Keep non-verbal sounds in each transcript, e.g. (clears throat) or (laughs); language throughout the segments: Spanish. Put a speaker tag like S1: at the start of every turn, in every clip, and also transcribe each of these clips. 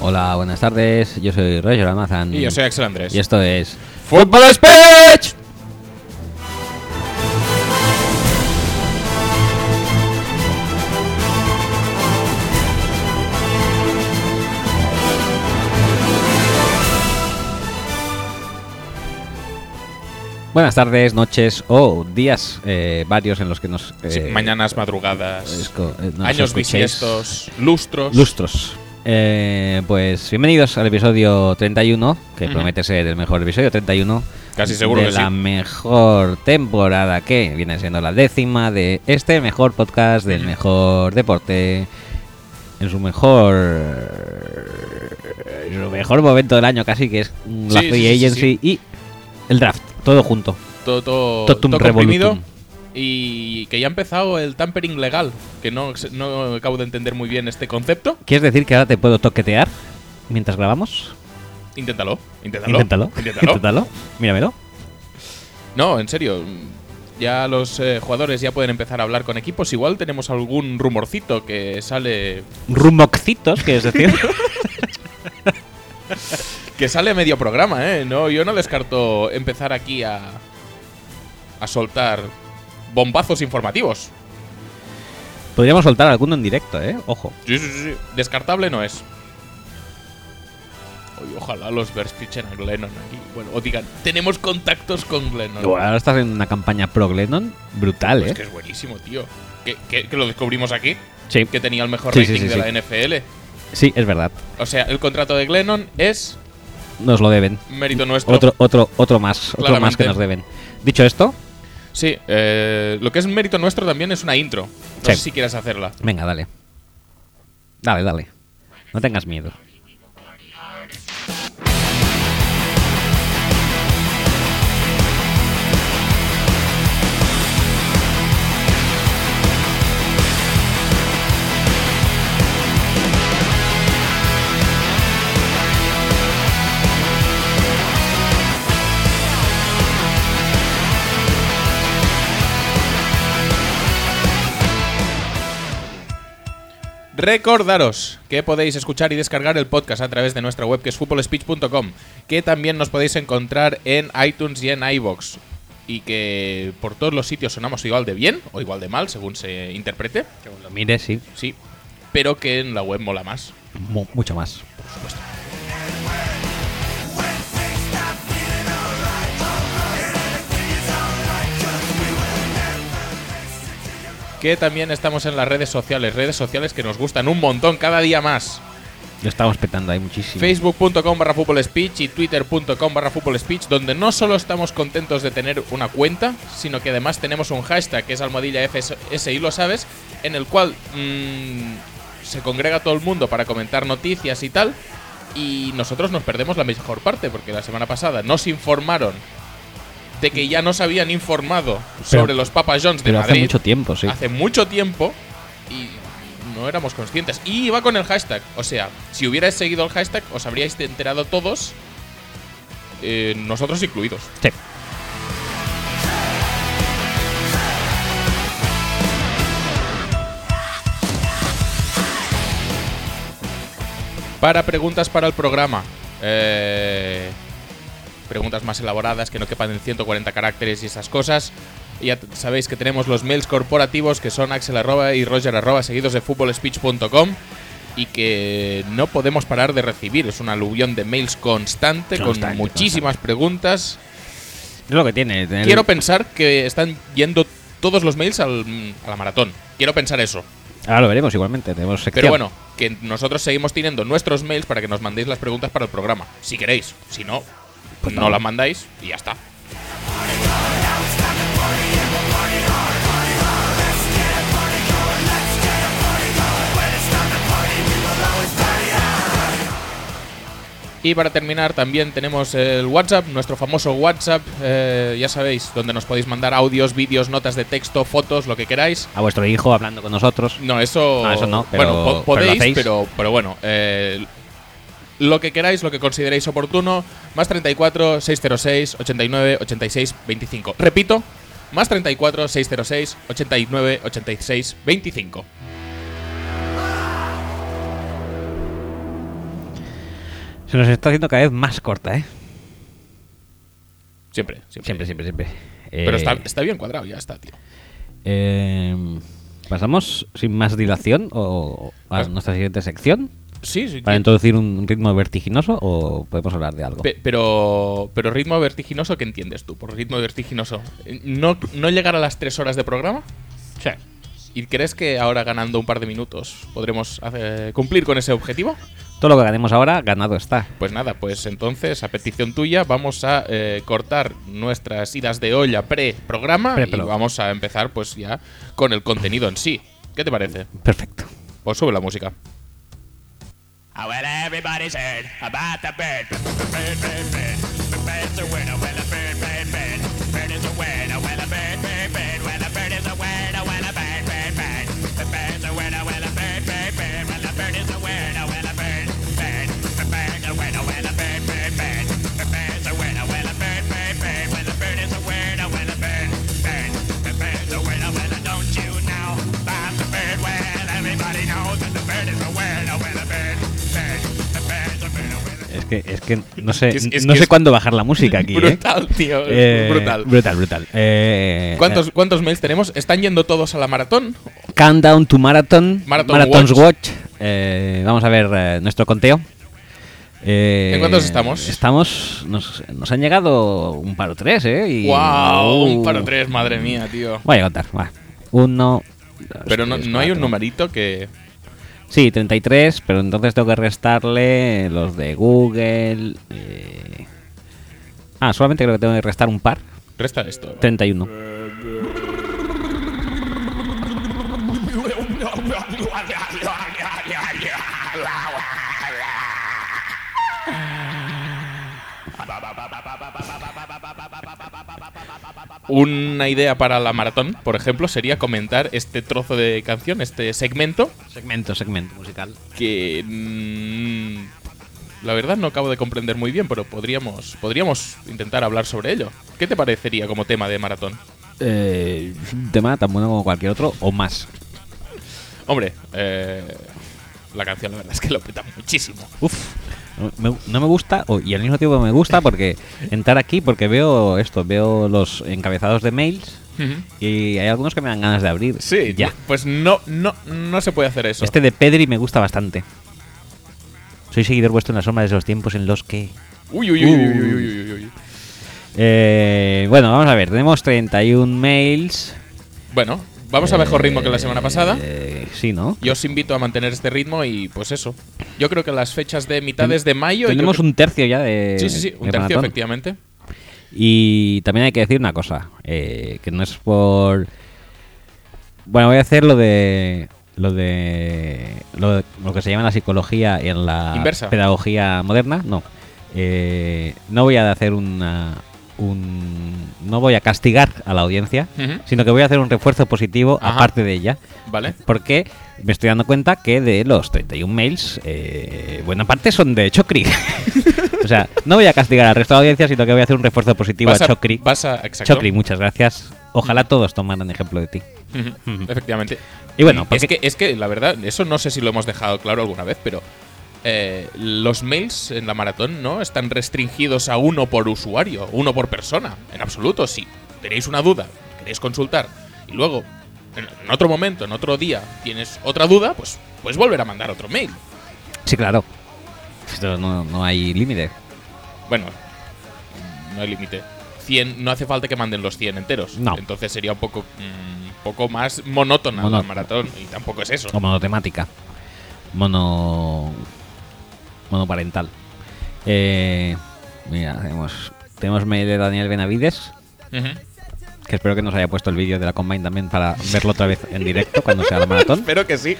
S1: Hola, buenas tardes. Yo soy Roger Almazán.
S2: Y yo soy Axel Andrés.
S1: Mm. Y esto es.
S2: ¡Fútbol Speech!
S1: Buenas tardes, noches o días eh, varios en los que nos. eh,
S2: Sí, mañanas, madrugadas,
S1: es co- eh, nos
S2: años
S1: escuchéis.
S2: bisiestos, lustros.
S1: Lustros. Eh, pues bienvenidos al episodio 31, que
S2: Ujú.
S1: promete ser el mejor episodio 31.
S2: Casi seguro
S1: De
S2: que
S1: la
S2: sí.
S1: mejor temporada que viene siendo la décima de este mejor podcast del mejor deporte. En su mejor. en su mejor momento del año, casi, que es mm, la
S2: Sí,
S1: Free
S2: sí, sí, sí,
S1: Agency y el draft, todo junto.
S2: Todo, todo,
S1: Totum
S2: todo comprimido.
S1: revolutum.
S2: Y que ya ha empezado el tampering legal, que no, no acabo de entender muy bien este concepto.
S1: ¿Quieres decir que ahora te puedo toquetear mientras grabamos?
S2: Inténtalo, inténtalo.
S1: Inténtalo. (laughs)
S2: inténtalo.
S1: Inténtalo. Míramelo.
S2: No, en serio. Ya los eh, jugadores ya pueden empezar a hablar con equipos. Igual tenemos algún rumorcito que sale
S1: Rumoccitos, quieres
S2: (laughs)
S1: decir.
S2: Que sale medio programa, ¿eh? No, yo no descarto empezar aquí a, a soltar bombazos informativos.
S1: Podríamos soltar alguno en directo, ¿eh? Ojo.
S2: Sí, sí, sí. sí. Descartable no es. Oye, ojalá los Bears fichen a Glennon aquí. Bueno, o digan, tenemos contactos con Glennon.
S1: Bueno, Ahora estás en una campaña pro Glennon brutal,
S2: Ah. Es
S1: ¿eh?
S2: que es buenísimo, tío. Que, que- que lo descubrimos aquí.
S1: Sí.
S2: Que tenía el mejor
S1: Sí, sí,
S2: rating
S1: sí,
S2: de
S1: sí.
S2: la NFL.
S1: Sí, es verdad.
S2: O sea, el contrato de Glennon es
S1: Nos lo deben.
S2: mérito nuestro.
S1: Mm, Otro, otro, otro más, otro más
S2: Claramente.
S1: que nos deben. Dicho esto,
S2: Sí, eh, lo que es mérito nuestro también es una intro. No
S1: Sí.
S2: sé si quieras hacerla.
S1: venga, dale. Dale, dale. No tengas miedo.
S2: Recordaros que podéis escuchar y descargar el podcast a través de nuestra web que es futbolspeech.com, que también nos podéis encontrar en iTunes y en iBox y que por todos los sitios sonamos igual de bien o igual de mal, según se interprete,
S1: Lo mire, sí.
S2: sí, pero que en la web mola más.
S1: Mu- mucho más.
S2: Que también estamos en las redes sociales, redes sociales que nos gustan un montón cada día más.
S1: Lo estamos petando ahí muchísimo.
S2: Facebook.com barra Fútbol Speech y Twitter.com barra Fútbol Speech, donde no solo estamos contentos de tener una cuenta, sino que además tenemos un hashtag que es almohadilla FS y lo sabes, en el cual mm, se congrega todo el mundo para comentar noticias y tal. Y nosotros nos perdemos la mejor parte, porque la semana pasada nos informaron de que ya nos habían informado
S1: Pero-
S2: sobre los Papa John's de
S1: Pero hace
S2: Madrid
S1: mucho tiempo, sí.
S2: hace mucho tiempo y no éramos conscientes. Y iba con el hashtag. O sea, si hubierais seguido el hashtag, os habríais enterado todos, eh, nosotros incluidos.
S1: Sí.
S2: Para preguntas para el programa. eh, preguntas más elaboradas que no quepan en 140 caracteres y esas cosas. Ya t- sabéis que tenemos los mails corporativos que son axel arroba y roger arroba seguidos de futbolspeech.com y que no podemos parar de recibir. Es un aluvión de mails constante,
S1: Constante,
S2: con muchísimas preguntas.
S1: Es lo que tiene. tener-
S2: Quiero pensar que están yendo todos los mails al- a la maratón. Quiero pensar eso.
S1: Ahora lo veremos igualmente. Tenemos sección.
S2: Pero bueno, que nosotros seguimos teniendo nuestros mails para que nos mandéis las preguntas para el programa. Si queréis. Si no,
S1: Pues
S2: no
S1: no.
S2: las mandáis y ya está. Y para terminar también tenemos el WhatsApp, nuestro famoso WhatsApp, eh, ya sabéis, donde nos podéis mandar audios, vídeos, notas de texto, fotos, lo que queráis.
S1: A vuestro hijo hablando con nosotros.
S2: No, eso.
S1: No, Ah, eso no, pero-
S2: bueno, po-
S1: pero lo
S2: podéis,
S1: hacéis.
S2: pero, pero bueno. eh, lo que queráis, lo que consideréis oportuno. Más 34 606 89 86 25. Repito, más 34 606 89 86 25.
S1: Se nos está haciendo cada vez más corta, ¿eh?
S2: Siempre,
S1: Siempre,
S2: siempre.
S1: siempre, siempre. Eh,
S2: Pero está, está bien cuadrado, ya está, tío.
S1: eh, ¿Pasamos sin más dilación o a
S2: Pas-
S1: nuestra siguiente sección?
S2: Sí, sí.
S1: ¿Para
S2: tío.
S1: introducir un ritmo vertiginoso o podemos hablar de algo?
S2: Pe- pero, pero ritmo vertiginoso, ¿qué entiendes tú por ritmo vertiginoso? Eh, ¿No, ¿No llegar a las tres horas de programa?
S1: Sí.
S2: ¿Y crees que ahora ganando un par de minutos podremos hacer- cumplir con ese objetivo?
S1: Todo lo que ganemos ahora, ganado está.
S2: Pues nada, pues entonces, a petición tuya, vamos a eh, cortar nuestras idas de olla pre-programa y
S1: Pre-pro.
S2: vamos a empezar pues ya con el contenido en sí. ¿Qué te parece?
S1: Perfecto.
S2: Pues sube la música.
S3: Oh, well, everybody's heard about the bird. The bird, bird, bird. The bird's a winner. Well, a bird, bird, bird. Bird is a winner. Well, a bird, bird, bird. Well, a bird is a winner. Well, a bird, bird, bird. The bird's a winner. Well, a bird, bird, bird. Well, a bird is a winner. Well, a bird, bird. The bird's a winner. Well, a bird, bird, bird. The bird's a winner. Well, a bird, bird, bird. Well, a bird is a winner. Well, a bird, bird. The bird's a winner. Well, don't you know about the bird? Well, everybody knows that the bird is a winner. Well, a bird, bird. The bird's a winner. Well, a
S1: Es que, es que no sé,
S2: Es- es
S1: no
S2: que
S1: sé
S2: es-
S1: cuándo bajar la música aquí. ¿eh?
S2: brutal, tío. es
S1: Eh,
S2: brutal.
S1: Brutal, brutal. Eh,
S2: ¿Cuántos, ¿Cuántos mails tenemos? ¿Están yendo todos a la maratón?
S1: eh, Countdown to Marathon.
S2: Marathon
S1: Marathon's
S2: Watch.
S1: Watch. Eh, vamos a ver eh, nuestro conteo. Eh,
S2: ¿En cuántos estamos?
S1: Estamos. Nos, nos han llegado un par o tres, ¿eh? Y, uh.
S2: ¡Wow! Un par o tres, madre mía, tío.
S1: Voy a contar, va. Uno. dos,
S2: Pero no,
S1: tres,
S2: no hay un
S1: cuatro.
S2: numerito que.
S1: Sí, 33, pero entonces tengo que restarle los de Google. eh. Ah, solamente creo que tengo que restar un par.
S2: Resta esto.
S1: 31.
S2: Una idea para la maratón, por ejemplo, sería comentar este trozo de canción, este segmento,
S1: Segmento, segmento musical.
S2: que mm, la verdad no acabo de comprender muy bien, pero podríamos, podríamos intentar hablar sobre ello. ¿Qué te parecería como tema de maratón?
S1: Eh, es un tema tan bueno como cualquier otro o más.
S2: Hombre, eh, la canción la verdad es que lo peta muchísimo.
S1: Uf. No me, no me gusta o- y al mismo tiempo me gusta porque entrar aquí porque veo esto, veo los encabezados de mails y hay algunos que me dan ganas de abrir.
S2: Sí,
S1: ya.
S2: Pues no, no, no se puede hacer eso.
S1: Este de Pedri me gusta bastante. Soy seguidor vuestro en la sombra de esos tiempos en los que...
S2: Uy, uy, uy, uy, uy, uy, uy, uy.
S1: Eh, bueno, vamos a ver, tenemos 31 mails.
S2: Bueno, vamos a mejor ritmo que la semana pasada.
S1: Eh, sí, ¿no?
S2: Yo os invito a mantener este ritmo y pues eso. Yo creo que las fechas de mitades de mayo... yo
S1: Tenemos
S2: creo
S1: un tercio ya de...
S2: que- Sí, sí, sí, un
S1: de
S2: tercio
S1: maratón.
S2: efectivamente.
S1: Y también hay que decir una cosa, eh, que no es por... Bueno, voy a hacer lo de... Lo de, lo de- lo que se llama en la psicología y en la
S2: Inversa.
S1: pedagogía moderna, no. Eh, no voy a hacer una, un... No voy a castigar a la audiencia,
S2: Ujú.
S1: sino que voy a hacer un refuerzo positivo
S2: Ajá.
S1: aparte de ella.
S2: Vale.
S1: Porque me estoy dando cuenta que de los 31 mails, eh, buena parte son de Chocri. (laughs) o sea, no voy a castigar al resto de la audiencia, sino que voy a hacer un refuerzo positivo a,
S2: Vas a-
S1: Chocri.
S2: vas a- exacto.
S1: Chocri, muchas gracias. Ojalá todos tomaran ejemplo de ti.
S2: Ujú, Efectivamente.
S1: Y bueno,
S2: es
S1: porque-
S2: que, es que la verdad, eso no sé si lo hemos dejado claro alguna vez, pero eh, los mails en la maratón no están restringidos a uno por usuario, uno por persona, en absoluto. Si tenéis una duda, queréis consultar, y luego, en, en otro momento, en otro día, tienes otra duda, pues puedes volver a mandar otro mail.
S1: Sí, claro. Esto no, no hay límite.
S2: Bueno, no hay límite. 100, no hace falta que manden los 100 enteros.
S1: No.
S2: Entonces sería un poco, mm, un poco más monótona la
S1: Monótono.
S2: maratón, y tampoco es eso.
S1: O monotemática. Mono. Monoparental. Eh, mira, tenemos, tenemos mail de Daniel Benavides.
S2: Ujú.
S1: Que espero que nos haya puesto el vídeo de la Combine también para verlo otra vez en directo cuando sea la maratón.
S2: Espero que sí.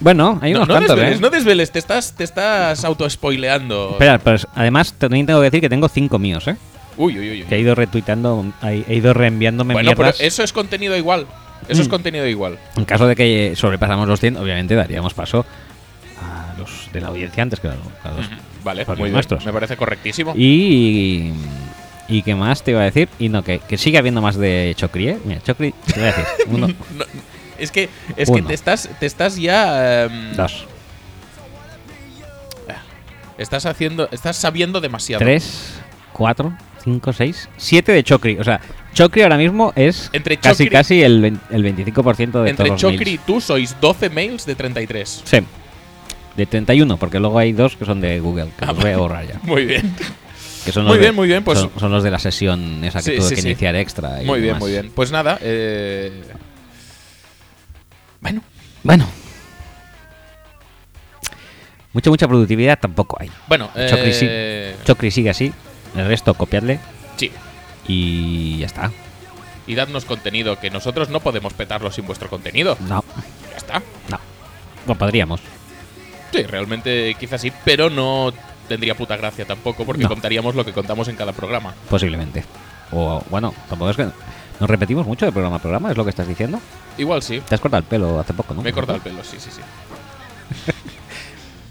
S1: Bueno, hay unos cuantos,
S2: desveles,
S1: ¿eh?
S2: no desveles, te estás, te estás auto-spoileando.
S1: Espera, pues además también tengo que decir que tengo cinco míos, ¿eh?
S2: Uy, uy, uy. uy.
S1: Que he ido retuiteando, he he ido reenviándome
S2: Bueno, pero
S1: mierdas.
S2: eso es contenido igual. Eso es
S1: Mm.
S2: contenido igual.
S1: En caso de que eh, sobrepasamos los 100, obviamente daríamos paso a los de la audiencia antes que a los... a Pues, los-
S2: Vale,
S1: Porque
S2: muy bien.
S1: nuestros.
S2: Me parece correctísimo.
S1: Y... ¿Y qué más te iba a decir? Y no, que, que sigue habiendo más de Chocri, ¿eh? Mira, Chocri, te voy a
S2: (laughs)
S1: decir. Uno,
S2: No, es que, es que
S1: Uno.
S2: te, estás, te estás ya. em,
S1: dos.
S2: Estás haciendo, estás sabiendo demasiado.
S1: 3, 4, 5, 6, 7 de Chocri. O sea, Chocri ahora mismo es
S2: Entre
S1: casi
S2: Chocri-
S1: casi el, vein- el 25% de
S2: Entre
S1: todos los
S2: Chocri y
S1: mails.
S2: tú sois 12 mails de
S1: (laughs)
S2: 33.
S1: Sí. De 31, porque luego hay dos que son de Google, que los voy a borrar ya.
S2: Muy bien.
S1: Que son
S2: Ah, Muy
S1: los
S2: bien,
S1: de-
S2: muy bien, pues-
S1: Son, son los de la sesión esa que
S2: Sí,
S1: tuve
S2: sí,
S1: que
S2: sí.
S1: iniciar extra. y
S2: Muy bien,
S1: demás.
S2: muy bien. Pues nada, eh... Bueno,
S1: Bueno. Mucha, mucha productividad tampoco hay.
S2: bueno.
S1: Chocri sí.
S2: eh,
S1: Chocri sigue así. El resto, copiadle
S2: sí.
S1: y ya está.
S2: Y dadnos contenido, que nosotros no podemos petarlo sin vuestro contenido.
S1: No,
S2: Ya está.
S1: no. No podríamos.
S2: Sí, realmente quizás sí, pero no tendría puta gracia tampoco, porque
S1: No.
S2: contaríamos lo que contamos en cada programa.
S1: Posiblemente. O bueno, tampoco es que. Nos repetimos mucho de programa a programa, es lo que estás diciendo.
S2: Igual sí.
S1: Te has cortado el pelo hace poco, ¿no?
S2: Me he cortado el pelo, sí, sí, sí.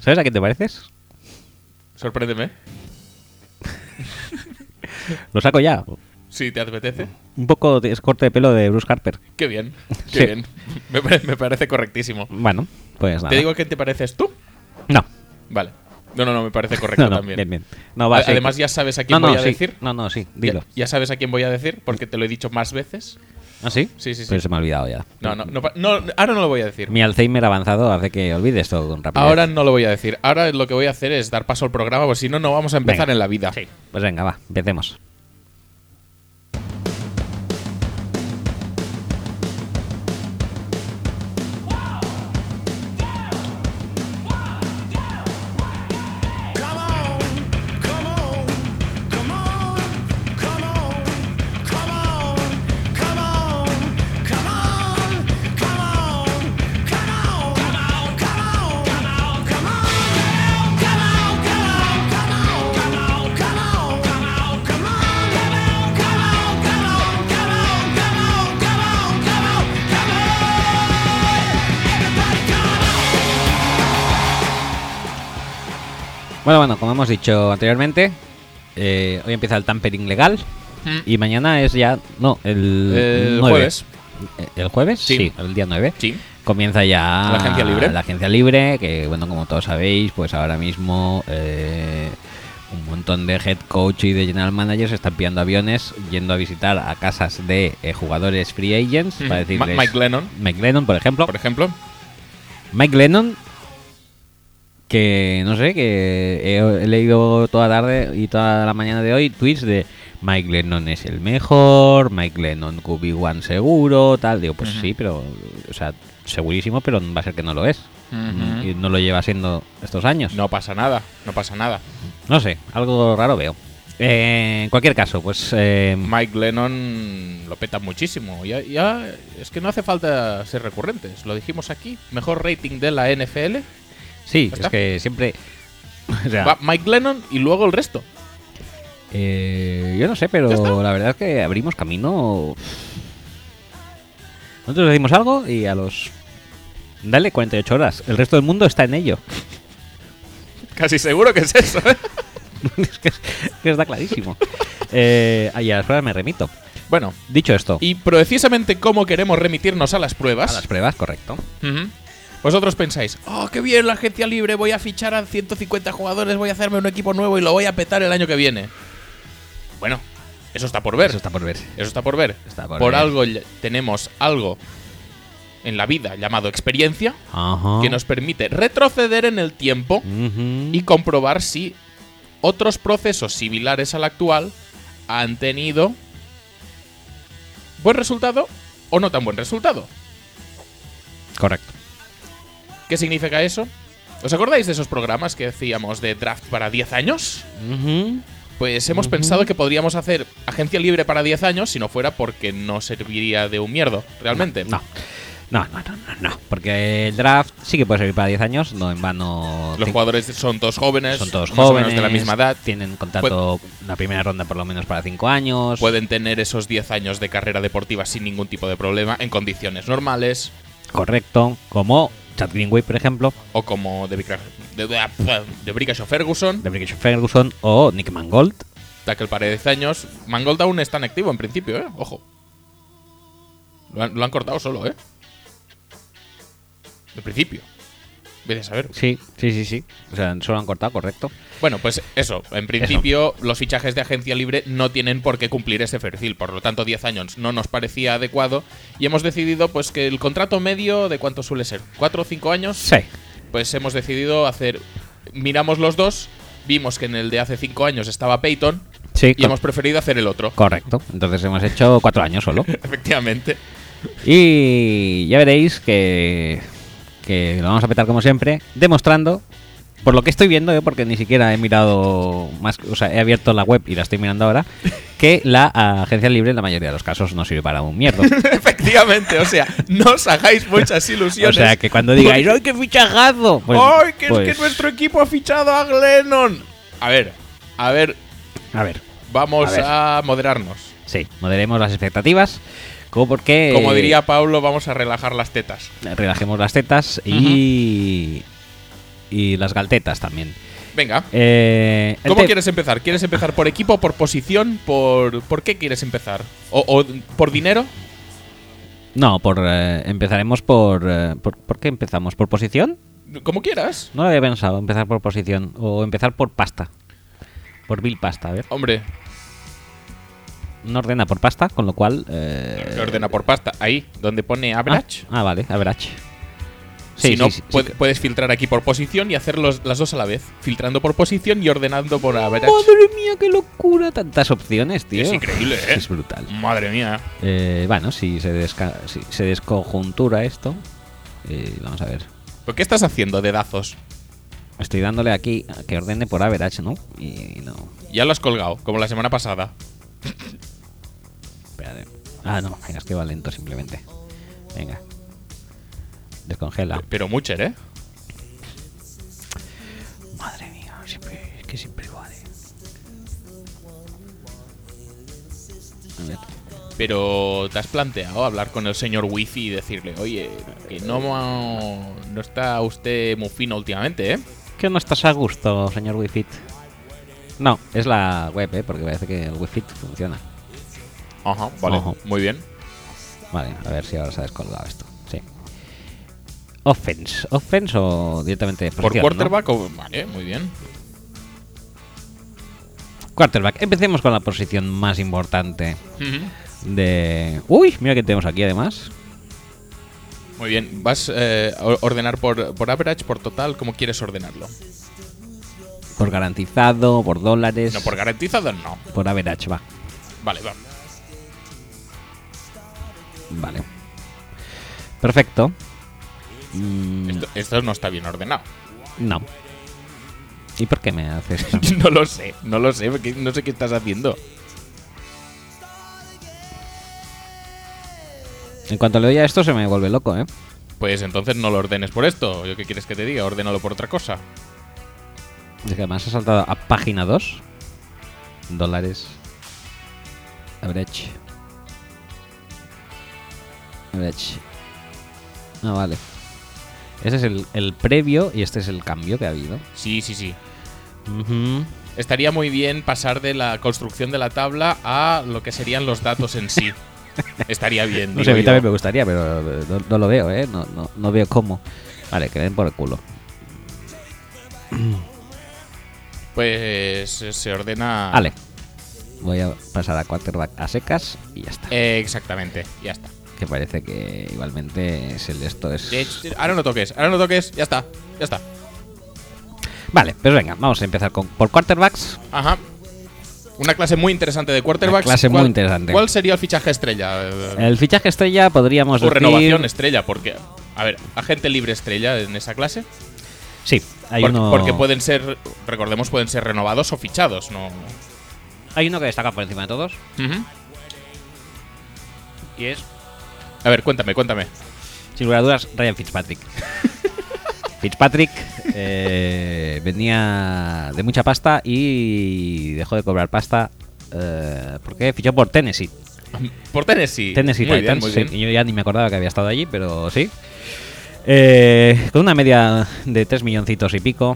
S1: ¿Sabes a quién te pareces?
S2: Sorpréndeme.
S1: Lo saco ya.
S2: Si te apetece.
S1: Un poco de- es corte de pelo de Bruce Harper.
S2: Qué bien, qué
S1: Sí.
S2: bien. (laughs) Me, pare- me parece correctísimo.
S1: Bueno, pues nada.
S2: ¿Te digo qué te pareces tú?
S1: No.
S2: Vale. No, no, no, me parece correcto
S1: No, no,
S2: también.
S1: bien, bien. No,
S2: A-
S1: va, sí.
S2: Además, ya sabes a quién
S1: no,
S2: voy
S1: no,
S2: a
S1: sí.
S2: decir.
S1: No, no, sí,
S2: Ya-
S1: dilo.
S2: Ya, sabes a quién voy a decir, porque te lo he dicho más veces.
S1: ¿Ah, sí?
S2: Sí, sí, sí.
S1: Pero se me ha olvidado ya.
S2: No, no, no, pa- no, ahora no lo voy a decir.
S1: Mi Alzheimer avanzado hace que olvide esto con rapidez.
S2: Ahora no lo voy a decir. Ahora lo que voy a hacer es dar paso al programa, porque si no, no vamos a empezar
S1: Venga.
S2: en la vida.
S1: Sí. Pues venga, va, empecemos.
S3: Come on, come on, come on, come on, come on, come on, come on, come on, come on, come on, come on, come on, come on, come on, come on, come on, come on, come on, come on, come on, come on, come on, come on, come on, come on, come on, come on, everybody come on.
S1: Bueno, bueno, como hemos dicho anteriormente, eh, hoy empieza el tampering legal
S2: Mm.
S1: y mañana es ya. No, el.
S2: El
S1: 9.
S2: jueves.
S1: Eh, ¿El jueves?
S2: Sí.
S1: el día 9.
S2: Sí.
S1: Comienza ya.
S2: La agencia libre.
S1: La agencia libre, que bueno, como todos sabéis, pues ahora mismo. eh, un montón de head coach y de general managers están pillando aviones yendo a visitar a casas de eh, jugadores free agents
S2: Mm.
S1: para
S2: Ma-
S1: decirles
S2: Mike Lennon,
S1: Mike Lennon, por ejemplo.
S2: por ejemplo.
S1: Mike Lennon, que no sé, que he, he leído toda la tarde y toda la mañana de hoy tweets de Mike Lennon es el mejor, Mike Lennon QB1 seguro, tal. Digo, pues
S2: Ujú.
S1: sí, pero, o sea, segurísimo, pero va a ser que no lo es.
S2: Ujú.
S1: Y no lo lleva siendo estos años.
S2: No pasa nada, no pasa nada.
S1: No sé, algo raro veo. Eh, en cualquier caso, pues. eh,
S2: Mike Lennon lo peta muchísimo. Ya, ya es que no hace falta ser recurrentes. Lo dijimos aquí. Mejor rating de la NFL.
S1: sí, es
S2: está.
S1: que siempre. (laughs) o sea,
S2: Va Mike Lennon y luego el resto.
S1: Eh, yo no sé, pero la verdad es que abrimos camino. Nosotros decimos algo y a los. Dale 48 horas. El resto del mundo está en ello. (laughs)
S2: Casi seguro que es eso. ¿eh?
S1: es que, es que está
S2: (laughs)
S1: clarísimo. Eh, y a las pruebas me remito.
S2: bueno,
S1: Dicho esto,
S2: y precisamente cómo queremos remitirnos a las
S1: a
S2: pruebas.
S1: las pruebas, correcto.
S2: Ujú. Vosotros pensáis, oh, qué bien la agencia libre, voy a fichar a 150 jugadores, voy a hacerme un equipo nuevo y lo voy a petar el año que viene. Bueno, eso está por ver.
S1: Eso está por ver.
S2: Eso está por ver.
S1: Está por ver.
S2: algo ya- tenemos algo en la vida llamado experiencia
S1: Ajá.
S2: que nos permite retroceder en el tiempo
S1: Ujú.
S2: y comprobar si otros procesos similares al actual han tenido buen resultado o no tan buen resultado.
S1: Correcto.
S2: ¿Qué significa eso? ¿Os acordáis de esos programas que hacíamos de draft para 10 años?
S1: Ujú.
S2: Pues hemos pensado que podríamos hacer agencia libre para 10 años si no fuera porque no serviría de un mierdo, realmente.
S1: No. No, no, no, no, no. Porque el draft sí que puede servir para 10 años. No en vano.
S2: Los
S1: cinco-
S2: jugadores son todos jóvenes,
S1: Son todos
S2: más o menos
S1: jóvenes,
S2: de la misma edad,
S1: tienen contrato la primera ronda por lo menos para cinco años.
S2: pueden tener esos 10 años de carrera deportiva sin ningún tipo de problema, en condiciones normales,
S1: Correcto, como Chad Greenway, por ejemplo,
S2: o como de, Brick- de, de, de Brickashaw Ferguson,
S1: de British Ferguson o Nick Mangold.
S2: Tackle para 10 años. Mangold aún está en activo en principio, ¿eh? Ojo. Lo han, lo han cortado solo, ¿eh? En principio. Vete a saber.
S1: Sí, sí, sí, sí. O sea, solo han cortado, correcto.
S2: Bueno, pues eso. En principio, los fichajes de agencia libre no tienen por qué cumplir ese perfil. Por lo tanto, 10 años no nos parecía adecuado. Y hemos decidido pues que el contrato medio, ¿de cuánto suele ser? ¿4 o 5 años?
S1: Sí.
S2: Pues hemos decidido hacer. Miramos los dos. Vimos que en el de hace 5 años estaba Peyton.
S1: Sí,
S2: Y
S1: co-
S2: hemos preferido hacer el otro.
S1: correcto. Entonces hemos hecho cuatro años solo.
S2: Efectivamente. (laughs)
S1: Y ya veréis que, que lo vamos a petar como siempre, demostrando, por lo que estoy viendo, ¿eh? porque ni siquiera he mirado más, o sea, he abierto la web y la estoy mirando
S2: (laughs)
S1: ahora, que la agencia libre en la mayoría de los casos no sirve para un
S2: (laughs)
S1: mierdo.
S2: Efectivamente. O sea, no os hagáis
S1: (laughs)
S2: muchas
S1: O
S2: ilusiones.
S1: sea, que cuando digáis, ¡ay, qué fichajazo! Pues-
S2: ¡Ay, que es
S1: pues,
S2: que nuestro equipo ha fichado a Glennon! A ver, a ver,
S1: A ver,
S2: vamos
S1: A ver.
S2: a, moderarnos.
S1: sí, moderemos las expectativas, como porque...
S2: Como diría Pablo, vamos a relajar las tetas.
S1: Relajemos las tetas y... Y las galtetas también.
S2: Venga.
S1: Eh, el
S2: ¿Cómo
S1: te-
S2: quieres empezar? ¿Quieres empezar por equipo, por posición, por por qué quieres empezar? ¿O, o por dinero?
S1: No, por eh, empezaremos por, eh, por... ¿Por qué empezamos? ¿Por posición?
S2: Como quieras.
S1: No lo había pensado, empezar por posición. O empezar por pasta. Por Bill Pasta, a ver.
S2: Hombre,
S1: No ordena por pasta, con lo cual... eh,
S2: se ordena por pasta. Ahí, donde pone
S1: ah,
S2: average.
S1: Ah, vale, average.
S2: si no,
S1: sí,
S2: puede- puedes filtrar aquí por posición y hacer los- las dos a la vez. Filtrando por posición y ordenando por average.
S1: Madre mía, qué locura, tantas opciones, tío.
S2: Es increíble, ¿eh?
S1: Es brutal.
S2: Madre mía.
S1: Eh, bueno, si se, desca- si se desconjuntura esto, eh, vamos a ver.
S2: ¿Pero qué estás haciendo, dedazos?
S1: Estoy dándole aquí a que ordene por average, ¿no? Y no.
S2: Ya lo has colgado, como la semana pasada.
S1: Espérate. Ah, no, venga, es que va lento simplemente. Venga. Descongela.
S2: Pero Mucher, ¿eh?
S1: Madre mía, siempre, es que siempre igual. eh. A ver.
S2: Pero ¿te has planteado hablar con el señor Wifi y decirle, oye, que no, no está usted muy fino últimamente, ¿eh?
S1: Que no estás a gusto, señor Wi-Fi. No, es la web, ¿eh? porque parece que el Wi-Fi funciona.
S2: Ajá, vale,
S1: Ajá.
S2: muy bien.
S1: Vale, a ver si ahora se ha descolgado esto. Sí. Offense. Offense o directamente
S2: ¿Por
S1: posición,
S2: quarterback? o- Vale, muy bien.
S1: ¿no? Quarterback. Empecemos con la posición más importante
S2: Ujú.
S1: de... Uy, mira que tenemos aquí además.
S2: Muy bien, ¿vas eh, a ordenar por, por average, por total? ¿Cómo quieres ordenarlo?
S1: Por garantizado, por dólares.
S2: No, por garantizado, no.
S1: Por average, va.
S2: Vale, va.
S1: Vale. Perfecto. Mm,
S2: Esto, esto no está bien ordenado. (laughs)
S1: no. ¿Y por qué me haces eso?
S2: no lo sé, no lo sé, porque no sé qué estás haciendo.
S1: en cuanto le doy a esto se me vuelve loco, ¿eh?
S2: Pues entonces no lo ordenes por esto. ¿Yo qué quieres que te diga? Ordénalo por otra cosa.
S1: Es que además ha saltado a página 2. Dólares. Average. Average. Ah, vale. Ese es el, el previo y este es el cambio que ha habido.
S2: Sí, sí, sí.
S1: Ujú.
S2: Estaría muy bien pasar de la construcción de la tabla a lo que serían los datos
S1: (laughs)
S2: en sí. Estaría bien.
S1: No sé, a mí
S2: digo
S1: también
S2: yo.
S1: me gustaría, pero eh, no, no lo veo, ¿eh? No, no, no veo cómo. Vale, que den por el culo.
S2: Pues eh, se ordena.
S1: Vale. Voy a pasar a quarterback a secas y ya está.
S2: Eh, exactamente, ya está.
S1: Que parece que igualmente es el esto es...
S2: De hecho, Ahora no toques, ahora no toques, ya está, ya está.
S1: Vale, pues venga, vamos a empezar con, por quarterbacks.
S2: Ajá. Una clase muy interesante de quarterbacks.
S1: Una clase muy
S2: ¿Cuál-
S1: interesante.
S2: ¿Cuál sería el fichaje estrella? Eh,
S1: El fichaje estrella podríamos
S2: o
S1: decir...
S2: renovación estrella, porque. A ver, agente libre estrella en esa clase.
S1: Sí, hay
S2: porque,
S1: uno...
S2: porque pueden ser, recordemos, pueden ser renovados o fichados, ¿no?
S1: Hay uno que destaca por encima de todos y es,
S2: A ver, cuéntame, cuéntame.
S1: sin lugar a dudas, Ryan
S2: (laughs)
S1: Fitzpatrick. Fitzpatrick eh, venía de mucha pasta y dejó de cobrar pasta eh, porque fichó por Tennessee.
S2: Por Tennessee.
S1: Tennessee
S2: muy
S1: Titans.
S2: Bien, muy
S1: sí,
S2: bien.
S1: y Yo ya ni me acordaba que había estado allí, pero sí. Eh, con una media de 3 milloncitos y pico,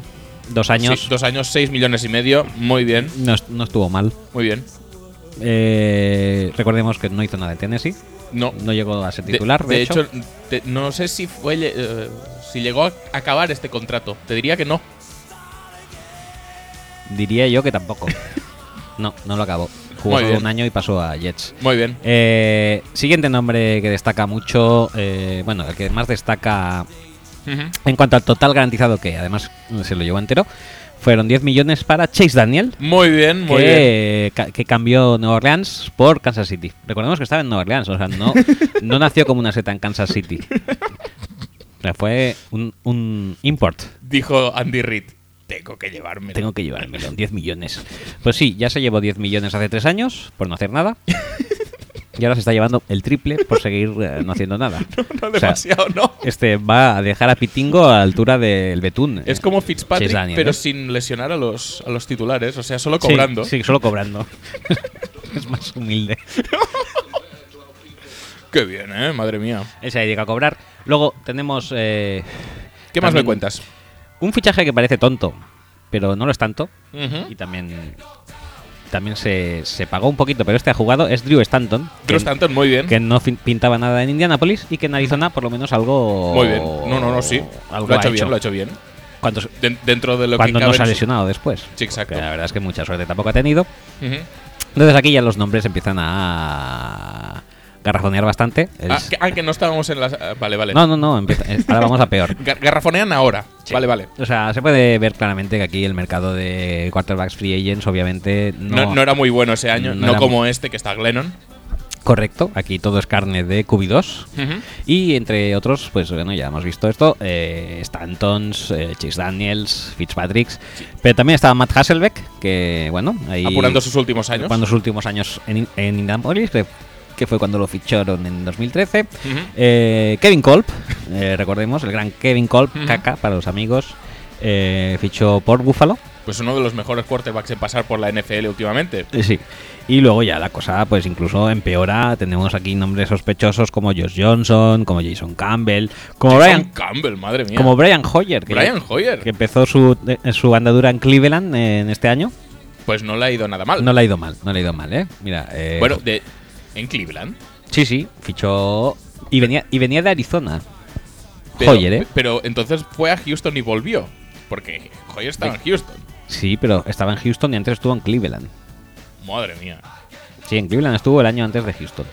S1: dos años,
S2: Sí, dos años, seis millones y medio. Muy bien,
S1: No, est- no estuvo mal.
S2: muy bien.
S1: Eh, recordemos que no hizo nada en Tennessee.
S2: No.
S1: No llegó a ser
S2: De-
S1: titular,
S2: de, hecho, te- no sé si fue lle- eh, si llegó a acabar este contrato. Te diría que no.
S1: Diría yo que
S2: (laughs)
S1: tampoco. no, no lo acabó. Jugó
S2: Muy
S1: solo
S2: bien.
S1: un año y pasó a Jets.
S2: Muy bien.
S1: Eh, siguiente nombre que destaca mucho, eh, bueno, el que más destaca en cuanto al total garantizado que además se lo llevó entero, fueron 10 millones para Chase Daniel,
S2: Muy bien, muy bien.
S1: que, ca- que cambió Nueva Orleans por Kansas City. Recordemos que estaba en Nueva Orleans, o sea, no, no nació como una seta en Kansas
S2: (laughs)
S1: City. O sea, fue un, un import.
S2: Dijo Andy Reid. Tengo que llevarme.
S1: Tengo que llevármelo, 10 millones. Pues sí, ya se llevó 10 millones hace 3 años por no hacer nada. Y ahora se está llevando el triple por seguir eh, no haciendo nada.
S2: (laughs) (laughs) No
S1: O sea,
S2: demasiado,
S1: (laughs)
S2: ¿no?
S1: este va a dejar a Pitingo a la altura del Betún. eh.
S2: Es como Fitzpatrick,
S1: Chase Daniel,
S2: pero
S1: ¿eh?
S2: sin lesionar a los, a los titulares. O sea, solo
S1: Sí,
S2: cobrando.
S1: Sí, solo cobrando. (laughs) es más humilde.
S2: Qué bien, ¿eh? Madre mía.
S1: Ese llega a cobrar. Luego tenemos eh,
S2: ¿Qué más me
S1: También-
S2: cuentas?
S1: un fichaje que parece tonto, pero no lo es tanto.
S2: Ujú.
S1: Y también también se, se pagó un poquito, pero este ha jugado. Es Drew Stanton.
S2: Drew
S1: que-
S2: Stanton, muy bien.
S1: Que no fin- pintaba nada en Indianapolis y que en Arizona por lo menos algo...
S2: Muy bien. No, no, no, sí.
S1: Algo
S2: Lo ha hecho bien, lo ha hecho bien.
S1: Cuando,
S2: Den- dentro de lo
S1: cuando
S2: que
S1: no
S2: cabe
S1: se ha
S2: en su-
S1: lesionado después.
S2: Sí, exacto.
S1: Que la verdad es que mucha suerte tampoco ha tenido.
S2: Ujú.
S1: Entonces aquí ya los nombres empiezan a garrafonear bastante. El-
S2: Ah, que, ah, que no estábamos en las. ah, Vale, vale.
S1: No, no, no, empieza- eh, ahora vamos a peor.
S2: Gar- Garrafonean ahora.
S1: Sí.
S2: Vale, vale.
S1: O sea, se puede ver claramente que aquí el mercado de quarterbacks free agents obviamente
S2: No,
S1: no,
S2: no era muy bueno ese año,
S1: No
S2: no,
S1: era
S2: como este que está Glennon.
S1: correcto. Aquí todo es carne de QB2. Y entre otros, pues bueno, ya hemos visto esto, eh, Stantons, eh, Chase Daniels, Fitzpatricks, pero también estaba Matt Hasselbeck, que bueno, ahí...
S2: Apurando sus últimos años.
S1: Cuando sus últimos años en, en Indianapolis, que, que fue cuando lo ficharon en 2013. Eh, Kevin Kolb, eh, recordemos, el gran Kevin Kolb,
S2: Ujú.
S1: caca para los amigos, eh, fichó por Buffalo.
S2: Pues uno de los mejores quarterbacks en pasar por la NFL últimamente.
S1: Eh, Sí. Y luego ya la cosa, pues incluso empeora. Tenemos aquí nombres sospechosos como Josh Johnson, como Jason Campbell, como Brian,
S2: Brian Campbell, madre mía.
S1: como Brian Hoyer, que,
S2: Brian Hoyer.
S1: que empezó su, eh, su andadura en Cleveland eh, en este año.
S2: Pues no le ha ido nada mal.
S1: No le ha ido mal, no le ha ido mal, ¿eh? Mira, eh,
S2: bueno, de, en Cleveland.
S1: sí, sí, fichó y venía y venía de Arizona.
S2: Pero,
S1: Hoyer, ¿eh?
S2: Pero entonces fue a Houston y volvió. Porque Hoyer estaba en Houston.
S1: Sí, pero estaba en Houston y antes estuvo en Cleveland.
S2: Madre mía.
S1: Sí, en Cleveland estuvo el año antes de Houston.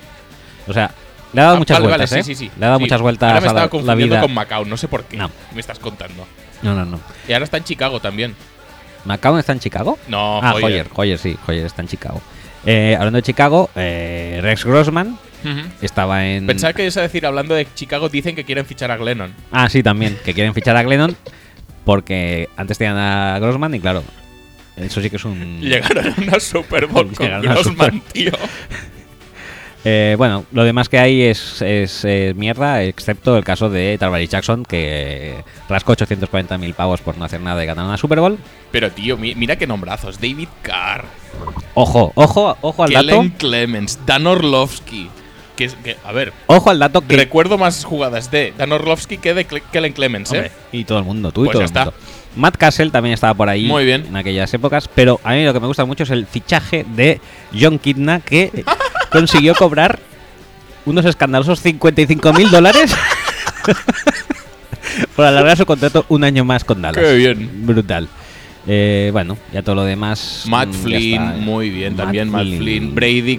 S1: O sea, le ha dado
S2: Ah,
S1: muchas
S2: vale, vale,
S1: vueltas, ¿eh?
S2: sí, sí, sí.
S1: Le ha dado
S2: Sí.
S1: muchas vueltas a
S2: Ahora me
S1: la,
S2: estaba
S1: la
S2: confundiendo
S1: vida.
S2: con Macao, no sé por qué.
S1: No.
S2: Me estás contando.
S1: No, no, no.
S2: Y ahora está en Chicago también.
S1: ¿McCown está en Chicago?
S2: No,
S1: ah,
S2: Hoyer.
S1: Hoyer. Hoyer, sí, Hoyer está en Chicago. Eh, hablando de Chicago, eh, Rex Grossman
S2: Ujú.
S1: estaba en.
S2: Pensaba que ibas a decir, hablando de Chicago, dicen que quieren fichar a Glennon.
S1: Ah, sí, también, que quieren fichar a Glennon porque antes tenían a Grossman y claro, eso sí que es un.
S2: Llegaron a una Super Bowl con
S1: Mm. (laughs) Llegaron a
S2: Grossman, tío.
S1: Eh, bueno, lo demás que hay es, es, eh, mierda, excepto el caso de Tarvary Jackson, que rascó 840.000 pavos por no hacer nada y ganar una Super Bowl.
S2: Pero, tío, mi- mira qué nombrazos. David Carr,
S1: Ojo, ojo, ojo al dato.
S2: Kellen Clemens, Dan Orlovsky. Que, es- que- a ver,
S1: Ojo al dato que.
S2: recuerdo más jugadas de Dan Orlovsky que de Cle- Kellen Clemens,
S1: Hombre,
S2: ¿eh?
S1: Y todo el mundo, tú y
S2: Pues
S1: todo
S2: ya
S1: el
S2: está.
S1: mundo. Matt Castle también estaba por ahí
S2: Muy bien.
S1: en aquellas épocas, pero a mí lo que me gusta mucho es el fichaje de John Kidna
S2: (laughs)
S1: que consiguió cobrar unos escandalosos 55 mil
S2: (laughs)
S1: dólares por alargar su contrato un año más con Dallas.
S2: Qué bien.
S1: Brutal. Eh, bueno, ya todo lo demás.
S2: Matt
S1: mm, ya
S2: Flynn,
S1: está.
S2: muy bien, también Matt Flynn. Brady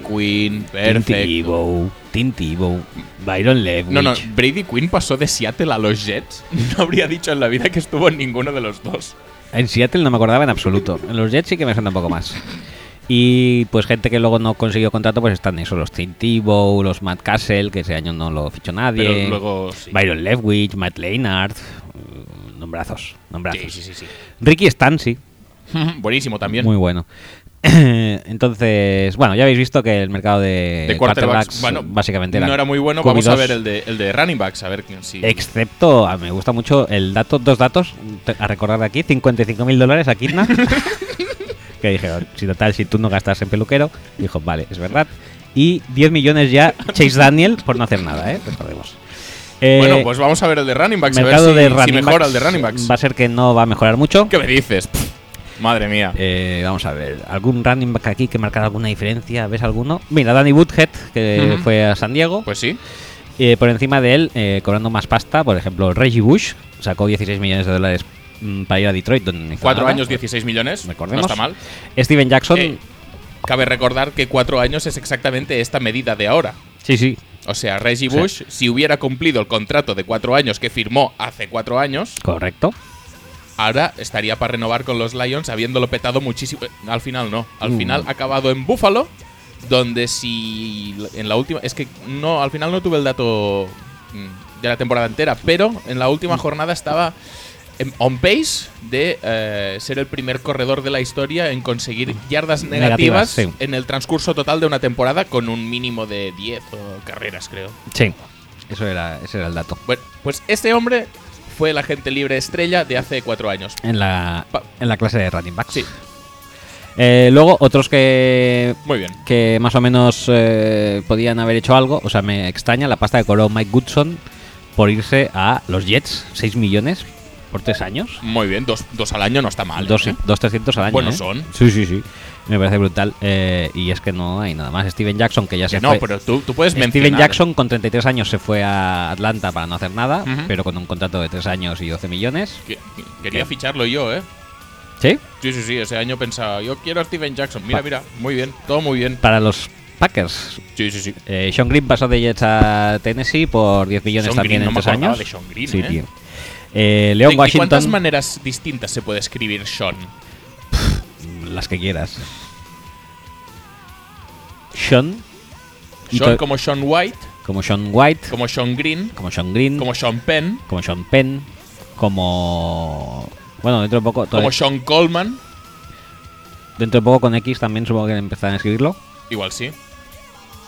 S1: Tim
S2: Quinn, perfecto.
S1: Tebow, Tim Tebow, Byron Leftwich.
S2: No, no, Brady Quinn pasó de Seattle a los Jets. (laughs) No habría dicho en la vida que estuvo en ninguno de los dos.
S1: En Seattle no me acordaba en absoluto. En los Jets sí que me suena un poco más. Y pues gente que luego no consiguió contrato, pues están eso, los Tim Tebow, los Matt Castle, que ese año no lo fichó nadie.
S2: Pero luego sí.
S1: Byron Leftwich, Matt Leinart, mm, nombrazos, nombrazos.
S2: Sí, sí, sí, sí.
S1: Ricky Stancy,
S2: (laughs) Buenísimo también.
S1: muy bueno. (coughs) Entonces, bueno, ya habéis visto que el mercado de,
S2: de eh, quarterbacks, bueno,
S1: básicamente
S2: no era muy bueno. Vamos a
S1: QB2,
S2: ver el de, el de running backs, a ver si...
S1: Excepto, ah, me gusta mucho el dato, dos datos te- a recordar de aquí: 55 mil dólares a
S2: (laughs)
S1: Kidna. que dijeron, si total, si tú no gastas en peluquero, dijo, vale, es verdad. Y 10 millones ya Chase Daniel por no hacer nada, ¿eh? Recordemos. Eh,
S2: bueno, pues vamos a ver el de running backs, eh, a ver
S1: mercado
S2: si,
S1: de
S2: si
S1: running
S2: mejora
S1: backs
S2: el de running backs.
S1: Va a ser que no va a mejorar mucho.
S2: ¿Qué me dices? Pff, Madre mía.
S1: Eh, vamos a ver, ¿algún running back aquí que marcará alguna diferencia? ¿Ves alguno? Mira, Danny Woodhead, que
S2: Ujú.
S1: fue a San Diego.
S2: Pues sí.
S1: Eh, por encima de él, eh, cobrando más pasta, por ejemplo, Reggie Bush sacó 16 millones de dólares mm, para ir a Detroit, donde no hizo
S2: Cuatro
S1: nada.
S2: años, 16 millones.
S1: Recordemos.
S2: No está mal.
S1: Steven Jackson,
S2: Eh, cabe recordar que cuatro años es exactamente esta medida de ahora.
S1: sí, sí,
S2: O sea, Reggie Bush, si hubiera cumplido el contrato de cuatro años que firmó hace cuatro años,
S1: correcto.
S2: ahora estaría para renovar con los Lions habiéndolo petado muchísimo. Eh, Al final no. Al
S1: Mm.
S2: final ha acabado en Buffalo, donde si en la última... Es que no, al final no tuve el dato mm, de la temporada entera, pero en la última jornada estaba en- on pace de eh, ser el primer corredor de la historia en conseguir yardas negativas,
S1: Negativas, sí.
S2: en el transcurso total de una temporada con un mínimo de 10 o carreras, creo.
S1: Sí, eso era, ese era el dato.
S2: Bueno, pues este hombre fue el agente libre estrella de hace cuatro años.
S1: En la,
S2: Pa-
S1: en la clase de running backs.
S2: Sí,
S1: Eh, luego, otros que,
S2: muy bien.
S1: que más o menos eh, podían haber hecho algo, o sea, me extraña la pasta que cobró Mike Goodson por irse a los Jets, 6 millones por 3 años.
S2: Muy bien, dos, dos al año no está mal.
S1: dos,
S2: ¿eh?
S1: dos 300 al año.
S2: Bueno,
S1: ¿eh?
S2: son.
S1: Sí, sí, sí. Me parece brutal. eh, y es que no hay nada más. Steven Jackson, que ya se
S2: Que no,
S1: fue.
S2: pero tú, tú puedes mencionar.
S1: Steven Jackson, con 33 años, se fue a Atlanta para no hacer nada,
S2: Ujú.
S1: pero con un contrato de 3 años y 12 millones.
S2: Que- que- quería
S1: ¿Qué?
S2: ficharlo yo, ¿eh?
S1: ¿Sí?
S2: Sí, sí, sí, ese año pensaba, yo quiero a Steven Jackson. Mira,
S1: Pa-
S2: mira, muy bien, todo muy bien.
S1: Para los Packers.
S2: Sí, sí, sí.
S1: Eh, Sean Green pasó de Jets a Tennessee por 10 millones
S2: Sean
S1: también
S2: Green, no
S1: en
S2: me
S1: 3
S2: acordaba
S1: años.
S2: de Sean Green,
S1: sí,
S2: ¿eh?
S1: tío. Eh,
S2: ¿De
S1: Leo
S2: de cuántas
S1: Washington,
S2: maneras distintas se puede escribir Sean?
S1: las que quieras. Sean, Y
S2: Sean
S1: to-
S2: como Sean White,
S1: como Sean White,
S2: como Sean Green,
S1: como Sean Green,
S2: como Sean Penn,
S1: como Sean Penn, como. Bueno, dentro de poco.
S2: como Sean Coleman.
S1: Dentro de poco con X también supongo que empezarán a escribirlo.
S2: Igual sí.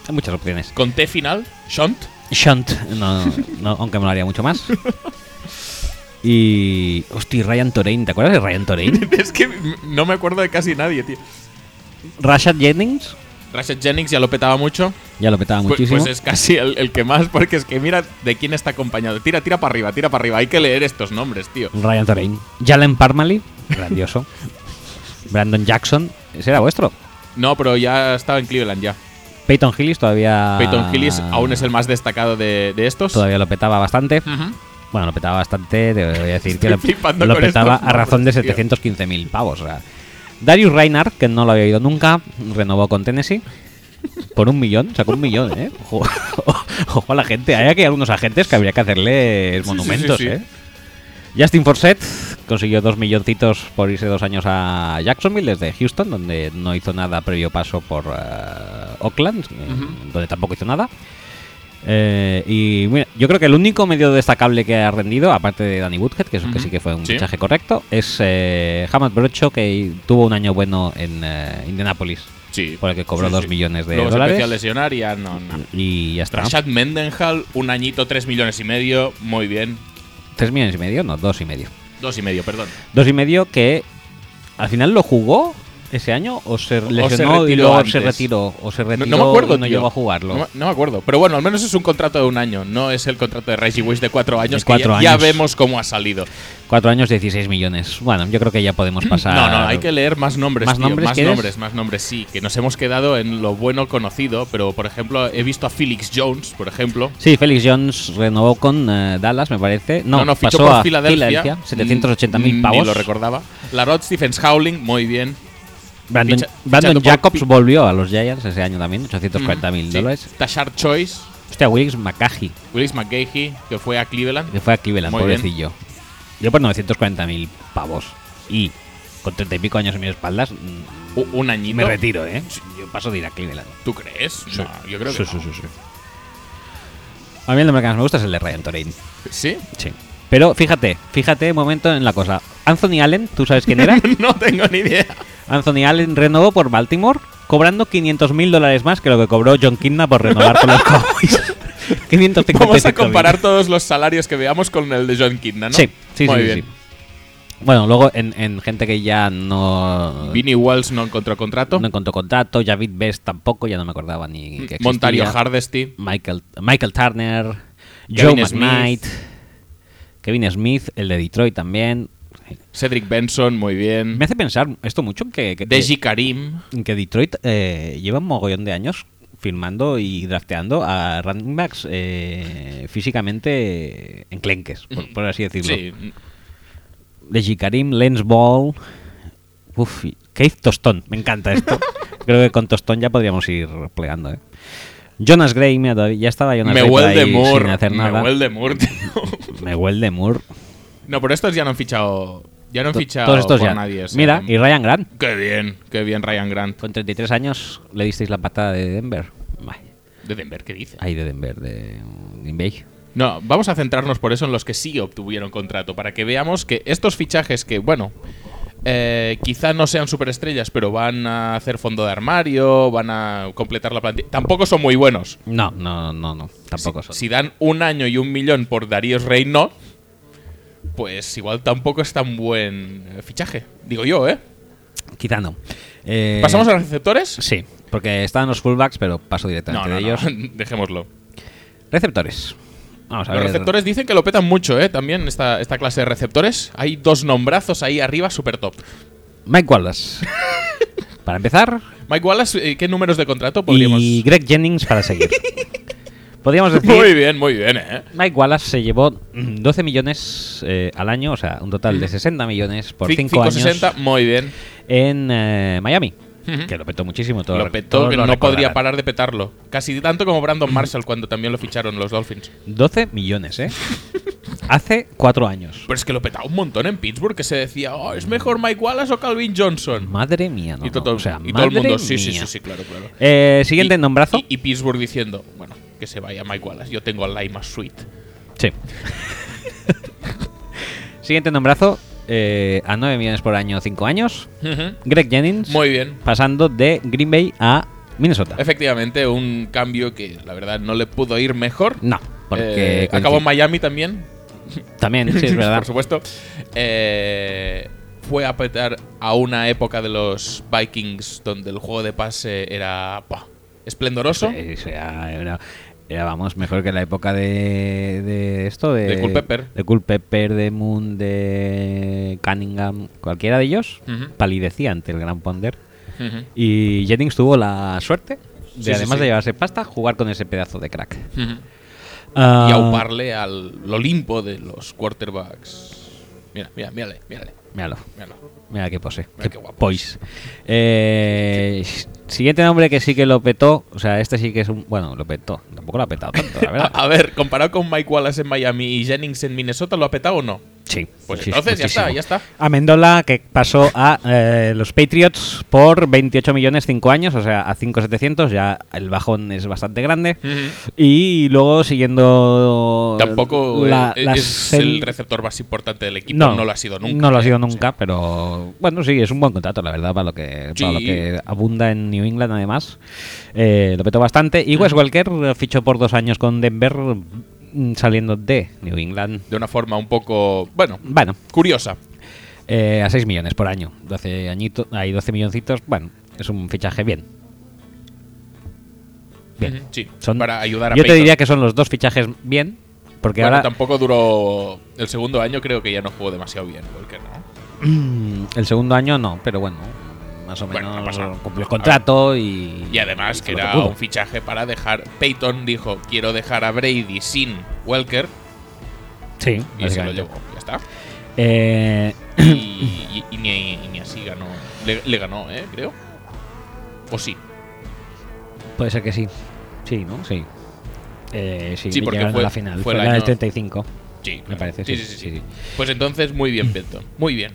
S1: Hay muchas opciones.
S2: Con T final, Sean.
S1: Shunt, no, no, aunque me lo haría mucho más. Y. Hostia, Ryan Torain, ¿te acuerdas de Ryan
S2: (laughs)
S1: Torain?
S2: (laughs) es que m- no me acuerdo de casi nadie, tío.
S1: Rashad Jennings,
S2: Rashad Jennings ya lo petaba mucho.
S1: ya lo petaba
S2: Pu-
S1: muchísimo.
S2: Pues es casi el, el que más, porque es que mira de quién está acompañado. Tira, tira para arriba, tira para arriba. Hay que leer estos nombres, tío.
S1: Ryan Torain. Jalen Parmalee, grandioso. Brandon Jackson, ese era vuestro.
S2: No, pero ya estaba en Cleveland ya.
S1: Peyton Hillis todavía.
S2: Peyton Hillis aún es el más destacado de, de estos.
S1: Ah. Todavía lo petaba bastante.
S2: Ujú.
S1: Bueno, lo petaba bastante, te voy a decir que
S2: Estoy flipando
S1: lo, lo
S2: con
S1: petaba
S2: estos
S1: a razón de
S2: nombres, tío.
S1: 715.000 pavos. o sea. Darius Reinhardt, que no lo había oído nunca, renovó con Tennessee. Por un millón, sacó un millón, ¿eh? Ojo, (laughs) ojo a la gente. Hay aquí algunos agentes que habría que hacerles
S2: sí,
S1: monumentos,
S2: sí, sí.
S1: ¿eh? Justin Forsett consiguió dos milloncitos por irse dos años a Jacksonville desde Houston, donde no hizo nada previo paso por eh, Oakland, eh, donde tampoco hizo nada. Eh, y mira, yo creo que el único medio destacable que ha rendido, aparte de Danny Woodhead, que, eso que
S2: Ujú.
S1: sí que fue un
S2: Sí.
S1: fichaje correcto, es eh, Hamad Brocho, que tuvo un año bueno en eh, Indianapolis,
S2: Sí.
S1: por el que cobró
S2: Sí,
S1: dos
S2: sí.
S1: millones de
S2: Luego se empezó a
S1: dólares. Ah.
S2: lesionar y ya no. no.
S1: Y ya está.
S2: Rashad Mendenhall, un añito, tres millones y medio. Muy bien.
S1: ¿Tres millones y medio? No, dos y medio.
S2: Dos y medio, perdón.
S1: Dos y medio que al final lo jugó ese año o se lesionó y
S2: retiró
S1: luego se
S2: antes.
S1: retiró. O se
S2: No,
S1: retiró
S2: no me acuerdo,
S1: y no
S2: tío.
S1: llegó a jugarlo.
S2: No, me- no me acuerdo. Pero bueno, al menos es un contrato de un año. No es el contrato de Reggie Wish de cuatro años. que
S1: cuatro
S2: ya- ya
S1: años.
S2: vemos cómo ha salido.
S1: Cuatro años, 16 millones. Bueno, yo creo que ya
S2: (clears throat)
S1: podemos pasar.
S2: No, no, hay que leer más nombres.
S1: ¿Más
S2: tío,
S1: nombres
S2: más
S1: quieres?
S2: nombres, más nombres, sí. Que nos hemos quedado en lo bueno conocido, pero por ejemplo, he visto a Felix Jones, por ejemplo.
S1: Sí, Felix Jones renovó con eh, Dallas, me parece. No,
S2: fichó
S1: pasó
S2: por
S1: a
S2: Filadelfia.
S1: Filadelfia, 780.000
S2: Mm, Ni
S1: pavos.
S2: lo recordaba. La Rod Stephens Howling, muy bien.
S1: Brandon,
S2: Ficha-
S1: Brandon
S2: fichando por
S1: Jacobs
S2: Pi-
S1: volvió a los Giants ese año también, 840.000
S2: Mm, sí.
S1: dólares.
S2: Tashar Choice,
S1: Hostia, Willis McCahy,
S2: Willis McGahee, que fue a Cleveland.
S1: que fue a Cleveland,
S2: Muy bien.
S1: pobrecillo. Yo por 940.000 pavos. Y con 30 y pico años en mis espaldas, mm,
S2: U- Un añito.
S1: me retiro, ¿eh? Yo paso de ir a Cleveland.
S2: ¿Tú crees?
S1: Sí.
S2: No, yo creo que
S1: Sí,
S2: no.
S1: sí, sí, sí. A mí el nombre que más me gusta es el de Ryan Torain.
S2: ¿Sí? (laughs)
S1: Sí. Pero fíjate, fíjate un momento en la cosa. Anthony Allen, ¿tú sabes quién
S2: (laughs)
S1: era?
S2: no tengo ni idea.
S1: Anthony Allen renovó por Baltimore, cobrando 500 mil dólares más que lo que cobró John Kidna por renovar con los Cowboys.
S2: (laughs)
S1: 555.000.
S2: Vamos a comparar todos los salarios que veamos con el de John Kidna, ¿no?
S1: Sí, sí,
S2: Muy
S1: sí,
S2: bien.
S1: sí. Bueno, luego en, en gente que ya no,
S2: Vinny Walls no encontró contrato.
S1: no encontró contrato, Javid Best tampoco, ya no me acordaba ni que existía.
S2: Montario Hardesty.
S1: Michael, Michael Turner,
S2: Kevin
S1: Joe
S2: Smith.
S1: McKnight, Kevin Smith, el de Detroit también.
S2: Cedric Benson, muy bien.
S1: Me hace pensar esto mucho en que, que,
S2: Deji Karim.
S1: en que Detroit eh, lleva un mogollón de años firmando y drafteando a running backs eh, físicamente enclenques, por, por así decirlo.
S2: Sí,
S1: Deji Karim, Lens Ball. Uf, y Keith Tostón. Me encanta
S2: (laughs)
S1: esto. Creo que con Tostón ya podríamos ir plegando. ¿eh? Jonas Gray, mira, todavía- ya estaba Jonas
S2: me
S1: Gray por
S2: huelde
S1: ahí sin
S2: Moore.
S1: hacer nada.
S2: Me huelde Moore, (laughs) tío.
S1: Me huelde Moore.
S2: No, pero estos ya no han fichado. Ya no han
S1: To-
S2: fichado
S1: Todos estos
S2: por
S1: ya.
S2: nadie. o sea,
S1: Mira, y Ryan Grant.
S2: Qué bien, qué bien Ryan Grant.
S1: Con 33 años le disteis la patada de Denver. Vaya.
S2: De Denver, ¿qué dice?
S1: Ahí de Denver, de Green Bay.
S2: No, vamos a centrarnos por eso en los que sí obtuvieron contrato, para que veamos que estos fichajes que, bueno, eh, quizá no sean superestrellas, pero van a hacer fondo de armario, van a completar la plantilla. Tampoco son muy buenos.
S1: No, no, no, no. Tampoco
S2: si,
S1: son.
S2: si dan un año y un millón por Daríos Rey, no, pues igual tampoco es tan buen eh, fichaje. Digo yo, ¿eh?
S1: Quizá no. Eh,
S2: ¿Pasamos a los receptores?
S1: Sí, porque estaban los fullbacks, pero paso
S2: No,
S1: directamente
S2: no,
S1: de
S2: no,
S1: ellos.
S2: (laughs) dejémoslo.
S1: Receptores. Vamos a
S2: Los
S1: ver.
S2: receptores dicen que lo petan mucho, ¿eh? También esta, esta clase de receptores. Hay dos nombrazos ahí arriba, super top.
S1: Mike
S2: (laughs)
S1: Wallace. para empezar.
S2: Mike Wallace, eh, ¿qué números de contrato podríamos...?
S1: Y Greg Jennings para
S2: (laughs)
S1: seguir. Podríamos decir.
S2: Muy bien, muy bien, ¿eh?
S1: Mike Wallace se llevó mm, 12 millones eh, al año, o sea, un total de 60 millones por
S2: Fi-
S1: 5 años
S2: 5,60, muy bien.
S1: en eh, Miami.
S2: Ujú.
S1: Que lo petó muchísimo todo.
S2: Lo
S1: rec-
S2: petó,
S1: todos
S2: que
S1: lo
S2: no podría
S1: recordarán.
S2: parar de petarlo. Casi tanto como Brandon Marshall cuando también lo ficharon los Dolphins.
S1: 12 millones,
S2: (laughs)
S1: ¿eh? Hace 4 años.
S2: Pero es que lo petaba un montón en Pittsburgh, que se decía, oh, ¿es mejor Mike Wallace o Calvin Johnson?
S1: Madre mía, no.
S2: y, to-
S1: no, o sea,
S2: y todo el
S1: madre
S2: mundo, sí, sí,
S1: mía.
S2: sí, sí, claro, claro.
S1: Eh, siguiente
S2: Y-
S1: nombrazo.
S2: Y, y Pittsburgh diciendo, bueno, que se vaya Mike Wallace, yo tengo a Lima Sweet.
S1: Sí. (laughs) siguiente nombrazo. eh, a 9 millones por año, 5 años.
S2: Ujú.
S1: Greg Jennings.
S2: Muy bien.
S1: Pasando de Green Bay a Minnesota.
S2: Efectivamente, un cambio que la verdad no le pudo ir mejor.
S1: no, porque.
S2: Eh, acabó en
S1: coincide-
S2: Miami también,
S1: También, sí, es verdad.
S2: (laughs) por supuesto. Eh, fue a petar a una época de los Vikings donde el juego de pase era buah, esplendoroso.
S1: Sí, sí, ah, era, era, vamos, mejor que la época de, de esto, de...
S2: De Culpeper.
S1: De Culpeper, de Moon, de Cunningham, cualquiera de ellos,
S2: Ujú.
S1: palidecía ante el Gran Ponder.
S2: Ujú,
S1: Y Jennings tuvo la suerte de,
S2: Sí, sí,
S1: además
S2: sí.
S1: de llevarse pasta, jugar con ese pedazo de crack.
S2: ujú.
S1: Ah,
S2: Y auparle al Olimpo de los quarterbacks. Mira, mira, mírale, mírale.
S1: Míralo,
S2: míralo.
S1: mira qué pose.
S2: Mira qué guapo
S1: poise. Eh, Siguiente nombre que sí que lo petó, o sea, este sí que es un... Bueno, lo petó, tampoco lo ha petado tanto, la
S2: (laughs)
S1: verdad.
S2: A, a ver, comparado con Mike Wallace en Miami y Jennings en Minnesota, ¿lo ha petado o no?
S1: Sí.
S2: Pues
S1: muchis-
S2: entonces ya está,
S1: muchísimo.
S2: ya está.
S1: Amendola que pasó a eh, los Patriots por 28 millones 5 años, o sea, a 5.700, ya el bajón es bastante grande.
S2: Ujú.
S1: Y luego siguiendo...
S2: Tampoco
S1: la-
S2: eh,
S1: la
S2: es el
S1: sel-
S2: receptor más importante del equipo. No, lo ha sido nunca.
S1: No lo ha
S2: ¿eh?
S1: sido
S2: O sea,
S1: nunca, pero bueno, sí, es un buen contrato, la verdad, para lo que, para lo
S2: Sí.
S1: que abunda en New England, además. Eh, lo petó bastante. Y
S2: Mm.
S1: Wes Welker fichó por dos años con Denver mm, saliendo de New England.
S2: de una forma un poco, bueno,
S1: Bueno,
S2: curiosa.
S1: Eh, a 6 millones por año. 12 añitos, hay 12 milloncitos. Bueno, es un fichaje bien. Bien.
S2: Ujú, Sí,
S1: Son-
S2: para ayudar a
S1: Yo te
S2: Peyton.
S1: diría que son los dos fichajes bien. Porque
S2: Bueno,
S1: ahora
S2: tampoco duró el segundo año, creo que ya no jugó demasiado bien. Walker, ¿no?
S1: mm, el segundo año no, pero bueno, más o
S2: Bueno, no
S1: menos
S2: pasa nada.
S1: cumplió el
S2: A
S1: contrato y.
S2: Y además
S1: hizo
S2: que
S1: lo
S2: era
S1: pudo.
S2: un fichaje para dejar... Peyton dijo, quiero dejar a Brady sin Welker
S1: Sí,
S2: y se lo
S1: básicamente.
S2: llevó.
S1: (clears throat)
S2: Ya está.
S1: Eh,
S2: Y, y- y ni, y ni así ganó. Le, le ganó, ¿eh? Creo. O sí.
S1: puede ser que sí. Sí, ¿no? Sí. Eh, sí,
S2: Sí,
S1: le
S2: porque
S1: llegaron
S2: fue-
S1: a la final.
S2: fue
S1: Fue,
S2: el
S1: la del
S2: año-
S1: 35.
S2: Sí, claro.
S1: parece,
S2: Sí,
S1: sí,
S2: sí, sí,
S1: sí,
S2: sí.
S1: sí.
S2: Pues entonces, muy
S1: (clears throat)
S2: bien, Peyton. Muy bien.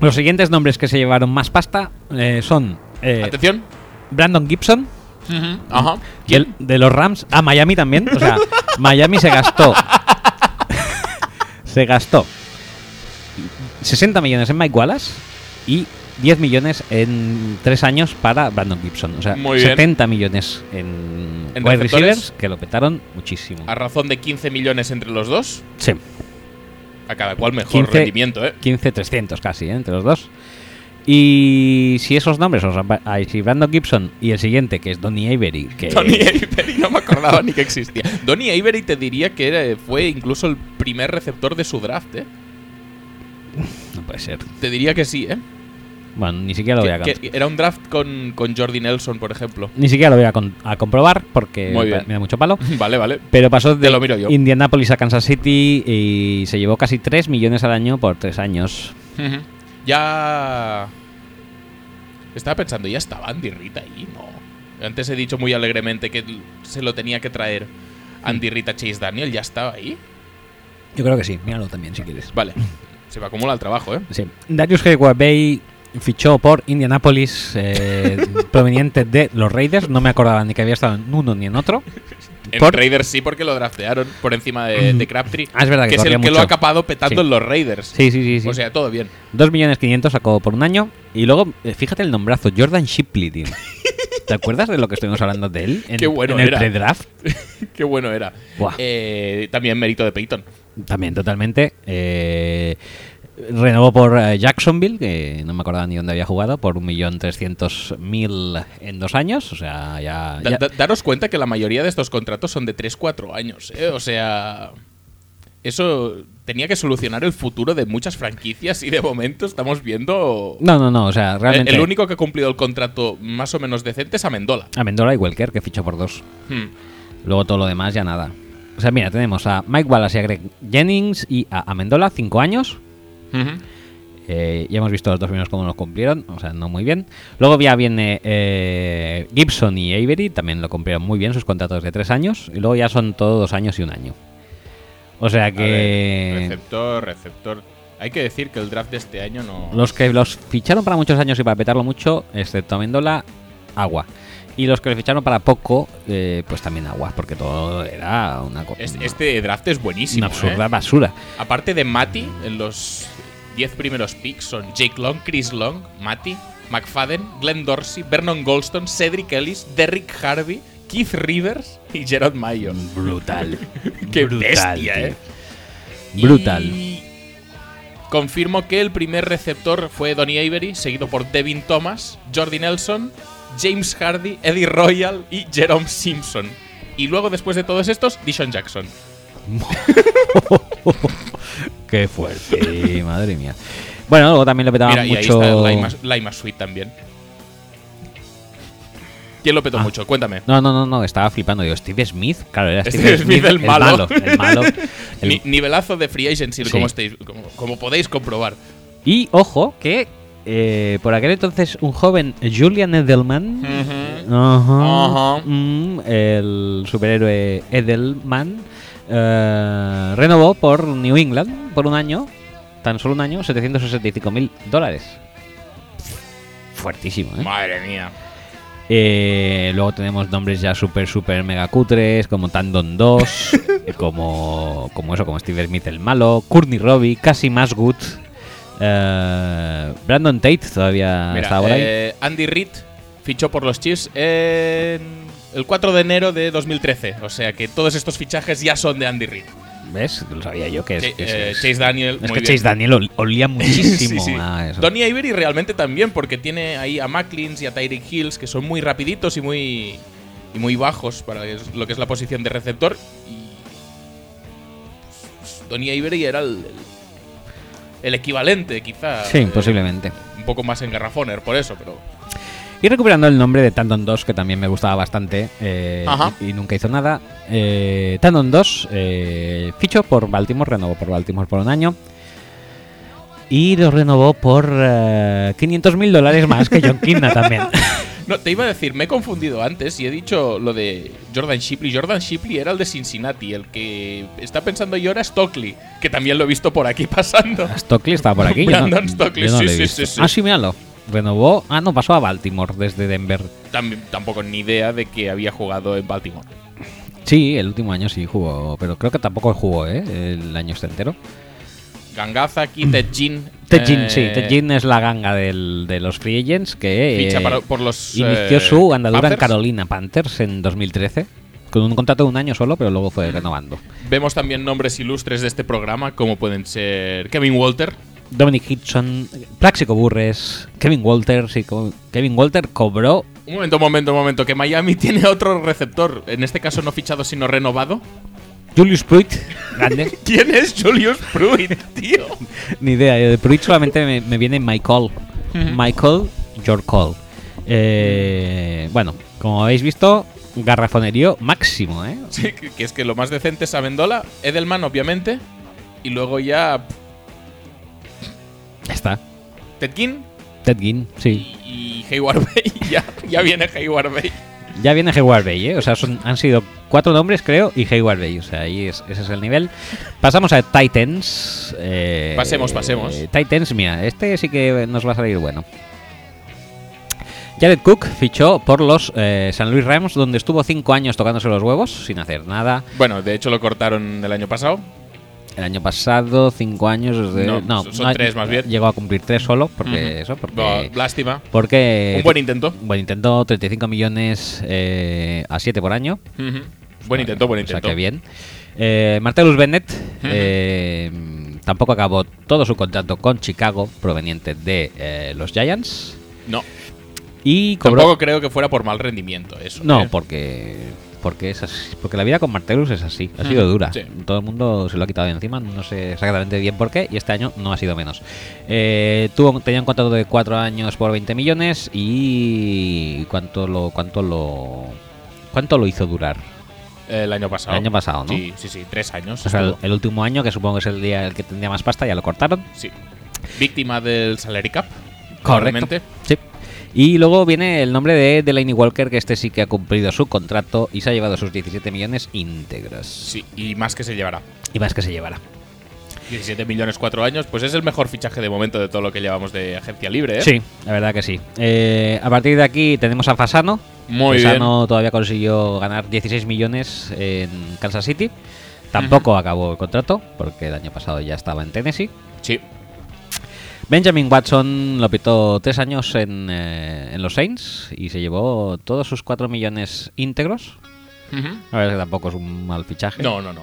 S1: Los siguientes nombres que se llevaron más pasta eh, son eh,
S2: Atención.
S1: Brandon Gibson.
S2: Ujú, Ajá.
S1: Del- De los Rams a Miami también. O sea, Miami se gastó. se gastó 60 millones en Mike Wallace y 10 millones en 3 años para Brandon Gibson. O sea,
S2: Muy bien.
S1: 70 millones en,
S2: En
S1: wide
S2: receptores.
S1: receivers que lo petaron muchísimo.
S2: A razón de 15 millones entre los dos.
S1: Sí,
S2: A cada cual mejor
S1: 15.
S2: rendimiento, ¿eh?
S1: 15-300 casi ¿eh? entre los dos. Y si esos nombres os apa- ay, si Brandon Gibson y el siguiente, que es Donny Avery, que
S2: Donny Avery, no me acordaba ni que existía. Donny Avery te diría que era- fue incluso el primer receptor de su draft, ¿eh?
S1: No puede ser.
S2: Te diría que sí, ¿eh?
S1: Bueno, ni siquiera lo voy a
S2: Que-
S1: cont-
S2: que era un draft con, con Jordi Nelson, por ejemplo. (laughs)
S1: Ni siquiera lo voy a, con- a comprobar porque
S2: Muy
S1: pa-
S2: bien.
S1: me da mucho palo.
S2: Vale, vale.
S1: Pero pasó de
S2: lo miro yo.
S1: Indianapolis a Kansas City y se llevó casi 3 millones al año por 3 años.
S2: Ujú. Ya. Estaba pensando, ya estaba Andy Rita ahí, ¿no? Antes he dicho muy alegremente que l- se lo tenía que traer Andy
S1: Mm.
S2: Rita Chase Daniel, ya estaba ahí.
S1: Yo creo que sí, míralo también si quieres.
S2: Vale, se me acumula el trabajo, ¿eh?
S1: Sí. Darius Hayward Bay fichó por Indianapolis
S2: (laughs)
S1: eh, proveniente de los Raiders. No me acordaba ni que había estado en uno ni en otro.
S2: En
S1: Por-
S2: Raiders sí, porque lo draftearon por encima de, de Crabtree.
S1: Ah, es verdad que
S2: es el
S1: corría
S2: que lo
S1: mucho.
S2: ha capado petando
S1: Sí.
S2: en los Raiders.
S1: Sí, sí, sí. sí.
S2: O sea, todo bien. (laughs)
S1: 2 millones 500 sacó por un año. Y luego, eh, fíjate el nombrazo, Jordan Shipley,
S2: (laughs)
S1: tío. ¿Te acuerdas de lo que estuvimos hablando de él? En,
S2: Qué bueno
S1: en el
S2: era.
S1: pre-draft.
S2: Qué bueno era.
S1: Buah.
S2: Eh, también mérito de Peyton.
S1: También, totalmente. Eh, renovó por eh, Jacksonville, que no me acordaba ni dónde había jugado, por 1.300.000 en dos años. O sea, ya.
S2: Da-
S1: ya-
S2: da- daros cuenta que la mayoría de estos contratos son de 3-4 años, ¿eh? O sea, eso tenía que solucionar el futuro de muchas franquicias y de momento estamos viendo...
S1: No, no, no. O sea,
S2: El,
S1: realmente.
S2: el único que ha cumplido el contrato más o menos decente es Amendola.
S1: Amendola y Welker, que fichó por dos.
S2: Hmm.
S1: Luego todo lo demás, ya nada. O sea, mira, tenemos a Mike Wallace y a Greg Jennings y a Amendola, cinco años. Eh, ya hemos visto los dos primeros cómo los cumplieron, o sea, no muy bien. Luego ya viene eh, Gibson y Avery, también lo cumplieron muy bien sus contratos de tres años. Y luego ya son todos dos años y un año. O sea
S2: A ver,
S1: que
S2: receptor, receptor. Hay que decir que el draft de este año no...
S1: los que los ficharon para muchos años y para petarlo mucho, excepto Amendola, agua. Y los que los ficharon para poco, eh, pues también agua, porque todo era una cosa.
S2: Es- Este draft es buenísimo.
S1: una absurda
S2: ¿eh?
S1: basura.
S2: Aparte de Matty, en los 10 primeros picks son Jake Long, Chris Long, Matty, McFadden, Glenn Dorsey, Vernon Goldstone, Cedric Ellis, Derrick Harvey, Keith Rivers y Gerard Mayo.
S1: Brutal.
S2: (laughs) ¡Qué bestia,
S1: tío.
S2: eh!
S1: Mm. Brutal.
S2: Y confirmo que el primer receptor fue Donny Avery, seguido por Devin Thomas, Jordi Nelson, James Hardy, Eddie Royal y Jerome Simpson. Y luego, después de todos estos, Dishon Jackson.
S1: Qué fuerte, madre mía. Bueno, luego también le petaba
S2: Mira, y ahí
S1: mucho.
S2: está Laima, Laima Sweet también. ¿Quién lo petó
S1: Ah.
S2: mucho? Cuéntame.
S1: No, no, no, no, estaba flipando. Digo, Steve Smith, claro, era Steve,
S2: Steve Smith, el malo.
S1: El
S2: (laughs)
S1: malo. el-
S2: Ni- nivelazo de free agency,
S1: Sí.
S2: como, estáis- como, como podéis comprobar.
S1: Y ojo, que eh, por aquel entonces un joven Julian Edelman. Ajá,
S2: Mm. Ajá.
S1: mm, el superhéroe Edelman eh, renovó por New England por un año, tan solo un año, 765 mil dólares. Fuertísimo, ¿eh?
S2: Madre mía.
S1: Eh, luego tenemos nombres ya super super mega cutres, como Tandon 2, eh, como, como eso, como Steve Smith el malo, Courtney Robbie, Cassie Masgood, eh, Brandon Tate todavía
S2: Mira,
S1: estaba Ah, por ahí.
S2: eh, Andy Reid fichó por los Chiefs en el 4 de enero de 2013. O sea que todos estos fichajes ya son de Andy Reid.
S1: ¿Ves? Lo sabía yo que es.
S2: Che-
S1: que es-
S2: eh,
S1: es-
S2: Chase Daniel.
S1: es
S2: muy
S1: que
S2: bien.
S1: Chase Daniel ol- olía muchísimo
S2: (laughs) Sí, sí.
S1: a eso.
S2: Donny Avery realmente también, porque tiene ahí a Macklins y a Tyreek Hills, que son muy rapiditos y muy, y muy bajos para es- lo que es la posición de receptor. Y pues, Donny Avery era el, el equivalente, quizá.
S1: Sí,
S2: eh,
S1: posiblemente.
S2: Un poco más en garrafoner, por eso, pero...
S1: Y recuperando el nombre de Tandon 2, que también me gustaba bastante eh,
S2: Ajá.
S1: y, y nunca hizo nada. Eh, Tandon 2 eh, fichó por Baltimore, renovó por Baltimore por un año. Y lo renovó por 500 mil dólares más que John Kidna también.
S2: (laughs) No, te iba a decir, me he confundido antes y he dicho lo de Jordan Shipley. Jordan Shipley era el de Cincinnati, el que está pensando yo ahora es Stockley, que también lo he visto por aquí (laughs) pasando.
S1: Stockley estaba por aquí. yo no-
S2: Brandon Stockley,
S1: yo no
S2: sí,
S1: lo he
S2: sí,
S1: visto.
S2: sí, sí.
S1: Ah, sí, míralo. Renovó. Ah, no, pasó a Baltimore desde Denver.
S2: Tam- tampoco ni idea de que había jugado en Baltimore.
S1: Sí, el último año sí jugó, pero creo que tampoco jugó, ¿eh? El año este entero.
S2: Gangaza, aquí, Ted Jean.
S1: Tejin,
S2: eh,
S1: Mm. sí. Tejin es la ganga del- de los free agents que
S2: Ficha
S1: eh,
S2: para- por los.
S1: inició
S2: eh,
S1: su andadura en
S2: Panthers.
S1: Carolina Panthers en 2013 con un contrato de un año solo, pero luego fue renovando.
S2: Vemos también nombres ilustres de este programa, como pueden ser Kevin Walter.
S1: Dominic Hitchon, Plaxico Burres, Kevin Walter, sí, co- Kevin Walter cobró
S2: Un (laughs) momento, un momento, un momento, que Miami tiene otro receptor. En este caso no fichado, sino renovado. (laughs)
S1: Julius Pruitt, grande.
S2: ¿Quién es Julius Pruitt, tío? (laughs)
S1: Ni idea, yo de Pruitt solamente me, me viene Michael. Michael, your call. Eh, bueno, como habéis visto, garrafonerío máximo, ¿eh?
S2: Sí, que que es que lo más decente es Amendola, Edelman, obviamente, y luego ya
S1: Ya está.
S2: Tedkin
S1: Ted Ginn, sí.
S2: y, y Hayward Bay. (laughs) ya, ya viene Hayward Bay.
S1: Ya viene Hayward Bay, ¿eh? O sea, son- han sido cuatro nombres, creo, y Hayward Bay. O sea, ahí es, ese es el nivel. Pasamos a Titans. eh,
S2: Pasemos, pasemos.
S1: eh, Titans, mira, este sí que nos va a salir bueno. Jared Cook fichó por los eh, San Luis Rams, donde estuvo cinco años tocándose los huevos, sin hacer nada.
S2: Bueno, de hecho lo cortaron el año pasado.
S1: El año pasado, cinco años. desde-
S2: No, son tres más bien.
S1: Llegó a cumplir tres solo, porque
S2: Ujú.
S1: eso, porque.
S2: No, lástima.
S1: porque
S2: Un buen intento.
S1: buen intento, 35 millones eh, a 7 por año.
S2: Ujú. Buen intento, buen
S1: O sea
S2: intento.
S1: que bien. Eh, Martellus Bennett
S2: Ujú.
S1: eh, tampoco acabó todo su contrato con Chicago, proveniente de eh, los Giants.
S2: No,
S1: Y cobró.
S2: tampoco creo que fuera por mal rendimiento eso.
S1: no,
S2: ¿eh?
S1: porque. Porque, es así- porque la vida con Martellus es así, ha sido
S2: Ujú,
S1: dura.
S2: sí.
S1: Todo el mundo se lo ha quitado de encima, no sé exactamente bien por qué, y este año no ha sido menos. Eh, tuvo, tenía un contrato de 4 años por 20 millones y cuánto lo, cuánto lo, cuánto lo hizo durar.
S2: El año pasado.
S1: El año pasado, ¿no?
S2: Sí, sí, sí, tres años.
S1: O sea, el,
S2: estuvo.
S1: el último año, que supongo que es el día el que tendría más pasta, ya lo cortaron.
S2: Sí. Víctima del salary cap. probablemente.
S1: Sí. Y luego viene el nombre de Delaney Walker, que este sí que ha cumplido su contrato y se ha llevado sus 17 millones íntegros.
S2: Sí, y más que se llevará.
S1: Y más que se llevará.
S2: 17 millones cuatro años, pues es el mejor fichaje de momento de todo lo que llevamos de agencia libre, ¿eh?
S1: Sí, la verdad que sí. Eh, a partir de aquí tenemos a Fasano.
S2: Muy
S1: Fasano todavía consiguió ganar 16 millones en Kansas City. Tampoco acabó el contrato, porque el año pasado ya estaba en Tennessee.
S2: Sí.
S1: Benjamin Watson lo pitó tres años en, eh, en los Saints y se llevó todos sus cuatro millones íntegros.
S2: Ujú.
S1: La verdad es que tampoco es un mal fichaje.
S2: No, no, no.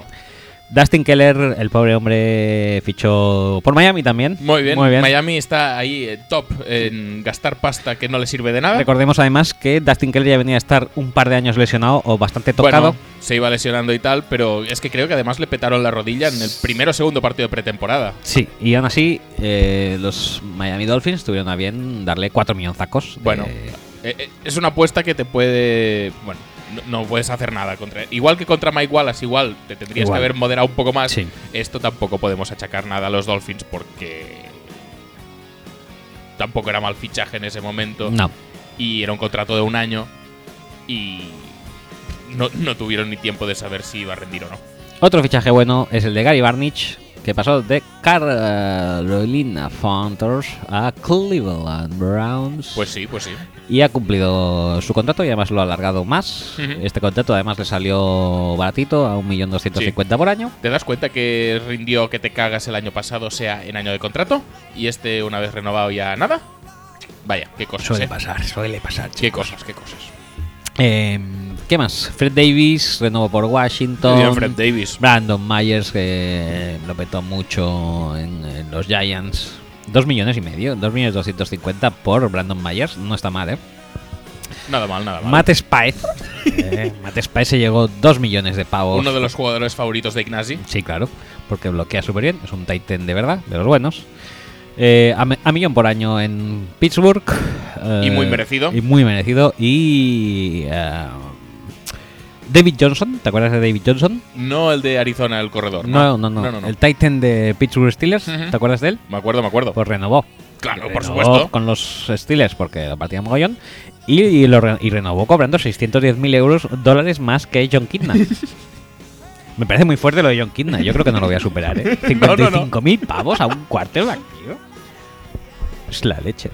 S1: Dustin Keller, el pobre hombre, fichó por Miami también.
S2: Muy bien. Miami está ahí eh, top en gastar pasta que no le sirve de nada.
S1: Recordemos además que Dustin Keller ya venía a estar un par de años lesionado o bastante tocado.
S2: Bueno, se iba lesionando y tal, pero es que creo que además le petaron la rodilla en el primero o segundo partido de pretemporada.
S1: Sí, y aún así eh, los Miami Dolphins tuvieron a bien darle cuatro millonzacos. de-
S2: Bueno, eh, eh, es una apuesta que te puede. Bueno, no, no puedes hacer nada contra. Igual que contra Mike Wallace, igual te tendrías
S1: Igual.
S2: que haber moderado un poco más.
S1: Sí.
S2: Esto tampoco podemos achacar nada a los Dolphins porque. Tampoco era mal fichaje en ese momento.
S1: no.
S2: Y era un contrato de un año. Y. No, no tuvieron ni tiempo de saber si iba a rendir o no.
S1: Otro fichaje bueno es el de Gary Barnich, que pasó de Carolina Panthers a Cleveland Browns.
S2: Pues sí, pues sí.
S1: Y ha cumplido su contrato y además lo ha alargado más.
S2: Ujú.
S1: Este contrato además le salió baratito, a 1.250.000 por año.
S2: ¿Te das cuenta que rindió que te cagas el año pasado, o sea, en año de contrato? Y este, una vez renovado, ya nada. Vaya, qué cosas. ¿eh?
S1: pasar, suele pasar.
S2: Qué cosas, qué cosas.
S1: Eh, ¿Qué más? Fred Davis, renovó por Washington.
S2: Bien, Fred Davis.
S1: Brandon Myers, que lo petó mucho en, en los Giants. Dos millones y medio, dos millones doscientos cincuenta por Brandon Myers. No está mal, ¿eh?
S2: Nada mal, nada mal.
S1: Matt Spaeth. eh, (laughs) Matt Spaeth se llegó dos millones de pavos.
S2: Uno de los jugadores favoritos de Ignasi.
S1: Sí, claro, porque bloquea súper bien. Es un Titan de verdad, de los buenos. Eh, a, me- a millón por año en Pittsburgh. eh,
S2: Y muy merecido.
S1: Y muy merecido. Y. eh, David Johnson, ¿te acuerdas de David Johnson?
S2: No el de Arizona, el corredor.
S1: No, no, no. El Titan de Pittsburgh Steelers,
S2: Ujú.
S1: ¿te acuerdas de él?
S2: Me acuerdo, me acuerdo.
S1: Pues renovó.
S2: Claro, por
S1: Renovó
S2: supuesto.
S1: Con los Steelers, porque lo partía mogollón. Y, y lo re- y renovó cobrando 610.000 euros dólares más que John Kidna.
S2: (laughs)
S1: Me parece muy fuerte lo de John Kidna. Yo creo que no lo voy a superar, ¿eh?
S2: (laughs) No, no, no.
S1: 55.000 pavos a un quarterback, tío. Es la leche.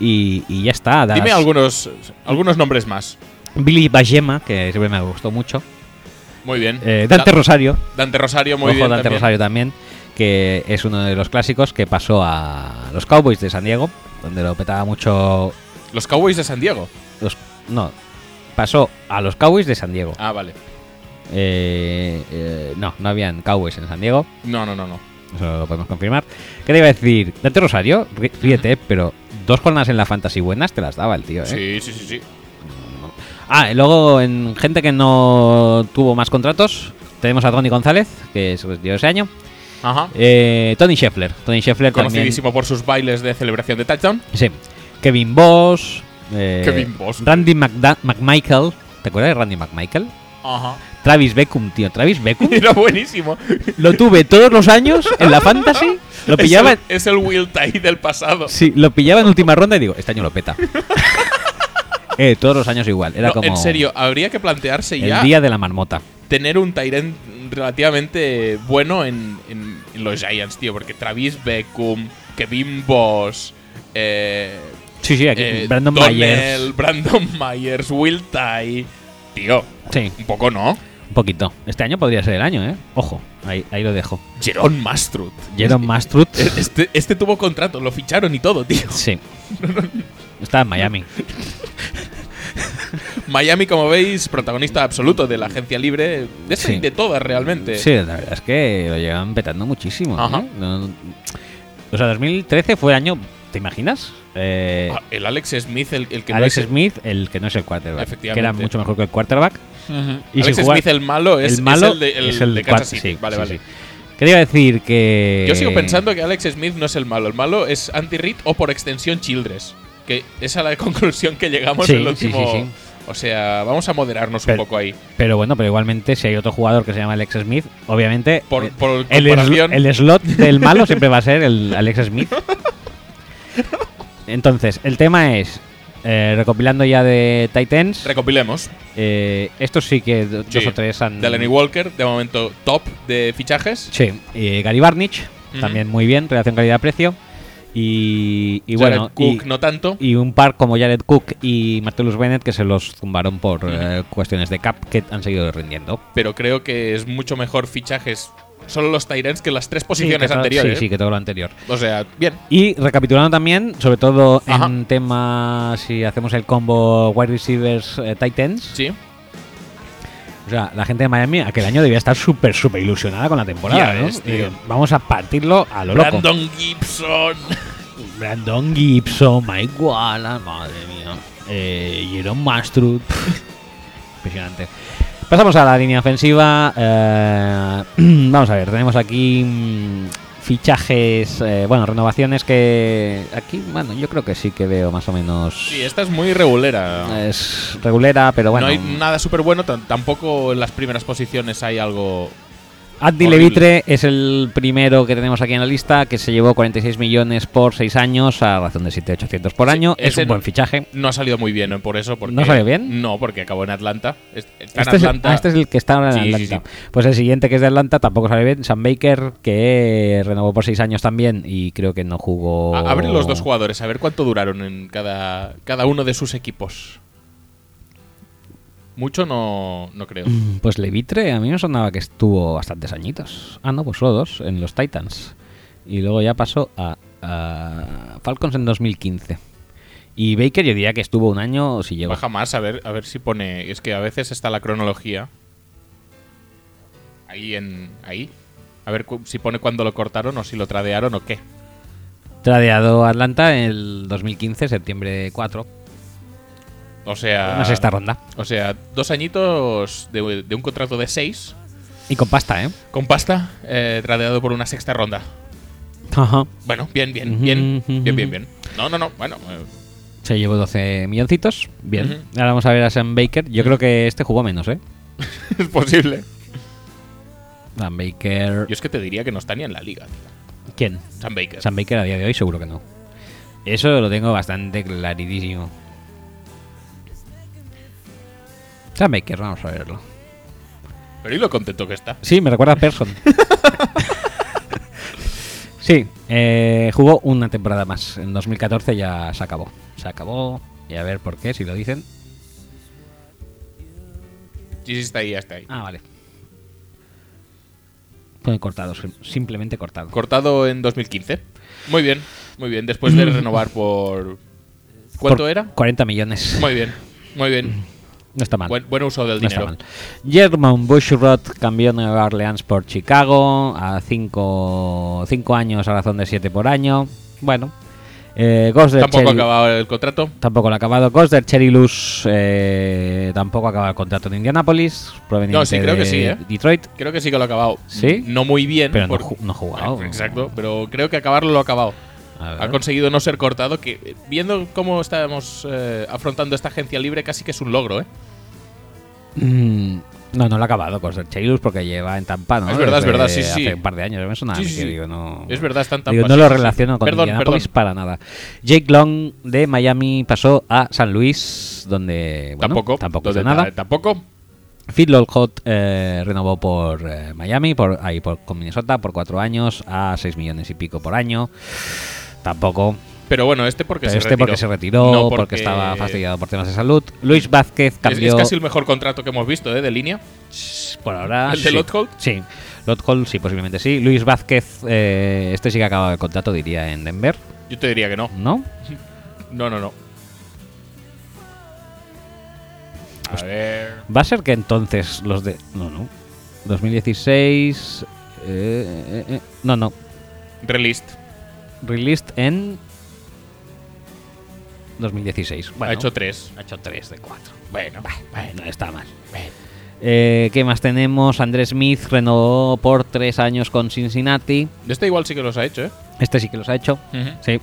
S1: Y, y ya está. Dallas-
S2: Dime algunos, algunos nombres más.
S1: Billy Bajema, que siempre me gustó mucho.
S2: Muy bien.
S1: Eh, Dante
S2: Da-
S1: Rosario.
S2: Dante Rosario, muy
S1: Ojo,
S2: bien.
S1: Dante
S2: también.
S1: Rosario también, que es uno de los clásicos que pasó a los Cowboys de San Diego, donde lo petaba mucho.
S2: Los Cowboys de San Diego.
S1: Los, no, pasó a los Cowboys de San Diego.
S2: Ah, vale.
S1: Eh, eh, no, no habían Cowboys en San Diego,
S2: No, no, no, no.
S1: eso lo podemos confirmar. ¿Qué te iba a decir? Dante Rosario, rí- ríete, pero dos jornadas en la Fantasy buenas te las daba el tío, ¿eh?
S2: Sí, sí, sí, sí.
S1: Ah, y luego en gente que no tuvo más contratos, tenemos a Tony González, que se retiró ese año.
S2: Ajá.
S1: Eh, Tony Scheffler. Tony Scheffler también.
S2: Conocidísimo por sus bailes de celebración de touchdown.
S1: Sí. Kevin Boss. eh,
S2: Kevin Boss.
S1: Randy McDa- McMichael. ¿Te acuerdas de Randy McMichael?
S2: Ajá.
S1: Travis Beckham, tío. Travis Beckham.
S2: (laughs) Era buenísimo.
S1: lo tuve todos los años en la Fantasy. Lo pillaba,
S2: Es el, es el Will Tye del pasado.
S1: sí, lo pillaba en última ronda y digo, este año lo
S2: (laughs)
S1: peta. Eh, todos los años igual. Era
S2: No,
S1: como
S2: En serio, habría que plantearse
S1: el
S2: ya
S1: día de la marmota.
S2: tener un Tyrant relativamente bueno en, en- en los Giants, tío. Porque Travis Beckham, Kevin Boss, eh,
S1: Sí, sí, aquí.
S2: eh,
S1: Brandon
S2: Donnell,
S1: Myers.
S2: Brandon Myers, Will Tye. Tío,
S1: Sí,
S2: un poco no.
S1: un poquito. Este año podría ser el año, ¿eh? Ojo, ahí, ahí lo dejo.
S2: Jerome Mastrud.
S1: Jerome Mastrut.
S2: Este, este tuvo contrato, lo ficharon y todo, tío.
S1: Sí. Está en Miami.
S2: Miami, como veis, protagonista absoluto de la agencia libre, de esta
S1: Sí.
S2: y de todas realmente.
S1: Sí, la verdad es que lo llevan petando muchísimo. ¿eh?
S2: Ajá.
S1: No- o sea, 2013 fue año, ¿te imaginas? Eh,
S2: Ah, el Alex Smith, el, el que
S1: Alex
S2: no es.
S1: Smith, el que no es el quarterback, que
S2: Efectivamente.
S1: era mucho mejor que el quarterback. Y
S2: Alex
S1: sin jugar-
S2: Smith, el malo, es es
S1: el malo
S2: el de, el de
S1: cuar-
S2: Kansas City.
S1: sí,
S2: vale,
S1: sí,
S2: vale.
S1: sí. Eh. ¿Qué te iba a decir? Que.
S2: Yo sigo pensando que Alex Smith no es el malo. El malo es anti-Reed o por extensión Childress. Que esa es la (laughs) conclusión que llegamos
S1: Sí,
S2: en el
S1: sí, sí,
S2: último.
S1: sí.
S2: O sea, vamos a moderarnos
S1: Pero-
S2: un poco ahí.
S1: Pero bueno, pero igualmente, si hay otro jugador que se llama Alex Smith, obviamente.
S2: Por,
S1: eh,
S2: por
S1: el, es-
S2: comparación,
S1: el
S2: (laughs)
S1: slot del malo siempre va a ser el Alex Smith. Entonces, el tema es. eh, recopilando ya de Titans.
S2: recopilemos.
S1: Eh, estos sí que do-
S2: Sí.
S1: dos o tres han.
S2: Delaney Walker, de momento top de fichajes.
S1: Sí. Eh, Gary Barnich,
S2: Ujú.
S1: también muy bien, relación calidad-precio. Y, y bueno,
S2: Jared Cook
S1: y,
S2: no tanto.
S1: y un par como Jared Cook y Martellus Bennett que se los zumbaron por
S2: Ujú.
S1: eh, cuestiones de cap que han seguido rindiendo.
S2: pero creo que es mucho mejor fichajes solo los Tyrants que las tres
S1: Sí, que
S2: posiciones
S1: todo-
S2: anteriores. ¿eh?
S1: Sí, sí, que todo lo anterior.
S2: O sea, bien.
S1: Y recapitulando también, sobre todo
S2: Ajá.
S1: en temas, si hacemos el combo wide receivers eh, Titans,
S2: Sí.
S1: o sea, la gente de Miami aquel año debía estar súper, súper ilusionada con la temporada,
S2: Ya
S1: ¿no?
S2: ves, tío.
S1: Digo, Vamos a partirlo a lo loco.
S2: Brandon Gibson.
S1: Brandon Gibson, Mike Wallace, madre mía. Eh, Jerome Mastrud. (laughs) Impresionante. Pasamos a la línea ofensiva. eh, (clears throat) vamos a ver, tenemos aquí mm, fichajes, eh, bueno, renovaciones que aquí, bueno, yo creo que sí que veo más o menos.
S2: Sí, esta es muy regulera.
S1: es regulera, pero Eh, bueno.
S2: no hay nada súper bueno, tan- tampoco en las primeras posiciones hay algo.
S1: Addi
S2: Horrible.
S1: Levitre es el primero que tenemos aquí en la lista, que se llevó 46 millones por 6 años, a razón de 7.800 por
S2: Sí,
S1: año. Es
S2: ese
S1: un
S2: no-
S1: buen fichaje.
S2: No ha salido muy bien ¿no? por eso. Porque
S1: ¿No salió bien?
S2: No, porque acabó en Atlanta. Es-
S1: Este
S2: Está en
S1: es,
S2: Atlanta.
S1: ah, este es el que está ahora en
S2: Sí, sí,
S1: Atlanta. Pues el siguiente que es de Atlanta tampoco sale bien. Sam Baker, que renovó por seis años también y creo que no jugó.
S2: A- Abre los dos
S1: Oh.
S2: jugadores, a ver cuánto duraron en cada, cada uno de sus equipos. Mucho no, no creo.
S1: Mm, Pues Levitre, a mí me sonaba que estuvo bastantes añitos. Ah, no, pues solo dos, en los Titans. Y luego ya pasó a, a Falcons en 2015. Y Baker yo diría que estuvo un año, si llegó.
S2: Baja más, a ver, a ver si pone. Es que a veces está la cronología. Ahí en. Ahí. A ver cu- si pone cuándo lo cortaron o si lo tradearon o qué.
S1: Tradeado a Atlanta en el 2015, septiembre 4,
S2: O sea.
S1: una sexta ronda.
S2: O sea, dos añitos de, de un contrato de seis
S1: Y con pasta, ¿eh?
S2: con pasta, eh, tradeado por una sexta ronda.
S1: Ajá.
S2: Bueno, bien, bien,
S1: Ujú,
S2: bien.
S1: ujú,
S2: Bien, bien,
S1: ujú.
S2: bien. No, no, no. Bueno, eh, (laughs)
S1: Se llevó 12 milloncitos. Bien.
S2: Ujú.
S1: Ahora vamos a ver a Sam Baker. Yo creo que este jugó menos, ¿eh?
S2: es posible.
S1: Sam Baker.
S2: Yo es que te diría que no está ni en la liga, tío.
S1: ¿Quién?
S2: Sam Baker.
S1: Sam Baker a día de hoy seguro que no. Eso lo tengo bastante claridísimo. Sam Baker, vamos a verlo.
S2: Pero y lo contento que está.
S1: Sí, me recuerda a
S2: (laughs)
S1: Person. sí, eh, jugó una temporada más. En 2014 ya se acabó. Se acabó. Y a ver por qué, si lo dicen.
S2: Sí, sí, está ahí, está ahí.
S1: Ah, vale. Fue cortado, sim- simplemente cortado.
S2: Cortado en 2015. Muy bien, muy bien. Después de renovar por.
S1: Mm.
S2: ¿Cuánto
S1: Por
S2: era?
S1: 40 millones.
S2: Muy bien, muy bien.
S1: no está mal.
S2: Buen, buen uso del
S1: No está
S2: dinero.
S1: mal. German Bushrod cambió a Nueva Orleans por Chicago a 5 cinco, cinco años a razón de 7 por año. Bueno, Eh, Ghost Dead
S2: Tampoco ha
S1: Cherry-
S2: acabado el contrato.
S1: Tampoco lo ha acabado. Ghost del Cherilus eh, tampoco ha acabado el contrato de Indianapolis. Proveniente
S2: No, sí, creo
S1: de
S2: que sí, ¿eh?
S1: Detroit.
S2: Creo que sí que lo ha acabado.
S1: ¿Sí?
S2: No muy bien.
S1: Pero no
S2: por-
S1: ju- no ha jugado.
S2: Exacto, pero creo que acabarlo lo ha acabado.
S1: A ver.
S2: Ha conseguido no ser cortado, que eh, viendo cómo estamos eh, afrontando esta agencia libre, casi que es un logro, ¿eh?
S1: Mm, No, no lo ha acabado Ghost del Cherilus porque lleva en Tampa, ¿no?
S2: Es verdad, es
S1: Desde
S2: verdad, sí, sí.
S1: Hace un par de años. Me suena a
S2: Sí,
S1: mí
S2: sí,
S1: que
S2: sí.
S1: digo, no-
S2: Es verdad, están tan
S1: Digo, no
S2: pasados,
S1: lo
S2: sí, sí.
S1: relaciono con
S2: Perdón,
S1: Indianapolis
S2: perdón.
S1: para nada. Jake Long de Miami pasó a San Luis, donde bueno,
S2: tampoco.
S1: tampoco
S2: donde
S1: hizo nada.
S2: ta- ¿eh? Tampoco.
S1: Phil Lolcott eh, renovó por eh, Miami, por ahí por con Minnesota por cuatro años a 6 millones y pico por año. Tampoco.
S2: Pero bueno, este porque
S1: Pero
S2: se
S1: este
S2: retiró.
S1: porque se retiró,
S2: No
S1: porque... estaba
S2: es-
S1: fastidiado por temas de salud. Luis Vázquez
S2: Es,
S1: cambió
S2: casi el mejor contrato que hemos visto, ¿eh? De línea.
S1: por ahora.
S2: ¿El de
S1: sí.
S2: Lothold?
S1: Sí. Lothold, sí, posiblemente sí. Luis Vázquez, eh, este sí que ha acabado el contrato, diría, en Denver,
S2: Yo te diría que no.
S1: ¿no?
S2: No, no, no.
S1: Pues
S2: A ver.
S1: Va a ser que entonces los de. No, no. 2016. eh, eh, eh, no, no.
S2: Relist.
S1: Released en 2016. Bueno,
S2: Ha hecho tres.
S1: ha hecho tres de cuatro.
S2: Bueno,
S1: Bueno, está mal.
S2: bueno.
S1: Eh, ¿Qué más tenemos? Andrés Smith renovó por tres años con Cincinnati.
S2: Este igual sí que los ha hecho, ¿eh?
S1: Este sí que los ha hecho.
S2: (laughs)
S1: Sí.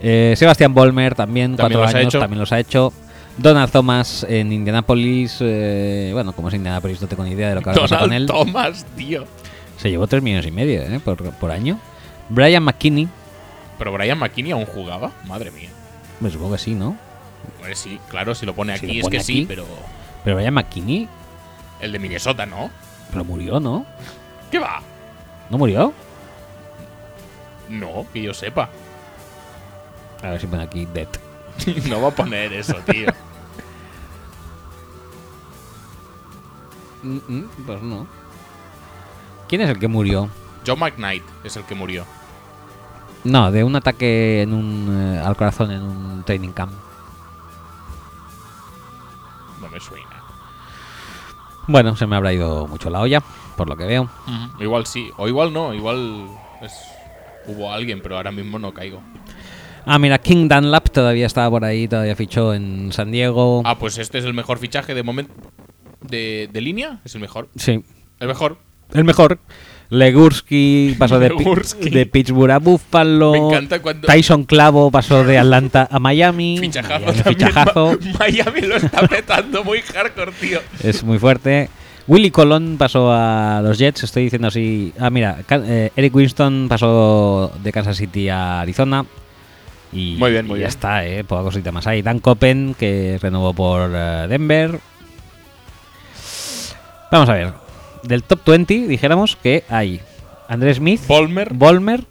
S1: Eh, Sebastián Vollmer también,
S2: También
S1: cuatro
S2: los ha
S1: años,
S2: hecho.
S1: también los ha hecho. Donald Thomas en Indianapolis. eh, bueno, como es Indianapolis, no tengo ni idea de lo que ha pasado con
S2: Donald
S1: él.
S2: Thomas, tío.
S1: Se llevó tres millones y medio eh, por, por año. Brian McKinney,
S2: Pero Brian McKinney aún jugaba. Madre mía.
S1: me supongo que sí, ¿no?
S2: Pues sí, claro, si lo pone
S1: Si lo
S2: aquí es
S1: pone
S2: que sí,
S1: aquí.
S2: pero
S1: Pero Brian McKinney,
S2: el de Minnesota no.
S1: pero murió, ¿no?
S2: ¿Qué va?
S1: ¿No murió?
S2: No, que yo sepa. (laughs)
S1: A ver si pone aquí Dead.
S2: no va a poner eso,
S1: (laughs)
S2: tío.
S1: pues no. ¿Quién es el que murió?
S2: John McKnight es el que murió.
S1: No, de un ataque en un, eh, al corazón en un training camp.
S2: No me suena.
S1: Bueno, se me habrá ido mucho la olla, por lo que veo.
S2: Mm. Igual sí, o igual no, igual es- hubo alguien, pero ahora mismo no caigo.
S1: Ah, mira, King Dunlap todavía estaba por ahí, todavía fichó en San Diego.
S2: Ah, pues este es el mejor fichaje de momento. De, de línea, es el mejor.
S1: Sí,
S2: El mejor.
S1: el mejor. Legursky pasó de, Pi-
S2: Legursky.
S1: de Pittsburgh a Buffalo.
S2: Me encanta cuando-
S1: Tyson Clavo pasó de Atlanta a Miami.
S2: Fichajazo
S1: Miami,
S2: también.
S1: fichajazo.
S2: Ma- (laughs) Miami lo está petando muy hardcore, tío.
S1: Es muy fuerte. Willy Colón pasó a los Jets, estoy diciendo así. Ah, mira, Ca- eh, Eric Winston pasó de Kansas City a Arizona. Y,
S2: Muy bien, muy
S1: y
S2: bien.
S1: ya está, ¿eh? Poca cosita más ahí. Dan Copen, que renovó por eh, Denver. Vamos a ver. Del top 20, dijéramos que hay Andrés Smith,
S2: Volmer.
S1: Volmer,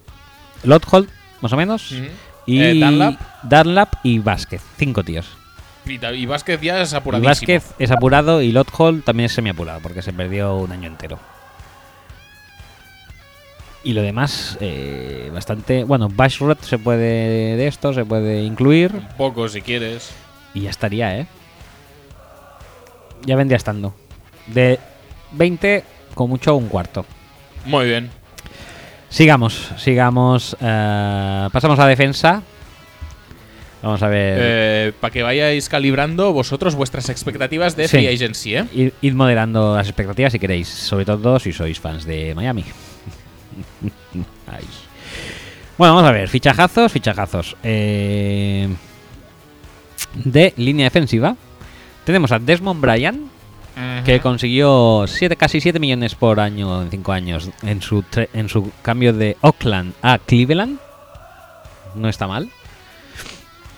S1: Lothold, más o menos,
S2: Ujú.
S1: y
S2: Eh, Dunlap.
S1: Dunlap y Vázquez. Cinco tíos.
S2: Y, Ta- y Vázquez ya es
S1: Y
S2: apuradísimo.
S1: Vázquez es apurado y Lothold también es semiapurado porque se perdió un año entero. Y lo demás, eh, bastante. Bueno, Bashrod se puede de esto, se puede incluir
S2: Un poco, si quieres.
S1: y ya estaría, ¿eh? Ya vendría estando. De 20, con mucho, un cuarto.
S2: Muy bien.
S1: Sigamos, sigamos. eh, pasamos a defensa. Vamos a ver.
S2: Para Eh, que vayáis calibrando vosotros vuestras expectativas de
S1: Sí.
S2: free agency, ¿eh?
S1: Ir, id moderando las expectativas si queréis, sobre todo si sois fans de Miami. Ay. Bueno, vamos a ver, fichajazos, fichajazos. Eh, de línea defensiva tenemos a Desmond Bryan, que consiguió siete, casi 7 millones por año en 5 años en su, tre- en su cambio de Oakland a Cleveland. No está mal.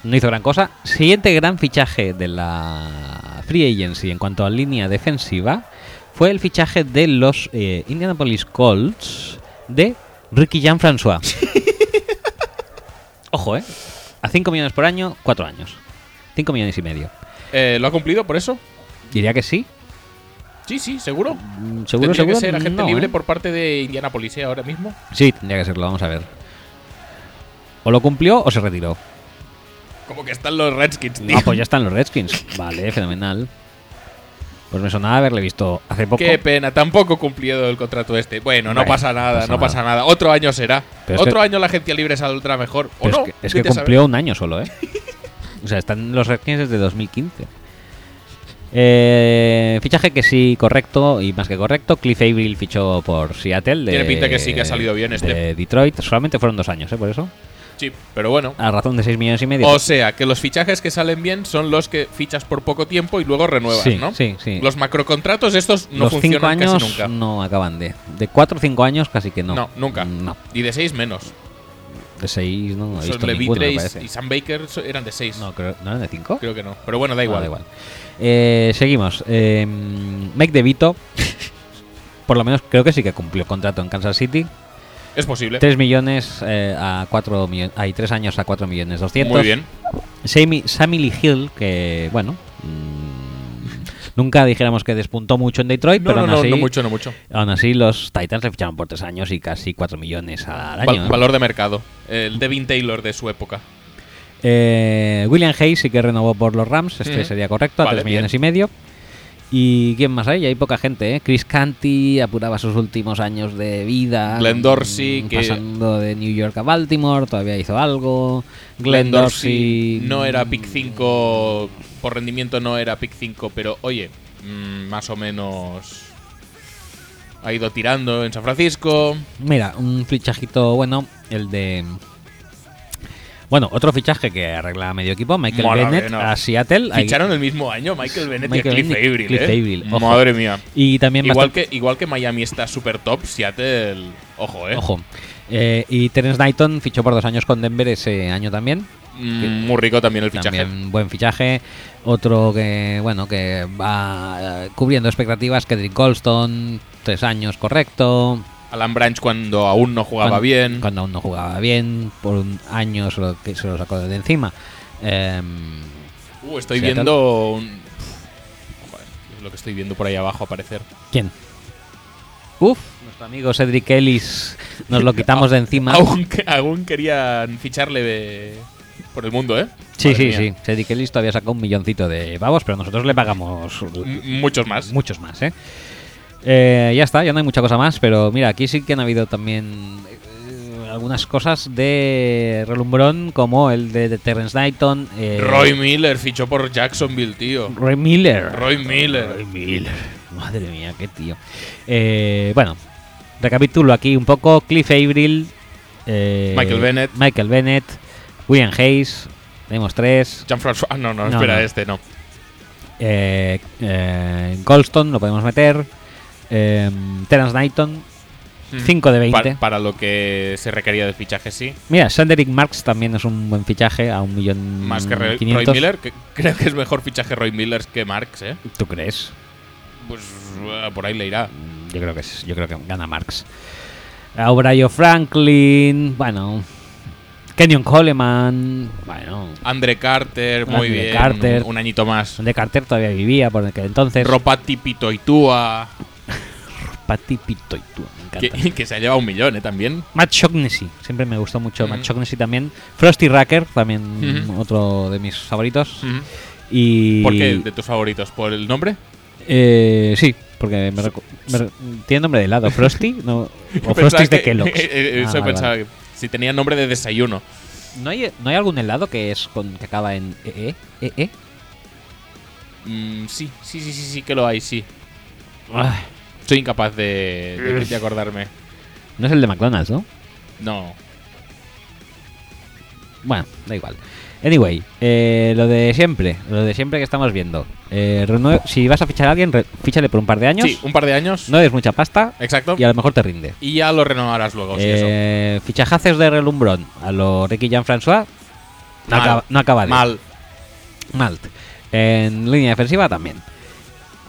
S1: No hizo gran cosa. Siguiente gran fichaje de la Free Agency en cuanto a línea defensiva fue el fichaje de los eh, Indianapolis Colts de Ricky Jean-François. (laughs) Ojo, ¿eh? A 5 millones por año, 4 años. 5 millones y medio.
S2: Eh, ¿Lo ha cumplido por eso?
S1: Diría que sí.
S2: Sí, sí, seguro.
S1: Mm, Seguro,
S2: Tendría
S1: seguro.
S2: que ser agente
S1: no,
S2: libre
S1: ¿eh?
S2: por parte de Indianapolis ¿eh? ahora mismo.
S1: Sí, tendría que serlo, vamos a ver. O lo cumplió o se
S2: (laughs)
S1: retiró.
S2: Como que están los Redskins, tío.
S1: Ah, pues ya están los Redskins. Vale, fenomenal. Pues me sonaba haberle visto hace poco.
S2: Qué pena, tampoco he cumplido el contrato este. Bueno, no
S1: Bueno,
S2: pasa nada,
S1: pasa
S2: no pasa nada. Otro año será.
S1: Pero es
S2: Otro
S1: que-
S2: año la agencia libre saldrá mejor. ¿O
S1: Pero
S2: no?
S1: es que, es que
S2: Vete a saber.
S1: cumplió un año
S2: (laughs)
S1: solo, ¿eh? o sea, están los rankings desde 2015. Eh, fichaje que sí, correcto y más que correcto. Cliff Avril fichó por Seattle. de-
S2: Tiene pinta que sí, que ha salido bien este.
S1: de Detroit. Solamente fueron dos años, ¿eh? Por eso.
S2: Sí, pero bueno.
S1: A razón de 6 millones y medio.
S2: O sea, que los fichajes que salen bien son los que fichas por poco tiempo y luego renuevas,
S1: Sí,
S2: ¿no?
S1: sí, sí.
S2: Los macrocontratos estos no
S1: los cinco
S2: funcionan
S1: años
S2: casi nunca.
S1: no acaban de. De 4 o 5 años casi que no.
S2: No, nunca.
S1: No.
S2: Y de seis menos.
S1: De 6 no, no he
S2: Son
S1: visto
S2: Levi
S1: ninguno, me
S2: Trace
S1: parece.
S2: y Sam Baker so- eran de seis.
S1: No, creo, ¿no eran de 5?
S2: Creo que no. Pero bueno, da igual.
S1: Ah, Eh, seguimos. Eh, Mike DeVito, (laughs) por lo menos creo que sí que cumplió contrato en Kansas City.
S2: Es posible.
S1: 3 millones eh, a 4 millones. Hay 3 años a 4 millones 200.
S2: Muy bien.
S1: Sammy, Sammy Lee Hill, que bueno. mm, nunca dijéramos que despuntó mucho en Detroit,
S2: No,
S1: pero
S2: no,
S1: aún
S2: no,
S1: así.
S2: no mucho, no mucho.
S1: Aún así, los Titans le ficharon por 3 años y casi 4 millones al
S2: Val-
S1: año. ¿eh?
S2: valor de mercado. El Devin Taylor de su época.
S1: Eh, William Hayes sí que renovó por los Rams, este
S2: Ujú.
S1: sería correcto, a
S2: Vale,
S1: 3 millones
S2: bien.
S1: y medio. ¿Y quién más hay? Hay poca gente, ¿eh? Chris Canty apuraba sus últimos años de vida.
S2: Glenn Dorsey,
S1: mm,
S2: que-
S1: Pasando de New York a Baltimore, todavía hizo algo.
S2: Glenn
S1: Glenn
S2: Dorsey
S1: Dorsey...
S2: no era pick
S1: mm,
S2: 5, por rendimiento no era pick 5, pero oye, mm, más o menos ha ido tirando en San Francisco.
S1: Mira, un fichajito bueno, el de... Bueno, otro fichaje que arregla medio equipo, Michael
S2: Mola,
S1: Bennett
S2: ¿no?
S1: a Seattle. Ahí-
S2: Ficharon el mismo año Michael Bennett
S1: Michael
S2: y a Cliff
S1: Bennett,
S2: Avril.
S1: Cliff
S2: ¿eh?
S1: Avril, ojo.
S2: Madre mía.
S1: Y también
S2: Igual
S1: bastante-
S2: que, igual que Miami está super top, Seattle. Ojo, eh.
S1: Ojo. Eh, y Terence Knighton fichó por dos años con Denver ese año también.
S2: Mm, muy rico también el fichaje.
S1: También buen fichaje. Otro que, bueno, que va eh, cubriendo expectativas, Kendrick Golston, tres años correcto.
S2: Alan Branch cuando aún no jugaba
S1: Cuando-
S2: bien.
S1: Cuando aún no jugaba bien, por un año se lo, que se lo sacó de encima. Em,
S2: Uh, estoy
S1: Seattle.
S2: viendo un. Joder, es lo que estoy viendo por ahí abajo aparecer.
S1: ¿Quién? Uf, nuestro amigo Cedric Ellis nos lo quitamos
S2: (laughs)
S1: de encima.
S2: Aún, que- aún querían ficharle de- por el mundo, ¿eh?
S1: Sí,
S2: Madre
S1: sí,
S2: mía.
S1: sí. Cedric Ellis todavía sacó un milloncito de pavos, pero nosotros le pagamos
S2: M- Muchos más.
S1: Muchos más, ¿eh? Eh, Ya está, ya no hay mucha cosa más, pero mira, aquí sí que han habido también eh, algunas cosas de relumbrón, como el de, de Terrence Knighton. eh,
S2: Roy Miller fichó por Jacksonville, tío.
S1: Roy Miller.
S2: Roy Miller.
S1: Roy Miller. (laughs) Madre mía, qué tío. Eh, bueno, recapitulo aquí un poco. Cliff Avril. eh,
S2: Michael Bennett.
S1: Michael Bennett. William Hayes. Tenemos tres.
S2: Jean-François. Ah, no, no,
S1: No,
S2: espera,
S1: no.
S2: este no.
S1: eh, eh, Golston lo podemos meter. eh, Terence Knighton.
S2: Mm.
S1: 5 de 20.
S2: Pa- para lo que se requería de fichaje, sí.
S1: Mira, Sanderick Marks también es un buen fichaje a un millón
S2: Más que Re-
S1: 500.
S2: Roy Miller, que (laughs) creo que es mejor fichaje Roy Miller que Marx, ¿eh?
S1: ¿Tú crees?
S2: Pues uh, por ahí le irá.
S1: Mm, Yo creo que es- yo creo que gana Marks. Aurayo Franklin, bueno, Kenyon Coleman, bueno,
S2: Andre Carter, muy
S1: Ah, Andre
S2: bien.
S1: Carter.
S2: Un, un añito más.
S1: de Carter todavía vivía por aquel entonces.
S2: Ropati Pitoitua,
S1: Pati Pito y tú, me
S2: que,
S1: encanta.
S2: (laughs) que se ha llevado un millón, ¿eh? También.
S1: Matt Shocknessy, siempre me gustó mucho Matt
S2: Ujú.
S1: Shocknessy también. Frosty Racker, también
S2: Mm. Ujú.
S1: otro de mis favoritos.
S2: Ujú.
S1: Y
S2: ¿Por qué de tus favoritos? ¿Por el nombre?
S1: Eh, sí, porque me recu- me re- tiene nombre de helado. Frosty
S2: (laughs)
S1: no, o
S2: Pensaba
S1: Frosty de
S2: que-
S1: Kellogg's.
S2: (laughs) eh,
S1: Ah,
S2: Eso
S1: vale,
S2: pensaba
S1: vale.
S2: que- si tenía nombre de desayuno.
S1: ¿No, hay, ¿No hay algún helado que es con que acaba en E, EE? EE?
S2: Mm, sí, sí, sí, sí, sí que lo hay, sí. Ah.
S1: Ay,
S2: Soy incapaz de, de- de acordarme.
S1: No es el de McDonald's, ¿no?
S2: No.
S1: Bueno, da igual. Anyway, eh, lo de siempre, lo de siempre que estamos viendo. Eh, renue- si vas a fichar a alguien, re- fíchale por un par de años.
S2: Sí, un par de años.
S1: No es mucha pasta
S2: Exacto.
S1: y a lo mejor te rinde.
S2: Y ya lo renovarás luego, Oh, sí, eso.
S1: Eh, fichajaces de relumbrón a lo Ricky Jean-François. No
S2: Mal.
S1: acaba, no acaba de.
S2: Mal.
S1: Malt. En línea defensiva también.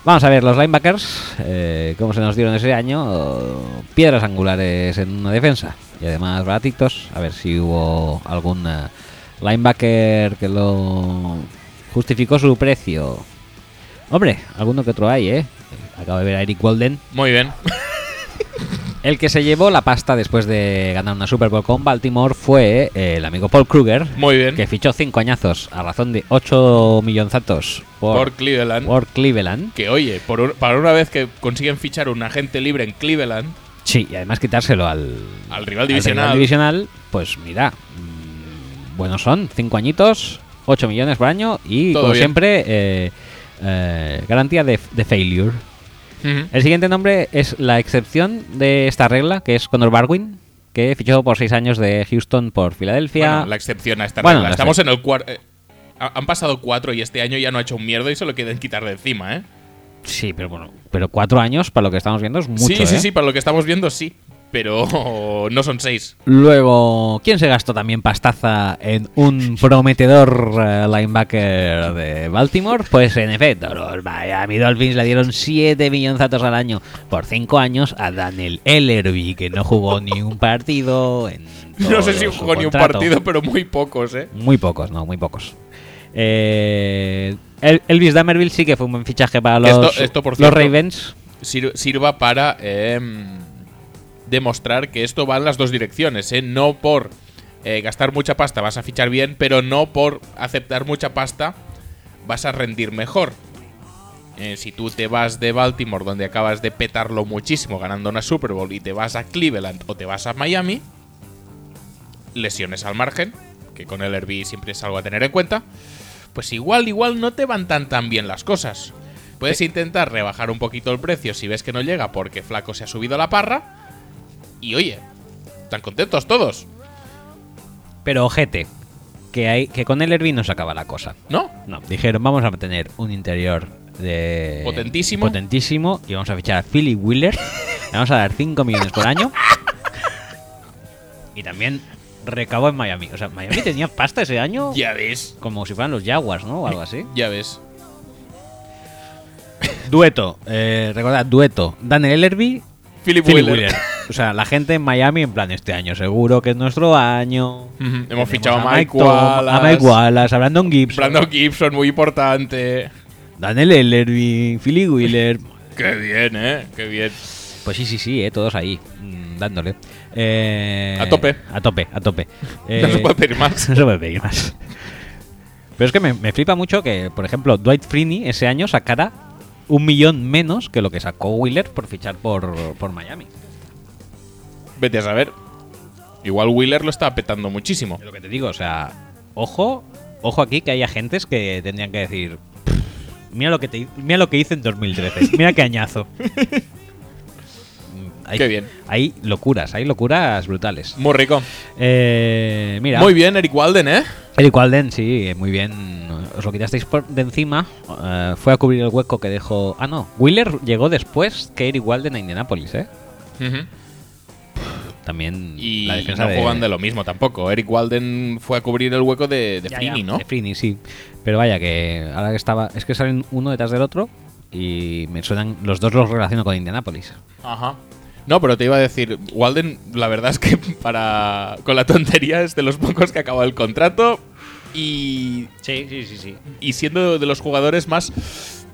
S1: Vamos a ver los linebackers, eh, cómo se nos dieron ese año. Piedras angulares en una defensa. Y además baratitos. A ver si hubo algún eh, linebacker que lo justificó su precio. Hombre, alguno que otro hay, ¿eh? Acabo de ver a Eric Walden.
S2: Muy bien.
S1: El que se llevó la pasta después de ganar una Super Bowl con Baltimore fue eh, el amigo Paul Kruger,
S2: (laughs) Muy bien.
S1: que fichó cinco añazos a razón de 8 millonzatos
S2: por
S1: por,
S2: Cleveland.
S1: por Cleveland.
S2: Que oye, por un- para una vez que consiguen fichar un agente libre en Cleveland,
S1: Sí, y además quitárselo al,
S2: Al rival divisional.
S1: divisional, pues mira, mm, buenos son, cinco añitos, 8 millones por año y
S2: Todo
S1: como
S2: bien.
S1: siempre, eh, eh, garantía de, de failure. El siguiente nombre es la excepción de esta regla, que es Conor Barwin, que fichó por 6 años de Houston por Filadelfia.
S2: bueno, la excepción a esta
S1: Bueno,
S2: regla.
S1: la
S2: Estamos en el cuarto. han pasado cuatro y este año ya no ha hecho un mierda y se lo quieren quitar de encima, ¿eh?
S1: Sí, pero bueno, pero 4 años para lo que estamos viendo es mucho.
S2: sí, sí,
S1: ¿eh?
S2: sí, para lo que estamos viendo sí, pero (laughs) no son seis.
S1: Luego, ¿quién se gastó también pastaza en un prometedor eh, linebacker de Baltimore? Pues en efecto, los Miami Dolphins le dieron 7 millonzatos al año por 5 años a Daniel Ellerby, que no jugó ni un partido en
S2: (laughs) no
S1: todo
S2: sé si
S1: su
S2: jugó ni un
S1: contrato.
S2: partido, pero muy pocos, ¿eh?
S1: Muy pocos, no, muy pocos. Eh, El- Elvis Damerville sí que fue un buen fichaje para los,
S2: Esto- esto, por
S1: los
S2: cierto,
S1: Ravens.
S2: Sir- sirva para em, demostrar que esto va en las dos direcciones, ¿eh? No por eh, gastar mucha pasta vas a fichar bien, pero no por aceptar mucha pasta vas a rendir mejor. Eh, si tú te vas de Baltimore, donde acabas de petarlo muchísimo ganando una Super Bowl, y te vas a Cleveland o te vas a Miami, lesiones al margen, que con el Herbie siempre es algo a tener en cuenta, pues igual, igual no te van tan tan bien las cosas. Puedes intentar rebajar un poquito el precio si ves que no llega porque Flaco se ha subido a la parra. Y oye, están contentos todos,
S1: Pero ojete, que, hay, que con Ellerby no se acaba la cosa.
S2: ¿no?
S1: No, dijeron vamos a tener un interior de
S2: Potentísimo.
S1: potentísimo y vamos a fichar a Philly Wheeler. Le vamos a dar 5 millones por año. Y también recabó en Miami. O sea, Miami tenía pasta ese año
S2: Ya ves,
S1: como si fueran los Jaguars, ¿no? O algo así.
S2: ya ves.
S1: (laughs) Dueto, eh, recordad, dueto. Daniel Ellerby,
S2: Philip,
S1: Philly
S2: Wheeler.
S1: Wheeler. O sea, la gente en Miami en plan este año seguro que es nuestro año.
S2: Ujú, Hemos
S1: Tenemos
S2: fichado a Mike
S1: Tom,
S2: Wallace,
S1: a Mike Wallace, a Brandon Gibbs,
S2: Brandon Gibson, muy importante.
S1: Daniel Ellerby, Philly Wheeler.
S2: Qué bien, eh, qué bien.
S1: Pues sí, sí, sí, eh, todos ahí, mm, dándole. Eh,
S2: A tope.
S1: A tope, a
S2: (laughs)
S1: tope.
S2: No se
S1: Eh,
S2: puede
S1: (laughs)
S2: pedir más.
S1: no se puede pedir más. Pero es que me, me flipa mucho que, por ejemplo, Dwight Freeney ese año sacara un millón menos que lo que sacó Wheeler por fichar por, por Miami.
S2: Vete a saber. Igual Wheeler lo está petando muchísimo.
S1: Es lo que te digo, o sea, ojo, ojo aquí que hay agentes que tendrían que decir, "Pff, mira lo que, te, mira lo que hice en 2013, mira qué
S2: (laughs)
S1: añazo. Mm, hay-
S2: Qué bien.
S1: Hay locuras, hay locuras brutales.
S2: Muy rico.
S1: Eh, mira,
S2: Muy bien, Eric Walden, ¿eh?
S1: Eric Walden, sí, muy bien. Os lo quitasteis por de encima. eh, fue a cubrir el hueco que dejó. Ah, no. Wheeler llegó después que Eric Walden a Indianapolis, ¿eh?
S2: Ujú.
S1: También
S2: Y
S1: la defensa
S2: no
S1: de.
S2: juegan de lo mismo tampoco. Eric Walden fue a cubrir el hueco de, de
S1: Ya,
S2: Freeney,
S1: ya,
S2: ¿no?
S1: De Frini, sí. Pero vaya, que ahora que estaba. Es que salen uno detrás del otro y me suenan. Los dos los relaciono con Indianapolis.
S2: Ajá. No, pero te iba a decir, Walden, la verdad es que (laughs) para con la tontería es de los pocos que acaba el contrato y,
S1: Sí, sí, sí, sí.
S2: y siendo de los jugadores más,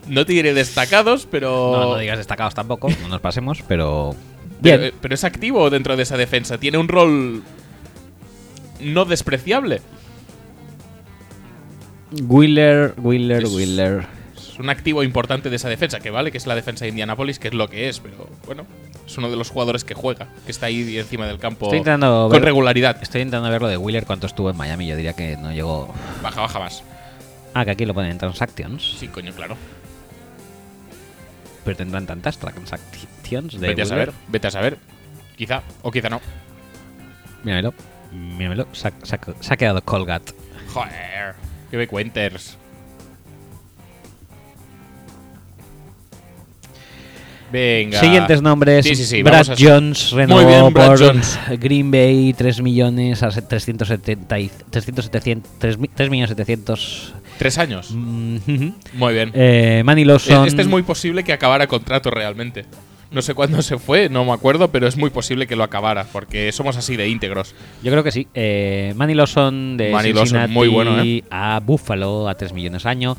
S2: no te diré destacados, pero...
S1: No, no digas destacados tampoco, no nos pasemos, pero.
S2: Oh. pero,
S1: Bien.
S2: eh, pero es activo dentro de esa defensa, tiene un rol no despreciable. eh,
S1: Wheeler, Wheeler,
S2: Es-
S1: Wheeler.
S2: Es un activo importante de esa defensa, que vale, que es la defensa de Indianapolis, que es lo que es, pero bueno, es uno de los jugadores que juega, que está ahí encima del campo
S1: Estoy intentando
S2: con
S1: ver-
S2: regularidad.
S1: Estoy intentando ver lo de Wheeler, cuánto estuvo en Miami. Yo diría que no llegó.
S2: Baja, baja más.
S1: Ah, que aquí lo ponen en transactions.
S2: Sí, coño, claro.
S1: Pero tendrán tantas transactions de.
S2: Vete a
S1: Wheeler.
S2: saber, vete a saber. Quizá, o quizá no.
S1: Míramelo. Míramelo. Se ha, se ha- se ha quedado Colgat.
S2: Joder, que me cuentes. Venga.
S1: Siguientes nombres.
S2: Sí, sí, sí,
S1: Brad
S2: vamos a-
S1: Jones renovó
S2: Muy bien, Brad
S1: por
S2: Jones.
S1: Green Bay 3 millones a se- 370 y- 300, 700, 3 mi- 3 millones 700.
S2: Tres años.
S1: Mm,
S2: Muy bien.
S1: eh, Manny Lawson.
S2: Este es muy posible que acabara contrato realmente. No sé cuándo se fue, no me acuerdo, pero es muy posible que lo acabara, porque somos así de íntegros.
S1: Yo creo que sí. Eh, Manny Lawson de
S2: Manny Lawson,
S1: Cincinnati
S2: muy bueno, ¿eh?
S1: a Buffalo a 3 millones año.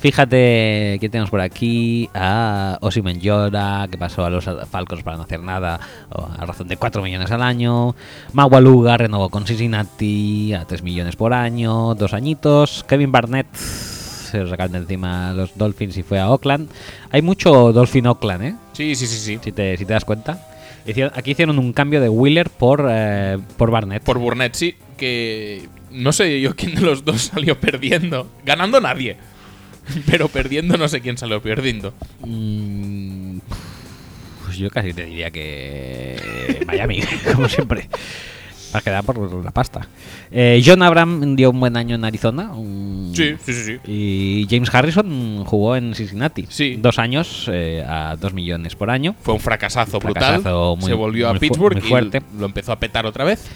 S1: Fíjate que tenemos por aquí a Osimen Llora, que pasó a los Falcons para no hacer nada o a razón de 4 millones al año. Magualuga renovó con Cincinnati a 3 millones por año, dos añitos. Kevin Barnett se lo sacaron de encima los Dolphins y fue a Oakland. Hay mucho Dolphin-Oakland, ¿eh?
S2: Sí, sí, sí, sí.
S1: si te, si te das cuenta. Hicieron- aquí hicieron un cambio de Wheeler por, eh, por Barnett.
S2: Por Burnett, sí, que no sé yo quién de los dos (laughs) salió perdiendo. Ganando nadie, (laughs) pero perdiendo no sé quién salió perdiendo.
S1: Mm, pues yo casi te diría que eh, Miami, (laughs) como siempre. Más que nada por la pasta. Eh, John Abram dio un buen año en Arizona. un-
S2: Sí, sí, sí, sí.
S1: Y James Harrison jugó en Cincinnati.
S2: Sí.
S1: Dos años eh, a dos millones por año.
S2: Fue un fracasazo brutal.
S1: Fracasazo muy-
S2: Se volvió a
S1: muy fu-
S2: Pittsburgh
S1: muy fuerte.
S2: y lo empezó a petar otra vez.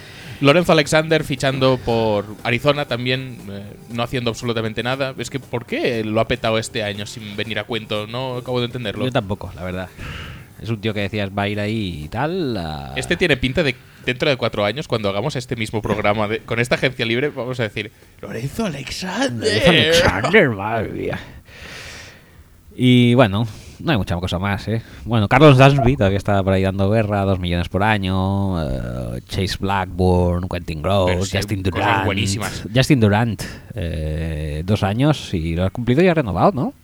S2: Lorenzo Alexander fichando por Arizona también, eh, no haciendo absolutamente nada. Es que, ¿por qué lo ha petado este año sin venir a cuento? No acabo de entenderlo.
S1: Yo tampoco, la verdad. Es un tío que decías va a ir ahí y tal. a-
S2: Este tiene pinta de dentro de cuatro años, cuando hagamos este mismo programa de- con esta agencia libre, vamos a decir Lorenzo Alexander.
S1: Alexander, madre mía. Y bueno, no hay mucha cosa más, ¿eh? Bueno, Carlos Dansby todavía está por ahí dando guerra, 2 millones por año. eh, Chase Blackburn, Quentin
S2: Pero
S1: Groves,
S2: sí hay
S1: Justin
S2: cosas
S1: Durant.
S2: buenísimas.
S1: Justin Durant, eh, dos años y lo has cumplido y has renovado, ¿no?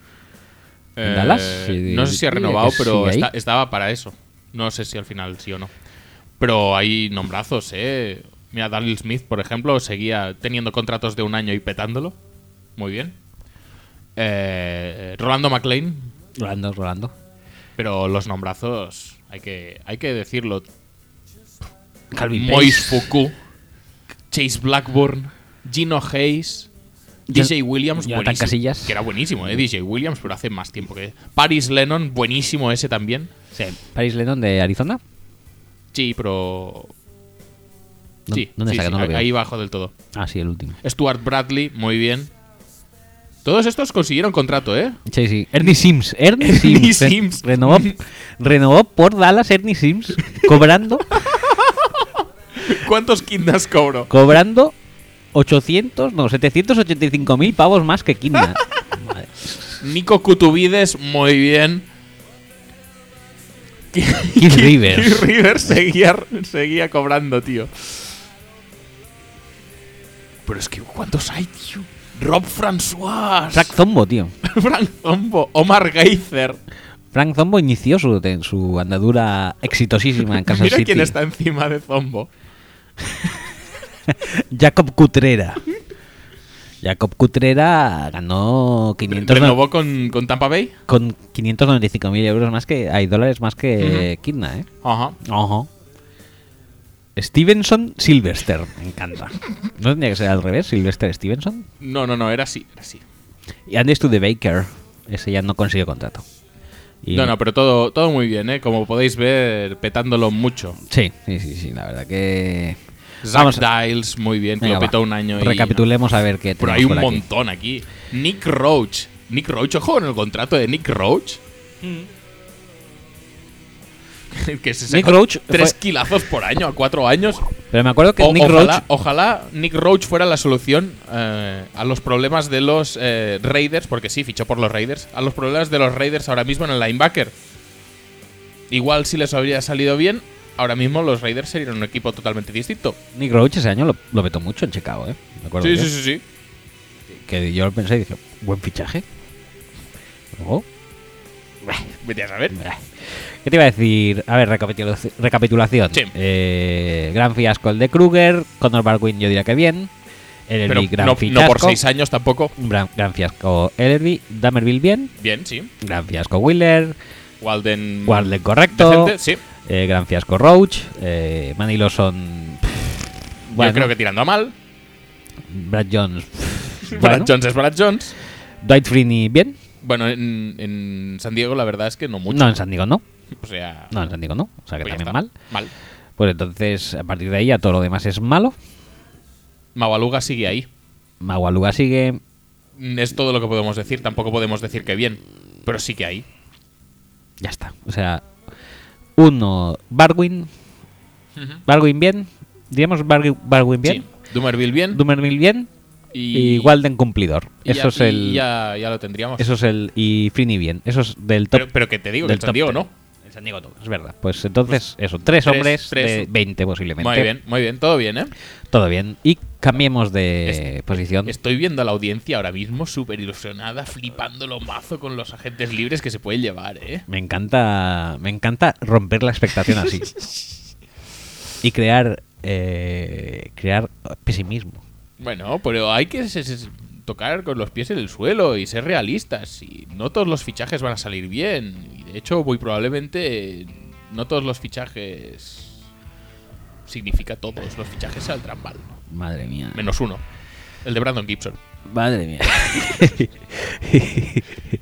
S2: Eh,
S1: Dallas, sí,
S2: no sé si ha
S1: diría que
S2: renovado, pero
S1: sigue ahí.
S2: esta- estaba para eso. No sé si al final sí o no. Pero hay nombrazos, ¿eh? Mira, Daniel Smith, por ejemplo, seguía teniendo contratos de un año y petándolo. Muy bien. Eh, Rolando McLean,
S1: Rolando, Rolando.
S2: pero los nombrazos, hay que, hay que decirlo.
S1: Calvin
S2: Mois
S1: Pace.
S2: Foucault, Chase Blackburn, Gino Hayes,
S1: Jon-
S2: DJ Williams,
S1: Jonathan
S2: buenísimo,
S1: Casillas.
S2: que era buenísimo, ¿eh? DJ Williams, pero hace más tiempo que... Paris Lennon, buenísimo ese también.
S1: Sí. Paris Lennon de Arizona.
S2: Sí, pero.
S1: ¿Dó-
S2: Sí,
S1: ¿Dónde
S2: sí,
S1: está? Que
S2: sí,
S1: no lo veo.
S2: ahí bajo del todo.
S1: Ah, sí, el último.
S2: Stuart Bradley, muy bien. Todos estos consiguieron contrato, ¿eh?
S1: Sí, sí. Ernie Sims. Ernie,
S2: Ernie
S1: Sims. Re-
S2: Sims.
S1: Renovó, renovó por Dallas Ernie Sims.
S2: (laughs)
S1: Cobrando.
S2: (laughs) ¿Cuántos kindas cobro?
S1: cobrando 800, no, 785 mil pavos más que
S2: (laughs)
S1: Kinda. Madre.
S2: Nico Cutubides, muy bien.
S1: Keith Rivers.
S2: (laughs) Keith Rivers seguía, seguía cobrando, tío. Pero es que, ¿cuántos hay, tío? Rob François.
S1: Frank Zombo, tío.
S2: Frank Zombo. Omar Geiser.
S1: Frank Zombo inició su, te- su andadura exitosísima en Kansas
S2: (laughs) Mira
S1: City.
S2: quién está encima de Zombo.
S1: Jacob Cutrera. Jacob Cutrera ganó 500
S2: ¿Renovó con, con Tampa Bay?
S1: con 595 mil euros más que. Hay dólares más que Kidna, ¿eh?
S2: Ajá.
S1: Ojo. Stevenson Silvester, me encanta. ¿No tendría que ser al revés, Silvester Stevenson?
S2: No, no, no, era así, era así.
S1: Y Andy Studebaker, ese ya no consiguió contrato. Y-
S2: No, no, pero todo, todo muy bien, ¿eh? Como podéis ver, petándolo mucho.
S1: Sí, sí, sí, sí, la verdad que.
S2: Zach
S1: Vamos a-
S2: Dials, muy bien, que
S1: Venga,
S2: lo
S1: va.
S2: petó un año. y-
S1: Recapitulemos a ver qué
S2: Pero
S1: tenemos
S2: hay un
S1: por aquí.
S2: montón aquí. Nick Roach. Nick Roach, ojo con el contrato de Nick Roach.
S1: Mm.
S2: (laughs) que se sacó
S1: Nick Roach
S2: tres
S1: fue-
S2: kilazos por año a cuatro años.
S1: Pero me acuerdo que
S2: O-
S1: Nick
S2: ojalá,
S1: Roach.
S2: ojalá Nick Roach fuera la solución eh, a los problemas de los eh, Raiders, porque sí, fichó por los Raiders, a los problemas de los Raiders ahora mismo en el linebacker. Igual si les habría salido bien, ahora mismo los Raiders serían un equipo totalmente distinto.
S1: Nick Roach ese año lo, lo vetó mucho en Chicago, ¿eh? Me acuerdo
S2: Sí,
S1: yo.
S2: sí, sí, (laughs) sí.
S1: Que yo lo pensé y dije, buen fichaje. Ojo.
S2: Vete a saber.
S1: Bah. eh, ¿Qué te iba a decir? A ver, recapitulaci- recapitulación.
S2: Sí.
S1: Eh, gran fiasco el de Kruger. Conor Barwin, yo diría que bien. El
S2: Pero
S1: gran
S2: no,
S1: fiasco.
S2: no por seis años tampoco.
S1: Gran, gran fiasco Ellerby, Damerville bien,
S2: Bien, sí.
S1: gran fiasco Wheeler,
S2: Walden.
S1: Warden correcto,
S2: decente, sí.
S1: eh, gran fiasco Roach, eh, Manny Lawson, pff, bueno,
S2: Yo creo que tirando a mal.
S1: Brad Jones, pff,
S2: (laughs) Brad
S1: bueno,
S2: Jones es Brad Jones.
S1: Dwight Freeney bien,
S2: Bueno, en, en San Diego la verdad es que no mucho.
S1: no en San Diego no,
S2: O sea,
S1: no en San Diego no, o sea que
S2: pues ya
S1: también
S2: está.
S1: mal,
S2: Mal.
S1: pues entonces a partir de ahí ya todo lo demás es malo,
S2: Mabaluga sigue ahí.
S1: Magualuga sigue,
S2: Mm, Es todo lo que podemos decir. Tampoco podemos decir que bien. Pero sí que ahí.
S1: ya está, o sea Uno, Barwin. Barwin bien. Diríamos Barwi- Barwin bien.
S2: Sí. Dumerville bien.
S1: Dumervil bien. Y,
S2: y,
S1: Walden cumplidor.
S2: y
S1: eso
S2: ya-
S1: es el.
S2: y ya, ya lo tendríamos.
S1: Eso es el. Y Frini bien. Eso es del top.
S2: pero, pero que te digo, que
S1: del
S2: el
S1: top
S2: San Diego,
S1: ten.
S2: ¿no?
S1: El San Diego no, es verdad. Pues entonces, eso, tres,
S2: tres-
S1: hombres de
S2: tres.
S1: 20 posiblemente.
S2: Muy bien, muy bien, todo bien, ¿eh?
S1: Todo bien. Y cambiemos
S2: Este,
S1: de posición.
S2: Estoy viendo a la audiencia ahora mismo súper ilusionada, flipando lo mazo con los agentes libres que se pueden llevar, ¿eh?
S1: Me encanta, me encanta romper la expectación
S2: (laughs)
S1: así. y crear, eh, crear pesimismo.
S2: Bueno, pero hay que se- se- tocar con los pies en el suelo y ser realistas. Y no todos los fichajes van a salir bien. Y de hecho, muy probablemente eh, no todos los fichajes significa todos los fichajes saldrán mal.
S1: Madre mía.
S2: Menos uno. El de Brandon Gibson.
S1: Madre mía. (laughs)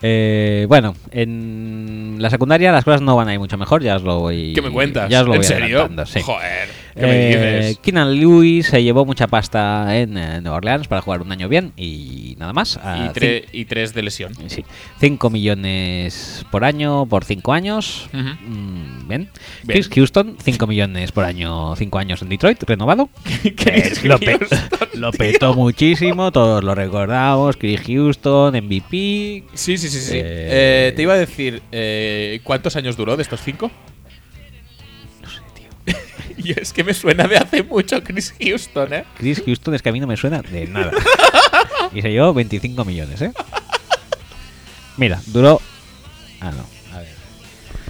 S1: Eh, bueno, en la secundaria las cosas no van a ir mucho mejor, ya os lo voy.
S2: ¿Qué me cuentas?
S1: Ya os lo
S2: ¿En
S1: voy
S2: serio?
S1: adelantando, sí.
S2: Joder, ¿qué me
S1: Eh,
S2: dices?
S1: Keenan Lewis se llevó mucha pasta en eh, Nueva Orleans para jugar un año bien y nada más. A
S2: Y, tre- y tres de lesión.
S1: cin- sí, 5 millones por año por 5 años.
S2: Ujú.
S1: Mm, bien.
S2: Bien.
S1: Chris Houston, 5 millones por año, 5 años en Detroit,
S2: (laughs)
S1: renovado.
S2: Chris
S1: Eh, lo, pe-
S2: Houston,
S1: (laughs) lo petó muchísimo, todos lo recordamos. Chris Houston, MVP.
S2: Sí, sí, sí, sí.
S1: Eh,
S2: Eh, te iba a decir, eh, ¿cuántos años duró de estos cinco?
S1: No sé, tío.
S2: (laughs) Y es que me suena de hace mucho Chris Houston, ¿eh?
S1: Chris Houston es que a mí no me suena de nada. y se llevó 25 millones, ¿eh? Mira, duró. Ah, no. A ver.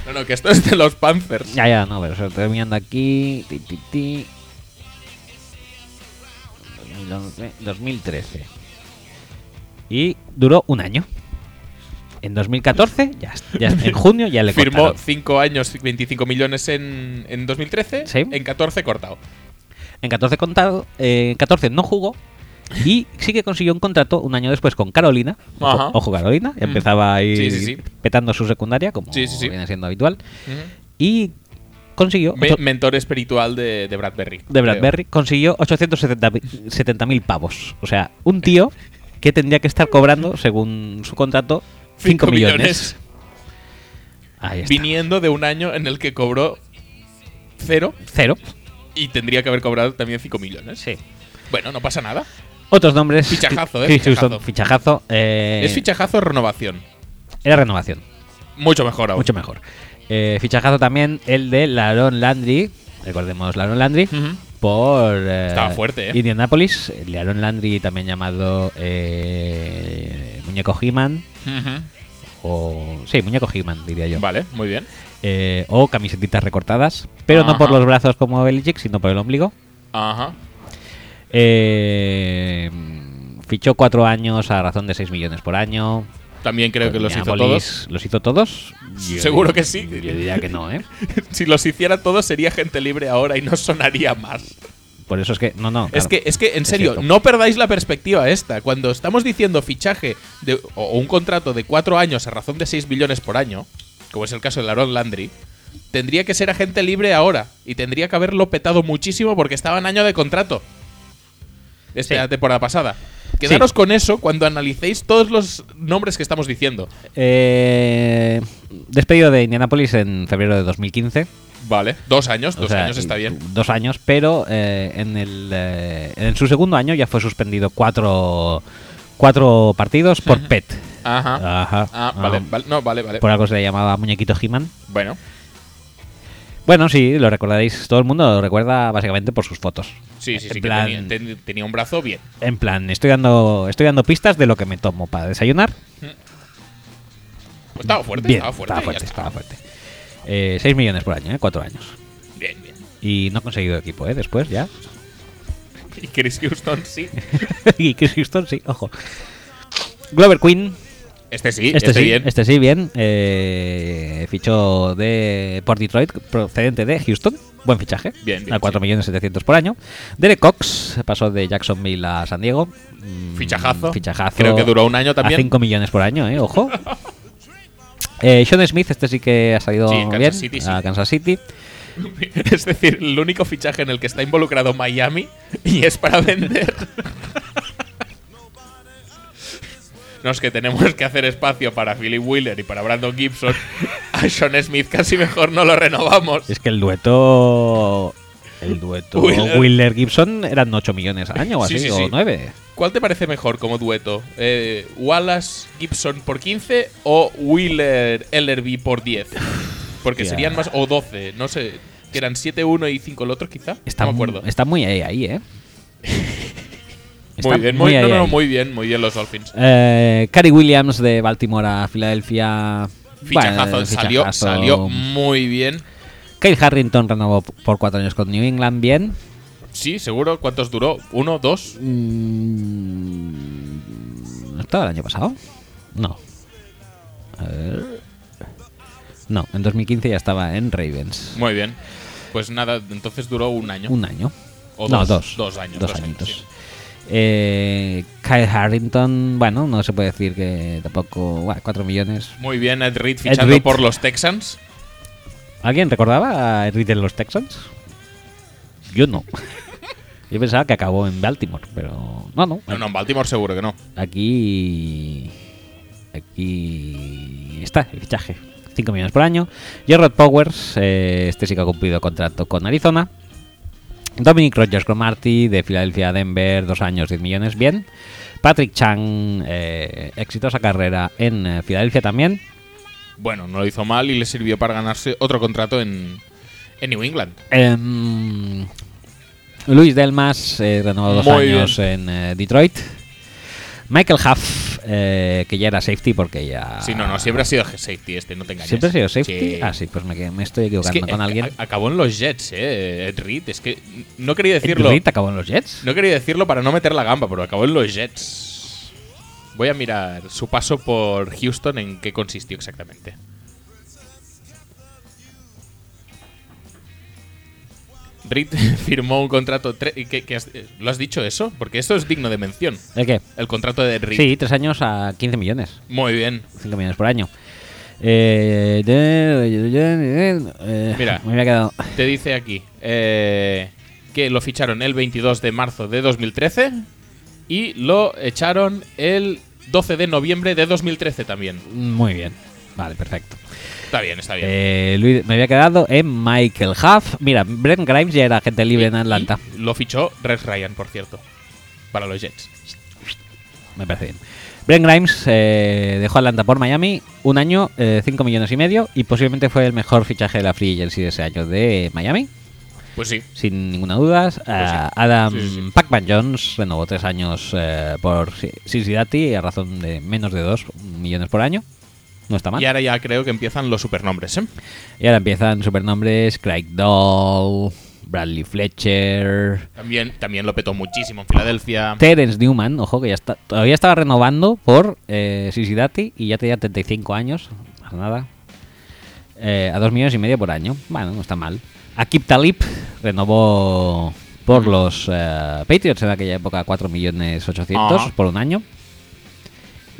S2: No, no, que esto es de los Panthers.
S1: Ya, ya, no, pero se estoy mirando aquí. Ti, ti, ti. 2011, 2013. Y duró un año. En 2014, ya, ya en junio ya le
S2: Firmó
S1: cortaron.
S2: 5 años, 25 millones en, en 2013.
S1: Sí.
S2: En 14 cortado.
S1: En 14 contado, eh, en 14 no jugó. Y sí que consiguió un contrato un año después con Carolina. Ojo,
S2: Ajá.
S1: ojo, Carolina.
S2: Mm.
S1: Empezaba ahí
S2: Sí, sí, sí.
S1: petando su secundaria, como
S2: Sí, sí, sí.
S1: viene siendo habitual. Y consiguió.
S2: Me-
S1: ocho-
S2: mentor espiritual de, de Bradbury.
S1: de
S2: creo.
S1: Bradberry consiguió 870 mil pavos. O sea, un tío que tendría que estar cobrando, según su contrato, 5
S2: Cinco
S1: millones.
S2: millones.
S1: Ahí está.
S2: Viniendo de un año en el que cobró cero
S1: Cero.
S2: y tendría que haber cobrado también 5 millones.
S1: Sí.
S2: Bueno, no pasa nada.
S1: Otros nombres.
S2: Fichajazo, eh,
S1: Chris Houston,
S2: fichajazo.
S1: fichajazo, eh,
S2: es fichajazo o renovación.
S1: Era renovación.
S2: Mucho mejor ahora.
S1: Mucho mejor. Eh, fichajazo también el de Laron Landry. Recordemos Laron Landry.
S2: Ujú.
S1: Por eh,
S2: Mm. Estaba fuerte, ¿eh?
S1: Indianapolis, Laron Landry, también llamado eh, Muñeco He-Man,
S2: Ujú.
S1: o. Sí, Muñeco He-Man, diría yo.
S2: Vale, muy bien.
S1: eh, o camisetitas recortadas, pero no
S2: Ajá.
S1: por los brazos como Belichick, sino por el ombligo.
S2: Ajá.
S1: Eh, fichó cuatro años a razón de 6 millones por año.
S2: También creo que los hizo todos.
S1: Indianapolis, ¿Los hizo todos?
S2: (laughs) Seguro que sí.
S1: Yo diría que no, ¿eh?
S2: si los hiciera todos (laughs) sería gente libre ahora y no sonaría más.
S1: Por eso es que. No, no.
S2: Es
S1: claro.
S2: que, es que, en
S1: Es
S2: serio,
S1: cierto.
S2: no perdáis la perspectiva esta. Cuando estamos diciendo fichaje de, o, o un contrato de cuatro años a razón de 6 millones por año, como es el caso de Laron Landry, tendría que ser agente libre ahora y tendría que haberlo petado muchísimo porque estaba en año de contrato. Esta
S1: Sí.
S2: temporada pasada. Quedaros con eso cuando analicéis todos los nombres que estamos diciendo.
S1: Eh, despedido de Indianapolis en febrero de 2015.
S2: Vale, dos años,
S1: O
S2: dos
S1: sea,
S2: años está bien.
S1: Dos años, pero eh, en, el, eh, en su segundo año ya fue suspendido cuatro, cuatro partidos por PET.
S2: Ajá.
S1: Ajá.
S2: Ah, vale,
S1: Ah,
S2: vale. No, vale, vale.
S1: Por algo se le llamaba Muñequito He-Man.
S2: Bueno.
S1: Bueno, sí, lo recordaréis. Todo el mundo lo recuerda básicamente por sus fotos.
S2: Sí, sí,
S1: En
S2: sí.
S1: plan-
S2: Que tenía, ten- tenía un brazo bien.
S1: En plan, estoy dando, estoy dando pistas de lo que me tomo para desayunar.
S2: Pues estaba fuerte,
S1: Bien,
S2: estaba fuerte.
S1: Estaba
S2: ya
S1: fuerte,
S2: está.
S1: estaba fuerte. Eh, 6 millones por año, ¿eh? 4 años.
S2: Bien, (laughs) bien.
S1: Y no ha conseguido equipo, ¿eh? Después ya. (laughs)
S2: Y Chris Houston, sí.
S1: y Chris Houston, sí, ojo. Glover Queen,
S2: Este sí,
S1: este,
S2: este,
S1: sí,
S2: bien.
S1: este sí, bien. Eh, fichó de, por Detroit, procedente de Houston. Buen fichaje.
S2: Bien, bien,
S1: A 4.700.000
S2: sí.
S1: por año. Derek Cox pasó de Jacksonville a San Diego. Mm,
S2: Fichajazo.
S1: Fichajazo.
S2: Creo que duró un año también.
S1: A 5 millones por año, eh,
S2: (laughs)
S1: ojo. Eh, Sean Smith, este sí que ha salido
S2: Sí, en Kansas
S1: bien
S2: City, sí.
S1: a Kansas City.
S2: (laughs) Es decir, el único fichaje en el que está involucrado Miami y es para vender. (laughs) no es que tenemos que hacer espacio para Philip Wheeler y para Brandon Gibson, a Sean Smith casi mejor no lo renovamos.
S1: Es que el dueto. El dueto
S2: Wheeler.
S1: Wheeler-Gibson eran 8 millones al año o
S2: Sí,
S1: así,
S2: sí,
S1: o
S2: sí.
S1: 9.
S2: ¿Cuál te parece mejor como dueto? Eh, ¿Wallace Gibson por 15 o Wheeler Ellerby por 10? Porque
S1: Hostia.
S2: serían más. O 12, no sé. Que eran 7 uno y 5 el otro, quizá.
S1: Está,
S2: no me
S1: mu-
S2: acuerdo.
S1: está muy ahí, ahí, ¿eh? Está
S2: muy bien, muy,
S1: ahí,
S2: no, no, no,
S1: ahí.
S2: muy bien, muy bien los Dolphins.
S1: Eh, Cary Williams de Baltimore a Filadelfia.
S2: Fichajazo,
S1: Bueno,
S2: salió,
S1: fichajazo.
S2: salió muy bien.
S1: Kyle Harrington renovó p- por cuatro años con New England, bien.
S2: Sí, seguro. ¿Cuántos duró? ¿Uno, dos?
S1: Mm, ¿No estaba el año pasado? No. A ver. No, en 2015 ya estaba en Ravens.
S2: Muy bien. Pues nada, entonces duró un año.
S1: Un año.
S2: O
S1: no,
S2: dos,
S1: dos.
S2: dos años,
S1: Dos,
S2: dos años,
S1: añitos.
S2: sí.
S1: Eh, Kyle Harrington, bueno, no se puede decir que tampoco. Bueno, cuatro millones.
S2: Muy bien, Ed Reed fichando
S1: Reed.
S2: por los Texans.
S1: ¿Alguien recordaba a Reed en los Texans? Yo no. (laughs) Yo pensaba que acabó en Baltimore, pero no, no.
S2: No, no, en Baltimore seguro que no.
S1: Aquí. Aquí está el fichaje. 5 millones por año. Gerard Powers, eh, este sí que ha cumplido contrato con Arizona. Dominic Rogers Cromarty de Filadelfia a Denver, 2 años, 10 millones, bien. Patrick Chang, eh, exitosa carrera en eh, Filadelfia también.
S2: Bueno, no lo hizo mal y le sirvió para ganarse otro contrato en, en New England.
S1: Em, Luis Delmas, eh, renovado dos
S2: Muy
S1: años en eh, Detroit. Michael Huff, eh, que ya era safety porque ya.
S2: Sí, no, no, siempre ha sido safety este, no te engañes.
S1: Ah. ¿Siempre ha sido safety?
S2: Sí.
S1: Ah, sí, pues me, que- me estoy
S2: Es
S1: equivocando
S2: que eh,
S1: con
S2: a-
S1: alguien.
S2: a- acabó en los Jets, eh, Ed Reed. Es que no quería
S1: ¿Ed
S2: decirlo.
S1: Reed acabó en los Jets?
S2: No quería decirlo para no meter la gamba, pero acabó en los Jets. Voy a mirar su paso por Houston en qué consistió exactamente. Reed (laughs) firmó un contrato. tre- ¿qué- qué has- eh, ¿Lo has dicho eso? Porque esto es digno de mención.
S1: ¿El qué?
S2: El contrato de Reed.
S1: Sí, tres años a 15 millones.
S2: Muy bien.
S1: 5 millones por año. Eh, de- de- de- eh,
S2: Mira.
S1: Me había quedado.
S2: Te dice aquí eh, que lo ficharon el 22 de marzo de 2013 y lo echaron el 12 de noviembre de 2013 también.
S1: Muy bien. Vale, perfecto.
S2: Está bien, está bien.
S1: Eh, Luis- me había quedado en Michael Huff. Mira, Brent Grimes ya era agente libre en Atlanta.
S2: Y lo fichó Rex Ryan, por cierto, para los Jets.
S1: Me parece bien. Brent Grimes eh, dejó Atlanta por Miami un año, 5 millones y medio, y posiblemente fue el mejor fichaje de la Free Agency de ese año de Miami,
S2: Pues sí.
S1: sin ninguna duda. Ah, Adam
S2: Pues Sí, sí, sí.
S1: Pacman Jones renovó tres años eh, por Ci- Cincinnati a razón de menos de 2 millones por año. No está mal.
S2: Y ahora ya creo que empiezan los supernombres, ¿eh?
S1: Y ahora empiezan supernombres, Craig Doll, Bradley Fletcher,
S2: También, también lo petó muchísimo en Filadelfia.
S1: Terence Newman, ojo, que ya está, todavía estaba renovando por eh, Cincinnati y ya tenía 35 años, más nada. Eh, a 2 millones y medio por año. Bueno, no está mal. Akib Talib renovó por los eh, Patriots en aquella época 4 millones 800
S2: Ajá.
S1: por un año.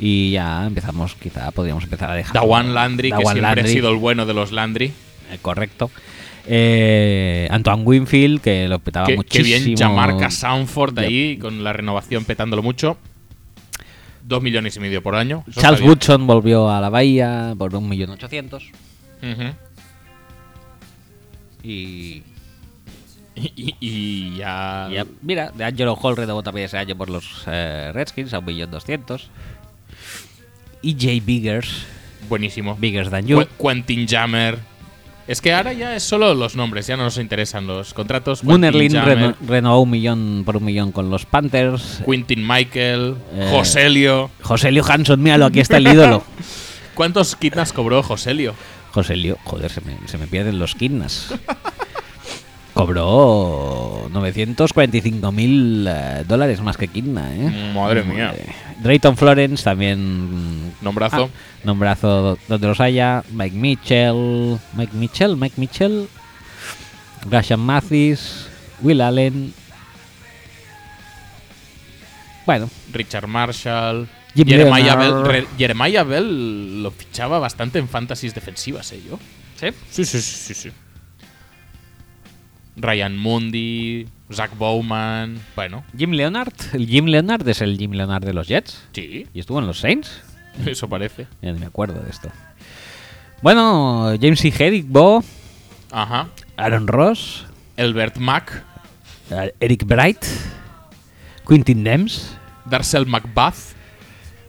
S1: Y ya empezamos, quizá podríamos empezar a dejar.
S2: Dawan Landry, que
S1: Dawan
S2: siempre
S1: Landry.
S2: ha sido el bueno de los Landry.
S1: Eh, correcto. Eh, Antoine Winfield, que lo petaba
S2: Qué, qué
S1: Ah, muchísimo.
S2: bien Jamarca Sanford
S1: Ya.
S2: ahí, con la renovación petándolo mucho. Dos millones y medio por año. Eso
S1: Charles
S2: está
S1: Woodson volvió a la Bahía por 1.800.000
S2: bien. Ujú.
S1: y,
S2: Y, y- y ya.
S1: y ya- mira, de Angelo Hall renovó también ese año por los eh, Redskins a 1.200.000 y Jay Biggers,
S2: Buenísimo.
S1: Biggers than you,
S2: Qu- Quentin Jammer. Es que ahora ya es solo los nombres, ya no nos interesan los contratos. Quentin
S1: Munerlin
S2: Jammer,
S1: reno- renovó un millón por un millón con los Panthers,
S2: Quentin Michael,
S1: Eh.
S2: Joselio.
S1: José Lio Hanson, míralo, aquí está el
S2: (laughs)
S1: ídolo.
S2: ¿Cuántos kidnaps cobró Joselio?
S1: José Lio, joder, se me, se me pierden los kidnas. Cobró 945.000 eh, dólares más que Kidna, ¿eh?
S2: Madre mía.
S1: Drayton Florence también.
S2: Nombrazo.
S1: Ah, nombrazo donde los haya. Mike Mitchell. Mike Mitchell, Mike Mitchell. Graham Mathis. Will Allen. Bueno,
S2: Richard Marshall.
S1: Jim
S2: Jeremiah
S1: Leonard.
S2: Bell, Re- Jeremiah Bell lo fichaba bastante en fantasies defensivas, ¿eh? Yo.
S1: ¿Sí?
S2: Sí, sí, sí, sí. sí. Ryan Mundy, Zach Bowman. Bueno,
S1: Jim Leonard. El Jim Leonard es el Jim Leonard de los Jets.
S2: sí, (laughs)
S1: Y estuvo en los Saints.
S2: eso parece.
S1: Ya ni me acuerdo de esto. Bueno, James E. Hedick, Bo,
S2: Ajá.
S1: Aaron Ross,
S2: Elbert Mack,
S1: eh, Eric Bright, Quintin Nems.
S2: Darcel McBath.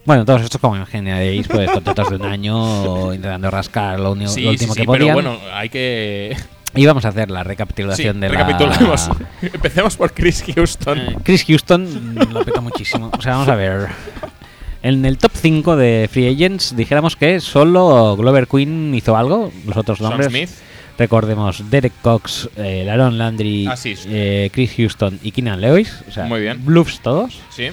S1: Bueno, todos estos como imagináis, pues contratos de un año intentando rascar lo, único-
S2: Sí,
S1: lo
S2: sí,
S1: último
S2: sí,
S1: que
S2: pero
S1: podían.
S2: bueno, hay que.
S1: Y vamos a hacer la
S2: Sí,
S1: recapitulación de la-
S2: recapitulemos. (laughs) Empecemos por Chris Houston.
S1: Eh, Chris Houston mm, lo peta muchísimo. O sea, vamos a ver. En el top 5 de Free Agents, dijéramos que solo Glover Queen hizo algo. Los otros
S2: Sean
S1: nombres.
S2: Smith.
S1: Recordemos Derek Cox, eh, Aaron Landry,
S2: Ah, sí, sí.
S1: eh, Chris Houston y Keenan Lewis. O sea,
S2: Muy bien.
S1: Bluffs todos.
S2: Sí.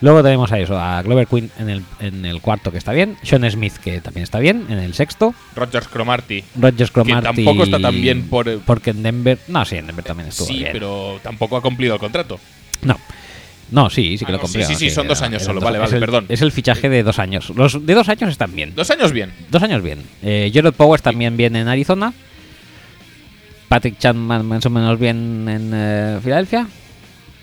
S1: Luego tenemos a eso, a Glover Queen en el, en el cuarto, que está bien. Sean Smith, que también está bien, en el sexto.
S2: Rogers Cromarty.
S1: Rogers Cromarty.
S2: tampoco está tan bien por- eh,
S1: Porque en Denver. No, sí, en Denver también estuvo
S2: Sí,
S1: bien.
S2: pero tampoco ha cumplido el contrato.
S1: No. No, sí, sí que
S2: Ah,
S1: lo
S2: no, sí,
S1: cumplió.
S2: sí, sí, son dos
S1: era-
S2: años
S1: eran
S2: solo,
S1: dos-
S2: vale,
S1: es
S2: vale,
S1: el-
S2: perdón.
S1: Es el fichaje de dos años. Los de dos años están bien.
S2: Dos años bien.
S1: Dos años bien. Eh, Gerald Powers también bien en Arizona. Patrick Chapman más o menos bien en eh, Filadelfia.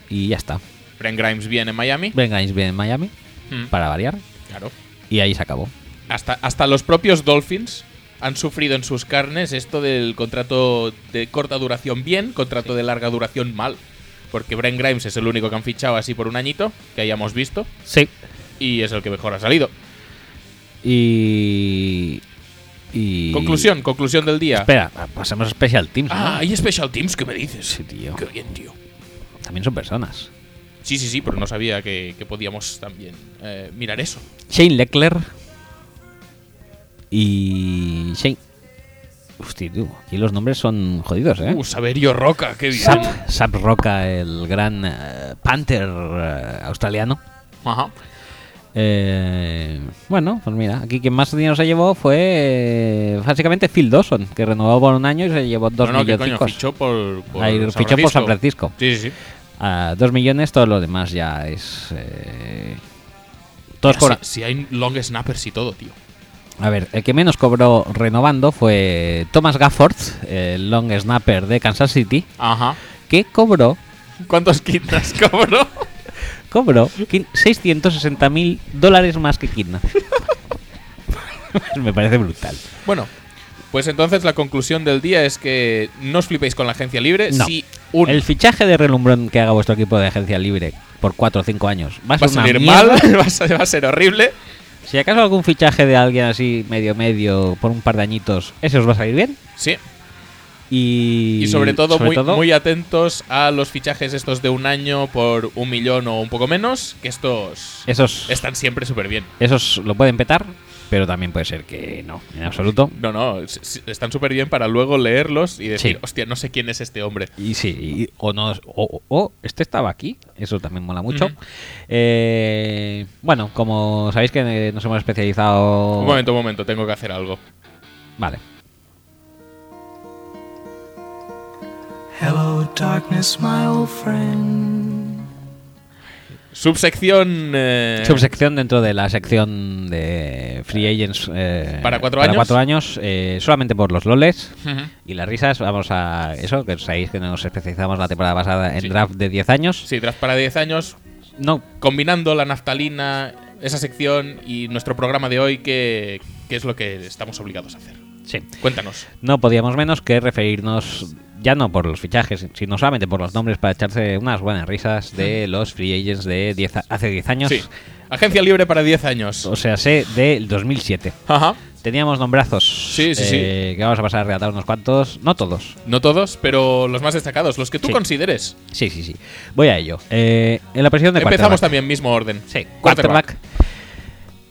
S1: Y ya está.
S2: Frank Grimes bien en Miami.
S1: Ben Grimes bien en Miami,
S2: Mm,
S1: para variar.
S2: Claro.
S1: Y ahí se acabó.
S2: Hasta, hasta los propios Dolphins han sufrido en sus carnes esto del contrato de corta duración bien, contrato de larga duración mal. Porque Brent Grimes es el único que han fichado así por un añito, que hayamos visto,
S1: Sí.
S2: y es el que mejor ha salido.
S1: Y. y-
S2: Conclusión, conclusión del día.
S1: Espera, pasemos a Special Teams. ¿no?
S2: Ah, hay Special Teams, ¿qué me dices?
S1: Sí, tío.
S2: Qué bien, tío.
S1: También son personas.
S2: Sí, sí, sí, pero no sabía que, que podíamos también eh, mirar eso.
S1: Shane Leckler y Shane. Hostia, tú, aquí los nombres son jodidos, ¿eh?
S2: Uh, Saberio Roca, qué bien.
S1: Sap, Sap Roca, el gran eh, Panther eh, australiano.
S2: Ajá.
S1: Eh, bueno, pues mira, aquí quien más dinero se llevó fue eh, básicamente Phil Dawson, que renovó por un año y se llevó dos
S2: no, no, que coño,
S1: milloncicos.
S2: fichó por, por
S1: Ahí
S2: San
S1: fichó por San Francisco.
S2: Sí, sí, sí.
S1: Ah, dos millones, todo lo demás ya es... eh, todos
S2: Ya,
S1: cobran-
S2: Si, si hay long snappers y todo, tío.
S1: A ver, el que menos cobró renovando fue Thomas Gafford, el long snapper de Kansas City,
S2: Ajá.
S1: que cobró,
S2: ¿Cuántos (laughs) quintas cobró?
S1: cobró 660 mil dólares más que Kidna. (laughs) Me parece brutal.
S2: bueno, pues entonces la conclusión del día es que no os flipéis con la agencia libre.
S1: No.
S2: Si un
S1: El fichaje de relumbrón que haga vuestro equipo de agencia libre por 4 o 5 años va a
S2: va a
S1: ser una
S2: salir mal, (laughs)
S1: mierda.
S2: va a ser- va a ser horrible.
S1: (laughs) Si acaso algún fichaje de alguien así medio medio por un par de añitos, ese os va a salir bien.
S2: Sí,
S1: Y,
S2: Y sobre todo, muy, muy atentos a los fichajes estos de un año por un millón o un poco menos, que estos
S1: esos,
S2: están siempre súper bien.
S1: esos lo pueden petar, pero también puede ser que no, en absoluto.
S2: No, no, s- s- están súper bien para luego leerlos y decir,
S1: Sí.
S2: hostia, no sé quién es este hombre.
S1: Y sí, y- o no, o, o- o este estaba aquí, eso también mola mucho.
S2: Ujú.
S1: Eh, bueno, como sabéis que eh, nos hemos especializado.
S2: Un momento, un momento, tengo que hacer algo.
S1: Vale.
S4: Hello, darkness, my old friend.
S2: Subsección. eh,
S1: Subsección dentro de la sección de Free Agents. eh,
S2: Para cuatro años.
S1: años, eh, solamente por los loles.
S2: Ujú.
S1: Y las risas, vamos a eso, que sabéis que nos especializamos la temporada pasada en
S2: Sí.
S1: draft de 10 años.
S2: Sí, tras para 10 años,
S1: No,
S2: combinando la naftalina, esa sección y nuestro programa de hoy, que, que es lo que estamos obligados a hacer.
S1: sí.
S2: Cuéntanos.
S1: No podíamos menos que referirnos, ya no por los fichajes, sino solamente por los nombres, para echarse unas buenas risas de los free agents de 10 a- hace 10 años.
S2: Mm. Sí. Agencia libre para 10 años.
S1: O sea, sé del 2007.
S2: Ajá.
S1: Teníamos nombrazos.
S2: Sí, sí, sí.
S1: eh, Que vamos a pasar a relatar unos cuantos. No todos.
S2: No todos, pero los más destacados, los que tú
S1: Sí.
S2: consideres.
S1: Sí, sí, sí. Voy a ello. Eh, en la posición de
S2: Empezamos
S1: quarterback.
S2: también mismo orden.
S1: Sí, quarterback.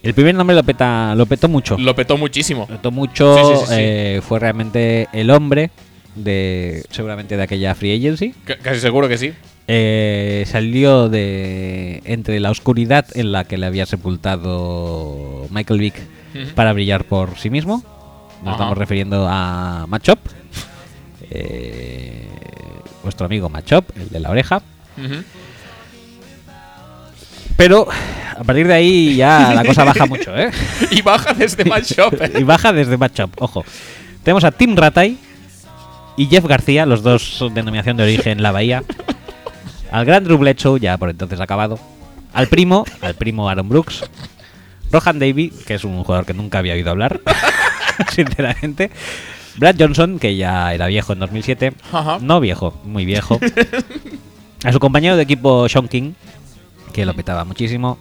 S1: El primer nombre lo, peta, lo petó mucho.
S2: Lo petó muchísimo.
S1: Notó mucho,
S2: Sí, sí, sí, sí.
S1: eh, fue realmente el hombre de seguramente de aquella free agency.
S2: C- casi seguro que sí.
S1: Eh, salió de entre la oscuridad en la que le había sepultado Michael Vick
S2: Ujú.
S1: para brillar por sí mismo. Nos
S2: Ajá.
S1: estamos refiriendo a Machop, eh, vuestro amigo Machop, el de la oreja.
S2: Ujú.
S1: Pero a partir de ahí ya la cosa baja mucho, ¿eh? (laughs)
S2: Y baja desde Matchup.
S1: y baja desde Matchup, ojo. Tenemos a Tim Ratay, y Jeff García, los dos son denominación de origen La Bahía. Al gran Rublet Show, ya por entonces acabado. Al primo, al primo Aaron Brooks. Rohan Davy, que es un jugador que nunca había oído hablar, (laughs) sinceramente. Brad Johnson, que ya era viejo en 2007.
S2: Ajá.
S1: No viejo, muy
S2: (laughs)
S1: viejo. A su compañero de equipo Sean King, que lo petaba muchísimo.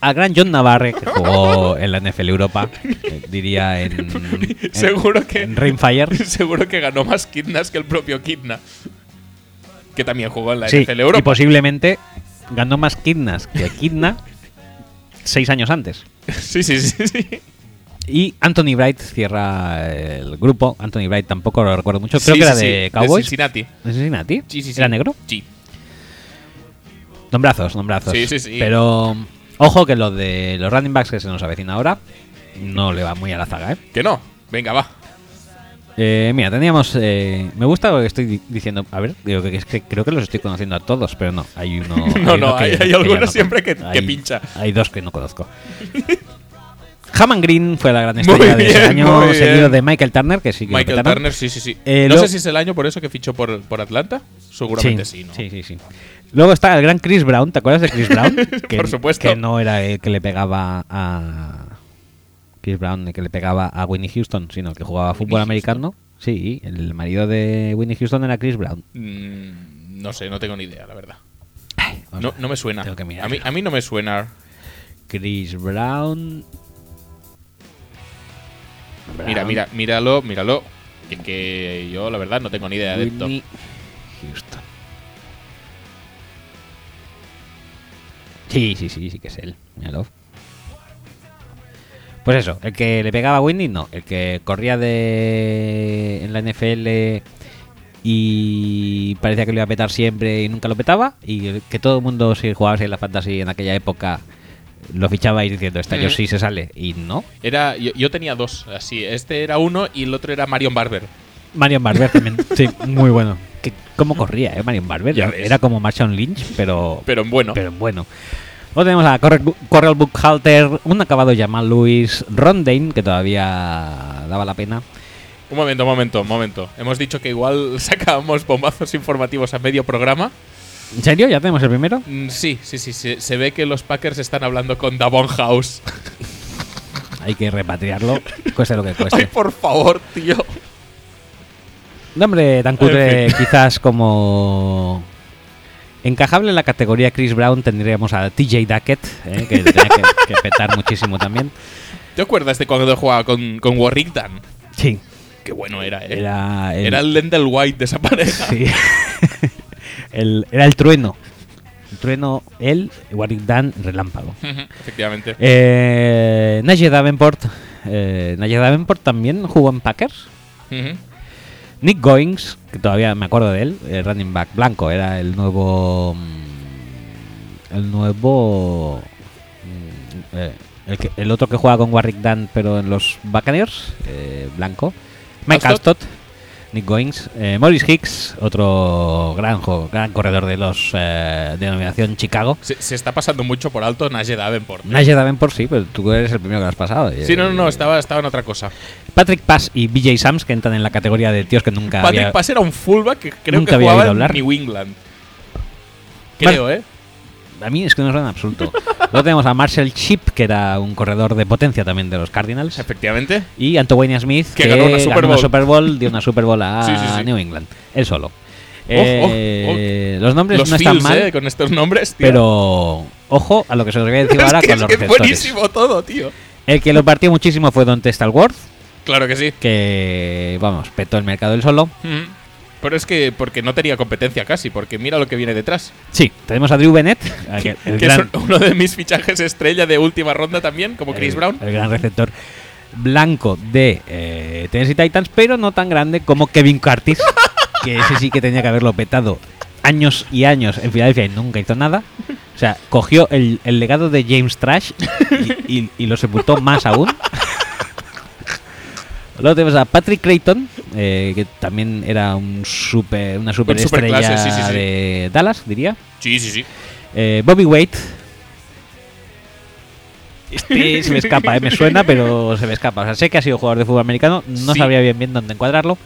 S1: Al gran John Navarre, que
S2: (laughs)
S1: jugó en la NFL Europa, eh, diría en. en-
S2: Seguro que-
S1: En Rainfire.
S2: (laughs) Seguro que ganó más Kidnas que el propio Kidna. Que también jugó en (laughs) la
S1: Sí,
S2: NFL
S1: y
S2: Europa.
S1: posiblemente ganó más Kidnas que Kidna seis años antes.
S2: (laughs) sí, sí, sí, sí.
S1: Y Anthony Bright cierra el grupo. Anthony Bright tampoco lo recuerdo mucho. Creo
S2: Sí,
S1: que
S2: sí,
S1: era
S2: sí,
S1: de Cowboys.
S2: Cincinnati.
S1: ¿De Cincinnati?
S2: Sí, sí, sí.
S1: ¿Era negro?
S2: Sí.
S1: Nombrazos, nombrazos.
S2: Sí, sí, sí.
S1: Pero ojo que lo de los running backs que se nos avecina ahora no le va muy a la zaga, ¿eh?
S2: Que no. Venga, va.
S1: Eh, mira, teníamos. eh, me gusta lo que estoy di- diciendo. A ver, digo que, es que creo que los estoy conociendo a todos, pero no. Hay uno.
S2: (laughs) No, no, hay- hay
S1: ya
S2: alguno
S1: no
S2: siempre que-
S1: conozco.
S2: que pincha.
S1: Hay dos que no conozco. (laughs) Hammond Green fue la gran estrella de ese
S2: bien, muy
S1: año,
S2: bien.
S1: seguido de Michael Turner, que sí que lo
S2: Michael
S1: petaron.
S2: Turner, sí, sí, sí.
S1: Eh,
S2: no
S1: lo-
S2: sé si es el año por eso que fichó por, por Atlanta. Seguramente sí, ¿no?
S1: Sí, sí, sí. Luego está el gran Chris Brown, ¿te acuerdas de Chris Brown?
S2: (laughs) Por supuesto.
S1: Que no era el que le pegaba a. Chris Brown, el que le pegaba a Winnie Houston, sino el que jugaba fútbol americano. Sí, el marido de Winnie Houston era Chris Brown.
S2: Mm, no sé, no tengo ni idea, la verdad. No, no me suena.
S1: Tengo que
S2: a, mí,
S1: mirarlo.
S2: a mí no me suena.
S1: Chris Brown.
S2: Mira,
S1: Brown,
S2: mira, míralo, míralo. Que, que yo, la verdad, no tengo ni idea de esto.
S1: Whitney Houston. Sí, sí, sí, sí que es él. Míralo. Pues eso, el que le pegaba a Whitney, no. El que corría de en la NFL y parecía que lo iba a petar siempre y nunca lo petaba. Y el que todo el mundo, si jugabas en la fantasy en aquella época, lo fichabais diciendo, esta yo
S2: Mm.
S1: sí se sale. Y no.
S2: Era, yo, yo tenía dos, así. Este era uno y el otro era Marion Barber.
S1: Marion Barber también. (laughs) sí, muy bueno. Que, ¿Cómo corría, eh? Marion Barber.
S2: Ya ves.
S1: Era como Marshawn Lynch, pero,
S2: Pero en bueno.
S1: pero bueno. Luego tenemos a Correl Bu- Correl Buchhalter, un acabado llamado Luis Rondane, que todavía daba la pena.
S2: Un momento, un momento, un momento. Hemos dicho que igual (laughs) sacábamos bombazos informativos a medio programa.
S1: ¿En serio? ¿Ya tenemos el primero?
S2: Mm, Sí, sí, sí, sí. Se ve que los Packers están hablando con Davon
S1: (laughs)
S2: House.
S1: Hay que repatriarlo, cueste lo que
S2: Ay,
S1: (laughs) cueste.
S2: por favor, tío.
S1: Nombre tan cutre, quizás como. Encajable en la categoría Chris Brown, tendríamos a TJ Duckett, eh, que tenía que- que petar muchísimo también.
S2: ¿Te acuerdas de cuando jugaba con, con Warwick Dan?
S1: Sí,
S2: Qué bueno era, ¿eh? Era
S1: era
S2: el,
S1: el-
S2: Lendel White de esa pareja.
S1: Sí. (laughs) El- era el trueno. El trueno, él, Warwick Dan, relámpago.
S2: (laughs) Ujú, Efectivamente.
S1: Eh, Najee Davenport. eh, Najee Davenport también jugó en Packers. Eh.
S2: Ujú.
S1: Nick Goings, que todavía me acuerdo de él, el running back blanco, era el nuevo. mm, El nuevo. mm, eh, el, que- el otro que juega con Warwick Dan, pero en los Buccaneers, eh, blanco. Mike
S2: Alstott.
S1: Alstott, Nick Goings, eh, Morris Hicks, otro gran, jo- gran corredor de los eh, denominación Chicago.
S2: Se, se está pasando mucho por alto Najee Davenport.
S1: Najee Davenport sí, pero tú eres el primero que lo has pasado.
S2: Sí, no, no, no,
S1: Eh,
S2: estaba, estaba en otra cosa.
S1: Patrick Pass y BJ Sams, que entran en la categoría de tíos que nunca
S2: Patrick
S1: había-
S2: Pass era un fullback que creo
S1: Nunca
S2: que
S1: había
S2: jugaba
S1: oído
S2: en
S1: hablar.
S2: New England. Creo, ¿eh?
S1: A mí es que no suena en absoluto. Luego tenemos a Marcel Chip, que era un corredor de potencia también de los Cardinals.
S2: Efectivamente.
S1: Y Antoine Smith,
S2: Que ganó una Super Bowl.
S1: Super Bowl, dio una Super Bowl a
S2: Sí, sí, sí.
S1: New England. Él solo. Eh, Los nombres
S2: Los
S1: no
S2: Fields,
S1: están mal,
S2: ¿eh? Con estos nombres, tío.
S1: pero ojo a lo que se os voy a decir
S2: (laughs) es
S1: ahora
S2: que,
S1: con
S2: es
S1: los
S2: que es
S1: receptores.
S2: buenísimo todo, tío.
S1: El que lo partió muchísimo fue Don Testalworth,
S2: Claro que sí.
S1: que, vamos, petó el mercado él solo.
S2: Ujú. Pero es que porque no tenía competencia casi, porque mira lo que viene detrás.
S1: Sí, tenemos a Drew Bennett, aquel- el
S2: (laughs) que
S1: gran-
S2: es uno de mis fichajes estrella de última ronda también, como Chris
S1: el-
S2: Brown.
S1: El gran receptor blanco de eh, Tennessee Titans, pero no tan grande como Kevin Curtis, que ese sí que tenía que haberlo petado años y años en Filadelfia y nunca hizo nada. O sea, cogió el, el legado de James Trash y, y- y lo sepultó más aún. Luego tenemos a Patrick Creighton, eh, que también era un super, una super
S2: superclase, sí, sí, sí.
S1: de Dallas, diría.
S2: Sí, sí, sí.
S1: Eh, Bobby Wade.
S2: (laughs)
S1: Este se me escapa, ¿eh? me suena, pero se me escapa. O sea, sé que ha sido jugador de fútbol americano, no
S2: Sí.
S1: sabría bien bien dónde encuadrarlo.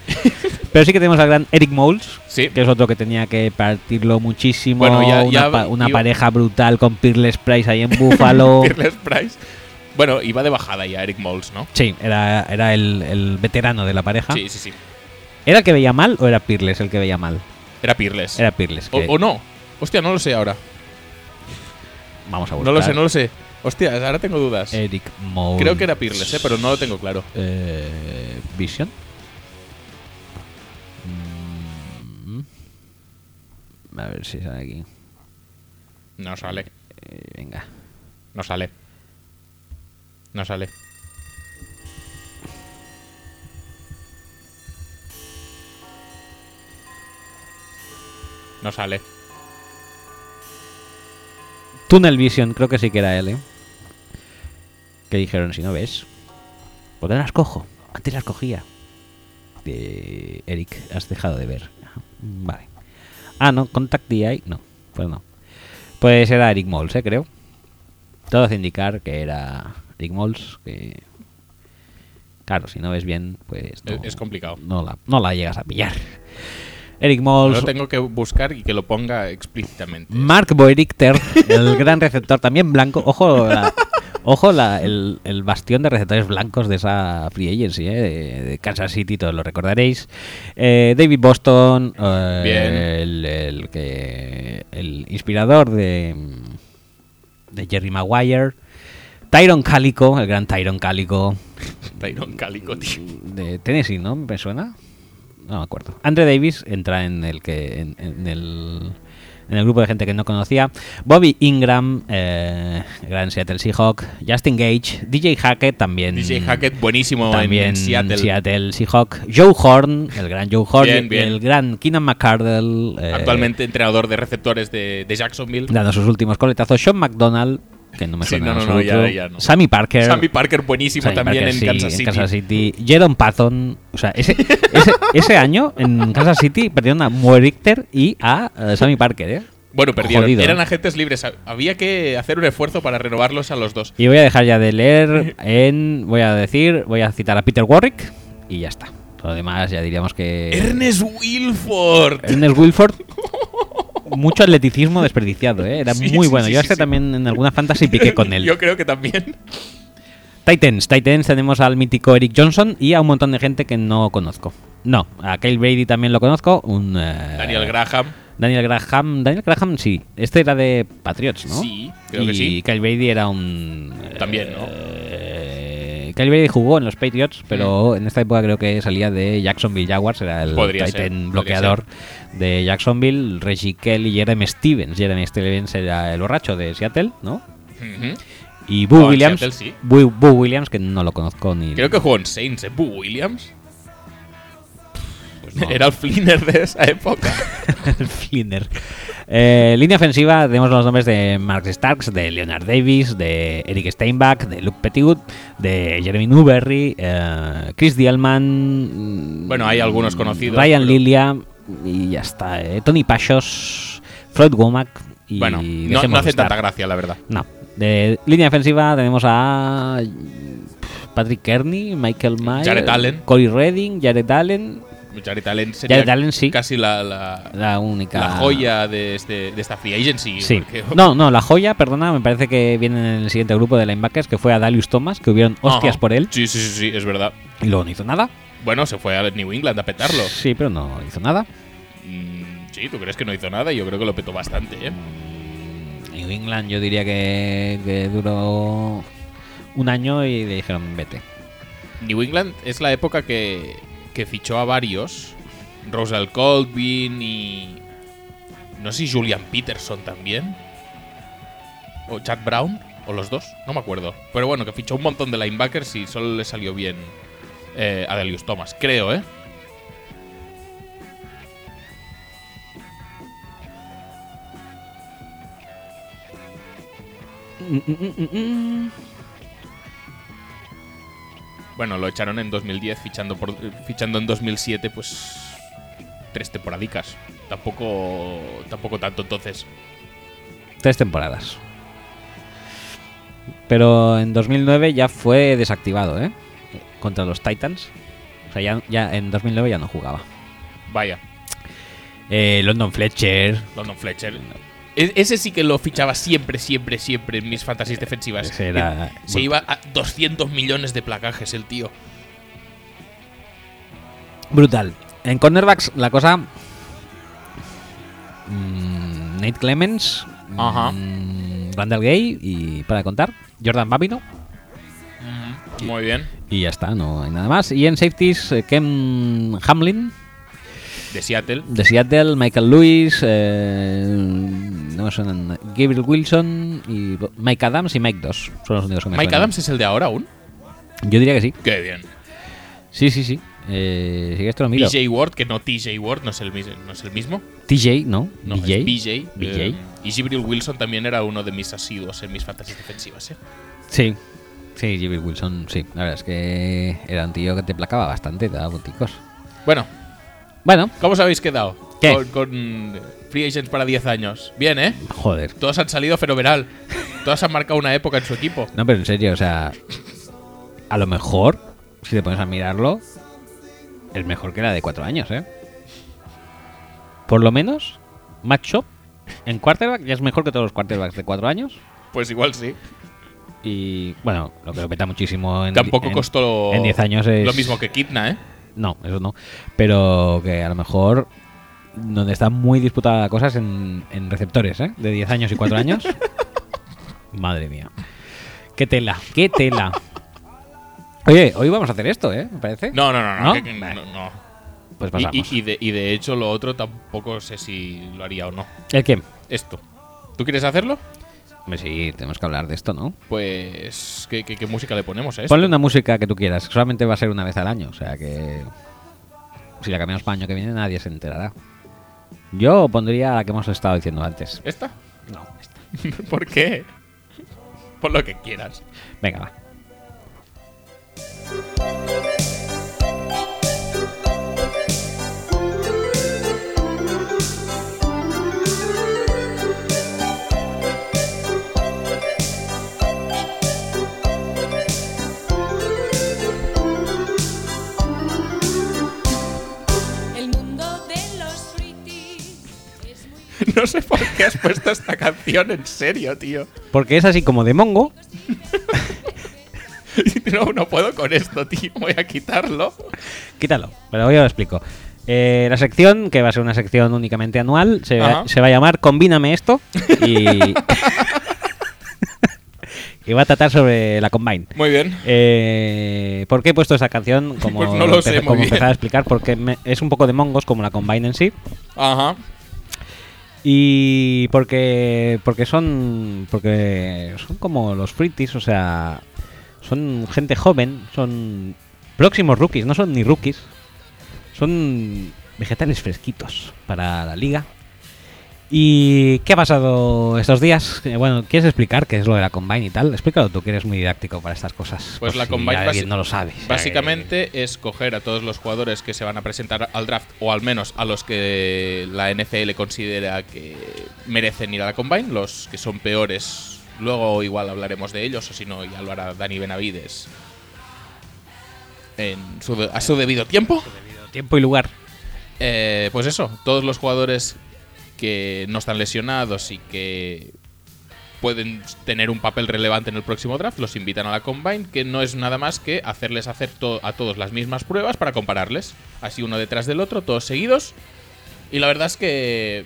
S1: Pero sí que tenemos al gran Eric Moles,
S2: Sí. (laughs)
S1: que es otro que tenía que partirlo muchísimo.
S2: Bueno, ya-
S1: una
S2: ya
S1: pa- una
S2: iba-
S1: pareja brutal con Peerless Price ahí en Buffalo.
S2: (laughs) Peerless Price. Bueno, iba de bajada ya Eric Moles, ¿no?
S1: sí, era, era el, el veterano de la pareja.
S2: Sí, sí, sí.
S1: ¿Era el que veía mal o era Peerless el que veía mal?
S2: Era Peerless.
S1: Era Peerless.
S2: o,
S1: que-
S2: o no. Hostia, no lo sé ahora.
S1: Vamos a
S2: No
S1: buscar.
S2: lo sé, no lo sé. Hostia, ahora tengo dudas.
S1: Eric Moles.
S2: Creo que era Peerless, ¿eh? pero no lo tengo claro.
S1: Eh, Vision. Mm. A ver si sale aquí.
S2: No sale.
S1: Eh, venga.
S2: No sale. No sale. No sale.
S1: Tunnel Vision, creo que sí que era él, ¿eh? Que dijeron, si no ves, pues ahora las cojo. Antes las cogía. Eh, Eric, has dejado de ver. Mm, Vale. Ah, no, Contact DI. No, pues no. Pues era Eric Moles, ¿eh? Creo. Todo hace indicar que era Eric Moles, que... Claro, si no ves bien, pues... no-
S2: Es- es complicado.
S1: No la, no la llegas a pillar. Eric
S2: Lo
S1: Moles,
S2: tengo que buscar y que lo ponga explícitamente.
S1: Mark Boerichter, el gran receptor también blanco. Ojo, la- ojo la- el, el bastión de receptores blancos de esa free agency, ¿eh? de, de Kansas City, todos lo recordaréis. Eh, David Boston, eh,
S2: Bien.
S1: El, el que, el inspirador de, de Jerry Maguire. Tyron Calico, el gran Tyron Calico
S2: (laughs) Tyron Calico, tío.
S1: Mm. de Tennessee, ¿no? ¿Me suena? No me acuerdo. Andre Davis entra en el que en, en el, en el grupo de gente que no conocía. Bobby Ingram, eh, gran Seattle Seahawk. Justin Gage, DJ Hackett también.
S2: DJ Hackett, buenísimo en-
S1: También
S2: en Seattle.
S1: Seahawk. Joe Horn, el gran Joe Horn.
S2: Bien, bien.
S1: El gran Keenan McCardell. eh,
S2: Actualmente entrenador de receptores de, de Jacksonville.
S1: Dando sus últimos coletazos. Sean McDonald, que no me
S2: Sí,
S1: suena
S2: no,
S1: en
S2: no, no, ya-
S1: absoluto.
S2: ya no.
S1: Sammy Parker.
S2: Sammy Parker, buenísimo
S1: Sammy
S2: también
S1: Parker,
S2: en,
S1: sí,
S2: Kansas City.
S1: City. Jerome Patton. O sea, ese, ese, ese año en Kansas City perdieron a Mo Richter y a eh, Sammy Parker, ¿eh?
S2: Bueno, perdieron.
S1: Jodido,
S2: Eran
S1: ¿eh?
S2: agentes libres. Ha- Había que hacer un esfuerzo para renovarlos a los dos.
S1: Y voy a dejar ya de leer en. Voy a decir, voy a citar a Peter Warwick y ya está. Lo demás ya diríamos que.
S2: Ernest Wilford.
S1: Ernest Wilford. Mucho atleticismo desperdiciado, ¿eh? Era
S2: Sí,
S1: muy
S2: sí,
S1: bueno.
S2: sí,
S1: Yo
S2: sí,
S1: hasta
S2: sí.
S1: también en alguna fantasy piqué con él.
S2: (laughs) Yo creo que también.
S1: Titans, Titans tenemos al mítico Eric Johnson y a un montón de gente que no conozco. No, a Kyle Brady también lo conozco. Un, eh,
S2: Daniel Graham.
S1: Daniel Graham. Daniel Graham, sí. Este era de Patriots, ¿no?
S2: Sí, creo
S1: y
S2: que sí.
S1: Kyle Brady era un. eh,
S2: También, ¿no?
S1: eh, Kyle Brady jugó en los Patriots, pero en esta época creo que salía de Jacksonville Jaguars, era el
S2: Podría ser,
S1: Titan
S2: podría
S1: bloqueador de Jacksonville, Reggie Kelly y Jeremy Stevens. Jeremy Stevens era el borracho de Seattle, ¿no?
S2: Ujú.
S1: Y Boo
S2: No, en
S1: Williams.
S2: Seattle sí.
S1: Boo, Boo Williams, que no lo conozco ni.
S2: Creo que jugó en Saints, ¿eh? Boo Williams.
S1: pues no.
S2: (laughs) Era el Flinner de esa época.
S1: (laughs) el Flinder. Eh, línea ofensiva, tenemos los nombres de Mark Starks, de Leonard Davis, de Eric Steinbach, de Luke Pettigut, de Jeremy Newberry, eh, Chris Dielman. mm,
S2: Bueno, hay algunos conocidos,
S1: Ryan
S2: pero-
S1: Lilia, y ya está. eh, Tony Pashos, Floyd Womack. Y
S2: bueno, no,
S1: dejémoslo
S2: no hace
S1: estar.
S2: tanta gracia, la verdad.
S1: No. De línea ofensiva tenemos a pff, Patrick Kearney, Michael Myers,
S2: Jared Allen.
S1: Corey Redding, Jared Allen,
S2: Jared Allen sería
S1: Jared Allen, sí.
S2: casi la, la,
S1: la única
S2: la joya de, este, de esta free agency.
S1: Sí.
S2: porque- (laughs)
S1: No, no, la joya, perdona, me parece que viene en el siguiente grupo de linebackers, que fue a Dalius Thomas, que hubieron hostias
S2: Ajá.
S1: por él
S2: Sí, sí, sí, sí, es verdad.
S1: y luego no hizo nada.
S2: Bueno, se fue a New England a petarlo.
S1: Sí, pero no hizo nada.
S2: Mm, sí, ¿tú crees que no hizo nada? Yo creo que lo petó bastante, ¿eh?
S1: Mm.
S2: Mm.
S1: New England yo diría que, que duró un año y le dijeron vete.
S2: New England es la época que, que fichó a varios. Rosal Colvin y. No sé si Julian Peterson también. O Chad Brown. O los dos. No me acuerdo. Pero bueno, que fichó un montón de linebackers y solo le salió bien eh, a Delius Thomas. Creo, ¿eh?
S1: Mm, mm, mm, mm, mm.
S2: Bueno, lo echaron en 2010, fichando, por, fichando en 2007, pues. Tres temporadicas. Tampoco, tampoco tanto entonces.
S1: Tres temporadas. Pero en 2009 ya fue desactivado, ¿eh? Contra los Titans. O sea, ya, ya en 2009 ya no jugaba.
S2: Vaya,
S1: Eh, London Fletcher.
S2: London Fletcher. E- ese sí que lo fichaba siempre, siempre, siempre en mis fantasías defensivas.
S1: Ese era-
S2: Se iba a 200 millones de placajes el tío.
S1: Brutal. En cornerbacks la cosa... mm, Nate Clemens.
S2: Ajá.
S1: mm, Randall Gay y para de contar. Jordan Babino.
S2: Muy bien.
S1: Y ya está, no hay nada más. Y en safeties, eh, Ken Hamlin,
S2: De Seattle.
S1: de Seattle, Michael Lewis, eh, no me suenan, Gabriel Wilson, y Bo- Mike Adams y Mike 2. Son los únicos que me
S2: Mike
S1: suenan.
S2: Adams es el de ahora aún.
S1: Yo diría que sí.
S2: Qué bien.
S1: Sí, sí, sí. Eh, sí que esto lo miro.
S2: BJ Ward, que no TJ Ward, no es el, mis- no es el mismo.
S1: TJ, ¿no?
S2: No,
S1: BJ.
S2: es BJ.
S1: BJ.
S2: eh, y Gibril Wilson también era uno de mis asiduos en mis fantasías defensivas. ¿eh?
S1: Sí. Sí, Gabriel Wilson, sí. La verdad es que era un tío que te placaba bastante, te daba punticos.
S2: Bueno,
S1: Bueno,
S2: ¿cómo os habéis quedado?
S1: ¿Qué?
S2: Con, con eh, Free Agents para 10 años. Bien, ¿eh?
S1: joder.
S2: Todos han salido fenomenal. Todas han marcado una época en su equipo.
S1: No, pero en serio, o sea, a lo mejor, si te pones a mirarlo, es mejor que la de cuatro años, ¿eh? Por lo menos, Macho en quarterback ya es mejor que todos los quarterbacks de cuatro años.
S2: Pues igual sí.
S1: Y bueno, lo que lo peta muchísimo en.
S2: Tampoco
S1: en-
S2: costó lo,
S1: En 10 años es.
S2: lo mismo que Kidna, ¿eh?
S1: No, eso no. Pero que a lo mejor. Donde está muy disputada la cosa es en, en receptores, ¿eh? De 10 años y 4 años. (laughs) Madre mía. Qué tela, qué tela. Oye, hoy vamos a hacer esto, ¿eh? Me parece.
S2: No, no, no, no.
S1: ¿No?
S2: que- que- no,
S1: Vale.
S2: no.
S1: Pues
S2: Y-
S1: pasamos.
S2: Y, y de, y de hecho lo otro tampoco sé si lo haría o no.
S1: ¿El qué?
S2: Esto. ¿Tú quieres hacerlo?
S1: Hombre, sí, tenemos que hablar de esto, ¿no?
S2: Pues. ¿Qué, qué- qué música le ponemos a esto?
S1: Ponle una música que tú quieras. Solamente va a ser una vez al año, o sea que. Si la cambiamos para el año que viene, nadie se enterará. Yo pondría la que hemos estado diciendo antes.
S2: ¿Esta? (laughs)
S1: No,
S2: ¿Por qué? Por lo que quieras. (laughs)
S1: Venga, va.
S5: El mundo de los frikis es muy
S2: No sé por qué has puesto esta canción en serio, tío. (laughs)
S1: Porque es así como de mongo.
S2: No, no puedo con esto, tío. Voy a quitarlo.
S1: Quítalo, pero yo lo explico. Eh, la sección, que va a ser una sección únicamente anual, se, va,
S2: Ajá.
S1: se va a llamar Combíname esto
S2: (laughs)
S1: y, (laughs) y va a tratar sobre la Combine.
S2: Muy bien.
S1: Eh, ¿Por qué he puesto esta canción? Como,
S2: (laughs) Pues no lo
S1: empe-
S2: sé, muy
S1: como
S2: bien.
S1: empezaba a explicar, porque me- es un poco de mongos como la Combine en sí.
S2: Ajá.
S1: Y porque porque son porque son como los Frittis, o sea, son gente joven, son próximos rookies, no son ni rookies. Son vegetales fresquitos para la liga. ¿Y qué ha pasado estos días? Eh, Bueno, ¿quieres explicar qué es lo de la Combine y tal? Explícalo tú, que eres muy didáctico para estas cosas.
S2: Pues
S1: por
S2: la
S1: si
S2: Combine
S1: alguien
S2: basi-
S1: no lo sabe. O sea,
S2: Básicamente es coger a todos los jugadores que se van a presentar al draft, o al menos a los que la NFL considera que merecen ir a la Combine, los que son peores. Luego igual hablaremos de ellos, o si no, ya lo hará Dani Benavides en su de- a su debido tiempo.
S1: que Tiempo y lugar.
S2: Eh, pues eso, todos los jugadores que no están lesionados y que pueden tener un papel relevante en el próximo draft, los invitan a la Combine, que no es nada más que hacerles hacer to- a todos las mismas pruebas para compararles, así uno detrás del otro, todos seguidos. Y la verdad es que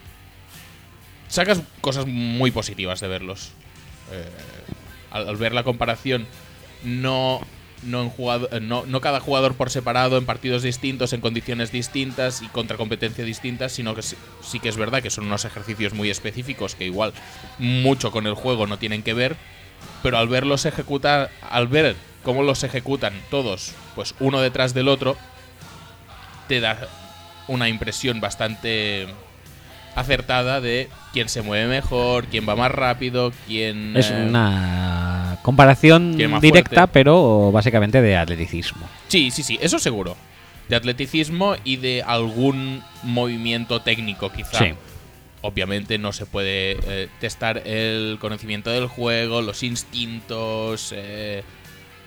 S2: sacas cosas muy positivas de verlos. Eh, al, al ver la comparación, no, no, en jugado- eh, no, no cada jugador por separado, en partidos distintos, en condiciones distintas y contra competencia distintas, sino que sí, sí que es verdad que son unos ejercicios muy específicos que igual mucho con el juego no tienen que ver, pero al verlos ejecutar, al ver cómo los ejecutan todos, pues uno detrás del otro, te da una impresión bastante acertada de quién se mueve mejor, quién va más rápido, quién...
S1: Es
S2: eh,
S1: una comparación
S2: ¿Quién más
S1: directa,
S2: fuerte?
S1: pero básicamente de atleticismo.
S2: Sí, sí, sí, eso seguro. De atleticismo y de algún movimiento técnico, quizá.
S1: Sí.
S2: Obviamente no se puede eh, testar el conocimiento del juego, los instintos, eh,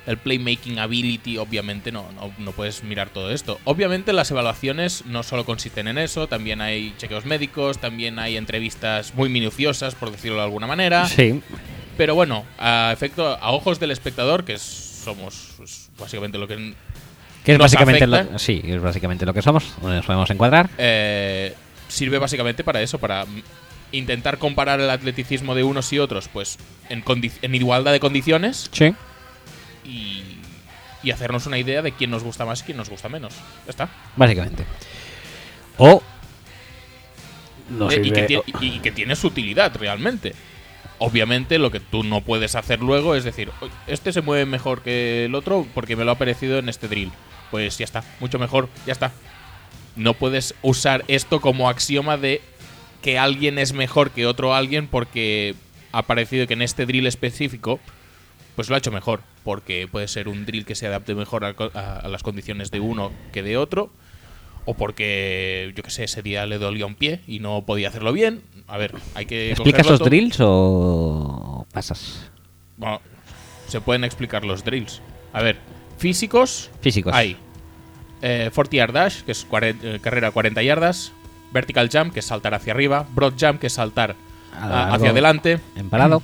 S2: el playmaking ability, obviamente no, no, no puedes mirar todo esto. Obviamente las evaluaciones no solo consisten en eso, también hay chequeos médicos, también hay entrevistas muy minuciosas, por decirlo de alguna manera.
S1: Sí.
S2: Pero bueno, a efecto, a ojos del espectador, que es- somos pues, básicamente lo que
S1: Que es
S2: Nos
S1: básicamente,
S2: afecta.
S1: lo, sí, es básicamente lo que somos, donde nos podemos encuadrar.
S2: eh, sirve básicamente para eso, para mm, intentar comparar el atleticismo de unos y otros, pues en, condi- en igualdad de condiciones
S1: Sí.
S2: y, y hacernos una idea de quién nos gusta más y quién nos gusta menos. Ya está.
S1: Básicamente. O. No
S2: Eh, y, que
S1: sirve-
S2: tie- y- y que tiene su utilidad realmente. Obviamente lo que tú no puedes hacer luego es decir, "Oy, este se mueve mejor que el otro porque me lo ha parecido en este drill. Pues ya está, mucho mejor, ya está. No puedes usar esto como axioma de que alguien es mejor que otro alguien porque ha parecido que en este drill específico pues lo ha hecho mejor, porque puede ser un drill que se adapte mejor al co- a, a las condiciones de uno que de otro, o porque, yo que sé, ese día le dolía un pie y no podía hacerlo bien. A ver, hay que...
S1: ¿Explicas
S2: cogerlo
S1: los
S2: todo.
S1: drills o pasas?
S2: Bueno, se pueden explicar los drills. A ver, físicos...
S1: Físicos.
S2: Hay eh, 40 yard dash, que es cuare- eh, carrera a 40 yardas, vertical jump, que es saltar hacia arriba, broad jump, que es saltar
S1: A
S2: ah,
S1: largo.
S2: hacia adelante,
S1: En parado.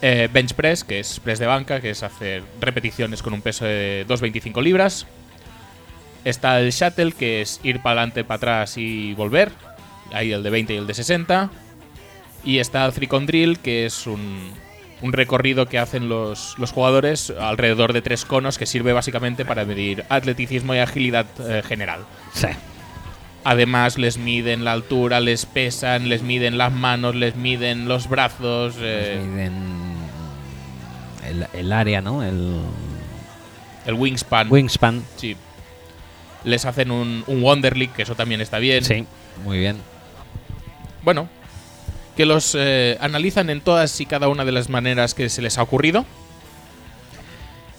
S2: Eh, bench press, que es press de banca, que es hacer repeticiones con un peso de 2,25 libras. Está el shuttle, que es ir para adelante, para atrás y volver. Hay el de 20 y el de 60. Y está el three con drill, que es un, un recorrido que hacen los, los jugadores alrededor de tres conos, que sirve básicamente para medir atleticismo y agilidad eh, general.
S1: Sí.
S2: Además, les miden la altura, les pesan, les miden las manos, les miden los brazos. eh,
S1: Miden el, el área, ¿no? El
S2: el wingspan.
S1: wingspan.
S2: Sí. Les hacen un, un Wonder League, que eso también está bien.
S1: Sí, muy bien.
S2: Bueno, que los eh, analizan en todas y cada una de las maneras que se les ha ocurrido.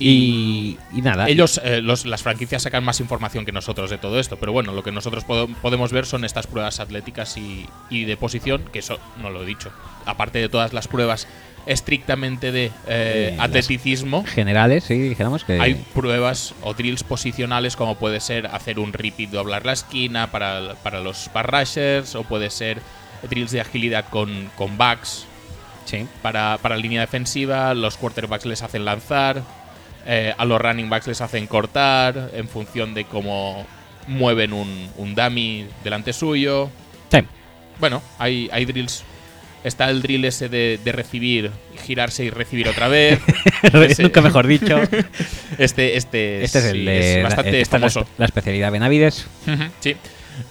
S1: Y, y nada.
S2: Ellos, eh, los- las franquicias sacan más información que nosotros de todo esto, pero bueno, lo que nosotros podo- podemos ver son estas pruebas atléticas y, y de posición, que eso no lo he dicho. Aparte de todas las pruebas estrictamente de eh,
S1: Eh, las-
S2: atleticismo,
S1: generales, ¿eh? sí, dijéramos que.
S2: Hay pruebas o drills posicionales como puede ser hacer un rip y doblar la esquina para, para los bar rushers o puede ser drills de agilidad con, con backs
S1: sí.
S2: para, para línea defensiva, los quarterbacks les hacen lanzar, eh, a los running backs les hacen cortar en función de cómo mueven un, un dummy delante suyo.
S1: Sí. (laughs)
S2: Bueno, hay, hay drills. Está el drill ese de, de recibir, girarse y recibir
S1: (laughs)
S2: otra vez. Ese-
S1: Nunca mejor
S2: (laughs)
S1: dicho.
S2: este, este,
S1: Este es el
S2: sí,
S1: de.
S2: es
S1: la-
S2: bastante
S1: esta es la
S2: famoso.
S1: espe- La especialidad Benavides.
S2: sí.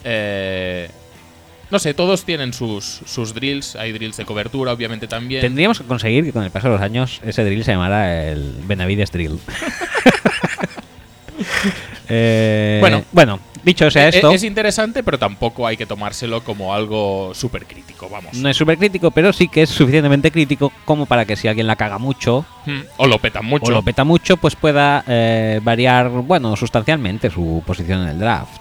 S2: Eh, no sé, todos tienen sus, sus drills. Hay drills de cobertura, obviamente también.
S1: Tendríamos que conseguir que con el paso de los años ese drill se llamara el Benavides
S2: (laughs)
S1: Drill. Eh,
S2: Bueno.
S1: bueno, dicho sea
S2: E-
S1: esto,
S2: Es interesante, pero tampoco hay que tomárselo como algo súper crítico, vamos.
S1: no es súper crítico, pero sí que es suficientemente crítico como para que si alguien la caga mucho
S2: Mm, O lo petan mucho.
S1: o lo peta mucho, pues pueda eh, variar, bueno, sustancialmente su posición en el draft.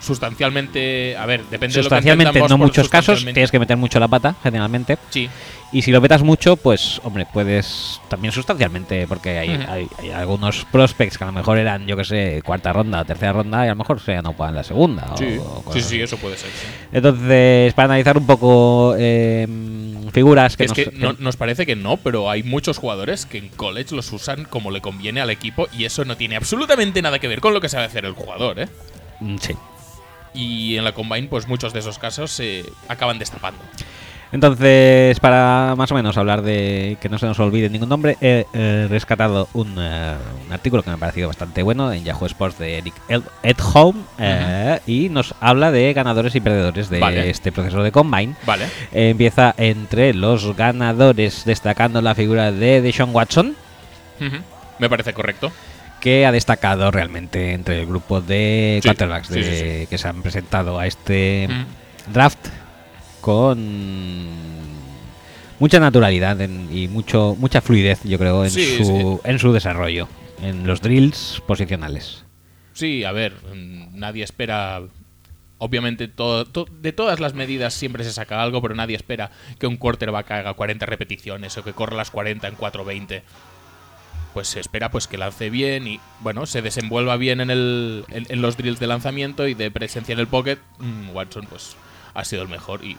S2: sustancialmente, a ver, depende de lo que
S1: Sustancialmente,
S2: entendamos
S1: no
S2: por
S1: muchos casos, tienes
S2: sustancialmente.
S1: que meter mucho la pata, generalmente.
S2: Sí,
S1: Y si lo petas mucho, pues, hombre, puedes también sustancialmente, porque hay,
S2: Ujú.
S1: hay- hay algunos prospects que a lo mejor eran, yo que sé, cuarta ronda, tercera ronda, y a lo mejor se anopan en la segunda. o
S2: sí, sí,
S1: cosas
S2: sí,
S1: así.
S2: eso puede ser. sí.
S1: Entonces, para analizar un poco eh, mm, figuras que,
S2: es
S1: nos-
S2: que no- nos parece que no, pero hay muchos jugadores que en college los usan como le conviene al equipo y eso no tiene absolutamente nada que ver con lo que sabe hacer el jugador, ¿eh?
S1: Mm, Sí.
S2: Y en la Combine, pues muchos de esos casos se acaban destapando.
S1: Entonces, para más o menos hablar de que no se nos olvide ningún nombre, he eh, rescatado un, eh, un artículo que me ha parecido bastante bueno en Yahoo Sports de Eric Ed- Edholm eh, y nos habla de ganadores y perdedores de
S2: Vale.
S1: este proceso de Combine.
S2: Vale.
S1: Eh, empieza entre los ganadores destacando la figura de Deshaun Watson,
S2: Ujú. Me parece correcto.
S1: que ha destacado realmente entre el grupo de
S2: Sí,
S1: quarterbacks
S2: sí,
S1: de-
S2: sí,
S1: que se han presentado a este
S2: Mm.
S1: draft con mucha naturalidad en- y mucho mucha fluidez, yo creo, en,
S2: Sí,
S1: su, en su desarrollo, en los drills posicionales.
S2: Sí, a ver, mm, nadie espera Obviamente, todo- to- de todas las medidas siempre se saca algo, pero nadie espera que un quarterback haga 40 repeticiones o que corra las 40 en 4.20. Pues se espera pues que lance bien y, bueno, se desenvuelva bien en, el, en, en los drills de lanzamiento y de presencia en el pocket. Mm, Watson, pues, ha sido el mejor y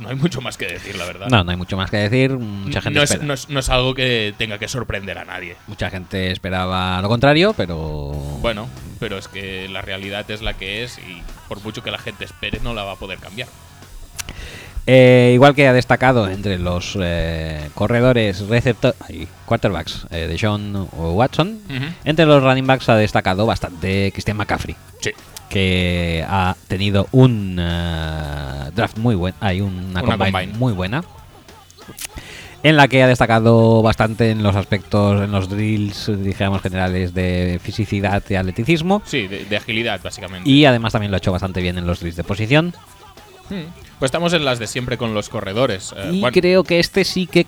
S2: no hay mucho más que decir, la verdad.
S1: No, no hay mucho más que decir. Mucha gente,
S2: No es-
S1: espera-
S2: no es- no es algo que tenga que sorprender a nadie.
S1: mucha gente esperaba lo contrario, pero.
S2: Bueno, pero es que la realidad es la que es y por mucho que la gente espere no la va a poder cambiar.
S1: Eh, igual que ha destacado entre los eh, corredores, receptores, quarterbacks eh, de Sean Watson,
S2: Ujú.
S1: entre los running backs ha destacado bastante Christian McCaffrey,
S2: Sí.
S1: que ha tenido un eh, draft muy bueno, hay una,
S2: Una
S1: combine
S2: combine.
S1: muy buena, en la que ha destacado bastante en los aspectos, en los drills, digamos, generales de fisicidad y atleticismo,
S2: Sí, de, de agilidad, básicamente.
S1: y además también lo ha hecho bastante bien en los drills de posición.
S2: Mm. Pues estamos en las de siempre con los corredores. Eh,
S1: Y
S2: bueno,
S1: creo que este sí que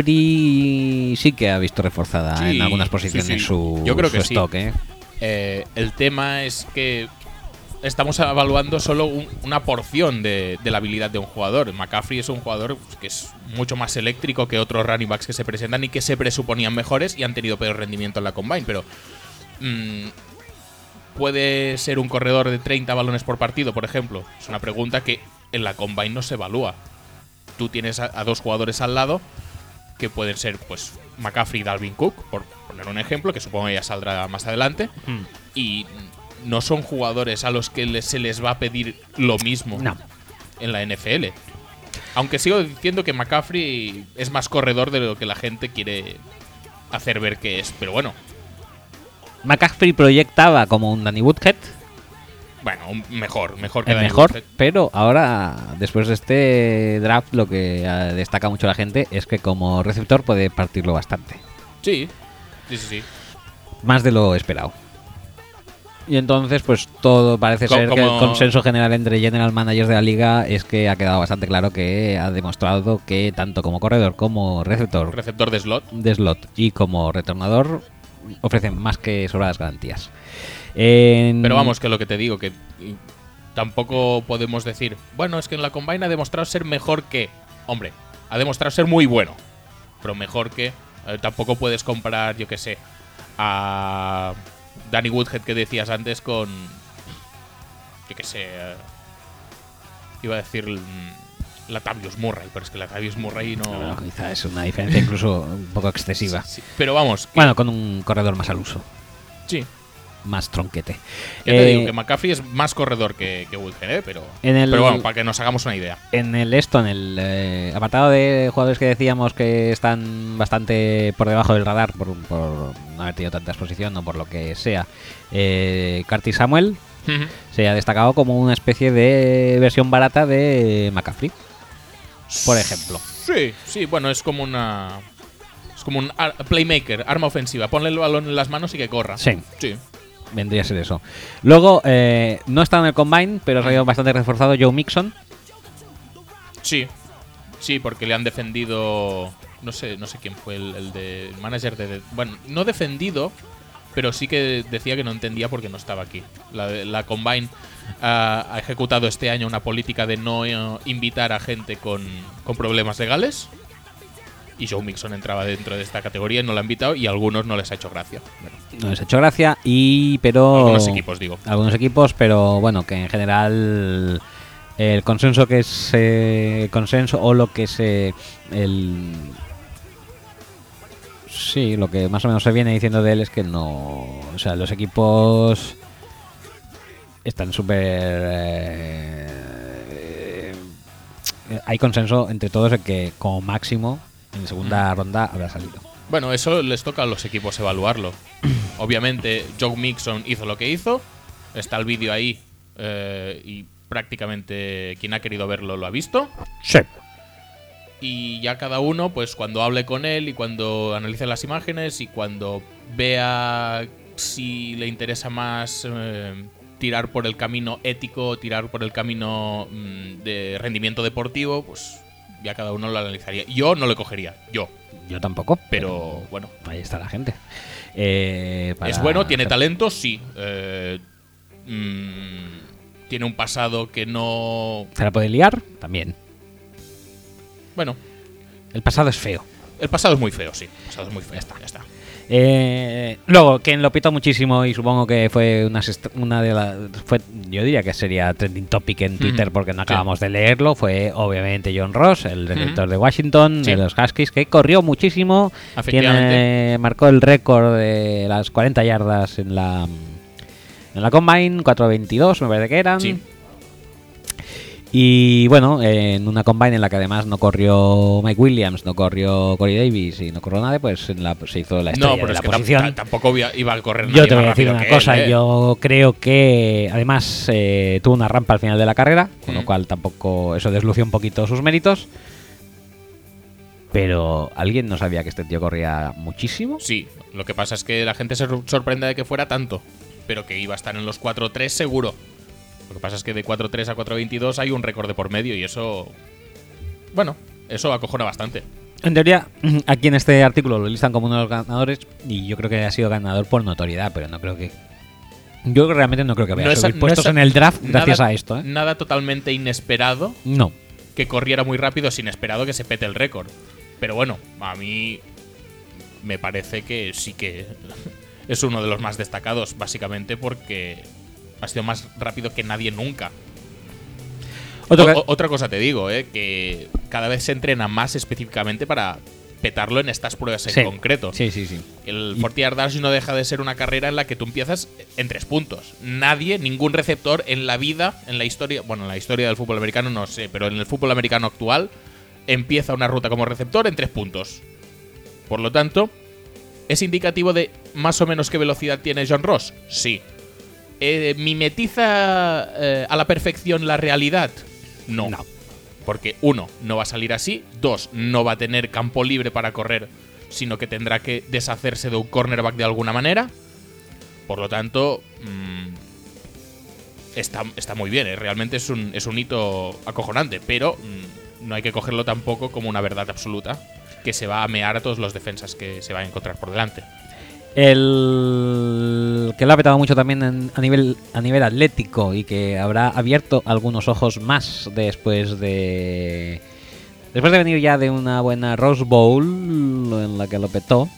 S1: McCaffrey sí que ha visto reforzada
S2: Sí,
S1: en algunas
S2: sí,
S1: posiciones
S2: sí.
S1: su,
S2: Yo creo que
S1: su
S2: sí.
S1: stock, ¿eh?
S2: eh, el tema es que estamos evaluando solo un- una porción de, de la habilidad de un jugador. McCaffrey es un jugador que es mucho más eléctrico que otros running backs que se presentan y que se presuponían mejores y han tenido peor rendimiento en la combine, pero mm, ¿Puede ser un corredor de 30 balones por partido, por ejemplo? Es una pregunta que en la combine no se evalúa. Tú tienes a, a dos jugadores al lado que pueden ser, pues, McCaffrey y Dalvin Cook, por poner un ejemplo, que supongo que ya saldrá más adelante. Y no son jugadores a los que le- se les va a pedir lo mismo
S1: No.
S2: en la NFL. Aunque sigo diciendo que McCaffrey es más corredor de lo que la gente quiere hacer ver que es. Pero bueno,
S1: McCaffrey proyectaba como un Danny Woodhead,
S2: bueno, un- mejor, mejor que
S1: el
S2: Daniel
S1: mejor,
S2: Woodhead.
S1: pero ahora después de este draft lo que eh, destaca mucho la gente es que como receptor puede partirlo bastante,
S2: Sí, sí, sí. sí.
S1: más de lo esperado. Y entonces, pues todo parece
S2: Co-
S1: ser que el
S2: como-
S1: consenso general entre general managers de la liga es que ha quedado bastante claro que ha demostrado que tanto como corredor como receptor
S2: Receptor de slot.
S1: de slot y como retornador ofrecen más que sobradas garantías. En-
S2: Pero vamos, que lo que te digo, que y, tampoco podemos decir, bueno, es que en la combine ha demostrado ser mejor que. Hombre, ha demostrado ser muy bueno. Pero mejor que. eh, tampoco puedes comparar, yo qué sé, a Danny Woodhead que decías antes con. Yo qué sé. eh, iba a decir. mm, Latavius Murray, pero es que Latavius Murray
S1: Bueno,
S2: no.
S1: quizá es una diferencia incluso un poco excesiva.
S2: Sí, pero vamos, que-
S1: Bueno, con un corredor más al uso,
S2: sí.
S1: más tronquete.
S2: Ya te
S1: Eh,
S2: digo que McCaffrey es más corredor que, que Woodhead, ¿eh? pero,
S1: En el-
S2: pero bueno, para que nos hagamos una idea.
S1: en el esto, en el eh, apartado de jugadores que decíamos que están bastante por debajo del radar por, por no haber tenido tanta exposición o por lo que sea, eh, Curtis Samuel se ha destacado como una especie de versión barata de McCaffrey, por ejemplo.
S2: Sí, sí, bueno, es como una. Es como un ar- playmaker, arma ofensiva. Ponle el balón en las manos y que corra.
S1: Sí.
S2: Sí.
S1: Vendría a ser eso. Luego, eh, no está en el Combine, pero ha salido bastante reforzado Joe Mixon.
S2: Sí. Sí, porque le han defendido. No sé, no sé quién fue el, el de el manager de, de- Bueno, no defendido, pero sí que decía que no entendía porque no estaba aquí. La, la Combine ah, ha ejecutado este año una política de no eh, invitar a gente con, con problemas legales. Y Joe Mixon entraba dentro de esta categoría y no la ha invitado y a algunos no les ha hecho gracia. Bueno,
S1: No les ha hecho gracia, y pero...
S2: algunos equipos, digo.
S1: Algunos equipos, pero bueno, que en general el consenso que se... Consenso o lo que se... El, sí, lo que más o menos se viene diciendo de él es que no... O sea, los equipos están súper... eh, hay consenso entre todos en que como máximo en la segunda ronda habrá salido.
S2: Bueno, eso les toca a los equipos evaluarlo. (clears throat) Obviamente, Joe Mixon hizo lo que hizo. Está el vídeo ahí eh, y prácticamente quien ha querido verlo lo ha visto.
S1: Sí.
S2: Y ya cada uno, pues cuando hable con él y cuando analice las imágenes y cuando vea si le interesa más eh, tirar por el camino ético o tirar por el camino mm, de rendimiento deportivo, pues ya cada uno lo analizaría. Yo no lo cogería, yo.
S1: Yo tampoco,
S2: Pero bueno,
S1: Ahí está la gente. Eh, para-
S2: ¿Es bueno? ¿Tiene talento? Sí. Eh, mm, tiene un pasado que no.
S1: ¿Se la puede liar? También.
S2: Bueno,
S1: El pasado es feo.
S2: el pasado es muy feo, sí. El pasado es muy feo. Ya está, ya está.
S1: Eh, luego, quien lo pitó muchísimo y supongo que fue una, sest- una de las. fue- Yo diría que sería trending topic en Twitter
S2: Mm,
S1: porque
S2: sí.
S1: no acabamos de leerlo. Fue obviamente John Ross, el receptor
S2: Ujú.
S1: de Washington,
S2: Sí.
S1: de los Huskies, que corrió muchísimo. Quien
S2: Efectivamente.
S1: eh, marcó el récord de las 40 yardas en la. En la Combine, 4.22 me parece que eran.
S2: Sí.
S1: Y bueno, eh, en una combine en la que además no corrió Mike Williams, no corrió Corey Davis y no corrió nadie, pues en la, se hizo la estrella
S2: No, pero
S1: de
S2: es
S1: la
S2: que tam-
S1: posición.
S2: ta- tampoco iba- iba a correr nadie
S1: Yo te voy a
S2: más
S1: decir
S2: rápido
S1: una
S2: que
S1: cosa,
S2: él, ¿eh?
S1: yo creo que además eh, tuvo una rampa al final de la carrera, con lo
S2: Mm.
S1: cual tampoco eso deslució un poquito sus méritos. Pero alguien no sabía que este tío corría muchísimo.
S2: Sí, lo que pasa es que la gente se sorprende de que fuera tanto, pero que iba a estar en los 4-3 seguro. Lo que pasa es que de 4-3 a 4-22 hay un récord de por medio y eso. Bueno, eso acojona bastante.
S1: En teoría, (clears throat) aquí en este artículo lo listan como uno de los ganadores y yo creo que ha sido ganador por notoriedad, pero no creo que... Yo realmente no creo que vaya
S2: No
S1: a
S2: es-
S1: subir
S2: no
S1: puestos
S2: es-
S1: en el draft
S2: nada-
S1: gracias a esto, ¿eh?
S2: Nada totalmente inesperado
S1: No.
S2: que corriera muy rápido, es inesperado que se pete el récord. Pero bueno, a mí me parece que sí que (laughs) es uno de los más destacados, básicamente porque ha sido más rápido que nadie nunca.
S1: Otro
S2: O-
S1: que-
S2: o- otra cosa te digo, eh, que cada vez se entrena más específicamente para petarlo en estas pruebas en
S1: Sí.
S2: concreto.
S1: Sí, sí, sí.
S2: El
S1: Y-
S2: 40 Yard Dash no deja de ser una carrera en la que tú empiezas en tres puntos. Nadie, ningún receptor en la vida, en la historia, bueno, en la historia del fútbol americano no sé, pero en el fútbol americano actual empieza una ruta como receptor en tres puntos. Por lo tanto, ¿es indicativo de más o menos qué velocidad tiene John Ross? Sí. Eh, ¿Mimetiza eh, a la perfección la realidad? No.
S1: No.
S2: Porque uno, no va a salir así. Dos, no va a tener campo libre para correr, sino que tendrá que deshacerse de un cornerback de alguna manera. Por lo tanto, mm, está, está muy bien. ¿eh? Realmente es un, es un hito acojonante, pero mm, no hay que cogerlo tampoco como una verdad absoluta que se va a mear a todos los defensas que se va a encontrar por delante.
S1: El que lo ha petado mucho también en- a, nivel, a nivel atlético y que habrá abierto algunos ojos más después de. Después de venir ya de una buena Rose Bowl en la que lo petó,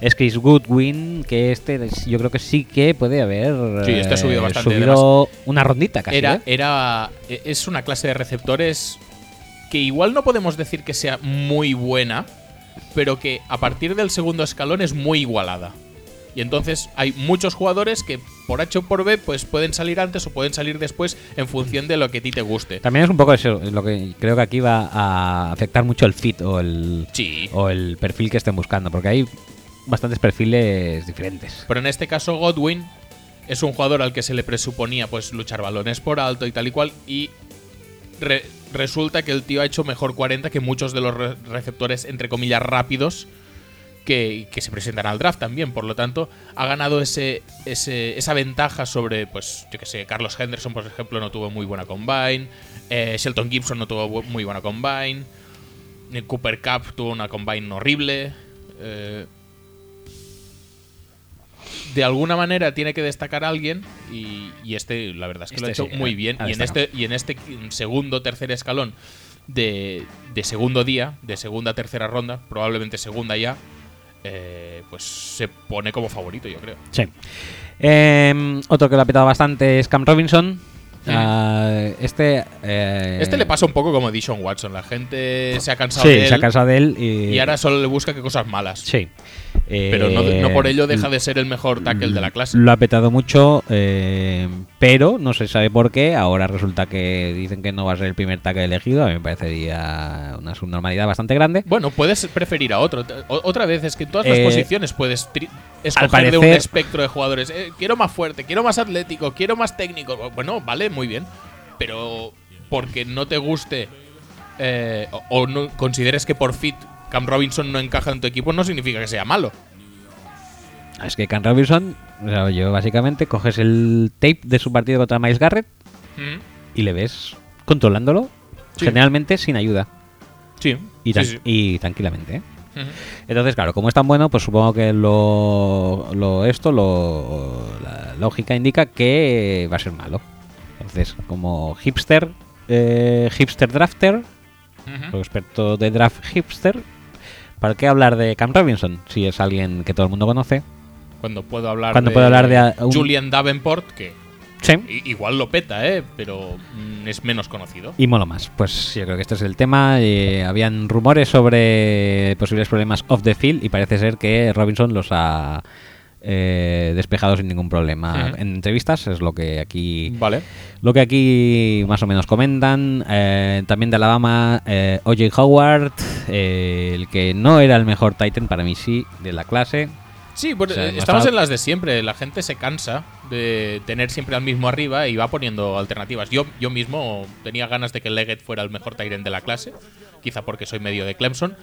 S1: es Chris Goodwin, que este es- yo creo que sí que puede haber
S2: Sí, este ha subido
S1: eh,
S2: bastante,
S1: subido una rondita casi.
S2: era,
S1: ¿eh?
S2: era, e- es una clase de receptores que igual no podemos decir que sea muy buena, pero que a partir del segundo escalón es muy igualada. Y entonces hay muchos jugadores que por H o por B pues pueden salir antes o pueden salir después en función de lo que a ti te guste.
S1: También es un poco eso, lo que creo que aquí va a afectar mucho el fit o el,
S2: Sí.
S1: o el perfil que estén buscando, porque hay bastantes perfiles diferentes.
S2: Pero en este caso Godwin es un jugador al que se le presuponía pues luchar balones por alto y tal y cual y re- resulta que el tío ha hecho mejor 40 que muchos de los re- receptores entre comillas rápidos que, que se presentan al draft también, por lo tanto ha ganado ese, ese- esa ventaja sobre pues yo que sé, Carlos Henderson por ejemplo no tuvo muy buena combine, eh, Shelton Gibson no tuvo bu- muy buena combine, eh, Cooper Cup tuvo una combine horrible, eh, de alguna manera tiene que destacar a alguien y, y este la verdad es que lo ha
S1: Este
S2: hecho
S1: sí,
S2: muy
S1: ha-
S2: bien
S1: ha
S2: y en
S1: destacado.
S2: este y en este segundo tercer escalón de, de segundo día de segunda tercera ronda probablemente segunda ya eh, pues se pone como favorito yo creo
S1: Sí. Eh, otro que lo ha petado bastante es Cam Robinson.
S2: Sí.
S1: Ah, este. eh,
S2: este le pasa un poco como a Dishon Watson la gente se ha cansado
S1: Sí,
S2: de él
S1: se ha cansado de él. Y,
S2: y ahora solo le busca que cosas malas
S1: Sí. Eh,
S2: pero no, no por ello deja de ser el mejor tackle
S1: Mm,
S2: de la clase
S1: Lo ha petado mucho, eh, pero no se sabe por qué. Ahora resulta que dicen que no va a ser el primer tackle elegido. A mí me parecería una subnormalidad bastante grande.
S2: Bueno, puedes preferir a otro. Te- o- Otra vez, es que en todas las
S1: Eh,
S2: posiciones puedes tri- escoger de un
S1: parecer-
S2: espectro de jugadores. Eh, quiero más fuerte, quiero más atlético, quiero más técnico. Bueno, vale, muy bien. Pero porque no te guste eh, o, o no consideres que por fit Cam Robinson no encaja en tu equipo, no significa que sea malo.
S1: Es que Cam Robinson, o sea, yo básicamente coges el tape de su partido contra Miles Garrett
S2: Mm,
S1: y le ves controlándolo,
S2: Sí.
S1: generalmente sin ayuda.
S2: Sí.
S1: y,
S2: sí,
S1: tran-
S2: sí.
S1: y tranquilamente. ¿eh?
S2: Ujú.
S1: Entonces, claro, como es tan bueno, pues supongo que lo, lo- esto, lo, la lógica indica que va a ser malo. entonces como hipster, eh, hipster drafter,
S2: Ujú.
S1: o experto de draft hipster, ¿para qué hablar de Cam Robinson? Si es alguien que todo el mundo conoce.
S2: Cuando puedo hablar
S1: Cuando
S2: de,
S1: puedo hablar de a- un-
S2: Julian Davenport, que
S1: Sí.
S2: i- igual lo peta, ¿eh? Pero mm, es menos conocido.
S1: Y molo más. Pues yo creo que este es el tema. Eh, habían rumores sobre posibles problemas off the field y parece ser que Robinson los ha eh, despejado sin ningún problema.
S2: Ujú.
S1: En entrevistas es lo que aquí
S2: Vale.
S1: lo que aquí más o menos comentan. Eh, también de Alabama, eh, OJ Howard, eh, el que no era el mejor Titan, para mí sí, de la clase.
S2: Sí, bueno,
S1: O sea,
S2: eh,
S1: no
S2: estamos
S1: está-
S2: en las de siempre. La gente se cansa de tener siempre al mismo arriba y va poniendo alternativas. Yo, yo mismo tenía ganas de que Leggett fuera el mejor Tyrant de la clase, quizá porque soy medio de Clemson,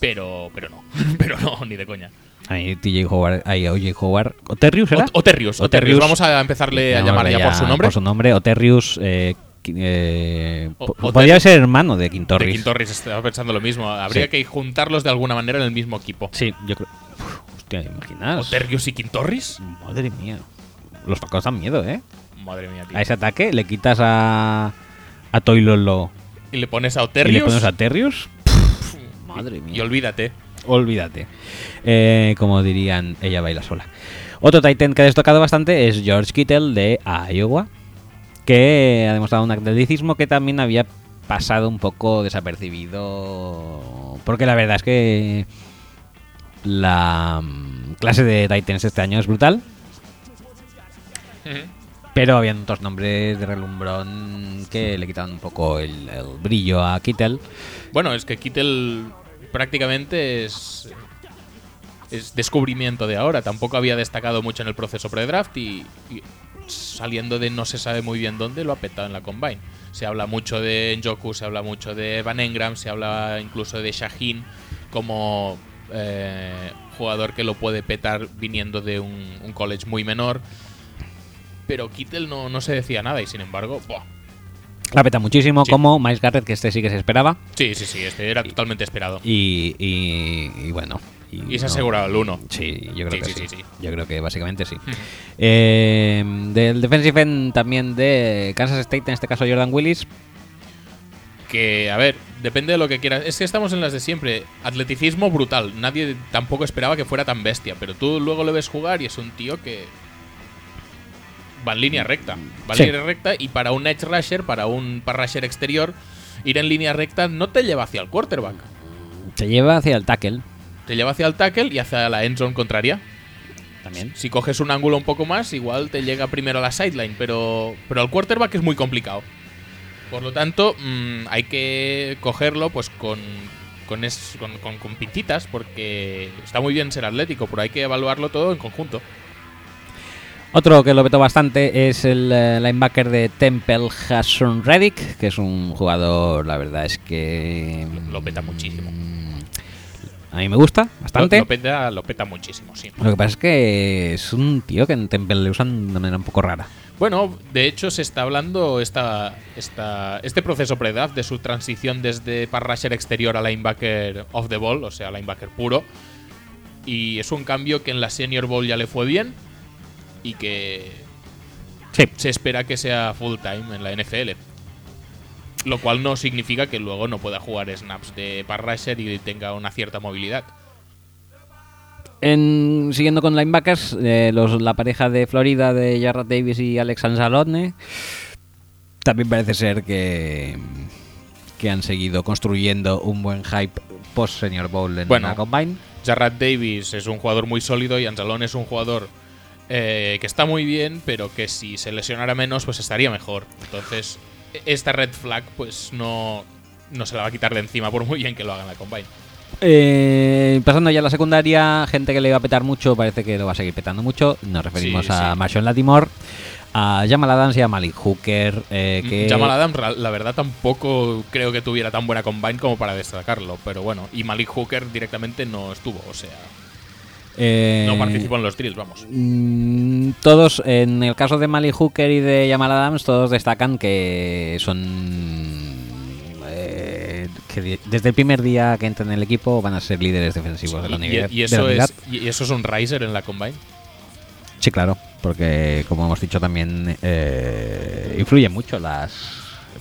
S2: pero, pero no, (laughs) pero no, ni de coña.
S1: Ahí TJ Howard, ahí OJ Howard. ¿Oterrius era?
S2: O- Oterrius, Oterrius, vamos a empezarle a
S1: Llamarle
S2: llamar ya por su nombre.
S1: Por su nombre, Oterrius. Eh, qui- eh,
S2: O-
S1: po-
S2: Oterrius.
S1: podría ser hermano de Quintorris.
S2: De Quintorris estaba pensando lo mismo. Habría
S1: Sí.
S2: que juntarlos de alguna manera en el mismo equipo.
S1: Sí, yo creo. Uf, hostia, ¿te imaginas?
S2: ¿Oterrius y Quintorris?
S1: Madre mía. Los Falcons dan miedo, ¿eh?
S2: Madre mía, tío.
S1: A ese ataque le quitas a. A Toilolo.
S2: Y le pones a
S1: Y le
S2: Oterrius
S1: pones a Terrius. Madre
S2: y olvídate.
S1: Olvídate. Eh, como dirían, ella baila sola. Otro Titan que ha destacado bastante es George Kittle de Iowa, que ha demostrado un atleticismo que también había pasado un poco desapercibido. Porque la verdad es que la mm, clase de Titans este año es brutal. Pero habían otros nombres de relumbrón que le quitaban un poco el, el brillo a Kittle.
S2: Bueno, es que Kittel prácticamente es, es descubrimiento de ahora. Tampoco había destacado mucho en el proceso pre-draft y, y saliendo de no se sabe muy bien dónde, lo ha petado en la Combine. Se habla mucho de Njoku, se habla mucho de Van Engram, se habla incluso de Shaheen como eh, jugador que lo puede petar viniendo de un, un college muy menor. Pero Kittel no, no se decía nada y sin embargo, ¡buah!
S1: La peta muchísimo,
S2: Sí.
S1: como Miles Garrett, que este sí que se esperaba.
S2: sí, sí, sí, este era totalmente esperado.
S1: Y, y- y bueno. Y,
S2: Y se ha
S1: no.
S2: asegurado el 1.
S1: Sí, yo creo
S2: Sí,
S1: que
S2: sí,
S1: sí,
S2: sí, Hmm. sí.
S1: Yo creo que básicamente sí.
S2: Ujú.
S1: Eh, del defensive end también de Kansas State, en este caso Jordan Willis.
S2: Que, a ver, depende de lo que quieras. Es que estamos en las de siempre. Atleticismo brutal. Nadie tampoco esperaba que fuera tan bestia. Pero tú luego le ves jugar y es un tío que. Va en línea recta. Va en
S1: Sí.
S2: línea recta y para un edge rusher, para un pass rusher exterior, ir en línea recta no te lleva hacia el quarterback.
S1: Se lleva hacia el tackle
S2: Te lleva hacia el tackle y hacia la end zone contraria.
S1: también.
S2: Si coges un ángulo un poco más, igual te llega primero a la sideline, pero, pero el quarterback es muy complicado. Por lo tanto, mm, hay que cogerlo pues con, con, es- con, con- con pintitas, porque está muy bien ser atlético, pero hay que evaluarlo todo en conjunto.
S1: Otro que lo vetó bastante es el eh, linebacker de Temple Hassan Reddick, que es un jugador, la verdad es que.
S2: Lo- lo peta muchísimo.
S1: mm, A mí me gusta bastante.
S2: Lo, lo peta, lo peta muchísimo, sí.
S1: Lo que pasa es que es un tío que en Temple le usan de una manera un poco rara.
S2: Bueno, de hecho se está hablando esta, esta, este proceso pre-draft de su transición desde pass rusher exterior a linebacker off the ball, o sea, linebacker puro. Y es un cambio que en la Senior Bowl ya le fue bien y que
S1: Sí.
S2: se espera que sea full time en la NFL. Lo cual no significa que luego no pueda jugar snaps de pass rusher y tenga una cierta movilidad.
S1: En- siguiendo con linebackers, eh, los, la pareja de Florida de Jarrett Davis y Alex Anzalone también parece ser que, que han seguido construyendo un buen hype post Senior Bowl en
S2: Bueno.
S1: la Combine.
S2: Jarrett Davis es un jugador muy sólido y Anzalón es un jugador eh, que está muy bien, pero que si se lesionara menos, pues estaría mejor. Entonces, e- esta red flag, pues no, no se la va a quitar de encima por muy bien que lo hagan la Combine.
S1: Eh, pasando ya a la secundaria, gente que le iba a petar mucho, parece que lo va a seguir petando mucho. Nos referimos
S2: Sí,
S1: a
S2: sí.
S1: Marshawn Latimore, a Jamal Adams y a Malik Hooker. eh, que
S2: Jamal Adams, la- la verdad, tampoco creo que tuviera tan buena Combine como para destacarlo, pero bueno. Y Malik Hooker directamente no estuvo, o sea,
S1: eh,
S2: no participó en los drills, vamos.
S1: Mm, todos, en el caso de Mali Hooker y de Jamal Adams, todos destacan que son. eh, que di- desde el primer día que entran en el equipo van a ser líderes defensivos de la
S2: Y,
S1: univers- de
S2: y
S1: la
S2: eso
S1: unidad.
S2: es, y eso es un riser en la Combine.
S1: Sí, claro, porque como hemos dicho también, eh, influye mucho las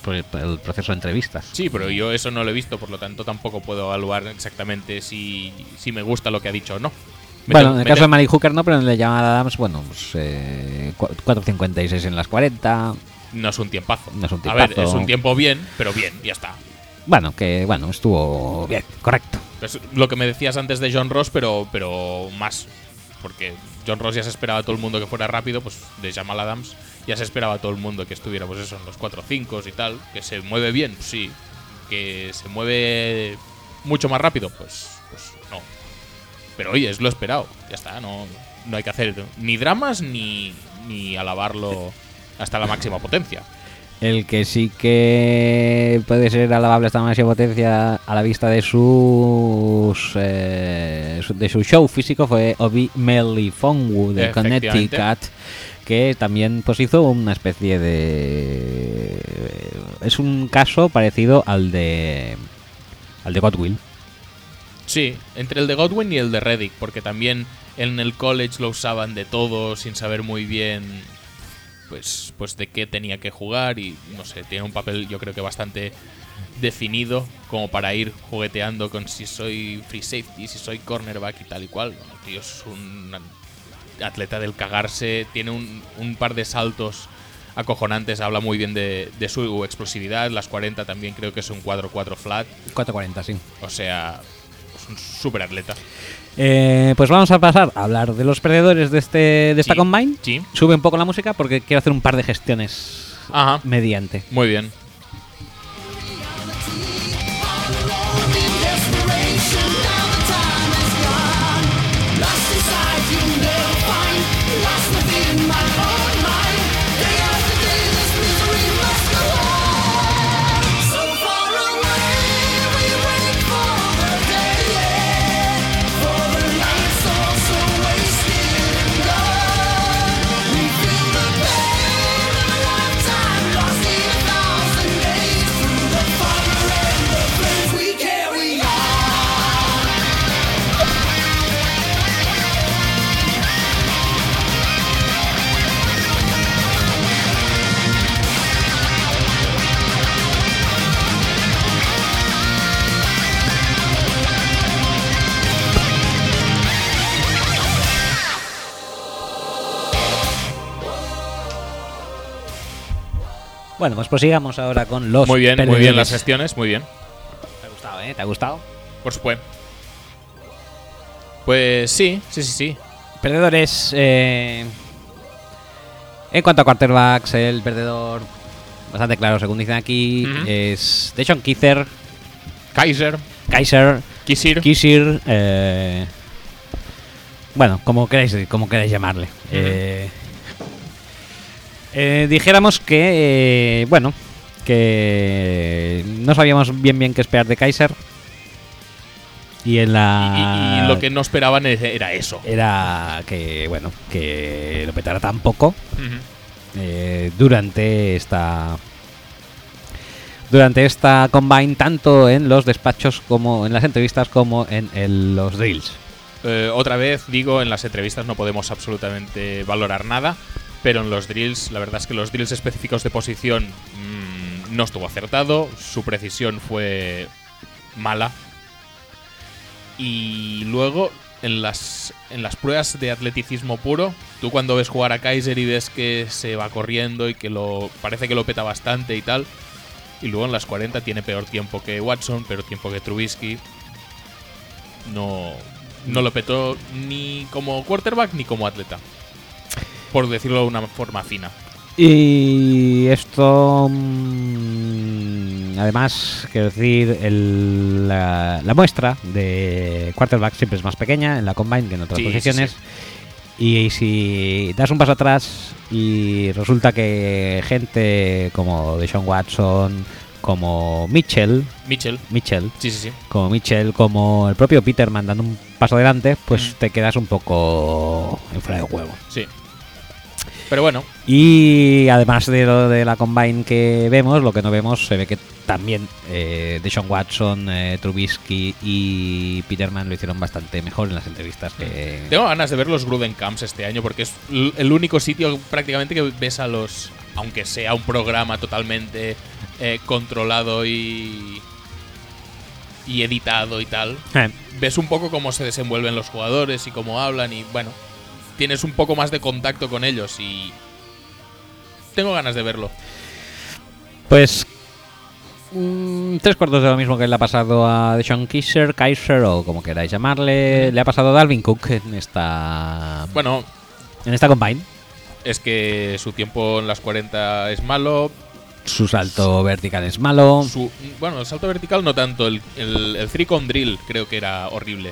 S1: por el- por el proceso de entrevistas.
S2: Sí, pero yo eso no lo he visto, por lo tanto tampoco puedo evaluar exactamente si, si me gusta lo que ha dicho o no. Me
S1: bueno,
S2: te-
S1: en el
S2: me
S1: caso
S2: te-
S1: de Mary Hooker no, pero en el de Jamal Adams, bueno, pues, eh, cua- 4.56 en las 40.
S2: No es un tiempazo.
S1: No es un
S2: A ver,
S1: tiempazo.
S2: es un tiempo bien, pero bien, ya está.
S1: Bueno, que bueno, estuvo bien, correcto.
S2: Es lo que me decías antes de John Ross, pero, pero más. Porque John Ross ya se esperaba a todo el mundo que fuera rápido, pues de Jamal Adams ya se esperaba a todo el mundo que estuviera, pues eso, en los 4-5 y tal. Que se mueve bien, pues sí. Que se mueve mucho más rápido, pues, pues no. Pero oye, es lo esperado, ya está, no, no hay que hacer ni dramas ni, ni alabarlo hasta la máxima potencia.
S1: El que sí que puede ser alabable esta máxima potencia a la vista de sus eh, su- de su show físico fue Obi Melifonwu de
S2: Efectivamente.
S1: Connecticut que también pues hizo una especie de es un caso parecido al de al de Godwill
S2: Sí, entre el de Godwin y el de Reddick, porque también en el college lo usaban de todo sin saber muy bien pues, pues de qué tenía que jugar y no sé, tiene un papel yo creo que bastante definido como para ir jugueteando con si soy free safety, si soy cornerback y tal y cual. No, el tío es un atleta del cagarse, tiene un, un par de saltos acojonantes, habla muy bien de, de su explosividad, las 40 también creo que es un 4-4 flat.
S1: 440 sí
S2: O sea, es un super atleta.
S1: Eh, pues vamos a pasar a hablar de los perdedores de este de esta
S2: Sí,
S1: combine
S2: sí.
S1: sube un poco la música porque quiero hacer un par de gestiones
S2: Ajá.
S1: mediante
S2: Muy bien.
S1: Bueno, pues prosigamos ahora con los.
S2: Muy bien, muy bien
S1: perdedores.
S2: las gestiones, muy bien.
S1: ¿Te ha gustado, eh? ¿Te ha gustado?
S2: Por supuesto. Pues sí, sí, sí, sí.
S1: Perdedores. eh, En cuanto a quarterbacks, el perdedor. Bastante claro, según dicen aquí.
S2: Ujú.
S1: Es. De hecho, Kaiser.
S2: Kaiser,
S1: Kaiser.
S2: Kisir.
S1: Kisir. eh, Bueno, como queráis, como queráis llamarle. Eh, eh, dijéramos que. eh, bueno. Que no sabíamos bien bien qué esperar de Kaiser. Y en
S2: Y,
S1: la.
S2: y- y lo que no esperaban e- era eso.
S1: Eh. Era que, bueno, que lo petara tan poco
S2: Ujú.
S1: eh, durante esta. Durante esta combine, tanto en los despachos como en las entrevistas como en el- los drills.
S2: Eh, otra vez digo, en las entrevistas no podemos absolutamente valorar nada, pero en los drills, la verdad es que los drills específicos de posición mm, no estuvo acertado, su precisión fue mala. Y luego, en las, en las pruebas de atleticismo puro, tú cuando ves jugar a Kaiser y ves que se va corriendo y que lo parece que lo peta bastante y tal, y luego en las 40 tiene peor tiempo que Watson, peor tiempo que Trubisky, no, no lo petó ni como quarterback ni como atleta. Por decirlo de una forma fina.
S1: Y esto. mm, Además, quiero decir, el- la, la muestra de quarterback siempre es más pequeña en la combine que en otras
S2: Sí, sí,
S1: posiciones. Y si das un paso atrás y resulta que gente como Deshaun Watson, como Mitchell,
S2: Mitchell.
S1: Mitchell,
S2: Sí, sí, sí.
S1: como Mitchell, como el propio Peterman dando un paso adelante, pues
S2: Mm.
S1: te quedas un poco en fuera de juego.
S2: Sí. Pero bueno,
S1: Y además de lo de la Combine que vemos, lo que no vemos, se ve que también eh, Deshaun Watson, eh, Trubisky y Peterman lo hicieron bastante mejor en las entrevistas que...
S2: tengo ganas de ver los Gruden Camps este año porque es l- el único sitio prácticamente que ves a los. Aunque sea un programa totalmente eh, controlado y. y editado y tal.
S1: Eh,
S2: ves un poco cómo se desenvuelven los jugadores y cómo hablan y bueno, tienes un poco más de contacto con ellos y tengo ganas de verlo.
S1: Pues... mm, tres cuartos de lo mismo que le ha pasado a Deshaun Kisser, Kaiser o como queráis llamarle, le ha pasado a Dalvin Cook en esta...
S2: Bueno,
S1: En esta Combine.
S2: es que su tiempo en las 40 es malo.
S1: Su salto vertical es malo.
S2: Su, bueno, el salto vertical no tanto, el, el, el three con drill creo que era horrible.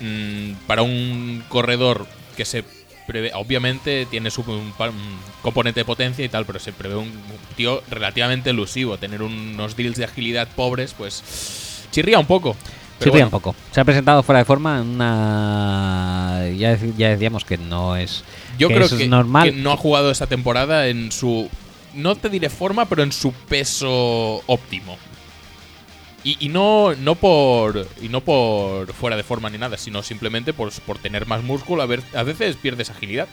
S2: Mm, para un corredor que se prevé, obviamente tiene su, un, pa- un componente de potencia y tal, pero se prevé un tío relativamente elusivo. Tener unos drills de agilidad pobres, pues chirría un poco.
S1: Sí,
S2: Pero
S1: pilla
S2: bueno,
S1: un poco. Se ha presentado fuera de forma en una... Ya, dec- ya decíamos que no es...
S2: Yo creo
S1: eso
S2: que,
S1: es normal.
S2: que no ha jugado esta temporada en su. No te diré forma, pero en su peso óptimo. Y, y no, no por. Y no por fuera de forma ni nada, sino simplemente por, por tener más músculo. A, ver, a veces pierdes agilidad.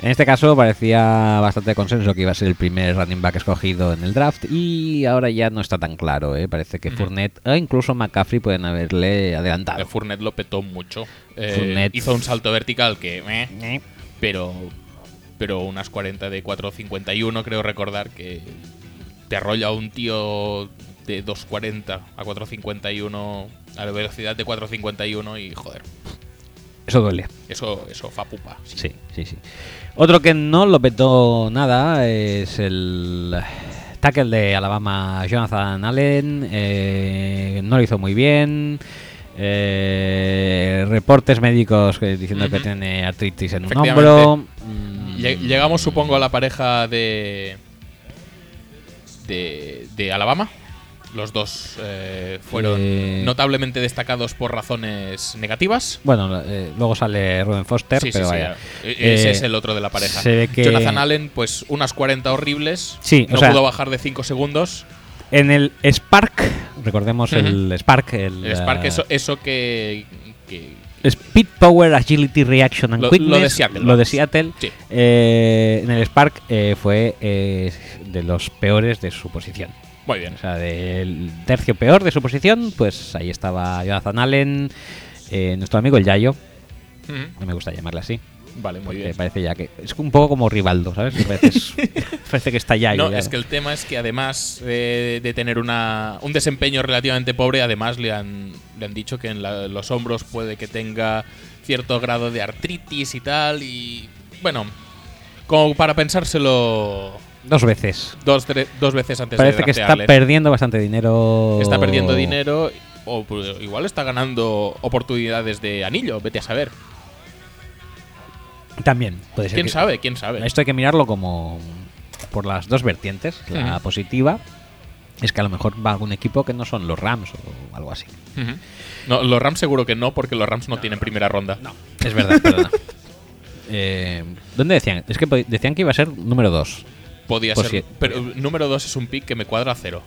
S1: En este caso parecía bastante consenso que iba a ser el primer running back escogido en el draft y ahora ya no está tan claro. ¿eh? Parece que
S2: Ujú.
S1: Fournette e incluso McCaffrey pueden haberle
S2: El
S1: adelantado.
S2: Fournet Eh, lo petó mucho. Eh,
S1: Fournette.
S2: hizo un salto vertical que. meh,
S1: Eh,
S2: pero. Pero unas 40 de 4.51, creo recordar que. Te arrolla un tío de 2.40 a 4.51. A la velocidad de 4.51 y joder.
S1: Eso duele.
S2: Eso, eso fa pupa. sí.
S1: Sí, sí, sí. Otro que no lo petó nada es el tackle de Alabama, Jonathan Allen. eh, no lo hizo muy bien. eh, reportes médicos que- diciendo que
S2: Ujú.
S1: tiene artritis en un
S2: Efectivamente.
S1: hombro. mm,
S2: Lle- Llegamos, supongo, a la pareja de. de, de Alabama. Los dos eh, fueron
S1: Eh.
S2: notablemente destacados por razones negativas.
S1: Bueno, eh, luego sale Ruben Foster,
S2: Sí, sí,
S1: pero
S2: sí,
S1: vaya.
S2: eh, Ese
S1: Eh,
S2: es el otro de la pareja.
S1: se ve que-
S2: Jonathan Allen, pues unas 40 horribles.
S1: Sí,
S2: no
S1: o sea-
S2: pudo bajar de 5 segundos.
S1: En el Spark, recordemos el Spark, el,
S2: El Spark,
S1: eh,
S2: eso, eso que. que-
S1: Speed Power Agility Reaction and
S2: Lo-
S1: Quickness.
S2: lo de Seattle,
S1: lo
S2: vamos.
S1: de Seattle.
S2: Sí.
S1: Eh, en el Spark eh, fue eh, de los peores de su posición.
S2: muy bien.
S1: O sea, del tercio peor de su posición, pues ahí estaba Jonathan Allen, eh, nuestro amigo el Yayo,
S2: Ujú.
S1: no me gusta llamarle así.
S2: Vale, muy
S1: porque
S2: bien.
S1: parece ya que es un poco como Rivaldo, ¿sabes? A
S2: (laughs)
S1: veces parece que está ya. y
S2: No,
S1: ya-
S2: es que el tema es que además eh, de tener una, un desempeño relativamente pobre, además le han, le han dicho que en la- los hombros puede que tenga cierto grado de artritis y tal. Y bueno, como para pensárselo
S1: dos veces.
S2: dos, tre- dos veces antes
S1: Parece
S2: de
S1: que está
S2: draftearle.
S1: perdiendo bastante dinero.
S2: Está perdiendo dinero o pues, igual está ganando oportunidades de anillo, vete a saber.
S1: También, puede ser.
S2: ¿Quién
S1: que-
S2: sabe? ¿Quién sabe?
S1: Esto hay que mirarlo como por las dos vertientes. La
S2: Ujú.
S1: positiva es que a lo mejor va algún equipo que no son los Rams o algo así.
S2: Ujú. No, los Rams seguro que no, porque los Rams no, tienen primera ronda.
S1: Es verdad, perdona. (laughs) Eh, ¿Dónde decían? Es que po- decían que iba a ser número 2.
S2: Podía
S1: Pues
S2: ser.
S1: sí.
S2: Pero eh, número 2 es un pick que me cuadra a cero.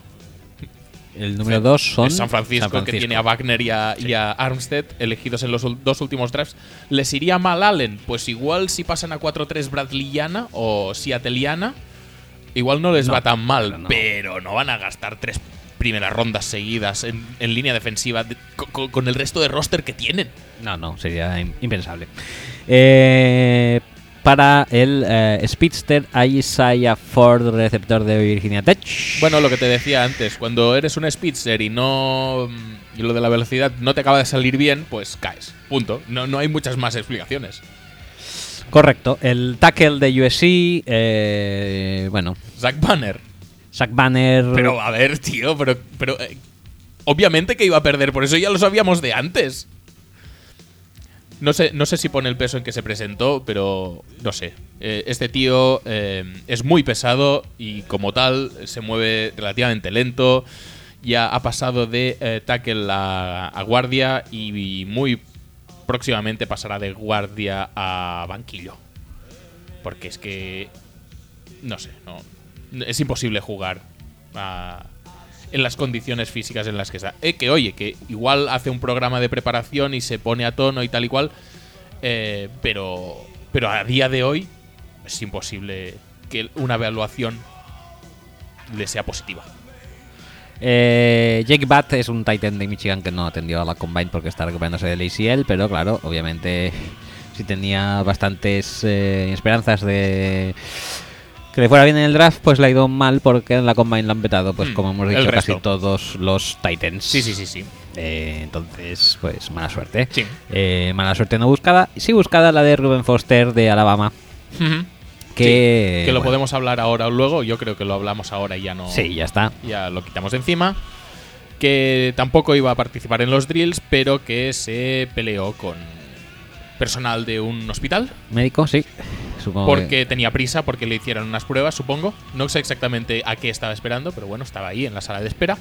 S1: El número 2 son.
S2: Es San, Francisco, que tiene a Wagner y a, y a Armstead elegidos en los ul- dos últimos drafts. ¿Les iría mal Allen? Pues igual si pasan a 4-3 Bradleyana o Seattleiana, igual no les va tan mal,
S1: claro, no.
S2: pero no van a gastar tres primeras rondas seguidas en, en línea defensiva de- co- co- con, el resto de roster que tienen.
S1: No, no, sería im- impensable. Eh, para el eh, Speedster Isaiah Ford, receptor de Virginia Tech.
S2: Bueno, lo que te decía antes, cuando eres un speedster y no mm, y lo de la velocidad no te acaba de salir bien, pues caes. Punto. No, no hay muchas más explicaciones.
S1: Correcto. El tackle de USC. eh, bueno,
S2: Zach Banner.
S1: Zack Banner.
S2: Pero a ver, tío, pero, pero eh, obviamente que iba a perder, por eso ya lo sabíamos de antes. No sé, no sé si pone el peso en que se presentó, pero no sé. Eh, este tío eh, es muy pesado y como tal se mueve relativamente lento. Ya ha pasado de eh, tackle a, a guardia y, muy próximamente pasará de guardia a banquillo. Porque es que. No sé, no. Es imposible jugar a- en las condiciones físicas en las que está. Eh, que oye, que igual hace un programa de preparación y se pone a tono y tal y cual. eh, pero. Pero a día de hoy es imposible que una evaluación le sea positiva.
S1: Eh, Jake Batt es un Titan de Michigan que no atendió a la Combine porque está recuperándose del ACL, pero claro, obviamente sí tenía bastantes eh, esperanzas de que le fuera bien en el draft, pues le ha ido mal porque en la Combine lo han vetado, pues
S2: Mm,
S1: como hemos
S2: el
S1: dicho, casi
S2: resto.
S1: todos los Titans.
S2: Sí, sí, sí, sí.
S1: Eh, entonces, pues mala suerte.
S2: Sí.
S1: Eh, mala suerte no buscada. Sí buscada la de Ruben Foster de Alabama. Que,
S2: Sí, que lo
S1: bueno,
S2: podemos hablar ahora o luego. Yo creo que lo hablamos ahora y ya no.
S1: Sí, ya está.
S2: Ya lo quitamos de encima. Que tampoco iba a participar en los drills, pero que se peleó con personal de un hospital
S1: Médico, sí. Supongo que-
S2: porque tenía prisa, porque le hicieron unas pruebas, supongo. No sé exactamente a qué estaba esperando, pero bueno, estaba ahí en la sala de espera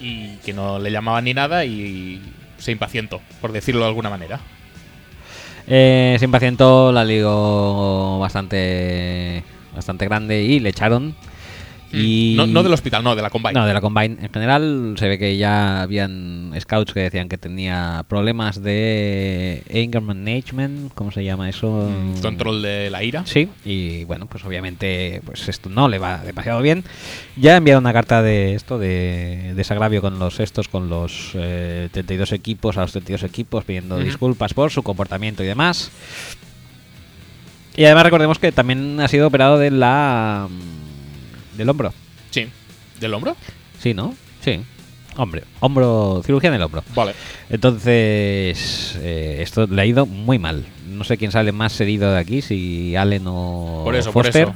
S2: y que no le llamaban ni nada y se impacientó, por decirlo de alguna manera.
S1: Eh, se impacientó, la ligó bastante, bastante grande y le echaron. Y
S2: Mm. No, no del hospital, no, de la combine.
S1: No, de la Combine en general. Se ve que ya habían scouts que decían que tenía problemas de anger management, ¿cómo se llama eso?
S2: Mm, Control de la ira.
S1: Sí, y bueno, pues obviamente pues esto no le va demasiado bien. Ya he enviado una carta de esto, de desagravio con los estos, con los eh, 32 equipos, a los 32 equipos pidiendo
S2: Ujú.
S1: disculpas por su comportamiento y demás. Y además recordemos que también ha sido operado de la... mm, del hombro.
S2: Sí. ¿Del hombro?
S1: Sí, ¿no? Sí. Hombre, hombro, cirugía en el hombro.
S2: Vale.
S1: Entonces, eh, esto le ha ido muy mal. No sé quién sale más herido de aquí, si Allen o
S2: Por eso, por
S1: Foster.
S2: eso.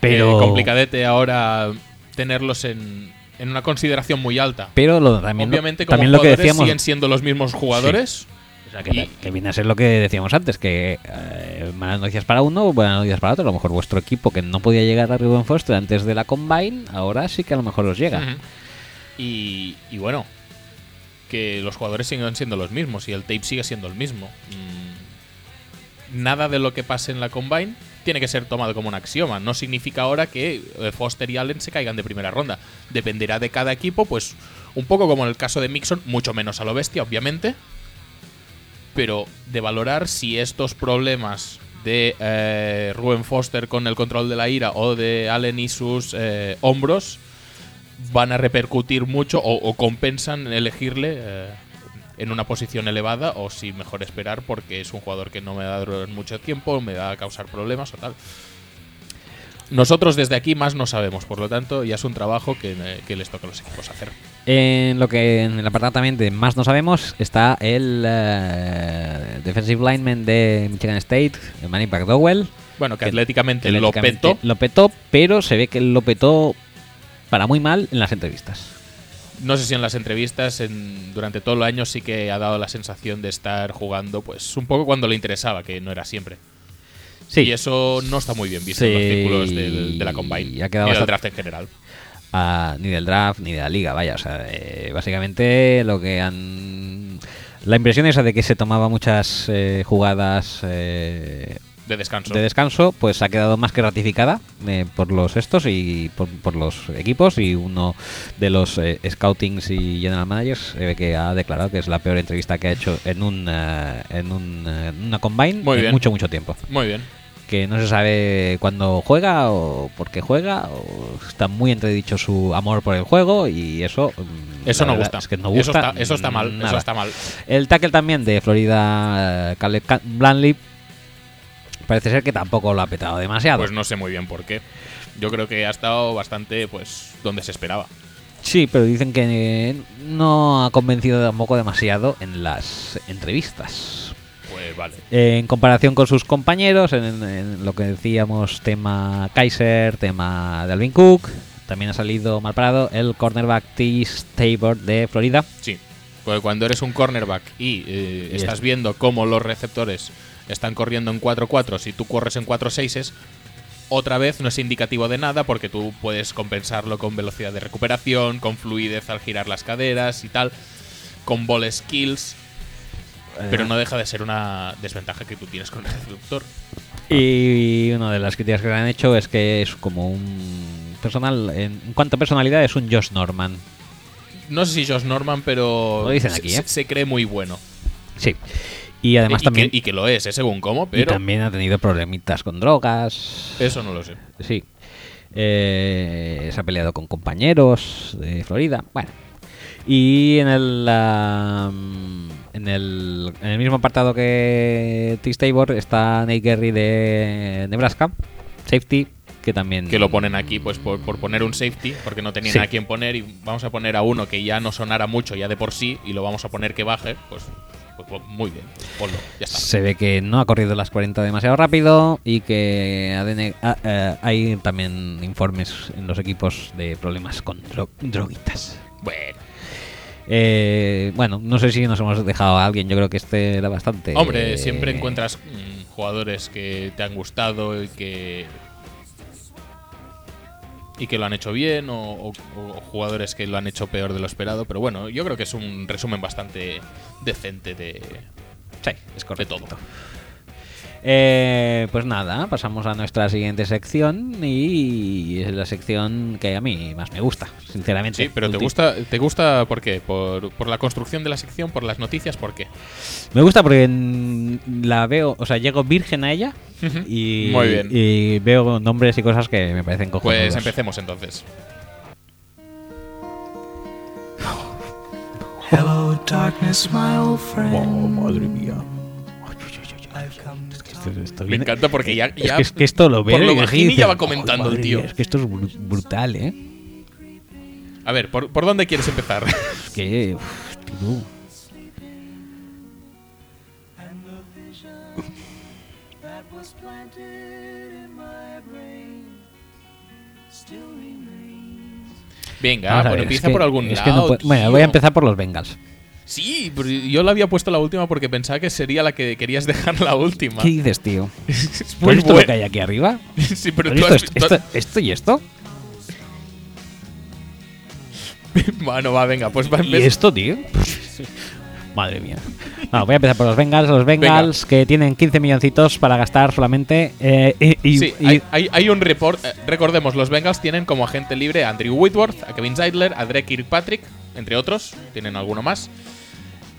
S1: Pero,
S2: Eh, complicadete ahora tenerlos en, en una consideración muy alta.
S1: pero lo, también, lo-
S2: Obviamente, como
S1: también lo que
S2: jugadores
S1: decíamos.
S2: siguen siendo los mismos jugadores.
S1: o sea, que,
S2: y-
S1: que viene a ser lo que decíamos antes, que eh, malas noticias para uno, buenas noticias para otro. A lo mejor vuestro equipo que no podía llegar a Ruben Foster antes de la Combine, ahora sí que a lo mejor os llega.
S2: Ujú. y, y bueno, que los jugadores siguen siendo los mismos y el tape sigue siendo el mismo. Mm, Nada de lo que pase en la combine tiene que ser tomado como un axioma. No significa ahora que eh, Foster y Allen se caigan de primera ronda. Dependerá de cada equipo, pues un poco como en el caso de Mixon, mucho menos a lo bestia, obviamente. Pero de valorar si estos problemas de eh, Ruben Foster con el control de la ira o de Allen y sus eh, hombros van a repercutir mucho o, o compensan elegirle eh, en una posición elevada o si mejor esperar porque es un jugador que no me da durar mucho tiempo, me va a causar problemas o tal. Nosotros desde aquí más no sabemos, por lo tanto ya es un trabajo que, eh, que les toca a los equipos hacer.
S1: En lo que en el apartado también de más no sabemos está el eh, defensive lineman de Michigan State, Manny McDowell.
S2: Bueno, que
S1: Que-
S2: atléticamente,
S1: que
S2: lo
S1: lógicamente
S2: petó.
S1: Lo petó, pero se ve que lo petó para muy mal en las entrevistas.
S2: No sé si en las entrevistas, en- durante todo el año sí que ha dado la sensación de estar jugando pues un poco cuando le interesaba, que no era siempre.
S1: Sí.
S2: Y eso no está muy bien visto en los
S1: Sí.
S2: círculos del- de la Combine
S1: Ha quedado
S2: y del
S1: bastante-
S2: draft en general.
S1: Ah, ni del draft ni de la liga, vaya. O sea, eh, básicamente lo que han. La impresión esa de que se tomaba muchas eh, jugadas eh,
S2: De descanso.
S1: de descanso, pues ha quedado más que ratificada eh, por los estos y por, por los equipos. Y uno de los eh, scoutings y general managers se ve que ha declarado que es la peor entrevista que ha hecho en, un, eh, en un, eh, en una combine
S2: Muy
S1: en
S2: bien.
S1: mucho, mucho tiempo.
S2: Muy bien.
S1: Que no se sabe cuándo juega o por qué juega. O está muy entredicho su amor por el juego y eso. mm,
S2: Eso
S1: la
S2: no
S1: verdad
S2: gusta.
S1: es que no
S2: Eso
S1: gusta
S2: está, eso está mal. Eso
S1: nada.
S2: está mal.
S1: El tackle también de Florida, eh, Caleb Ca- Blanley, parece ser que tampoco lo ha petado demasiado.
S2: Pues no sé muy bien por qué. Yo creo que ha estado bastante, pues, donde se esperaba.
S1: Sí, pero dicen que eh, no ha convencido tampoco demasiado en las entrevistas.
S2: Pues vale.
S1: Eh, En comparación con sus compañeros, en, en lo que decíamos, tema Kaiser, tema de Alvin Cook, también ha salido mal parado el cornerback Tis Tabor de Florida.
S2: Sí. Porque cuando eres un cornerback y eh,
S1: Y
S2: estás
S1: es-
S2: viendo cómo los receptores están corriendo en 4-4, si tú corres en 4-6, otra vez no es indicativo de nada porque tú puedes compensarlo con velocidad de recuperación, con fluidez al girar las caderas y tal, con ball skills. Pero no deja de ser una desventaja que tú tienes con el reductor.
S1: Eh, Y una de las críticas que le han hecho es que es como un personal, en en cuanto a personalidad, es un Josh Norman.
S2: No sé si Josh Norman, pero
S1: Lo dicen
S2: se-
S1: aquí,
S2: se,
S1: ¿eh?
S2: se cree muy bueno.
S1: Sí. Y además
S2: y,
S1: también,
S2: que, y que lo es, ¿eh? según cómo,
S1: y
S2: pero
S1: también ha tenido problemitas con drogas.
S2: eso no lo sé.
S1: Sí. Eh, se ha peleado con compañeros de Florida. Bueno. Y en el, ah, mm, en el, en el mismo apartado que Tis Tabor está Nate Gary de Nebraska, Safety, que también...
S2: Que lo ponen aquí pues por, por poner un safety, porque no tenían
S1: Mm. Sí.
S2: a quien poner y vamos a poner a uno que ya no sonara mucho ya de por sí y lo vamos a poner que baje, pues, pues, pues, muy bien, ponlo, ya está.
S1: Se ve que no ha corrido las 40 demasiado rápido y que ha de ne- ah, eh, hay también informes en los equipos de problemas con dro- droguitas.
S2: Bueno,
S1: Eh, bueno, no sé si nos hemos dejado a alguien, yo creo que este era bastante...
S2: hombre,
S1: eh,
S2: siempre encuentras mm, jugadores que te han gustado y que y que lo han hecho bien o, o- o jugadores que lo han hecho peor de lo esperado, pero bueno, yo creo que es un resumen bastante decente de
S1: Sí, es correcto.
S2: de todo.
S1: Eh, pues nada, pasamos a nuestra siguiente sección y es la sección que a mí más me gusta, sinceramente.
S2: Sí, pero te
S1: Ulti-
S2: gusta, te gusta ¿por qué? ¿Por, por la construcción de la sección, por las noticias, ¿por qué?
S1: Me gusta porque mm, la veo, o sea, llego virgen a ella y,
S2: Muy bien.
S1: y veo nombres y cosas que me parecen cojonudos.
S2: Pues empecemos entonces.
S4: Hello, darkness, my old friend.
S6: madre mía.
S4: I've come to talk.
S1: Esto
S2: Me
S1: viene- eh,
S2: encanta porque ya,
S1: Es
S2: ya
S1: que, es que esto lo veo
S2: por lo
S1: y
S2: bajín
S1: aquí
S2: y ya
S1: dices,
S2: va comentando el
S1: "Joder,
S2: tío".
S1: Es que esto es bru- brutal, ¿eh?
S2: A ver, ¿por, por dónde quieres
S1: (laughs)
S2: empezar?
S1: Es que... uf, tío.
S4: And the vision that was planted in my brain still remains.
S2: Venga,
S1: Vamos a
S2: bueno,
S1: ver,
S2: empieza
S1: es que-
S2: por algún
S1: es que no
S2: lado.
S1: puedo- Bueno,
S2: tío.
S1: voy a empezar por los Bengals.
S2: Sí, pero yo la había puesto la última porque pensaba que sería la que querías dejar la última.
S1: ¿Qué dices, tío?
S2: (laughs) Es
S1: ¿Has
S2: muy
S1: visto lo que
S2: buena.
S1: hay aquí arriba?
S2: (laughs) Sí, Pues pero
S1: ¿Has
S2: tú
S1: visto
S2: has-
S1: esto,
S2: tú has-
S1: esto- esto y esto?
S2: (laughs) Bueno, va, venga, pues va a
S1: ¿Y
S2: empezar.
S1: esto, tío? (laughs) Madre mía. No, voy a empezar por los Bengals. Los Bengals que tienen 15 milloncitos para gastar solamente. eh, y, y-
S2: Sí,
S1: y-
S2: hay, hay- hay un report. eh, Recordemos, los Bengals tienen como agente libre a Andrew Whitworth, a Kevin Zeidler, a Drake Kirkpatrick, entre otros. Tienen alguno más.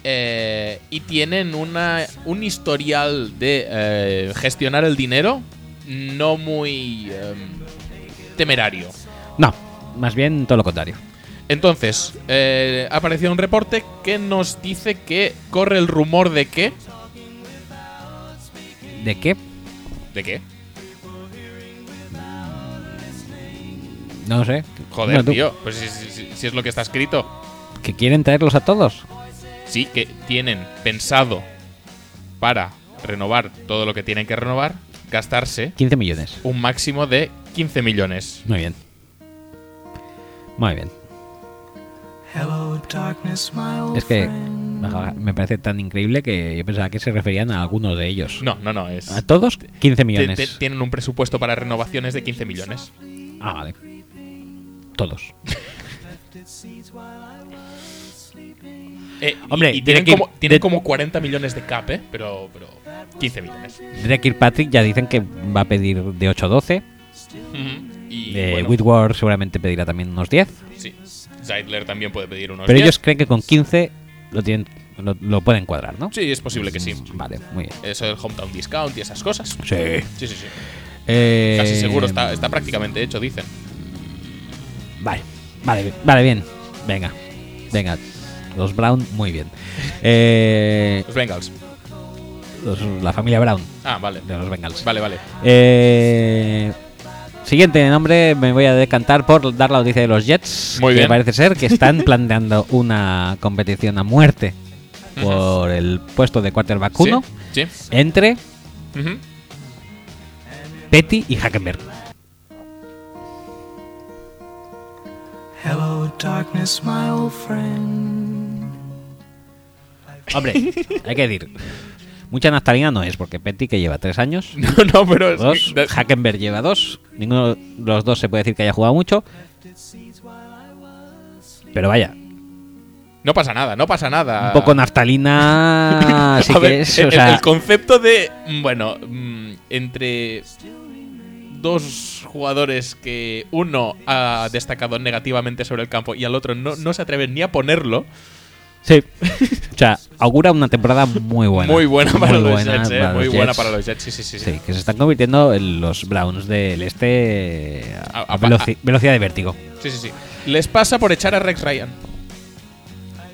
S2: Eh, y tienen una, un historial de eh, gestionar el dinero no muy em, temerario.
S1: No, más bien todo lo contrario.
S2: Entonces, eh, ha aparecido un reporte que nos dice que corre el rumor de que.
S1: ¿De qué?
S2: ¿De qué?
S1: No sé.
S2: Joder,
S1: Bueno, tú,
S2: tío. Pues si- si- si- si es lo que está escrito.
S1: ¿Que quieren traerlos a todos?
S2: sí que tienen pensado para renovar todo lo que tienen que renovar, gastarse
S1: 15 millones.
S2: un máximo de 15 millones.
S1: Muy bien. Muy bien.
S4: Hello, darkness, my old
S1: Es que
S4: friend.
S1: me parece tan increíble que yo pensaba que se referían a alguno de ellos.
S2: No, no, no, es...
S1: ¿A todos? 15 Ah,
S2: Te- te-
S1: millones.
S2: tienen un presupuesto para renovaciones de 15 millones.
S1: Ah, vale. Todos.
S2: Eh, y-
S1: Hombre,
S2: y,
S1: tiene
S2: tienen,
S1: que-
S2: como, tienen
S1: de-
S2: como 40 millones de cap, ¿eh? pero, pero 15 millones.
S1: Drake Kirkpatrick ya dicen que va a pedir de 8 a 12.
S2: Y
S1: Eh,
S2: bueno,
S1: Whitworth seguramente pedirá también unos 10.
S2: sí, Zeidler también puede pedir unos
S1: pero
S2: 10.
S1: ellos creen que con 15 lo, tienen, lo, lo pueden cuadrar, ¿no?
S2: Sí, es posible que sí.
S1: Vale, muy bien.
S2: Eso del hometown discount y esas cosas.
S1: Sí.
S2: Sí, sí, sí.
S1: Eh,
S2: Casi seguro, está, está prácticamente hecho, dicen.
S1: Vale, vale, vale, bien. Venga, venga. Los Brown, muy bien. Eh,
S2: Los Bengals.
S1: los- la familia Brown
S2: Ah, vale.
S1: de los Bengals.
S2: Vale, vale.
S1: Eh, siguiente nombre, me voy a decantar por dar la noticia de los Jets.
S2: Muy
S1: que
S2: bien.
S1: parece ser que están
S2: (laughs)
S1: planteando una competición a muerte por el puesto de quarterback 1
S2: Sí. sí.
S1: entre (laughs)
S2: Ujú.
S1: Petty y Hackenberg.
S4: Hello, darkness, my old friend.
S1: Hombre, (laughs) hay que decir, mucha naftalina no es, porque Petty que lleva tres años,
S2: No, no, pero es que-
S1: dos,
S2: da-
S1: Hackenberg lleva dos, ninguno de los dos se puede decir que haya jugado mucho. Pero vaya,
S2: No pasa nada, no pasa nada.
S1: Un
S2: (laughs)
S1: poco naftalina,
S2: Ah. A
S1: así
S2: ver,
S1: que es,
S2: el,
S1: o sea,
S2: el concepto de, bueno, mm, entre dos jugadores que uno ha destacado negativamente sobre el campo y al otro no, no se atreven ni a ponerlo,
S1: sí. O sea, augura una temporada muy buena.
S2: muy buena para
S1: Muy
S2: los
S1: buena
S2: Jets, eh,
S1: para
S2: muy
S1: los
S2: buena
S1: Jets.
S2: para los Jets, sí, sí, sí. sí.
S1: Sí, que se están convirtiendo en los Browns del este a,
S2: A- a-
S1: veloci- velocidad de vértigo.
S2: Sí, sí, sí. Les pasa por echar a Rex Ryan.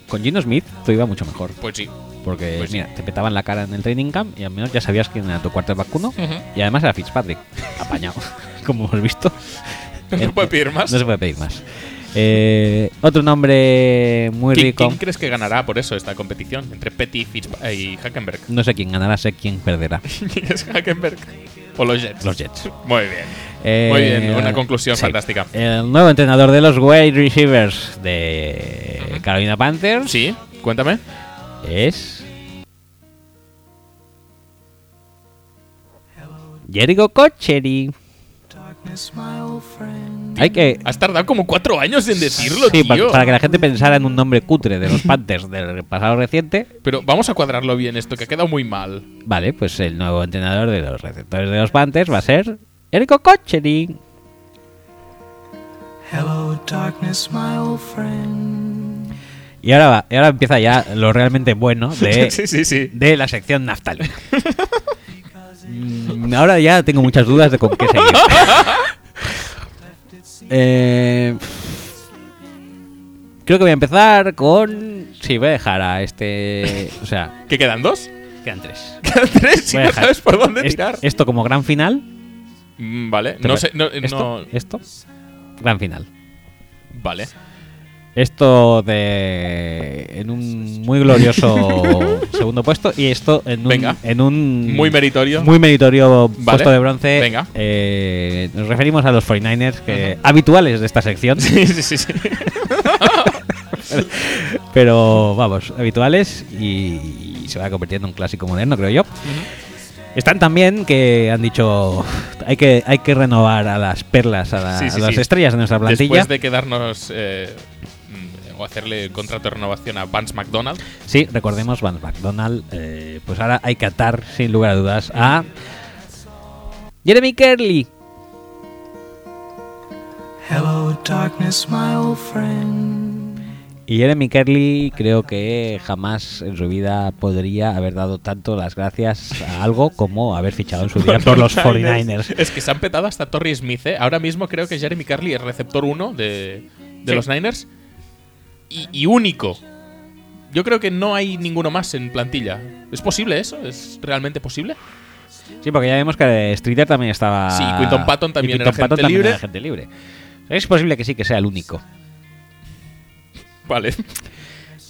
S1: Con Gino Smith todo iba mucho mejor,
S2: Pues sí.
S1: porque
S2: Pues sí.
S1: mira, te petaban la cara en el training camp y al menos ya sabías quién era tu cuarto vacuno
S2: Ujú.
S1: y además era
S2: (laughs)
S1: Fitzpatrick, apañado, (laughs) como hemos visto.
S2: No se puede pedir más.
S1: No se puede pedir más. Eh, otro nombre muy
S2: ¿Qui-
S1: rico.
S2: ¿Quién crees que ganará por eso esta competición entre Petty Fitzpa- y Hackenberg?
S1: No sé quién ganará, sé quién perderá.
S2: ¿Es Hackenberg o los Jets?
S1: Los Jets.
S2: Muy bien.
S1: Eh,
S2: (laughs) Muy bien, una conclusión fantástica.
S1: El nuevo entrenador de los wide receivers de Carolina Panthers
S2: Sí, cuéntame.
S1: es. Jericho Cocheri.
S4: Darkness, my old friend.
S1: Hay que.
S2: Has tardado como cuatro años en decirlo,
S1: sí, pa-
S2: tío.
S1: para que la gente pensara en un nombre cutre de los Panthers del pasado reciente.
S2: Pero vamos a cuadrarlo bien esto, que ha quedado muy mal.
S1: Vale, pues el nuevo entrenador de los receptores de los Panthers va a ser. Jericho Cocheri.
S4: Hello, darkness, my old friend.
S1: Y ahora, va, y ahora empieza ya lo realmente bueno de,
S2: (laughs) Sí, sí, sí.
S1: de la sección naftalina. (laughs) Mm, ahora ya tengo muchas dudas de con qué (laughs) seguir. Eh, creo que voy a empezar con... Sí, voy a dejar a este... O sea,
S2: ¿Qué quedan dos?
S1: (laughs)
S2: (laughs)
S1: quedan tres.
S2: Quedan tres si
S1: Voy a
S2: no
S1: dejar
S2: sabes por dónde
S1: est-
S2: tirar.
S1: Esto como gran final.
S2: Mm, Vale,
S1: ¿Te
S2: no
S1: pare-
S2: sé. No,
S1: esto,
S2: no-
S1: esto. Gran final. (laughs)
S2: vale.
S1: Esto de en un muy
S2: (laughs)
S1: glorioso segundo puesto y esto en un,
S2: Venga.
S1: en un
S2: Muy meritorio.
S1: muy meritorio puesto de bronce.
S2: Venga.
S1: Eh, nos referimos a los 49ers que- habituales de esta sección,
S2: Sí, sí, sí, sí.
S1: pero vamos, habituales y, y se va convirtiendo en un clásico moderno, creo yo. Están también que han dicho hay que hay que renovar a las perlas, a, la-
S2: Sí, sí,
S1: a las
S2: sí.
S1: estrellas de nuestra plantilla.
S2: Después de quedarnos eh, mm, o hacerle el contrato de renovación a Vance McDonald.
S1: Sí, recordemos Vance McDonald. eh, pues ahora hay que atar, sin lugar a dudas, a Jeremy Kerley.
S4: Hello, darkness, my old friend.
S1: Y Jeremy Kerley creo que jamás en su vida podría haber dado tanto las gracias a algo como haber fichado en su día por los 49ers.
S2: (laughs) Es que se han petado hasta Torrey Smith, ¿eh? Ahora mismo creo que Jeremy Carly es receptor uno de, de
S1: Sí.
S2: los Niners y, y único. Yo creo que no hay ninguno más en plantilla. ¿Es posible eso? ¿Es realmente posible?
S1: Sí, porque ya vemos que Streeter también estaba.
S2: Sí, Quinton Patton también
S1: y Quinton
S2: era
S1: Patton
S2: gente
S1: también
S2: libre.
S1: era gente libre. Es posible que sí que sea el único.
S2: Vale. (laughs)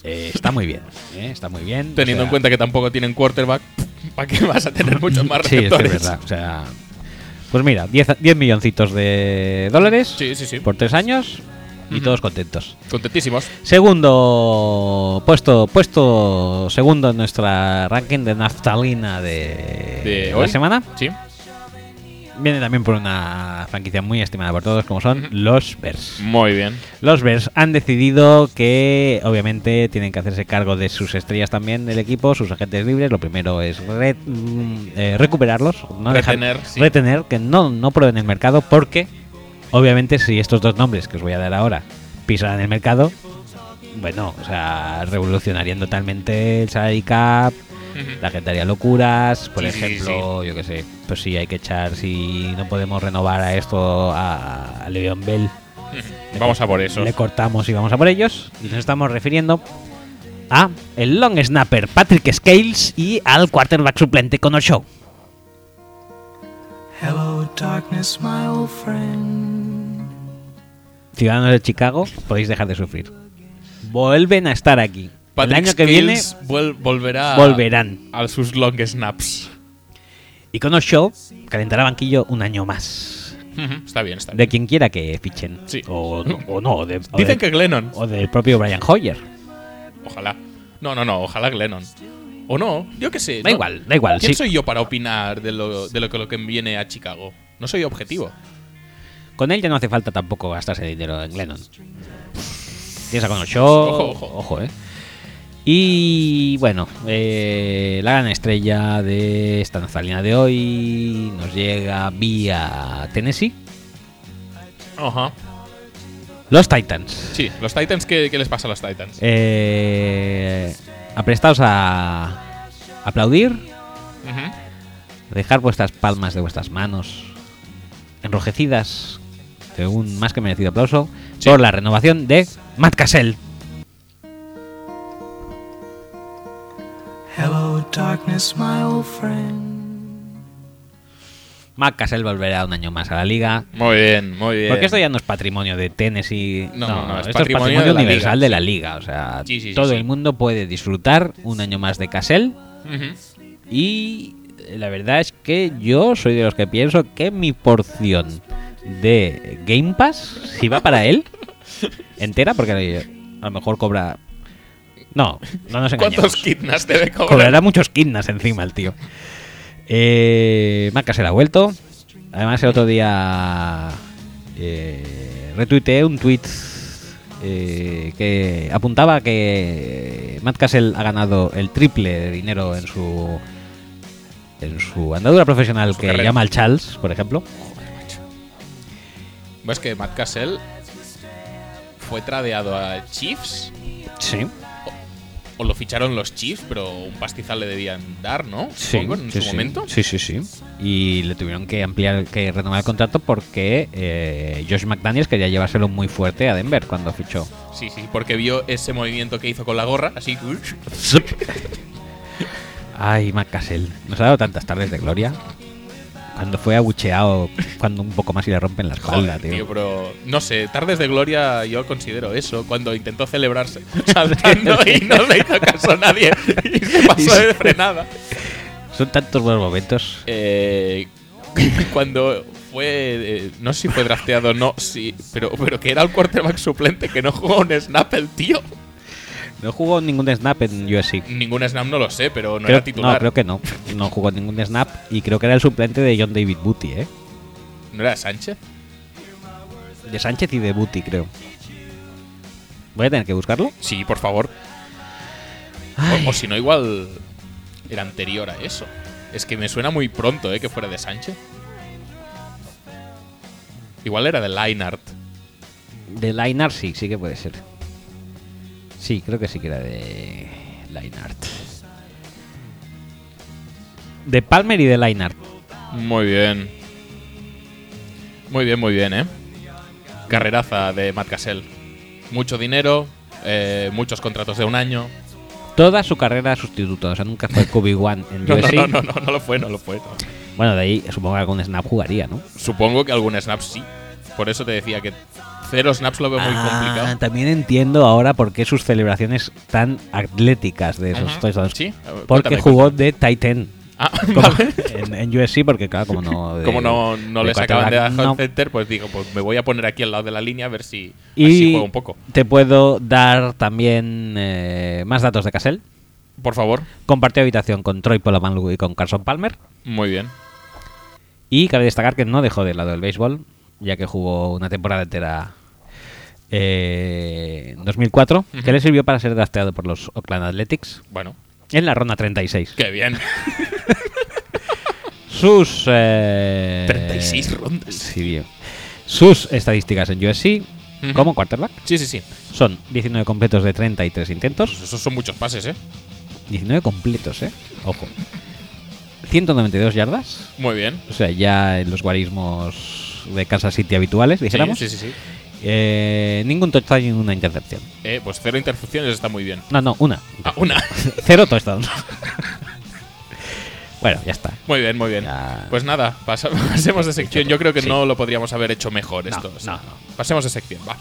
S1: Eh, está muy bien, eh, está muy bien.
S2: Teniendo
S1: O sea,
S2: en cuenta que tampoco tienen quarterback, (laughs) ¿para qué vas a tener muchos más
S1: (laughs) Sí, es que
S2: receptores?
S1: es verdad. O sea, pues mira, 10 a- 10 milloncitos de dólares.
S2: Sí, sí, sí.
S1: por tres años y
S2: Ujú.
S1: todos contentos.
S2: Contentísimos.
S1: Segundo puesto, puesto segundo en nuestra ranking de naftalina de,
S2: De
S1: la
S2: hoy.
S1: semana.
S2: Sí.
S1: Viene también por una franquicia muy estimada por todos, como son
S2: Ujú.
S1: los Bears.
S2: Muy bien.
S1: Los Bears han decidido que, obviamente, tienen que hacerse cargo de sus estrellas también del equipo, sus agentes libres. Lo primero es re- mm, eh, recuperarlos, no dejar-
S2: Retener, sí.
S1: retener, que no, no prueben el mercado, porque, obviamente, si estos dos nombres que os voy a dar ahora pisan el mercado, bueno, o sea, revolucionarían totalmente el salary cap, la gente haría locuras, por
S2: Sí, sí,
S1: ejemplo, yo qué sé, pues sí, hay que echar, si no podemos renovar a esto, a, a Le'Veon Bell. Le
S2: (laughs) Vamos
S1: cort-
S2: a por eso.
S1: Le cortamos y vamos a por ellos. Y nos estamos refiriendo a el long snapper Patrick Scales y al quarterback suplente Connor Shaw.
S4: Hello, darkness, my old friend.
S1: Ciudadanos de Chicago, podéis dejar de sufrir. Vuelven a estar aquí.
S2: Patrick
S1: el año que viene
S2: Scales vuel- volverá
S1: volverán.
S2: a sus long snaps.
S1: Y Connor Shaw calentará banquillo un año más.
S2: Ujú, Está bien, está bien.
S1: De quien quiera que fichen.
S2: Sí.
S1: O, no- o no, o de- o de-
S2: Dicen que Glennon.
S1: o del propio Brian Hoyer.
S2: Ojalá. No, no, no, ojalá Glennon. O no, yo qué sé.
S1: Da
S2: no.
S1: igual, da igual.
S2: ¿Quién
S1: sí.
S2: soy yo para opinar de lo, de lo que lo que viene a Chicago? No soy objetivo.
S1: Con él ya no hace falta tampoco gastarse dinero en Glennon. Tienes a Connor Shaw.
S2: Ojo, ojo.
S1: eh. Y bueno, eh, la gran estrella de esta naftalina de hoy nos llega vía Tennessee,
S2: Ajá.
S1: los Titans.
S2: Sí, los Titans, ¿qué, qué les pasa a los Titans?
S1: Eh, aprestaos a aplaudir,
S2: Ujú.
S1: dejar vuestras palmas de vuestras manos enrojecidas de un más que merecido aplauso
S2: Sí.
S1: por la renovación de Matt Cassell.
S4: Hello, darkness, my old friend.
S1: Matt Cassell volverá un año más a la liga.
S2: Muy bien, muy bien.
S1: Porque esto ya no es patrimonio de Tennessee.
S2: No, no, no, es
S1: esto es
S2: patrimonio
S1: patrimonio
S2: de la
S1: universal
S2: liga,
S1: de la liga. O sea,
S2: Sí, sí, sí,
S1: todo
S2: sí.
S1: el mundo puede disfrutar un año más de Cassell.
S2: Ujú.
S1: Y la verdad es que yo soy de los que pienso que mi porción de Game Pass, si va para él, entera, porque a lo mejor cobra. No, no nos engañemos.
S2: ¿Cuántos kidnaps debe cobrar?
S1: Cobrará muchos kidnas encima el tío. Eh, Maca se la ha vuelto. Además, el otro día eh, retuiteé un tweet eh, que apuntaba que Matt Cassel ha ganado el triple de dinero en su en su andadura profesional
S2: su
S1: que
S2: carrera.
S1: llama al Charles, por ejemplo.
S2: Ves que Matt Cassell fue tradeado a Chiefs
S1: Sí,
S2: o lo ficharon los Chiefs, pero un pastizal le debían dar, ¿no?
S1: sí,
S2: Supongo, en
S1: sí,
S2: su
S1: sí.
S2: momento.
S1: Sí, sí, sí. Y le tuvieron que ampliar, que renovar el contrato porque eh, Josh McDaniels quería llevárselo muy fuerte a Denver cuando fichó.
S2: Sí, sí, porque vio ese movimiento que hizo con la gorra, así.
S1: Ay, Matt Cassell. Nos ha dado tantas tardes de gloria. Cuando fue abucheado, cuando un poco más y le rompen la espalda,
S2: Joder,
S1: tío.
S2: tío, pero no sé, tardes de gloria yo considero eso, cuando intentó celebrarse (laughs) saltando y no le hizo caso a nadie y se pasó de frenada.
S1: Son tantos buenos momentos.
S2: Eh, cuando fue, eh, no sé si fue drafteado o no, sí, pero, pero que era el quarterback suplente que no jugó un snap el tío.
S1: No jugó ningún snap en USC.
S2: Ningún snap no lo sé, pero no
S1: Creo-
S2: era titular.
S1: creo que no. No jugó ningún snap y creo que era el suplente de John David Booty, ¿eh?
S2: ¿No era Sánchez?
S1: De Sánchez y de Booty, creo. Voy a tener que buscarlo.
S2: Sí, por favor. O, o si no, igual era anterior a eso. Es que me suena muy pronto, ¿eh? Que fuera de Sánchez. Igual era de Lineart.
S1: De Lineart sí, sí que puede ser. Sí, creo que sí que era de Lineart. De Palmer y de Lineart.
S2: Muy bien. Muy bien, muy bien, ¿eh? Carreraza de Matt Cassell. Mucho dinero, eh, muchos contratos de un año.
S1: toda su carrera sustituto. O sea, nunca
S2: (laughs)
S1: fue QB1 en
S2: No, no,
S1: USC.
S2: no, no, no, no lo fue, no lo fue. no.
S1: Bueno, de ahí supongo que algún snap jugaría, ¿no?
S2: Supongo que algún snap sí. Por eso te decía que cero snaps lo veo muy complicado.
S1: Ah, también entiendo ahora por qué sus celebraciones tan atléticas de esos
S2: Ajá.
S1: touchdowns.
S2: Sí, a ver,
S1: Porque
S2: cuéntame,
S1: jugó de
S2: (laughs)
S1: Titan
S2: Ah,
S1: como-
S2: vale.
S1: en, en USC, porque claro, como no. de-
S2: Como no, no
S1: de
S2: les acaban de dar
S1: quarterback, no.
S2: center, pues digo, pues me voy a poner aquí al lado de la línea a ver si así
S1: Y
S2: juego un poco.
S1: te puedo dar también eh, más datos de Cassell.
S2: Por favor.
S1: Compartió habitación con Troy Polamalu y con Carson Palmer.
S2: Muy bien.
S1: Y cabe destacar que no dejó de lado el béisbol, ya que jugó una temporada entera eh, en 2004, que le sirvió para ser drafteado por los Oakland Athletics
S2: Bueno,
S1: en la ronda 36. (laughs)
S2: qué bien.
S1: Sus... eh,
S2: 36 rondas.
S1: Sí, bien. Sus estadísticas en USC
S2: Ujú.
S1: como quarterback
S2: Sí, sí, sí.
S1: son 19 completos de 33
S2: Pues
S1: intentos.
S2: esos son muchos pases, ¿eh?
S1: 19 completos, ¿eh? Ojo. 192 yardas.
S2: Muy bien.
S1: O sea, ya en los guarismos de Kansas City habituales,
S2: Sí,
S1: dijéramos.
S2: sí, sí, sí.
S1: Eh, ningún touchdown y una intercepción.
S2: Eh, pues cero interrupciones está muy bien.
S1: No, no, una.
S2: Ah, una.
S1: (laughs) Cero touchdowns. (laughs) bueno, ya está.
S2: Muy bien, muy bien.
S1: Ya.
S2: Pues nada, pasa- (laughs) pasemos de sección. Yo creo que
S1: Sí.
S2: no lo podríamos haber hecho mejor
S1: No,
S2: esto. sí.
S1: no, no.
S2: Pasemos de sección, va.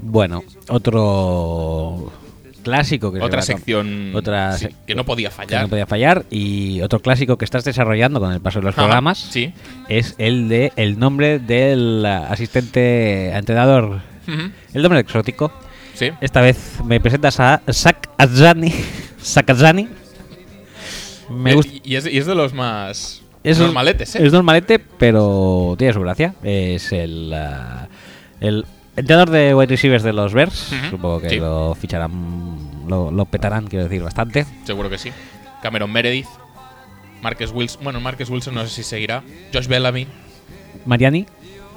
S1: Bueno, otro clásico que se
S2: Otra
S1: va a Pues com-
S2: sección
S1: otra
S2: sí,
S1: sec-
S2: que no podía
S1: que
S2: fallar.
S1: no podía fallar y otro clásico que estás desarrollando con el paso de los
S2: Ajá,
S1: programas
S2: Sí.
S1: es el de el nombre del ah, asistente entrenador,
S2: Ujú,
S1: el nombre exótico.
S2: Sí.
S1: Esta vez me presentas a Sak Azani. (laughs) Sak Azani. Me
S2: Eh,
S1: gusta.
S2: Y, es, y es de los más
S1: Es
S2: normaletes, ¿eh?
S1: Es normalete, pero tiene su gracia. Es el, ah, el entrenador de wide receivers de los Bears.
S2: Ujú,
S1: Supongo que
S2: sí.
S1: lo ficharán, lo, lo petarán, quiero decir, bastante.
S2: Seguro que sí. Cameron Meredith. Marques Wilson. Bueno, Marques Wilson no sé si seguirá. Josh Bellamy.
S1: Mariani.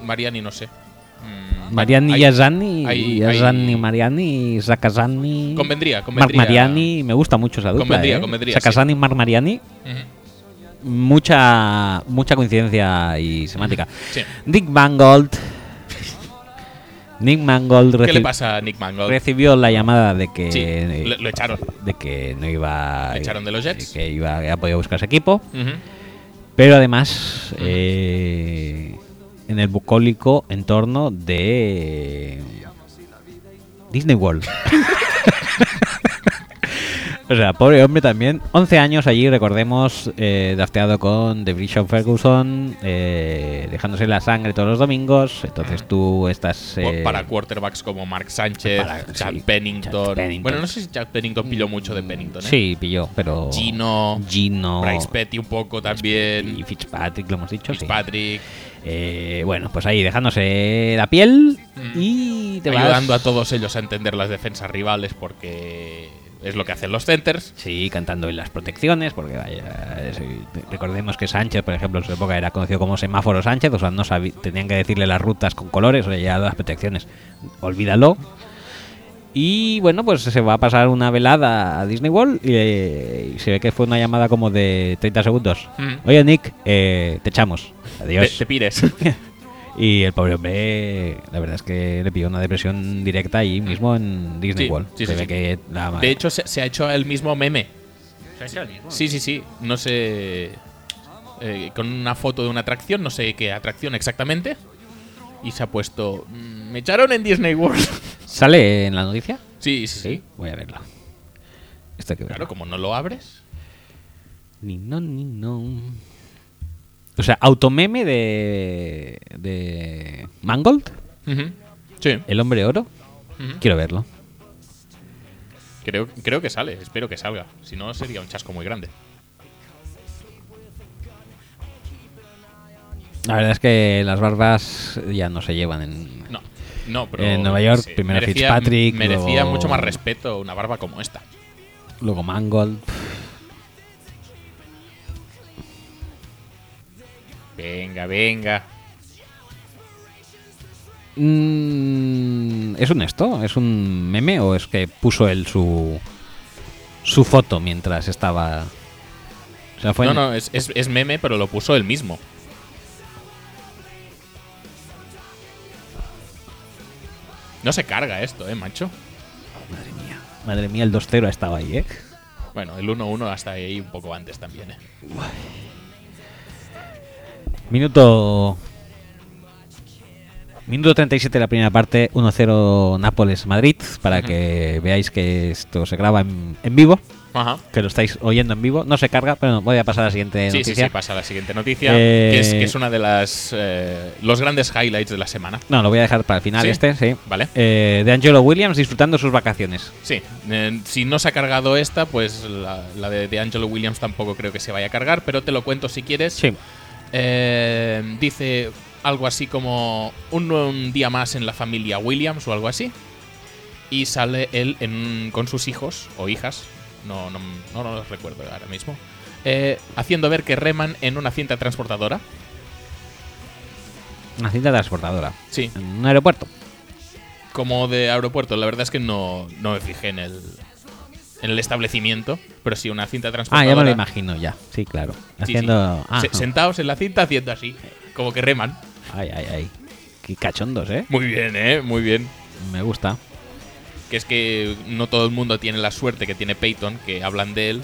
S2: Mariani, no sé. Mm,
S1: Mariani
S2: hay-
S1: Yazani.
S2: hay-
S1: Yazani
S2: hay-
S1: Mariani. Sakazani.
S2: Convendría,
S1: Mark
S2: convendría.
S1: Mariani. Me gusta mucho esa dupla.
S2: Convendría,
S1: eh.
S2: convendría,
S1: Sakazani, Mark Mariani.
S2: Ujú,
S1: Mucha, mucha coincidencia y semántica.
S2: Sí.
S1: Nick Mangold. Nick Mangold
S2: ¿Qué le
S1: reci-
S2: pasa a Nick Mangold?
S1: recibió la llamada de que,
S2: Sí, le- lo echaron.
S1: de que no iba.
S2: Le echaron de los Jets.
S1: Que iba, que ha podido buscarse equipo.
S2: Ujú,
S1: Pero además, eh, en el bucólico entorno de Disney World. (laughs) o sea, pobre hombre también. 11 años allí, recordemos, eh, drafteado con The Bishop Ferguson, eh, dejándose la sangre todos los domingos. Entonces tú estás... eh,
S2: Ah. Para quarterbacks como Mark Sánchez,
S1: para-
S2: Chad
S1: sí,
S2: Pennington.
S1: Chad Pennington.
S2: Bueno, no sé si Chad Pennington pilló mucho de Pennington, ¿eh?
S1: Sí, pilló, pero...
S2: Gino,
S1: Gino...
S2: Bryce Petty un poco
S1: Y
S2: también.
S1: Fitzpatrick, lo hemos dicho, sí.
S2: Fitzpatrick.
S1: Eh, bueno, pues ahí dejándose la piel
S2: Mm.
S1: y te vas-
S2: ayudando a todos ellos a entender las defensas rivales porque es lo que hacen los centers.
S1: Sí, cantando en las protecciones, porque vaya, sí, recordemos que Sánchez, por ejemplo, en su época era conocido como semáforo Sánchez, o sea, no sabi- tenían que decirle las rutas con colores, o sea, ya las protecciones, olvídalo. Y bueno, pues se va a pasar una velada a Disney World y, eh, y se ve que fue una llamada como de 30 segundos.
S2: Mm.
S1: Oye, Nick, eh, te echamos.
S2: Te,
S1: Adiós.
S2: te pires.
S1: (laughs) Y el pobre hombre, la verdad es que le pilló una depresión directa ahí mismo en Disney
S2: Sí,
S1: World.
S2: sí,
S1: Se
S2: sí,
S1: ve
S2: sí.
S1: que la ma-
S2: De hecho, se, se ha hecho el mismo meme.
S3: ¿Se ha hecho el mismo?
S2: Sí, sí, sí. No sé. eh, con una foto de una atracción, no sé qué atracción exactamente. Y se ha puesto. "Mm, Me echaron en Disney World. (laughs)
S1: ¿Sale en la noticia?
S2: sí, sí, sí.
S1: Voy a verlo. Esto hay que verlo.
S2: Claro, como no lo abres.
S1: Ni no, ni no. O sea, automeme de. de. Mangold,
S2: Ujú. Sí,
S1: el hombre oro.
S2: Ujú.
S1: Quiero verlo.
S2: creo, creo que sale. Espero que salga. Si no, sería un chasco muy grande.
S1: La verdad es que las barbas ya no se llevan en.
S2: No, no, pero.
S1: En Nueva
S2: yo
S1: York,
S2: qué sé,
S1: primero
S2: merecía-
S1: Fitzpatrick,
S2: Merecía
S1: luego-
S2: mucho más respeto una barba como esta.
S1: Luego Mangold.
S2: Venga, venga.
S1: Mm, ¿Es un esto? ¿Es un meme? ¿O es que puso él su. su foto mientras estaba. O sea, fue.
S2: No,
S1: en-
S2: no, es, es- es meme, pero lo puso él mismo. No se carga esto, eh, macho.
S1: Madre mía. Madre mía, el 2-0 ha estado ahí, ¿eh?
S2: Bueno, el 1-1 hasta ahí un poco antes también, eh.
S1: Minuto. Minuto 37 de la primera parte, 1-0 Nápoles-Madrid, para
S2: Ujú.
S1: que veáis que esto se graba en, en vivo,
S2: Ajá.
S1: que lo estáis oyendo en vivo. No se carga, pero no, voy a pasar a la siguiente
S2: Sí, sí,
S1: Eh, noticia.
S2: sí, pasa a la siguiente noticia,
S1: Eh,
S2: que, es, que es una de las eh, los grandes highlights de la semana.
S1: no, lo voy a dejar para el final
S2: ¿Sí?
S1: este, sí.
S2: Vale.
S1: Eh, de Angelo Williams disfrutando sus vacaciones.
S2: Sí, eh, si no se ha cargado esta, pues la, la de, de Angelo Williams tampoco creo que se vaya a cargar, pero te lo cuento si quieres.
S1: Sí.
S2: Eh, dice algo así como un, un día más en la familia Williams o algo así. Y sale él en- con sus hijos o hijas, no, no, no, no los recuerdo ahora mismo, eh, haciendo ver que reman en una cinta transportadora.
S1: Una cinta transportadora.
S2: Sí,
S1: En un aeropuerto.
S2: como de aeropuerto. La verdad es que no, no me fijé en el, en el establecimiento, pero sí una cinta
S1: Ah,
S2: transportadora.
S1: ya me lo imagino, ya. Sí, claro.
S2: Sí, sí.
S1: Haciendo. ah,
S2: Se-
S1: ah.
S2: sentados en la cinta haciendo así, como que reman.
S1: Ay, ay, ay. Qué cachondos, ¿eh?
S2: Muy bien, ¿eh? Muy bien.
S1: Me gusta.
S2: que es que no todo el mundo tiene la suerte que tiene Peyton, que hablan de él.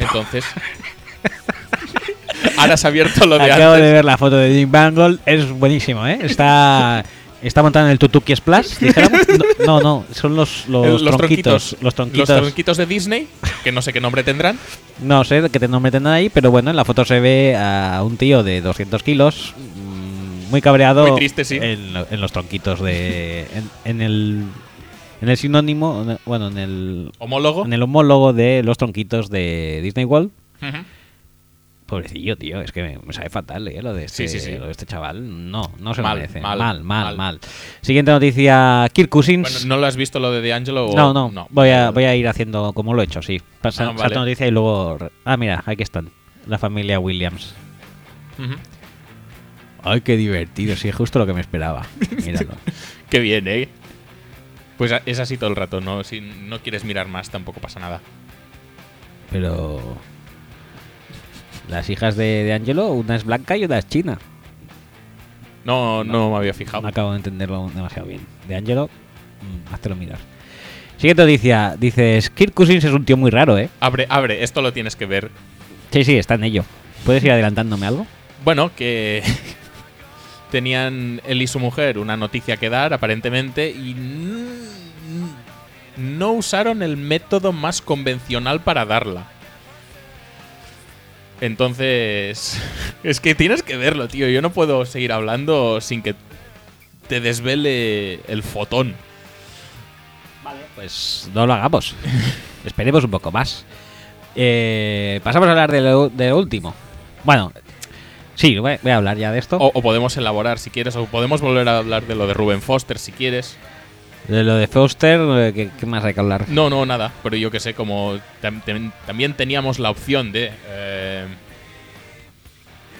S2: Entonces. ahora se ha abierto lo de
S1: Acabo
S2: antes. (laughs)
S1: de ver la foto de Jim Mangold, es buenísimo, ¿eh? Está Está montada en el Tutuki Splash, dijéramos. No, no, no, son los, los,
S2: Eh, los
S1: tronquitos,
S2: tronquitos.
S1: Los tronquitos.
S2: Los tronquitos de Disney, que no sé qué nombre tendrán.
S1: No sé que te no meten ahí, pero bueno, en la foto se ve a un tío de 200 kilos, mm, muy cabreado.
S2: Muy triste, sí.
S1: En, lo- en los tronquitos
S2: (laughs)
S1: de. En, en el. En el sinónimo, en- bueno, en el.
S2: Homólogo.
S1: En el homólogo de los tronquitos de Disney World.
S2: Ujú.
S1: Pobrecillo, tío, es que me, me sabe fatal, ¿eh? Lo de,
S2: Sí,
S1: este,
S2: sí, sí.
S1: lo de este chaval. No, no se
S2: Mal,
S1: merece.
S2: mal,
S1: mal, mal,
S2: mal.
S1: mal. Siguiente noticia: Kirk
S2: Bueno,
S1: Cousins.
S2: ¿no lo has visto lo de D'Angelo? o-
S1: no, no, Voy, a, voy a ir haciendo como lo he hecho, sí. Pasa,
S2: Ah,
S1: salta
S2: vale.
S1: noticia y luego. re- Ah, mira, aquí están. La familia Williams.
S2: Ujú.
S1: Ay, qué divertido, sí, es justo lo que me (laughs) esperaba. Míralo.
S2: Qué bien, ¿eh? Pues a- es así todo el rato, ¿no? Si no quieres mirar más, tampoco pasa nada.
S1: Pero. Las hijas de, de Angelo, una es blanca y otra es china.
S2: No, no, me había
S1: No
S2: fijado.
S1: acabo de entenderlo aún demasiado bien. De Angelo, mm, háztelo mirar. Siguiente noticia. Dices, Kirk Cousins es un tío muy raro, ¿eh?
S2: Abre, abre, esto lo tienes que ver.
S1: Sí, sí, está en ello. ¿Puedes ir adelantándome algo?
S2: Bueno, que (laughs) tenían él y su mujer una noticia que dar, aparentemente, y n- n- no usaron el método más convencional para darla. Entonces, (laughs) es que tienes que verlo, tío. Yo no puedo seguir hablando sin que te desvele el fotón.
S1: Pues no lo
S2: (laughs)
S1: hagamos. Esperemos un poco más. Eh, pasamos a hablar de lo, de lo último. Bueno, sí, voy voy a hablar ya de esto.
S2: O, o podemos elaborar si quieres, o podemos volver a hablar de lo de Ruben Foster si quieres.
S1: De lo de Foster, eh, ¿qué, qué más hay que hablar?
S2: No, no, nada. Pero yo que sé, como tam- tam- también teníamos la opción de eh,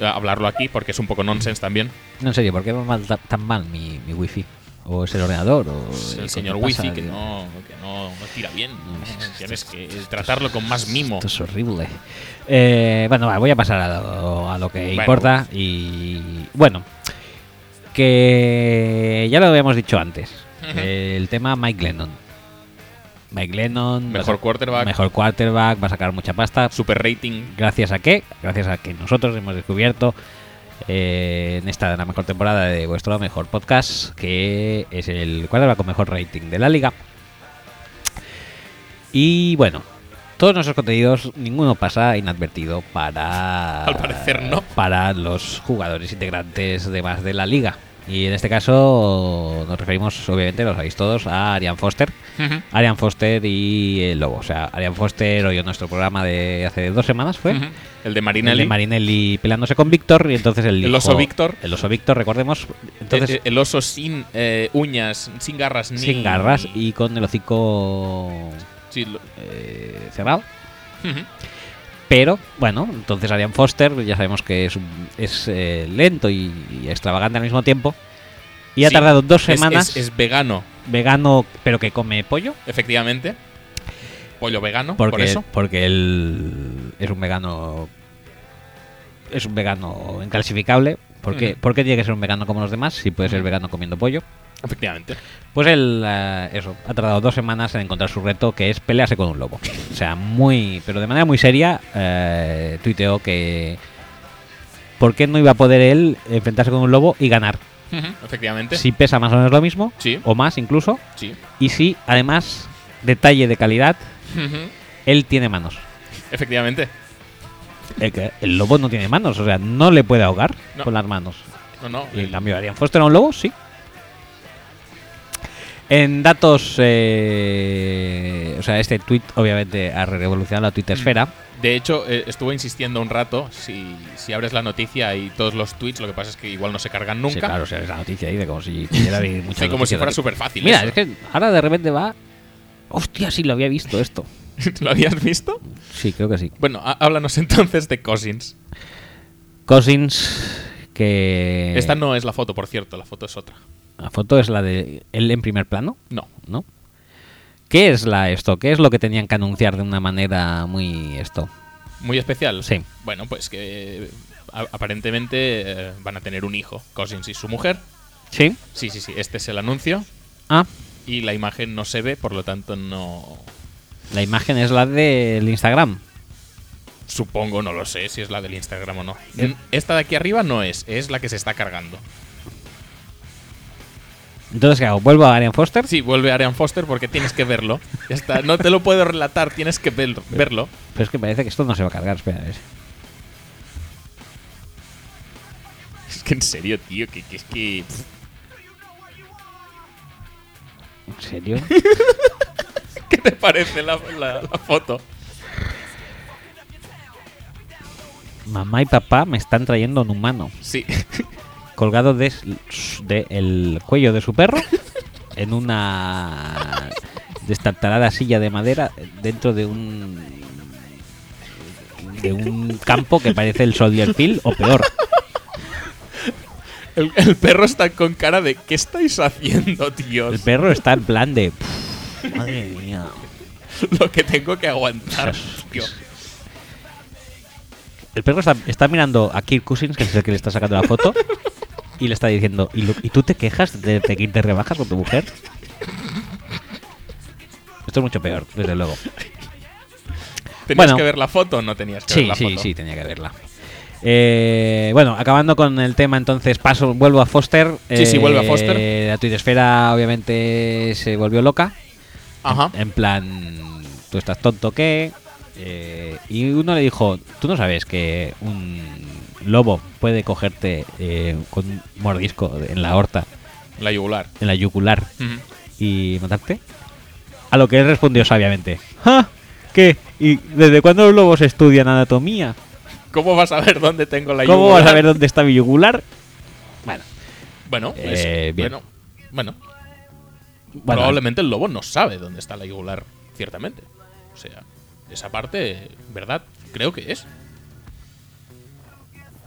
S2: hablarlo aquí, porque es un poco nonsense también.
S1: No, en serio, ¿por qué va mal- ta- tan mal mi, mi wifi? ¿O es el ordenador? ¿O
S2: Es
S1: qué
S2: el señor
S1: Pues pasa,
S2: Wifi que
S1: tío?
S2: no, que no, no tira bien. ¿no? Tienes que tratarlo con más mimo.
S1: Esto es horrible. Eh, bueno, va, voy a pasar a lo, a lo que
S2: Bueno.
S1: importa. Y bueno, que ya lo habíamos dicho antes.
S2: Ujú.
S1: El tema Mike Lennon. Mike Lennon. va a
S2: Mejor
S1: sa-
S2: quarterback.
S1: Mejor quarterback, va a sacar mucha pasta.
S2: Super rating.
S1: ¿Gracias a qué? Gracias a que nosotros hemos descubierto eh, en esta la mejor temporada de vuestro mejor podcast, que es el quarterback con mejor rating de la liga. Y bueno, todos nuestros contenidos, ninguno pasa inadvertido para.
S2: Al parecer no.
S1: Para los jugadores integrantes de más de la liga. Y en este caso nos referimos, obviamente, lo sabéis todos, a Arian Foster. Arian Foster y el Lobo. O sea, Arian Foster oyó nuestro programa de hace dos semanas, ¿fue?
S2: Ujú. El de
S1: Pues, El
S2: Marinelli.
S1: de Marinelli peleándose con Víctor y entonces él
S2: El
S1: dijo-
S2: oso Víctor.
S1: El oso Víctor, recordemos. Entonces,
S2: Eh, eh, el oso sin eh, uñas, sin garras ni.
S1: sin garras y con el hocico
S2: Sí, lo-
S1: eh, cerrado.
S2: Ujú.
S1: Pero, bueno, entonces Arian Foster, ya sabemos que es, un- es eh, lento y, y extravagante al mismo tiempo. Y ha
S2: Sí,
S1: tardado dos
S2: es-
S1: semanas,
S2: Es, es vegano,
S1: vegano, pero que come pollo.
S2: efectivamente. Pollo vegano,
S1: Porque,
S2: por eso.
S1: porque él es un vegano. Es un vegano inclasificable. ¿Por qué,
S2: Ujú.
S1: por qué tiene que ser un vegano como los demás si puede ser
S2: Ujú.
S1: vegano comiendo pollo?
S2: Efectivamente.
S1: Pues él, eh, eso, ha tardado dos semanas en encontrar su reto, que es pelearse con un lobo. O sea, muy. Pero de manera muy seria, eh, tuiteó que. ¿Por qué no iba a poder él enfrentarse con un lobo y ganar?
S2: Ujú, Efectivamente.
S1: Si pesa más o menos lo mismo,
S2: Sí.
S1: o más incluso,
S2: Sí.
S1: y si, además, detalle de calidad,
S2: Ujú,
S1: él tiene manos.
S2: Efectivamente.
S1: El, que- el lobo no tiene manos, o sea, no le puede ahogar
S2: No.
S1: con las manos.
S2: No, no. eh,
S1: Y
S2: el-
S1: en cambio, Arian Foster a un lobo, sí. En datos, eh, o sea, este tweet obviamente ha revolucionado la
S2: Mm.
S1: Twitter esfera.
S2: De hecho, eh, estuve insistiendo un rato. Si, si abres la noticia y todos los tweets, lo que pasa es que igual no se cargan nunca.
S1: claro, o sea, es la noticia ahí de como si
S2: (laughs)
S1: pudiera venir mucha
S2: Sí, como si
S1: noticia
S2: fuera
S1: de-
S2: súper fácil.
S1: Mira, es que ahora de repente va. Hostia, sí lo había visto esto.
S2: (laughs) ¿Lo habías visto?
S1: Sí, creo que sí.
S2: Bueno, há- háblanos (laughs) entonces de Cousins.
S1: Cousins, que.
S2: Esta no es la foto, por cierto, la foto es otra.
S1: La foto es la de él en primer plano.
S2: No.
S1: ¿no? ¿Qué es la esto? ¿Qué es lo que tenían que anunciar de una manera muy esto?
S2: Muy especial.
S1: Sí.
S2: Bueno, pues que eh, a- aparentemente eh, van a tener un hijo, Cousins y su mujer.
S1: Sí.
S2: Sí, sí, sí, este es el anuncio.
S1: Ah,
S2: Y la imagen no se ve, por lo tanto no...
S1: la imagen es la del Instagram.
S2: Supongo, no lo sé si es la del Instagram o no. N- Esta de aquí arriba no es, es la que se está cargando.
S1: Entonces, ¿qué hago? ¿Vuelvo a Arian Foster?
S2: Ah, Sí, vuelve Arian Foster porque tienes que verlo. Ya está, no te lo puedo relatar, tienes que verlo. verlo.
S1: Pero es que parece que esto no se va a cargar, espera. a ver.
S2: Es que en serio, tío, que, que es que.
S1: ¿En serio? (laughs)
S2: ¿Qué (laughs) te parece la, la- la foto?
S1: Mamá y papá me están trayendo un humano
S2: Sí.
S1: colgado del de el cuello de su (laughs) perro en una destartalada silla de madera dentro de un de un campo que parece el Soldier Field o (laughs) peor.
S2: El, el perro está con cara de ¿qué estáis haciendo,
S1: El
S2: tíos?
S1: perro está en plan de "Pff, madre mía.
S2: Lo que tengo que
S1: O sea,
S2: aguantar,
S1: es-
S2: tío.
S1: es- El perro está, está mirando a Kirk Cousins, que es el que le está sacando la foto, y le está diciendo, ¿y, lo- y tú te quejas de, de que te rebajas con tu mujer? Esto es mucho peor, desde luego.
S2: ¿Tenías
S1: bueno.
S2: que ver la foto o no tenías que ver
S1: Sí,
S2: la
S1: sí,
S2: foto?
S1: sí, tenía que verla. Eh, bueno, acabando con el tema, entonces paso, vuelvo a Foster.
S2: Sí, sí, vuelve a Foster.
S1: Eh, La tuitesfera obviamente se volvió loca.
S2: Ajá.
S1: En plan, tú estás tonto, ¿qué? Eh, y uno le dijo, tú no sabes que un lobo puede cogerte eh, con un mordisco en la horta,
S2: La yugular.
S1: en la yugular,
S2: Ujú.
S1: y matarte. A lo que él respondió sabiamente, "Ja, ¿Qué? ¿Y desde cuándo los lobos estudian anatomía?
S2: ¿Cómo vas a ver dónde tengo la
S1: ¿Cómo vas a
S2: yugular?
S1: ver dónde está mi yugular? Bueno,
S2: Bueno, es-
S1: Eh, bien.
S2: bueno, bueno,
S1: bueno,
S2: probablemente el lobo no sabe dónde está la yugular, ciertamente. O sea, esa parte, ¿verdad? Creo que es.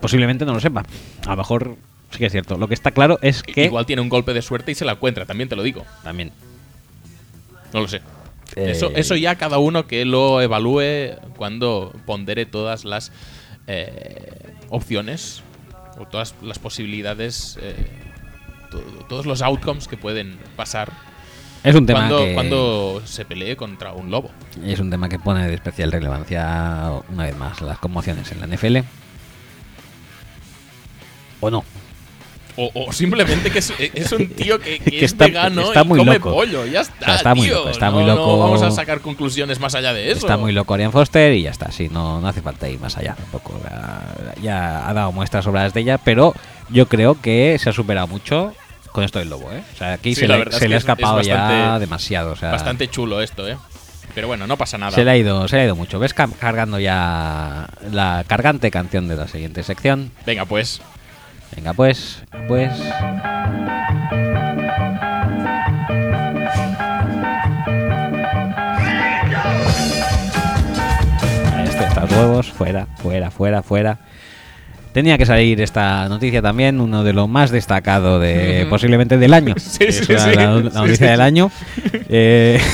S1: posiblemente no lo sepa. A lo mejor sí que es cierto. Lo que está claro es que...
S2: Igual tiene un golpe de suerte y se la encuentra, también te lo digo.
S1: También.
S2: No lo sé.
S1: Eh,
S2: Eso, eso ya cada uno que lo evalúe cuando pondere todas las eh, opciones o todas las posibilidades, eh, to- todos los outcomes que pueden pasar
S1: Es un tema
S2: cuando,
S1: que...
S2: cuando se pelee contra un lobo.
S1: Es un tema que pone de especial relevancia una vez más las conmociones en la NFL. ¿O no?
S2: O, o simplemente que es, es un tío
S1: (laughs)
S2: que, que
S1: Que
S2: es
S1: está-
S2: vegano
S1: está muy
S2: y come
S1: loco.
S2: pollo, ya
S1: O sea,
S2: está.
S1: está muy
S2: tío.
S1: loco, está
S2: No-
S1: muy loco.
S2: No vamos a sacar conclusiones más allá de eso.
S1: Está muy loco Arian Foster y ya está. Sí, no, no hace falta ir más allá tampoco. Ya, ya ha dado muestras sobradas de ella, pero yo creo que se ha superado mucho con esto del lobo. ¿eh? O sea, aquí
S2: Sí,
S1: se,
S2: la
S1: le,
S2: verdad
S1: se
S2: es
S1: le ha
S2: que es- es
S1: escapado ya
S2: bastante-
S1: demasiado. o sea,
S2: Bastante chulo esto, ¿eh? Pero bueno, no pasa nada.
S1: se le ha ido, se le ha ido mucho. Ves Cam- cargando ya la cargante canción de la siguiente sección.
S2: Venga, pues. (laughs)
S1: Venga, pues, pues. Este está a huevos, fuera, fuera, fuera, fuera. Tenía que salir esta noticia también, uno de lo más destacado de
S2: Ujú.
S1: posiblemente del año.
S2: (laughs) Sí,
S1: Es
S2: sí,
S1: la,
S2: sí.
S1: la- la
S2: Sí,
S1: noticia
S2: sí,
S1: del
S2: sí.
S1: año.
S2: (laughs)
S1: Eh, (laughs)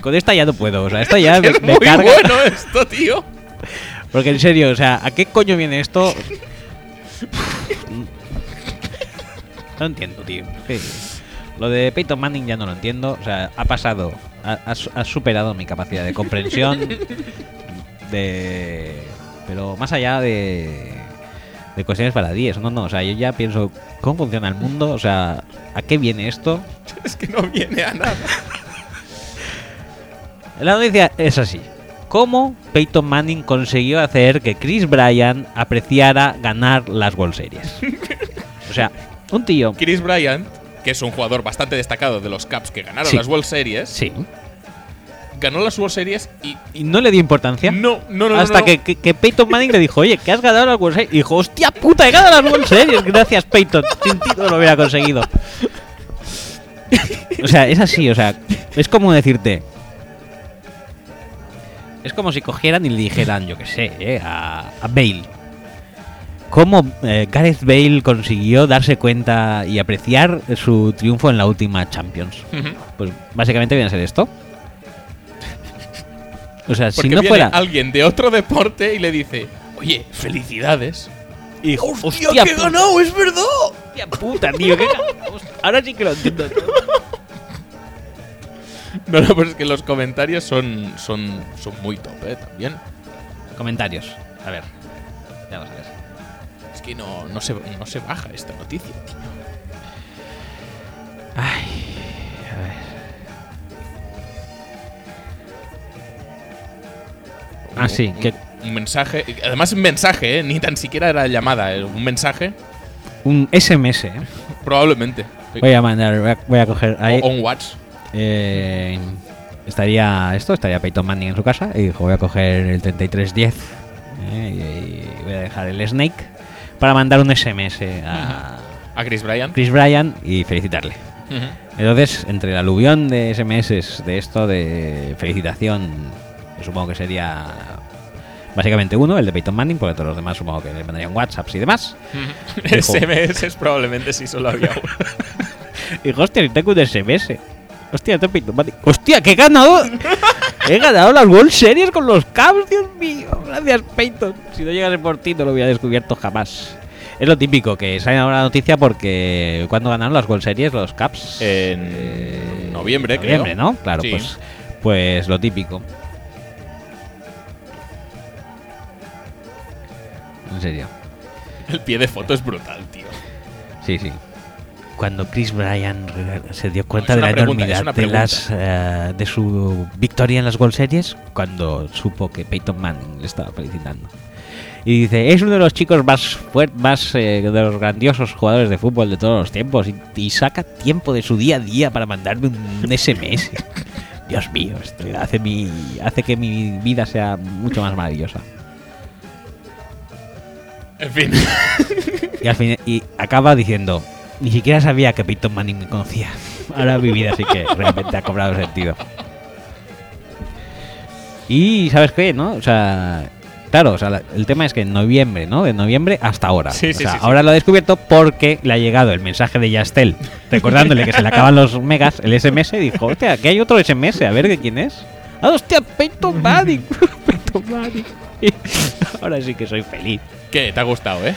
S1: Con esta ya no puedo, o sea, esta ya me,
S2: es
S1: me
S2: muy
S1: carga.
S2: bueno esto, tío.
S1: Porque en serio, o sea, ¿a qué coño viene esto? No entiendo, tío. Sí. Lo de Peyton Manning ya no lo entiendo. O sea, ha pasado, ha, ha su- ha superado mi capacidad de comprensión. De. Pero más allá de. De cuestiones para 10, no, no. O sea, yo ya pienso, ¿cómo funciona el mundo? O sea, ¿a qué viene esto?
S2: Es que no viene a nada.
S1: La noticia es así. ¿Cómo Peyton Manning consiguió hacer que Chris Bryan apreciara ganar las World
S2: (laughs)
S1: Series? O sea, un tío...
S2: Chris Bryant, que es un jugador bastante destacado de los Caps que ganaron
S1: Sí.
S2: las World Series,
S1: Sí.
S2: ganó las World Series y.
S1: Y no le dio importancia.
S2: No, no, no. no,
S1: hasta
S2: no.
S1: Que, que- que Peyton Manning le dijo, oye, que has ganado las World Series. Y dijo, hostia puta, he ganado las World Series. Gracias, Peyton. Sin ti no lo hubiera conseguido. O sea, es así, o sea, es como decirte. Es como si cogieran y le dijeran, yo qué sé, eh, a, a Bale. ¿Cómo eh, Gareth Bale consiguió darse cuenta y apreciar su triunfo en la última Champions?
S2: Ujú.
S1: Pues básicamente viene a ser esto. (laughs) O sea,
S2: Porque
S1: si no
S2: viene
S1: fuera.
S2: alguien de otro deporte y le dice, oye, felicidades. (laughs)
S1: Y
S2: ¡Hostia, que he ganado, es verdad!
S1: ¡Hostia puta, tío! que- host- Ahora sí que lo entiendo. tío.
S2: No, no, pero es que los comentarios son, son, son muy top, ¿eh? También.
S1: Comentarios. A ver. Vamos a ver.
S2: Es que no, no, se, no se baja esta noticia, tío.
S1: Ah, sí,
S2: Un-
S1: que
S2: Un mensaje. Además, un mensaje, ¿eh? Ni tan siquiera era llamada. era Un mensaje,
S1: un SMS. ¿eh?
S2: probablemente.
S1: Voy a mandar, voy a, voy a coger ahí.
S2: O un WhatsApp.
S1: Eh, estaría esto, estaría Peyton Manning en su casa y dijo, voy a coger el 3310 eh, y, y voy a dejar el Snake para mandar un SMS a
S2: A Chris Bryan.
S1: Chris Bryan y felicitarle.
S2: Ujú. (laughs)
S1: Entonces, entre el aluvión de SMS de esto de felicitación, que supongo que sería básicamente uno, el de Peyton Manning, porque todos los demás supongo que le mandarían WhatsApps y demás. Dijo-
S2: SMS probablemente sí solo había uno.
S1: Y dijo, hostia, si tengo un SMS. Hostia, te pinto. mate. Hostia, que he ganado. he ganado las World Series con los Cavs, Dios mío. Gracias, Peyton. Si no llegase por ti, no lo hubiera descubierto jamás. Es lo típico, que sale ahora la noticia porque cuando ganaron las World Series los Caps.
S2: En noviembre, creo.
S1: Noviembre, ¿no? Claro,
S2: Sí.
S1: pues, pues lo típico. En serio.
S2: El pie de foto es brutal, tío.
S1: Sí, sí. Cuando Chris Bryan re- se dio cuenta
S2: es
S1: de
S2: una
S1: la
S2: pregunta, es una
S1: enormidad de,
S2: pregunta.
S1: las, eh, de su victoria en las World Series, cuando supo que Peyton Manning le estaba felicitando. Y dice, es uno de los chicos más fuertes, más eh, de los grandiosos jugadores de fútbol de todos los tiempos y, y saca tiempo de su día a día para mandarme un
S2: (laughs)
S1: SMS. Dios mío, esto hace, mi, hace que mi vida sea mucho más maravillosa.
S2: En fin. (laughs)
S1: Y, al fin- y acaba diciendo, ni siquiera sabía que Peyton Manning me conocía. (laughs) Ahora mi vida sí que realmente ha cobrado sentido. Y sabes qué, ¿no? O sea, claro, o sea, la- el tema es que en noviembre, ¿no? De noviembre hasta ahora.
S2: Sí,
S1: O
S2: sí,
S1: sea,
S2: sí, sí.
S1: ahora lo ha descubierto porque le ha llegado el mensaje de Yastel recordándole que se le acaban los megas, el SMS, y dijo, hostia, aquí hay otro SMS, a ver de quién es. Ah, hostia, Peyton Manning. (laughs) Peyton Manning. (laughs) ahora sí que soy feliz.
S2: ¿Qué? ¿Te ha gustado, eh?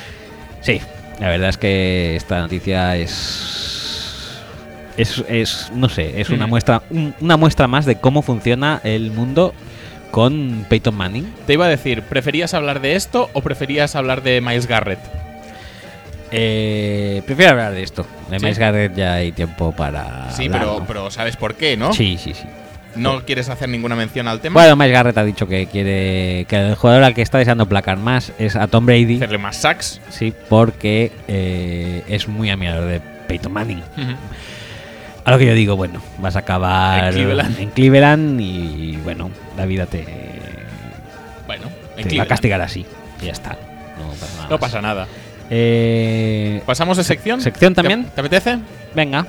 S1: Sí, la verdad es que esta noticia es. Es, es no sé, es una
S2: Mm.
S1: muestra un- una muestra más de cómo funciona el mundo con Peyton Manning.
S2: Te iba a decir, ¿preferías hablar de esto o preferías hablar de Miles Garrett?
S1: Eh, prefiero hablar de esto. De
S2: Sí.
S1: Miles Garrett ya hay tiempo para.
S2: Sí,
S1: hablar,
S2: pero,
S1: ¿no?
S2: pero sabes por qué, ¿no? Mm.
S1: Sí, sí, sí.
S2: No quieres hacer ninguna mención al tema.
S1: Bueno, Miles Garrett ha dicho que quiere. que el jugador al que está deseando placar más es a Tom Brady.
S2: Hacerle más sacks.
S1: Sí, porque eh, es muy admirador de Peyton Manning. A lo que yo digo, bueno, vas a acabar
S2: En Cleveland.
S1: en Cleveland y bueno, la vida te,
S2: Bueno,
S1: te
S2: en
S1: va a
S2: Cleveland.
S1: castigar así. Y ya está. No pasa nada.
S2: No
S1: más.
S2: pasa nada.
S1: Eh,
S2: ¿Pasamos de sección?
S1: ¿Sección también?
S2: ¿Te, te apetece?
S1: venga.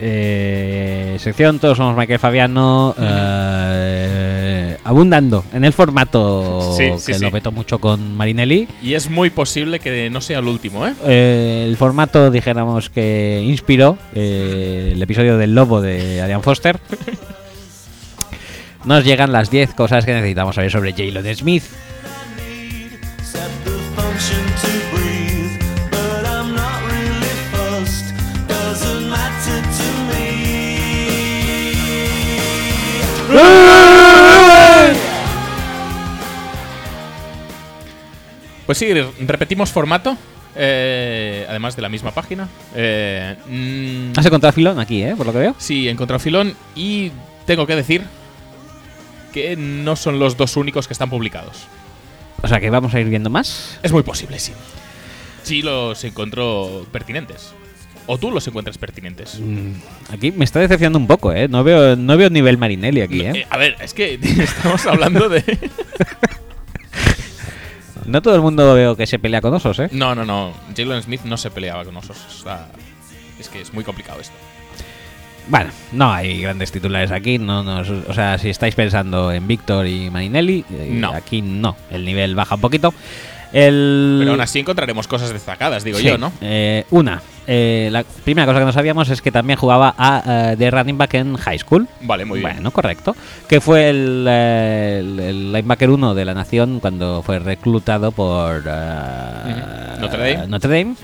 S1: Eh, sección Todos somos Michael Fabiano eh, abundando en el formato
S2: Sí, sí,
S1: que
S2: sí.
S1: lo petó mucho con Marinelli
S2: Y es muy posible que no sea el último, ¿eh?
S1: eh, el formato, dijéramos, que inspiró eh, el episodio del lobo de Adrian
S2: (laughs)
S1: Foster. Nos llegan las 10 cosas que necesitamos saber sobre Jalen Smith.
S2: Pues sí, re- repetimos formato. eh, además de la misma página. Eh, mm,
S1: Has encontrado a Filón aquí, ¿eh? Por lo que veo.
S2: Sí, en Contrafilón y tengo que decir que no son los dos únicos que están publicados.
S1: O sea que vamos a ir viendo más.
S2: Es muy posible, sí. Sí los encontró pertinentes. O tú los encuentras pertinentes.
S1: Mm, Aquí me está decepcionando un poco, ¿eh? No veo, no veo nivel Marinelli aquí,
S2: Eh,
S1: ¿eh?
S2: a ver, es que (laughs) estamos hablando de... (laughs)
S1: No todo el mundo veo que se pelea con osos, ¿eh?
S2: No, no, no. Jalen Smith no se peleaba con osos. Está- Es que es muy complicado esto.
S1: Bueno, no hay grandes titulares aquí. No, nos- o sea, si estáis pensando en Víctor y Marinelli, eh,
S2: No.
S1: aquí no. El nivel baja un poquito. El...
S2: Pero aún así encontraremos cosas destacadas, digo
S1: Mm. Sí,
S2: yo, ¿no?
S1: eh, una. Eh, la primera cosa que no sabíamos es que también jugaba a, eh, de running back en high school.
S2: Vale, muy bien.
S1: Bueno, correcto. Que fue el, eh, el, el linebacker 1 de la nación cuando fue reclutado por eh,
S2: Ujú. Notre Dame.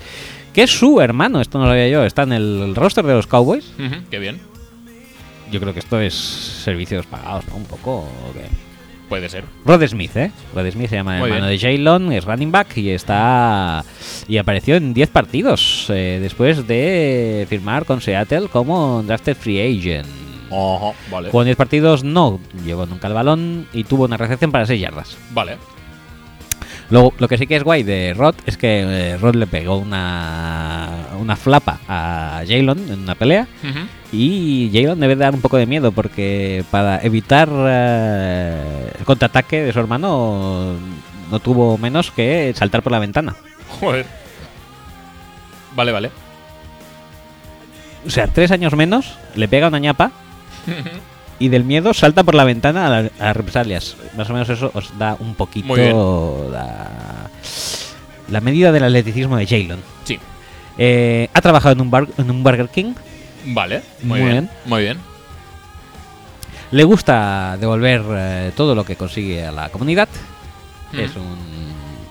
S1: Que es su hermano, esto no lo sabía yo, está en el roster de los Cowboys.
S2: Ujú, qué bien.
S1: Yo creo que esto es servicios pagados, ¿no? Un poco. ¿o qué?
S2: Puede ser.
S1: Rod Smith, ¿eh? Rod Smith se llama el
S2: Muy
S1: hermano de
S2: bien.
S1: Jalen, es running back y está. Y apareció en 10 partidos eh, después de firmar con Seattle como drafted free agent.
S2: Ojo, vale.
S1: Jugó en 10 partidos, no llevó nunca el balón y tuvo una recepción para 6 yardas.
S2: Vale.
S1: Lo, lo que sí que es guay de Rod es que eh, Rod le pegó una, una flapa a Jalen en una pelea.
S2: Ujú.
S1: Y Jalen debe dar un poco de miedo porque para evitar eh, el contraataque de su hermano no tuvo menos que saltar por la ventana.
S2: Joder. Vale, vale.
S1: O sea, tres años menos, le pega una ñapa y del miedo salta por la ventana a, la- a represalias. Más o menos eso os da un poquito
S2: Muy bien.
S1: la, la medida del atleticismo de Jalen.
S2: Sí.
S1: Eh, ha trabajado en un, bar- en un Burger King,
S2: Vale.
S1: Muy
S2: Muy, bien.
S1: bien.
S2: Muy bien.
S1: le gusta devolver eh, todo lo que consigue a la comunidad,
S2: Mm.
S1: es, un,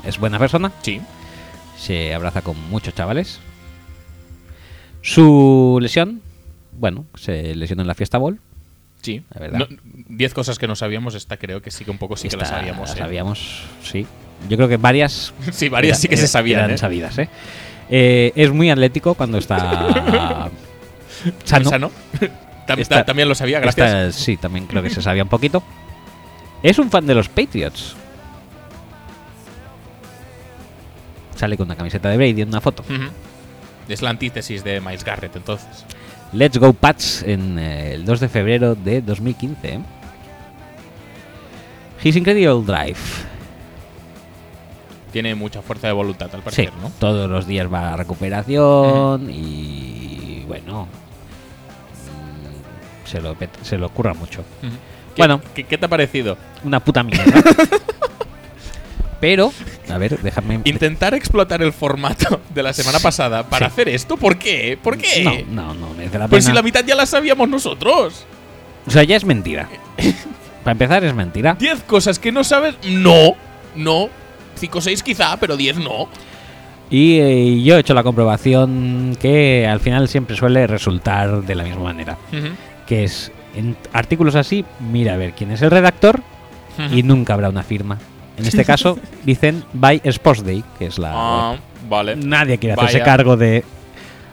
S1: es buena persona.
S2: Sí.
S1: se abraza con muchos chavales. Su lesión, bueno, se lesionó en la fiesta ball.
S2: Sí.
S1: La verdad.
S2: No- diez cosas que no sabíamos, esta creo que sí que un poco sí que la
S1: Esta
S2: sabíamos.
S1: la
S2: ¿eh?
S1: sabíamos, sí. Yo creo que varias.
S2: Sí, varias sí que se sabían,
S1: eran
S2: ¿eh?
S1: sabidas, ¿eh? Eh, Es muy atlético cuando
S2: (laughs)
S1: está sano.
S2: Esa no. (laughs) Tam-
S1: Ah, Esta-
S2: ta- también lo sabía, gracias.
S1: Esta, sí, también creo que se sabía un poquito. Es un fan de los Patriots. Sale con una camiseta de Brady en una foto.
S2: Ujú. Es la antítesis de Miles Garrett, entonces.
S1: Let's Go Pats en eh, el 2 de febrero de 2015. ¿eh? His Incredible Drive.
S2: Tiene mucha fuerza de voluntad, al
S1: Sí,
S2: parecer, ¿no?
S1: todos los días va a la recuperación y bueno. mm, Se lo, pet- se lo curra mucho.
S2: Ujú. ¿Qué-
S1: Bueno.
S2: ¿qué, qué te ha parecido?
S1: Una puta
S2: (laughs)
S1: mierda. Pero, a ver, déjame.
S2: Intentar explotar el formato (laughs) de la semana pasada para
S1: Sí.
S2: hacer esto, ¿por qué? ¿Por qué?
S1: No, no, no, merece la
S2: Pues si
S1: pena.
S2: la mitad ya la sabíamos nosotros.
S1: O sea, ya es mentira. Para empezar, es mentira.
S2: 10 cosas que no sabes, no, no. 5 o 6 quizá, pero 10 no.
S1: Y eh, yo he hecho la comprobación que al final siempre suele resultar de la misma manera. que es en artículos así, mira a ver quién es el redactor y nunca habrá una firma. En este
S2: (laughs)
S1: caso dicen by Sports Day, que es la
S2: Ah, vale.
S1: nadie quiere hacerse
S2: vaya.
S1: cargo de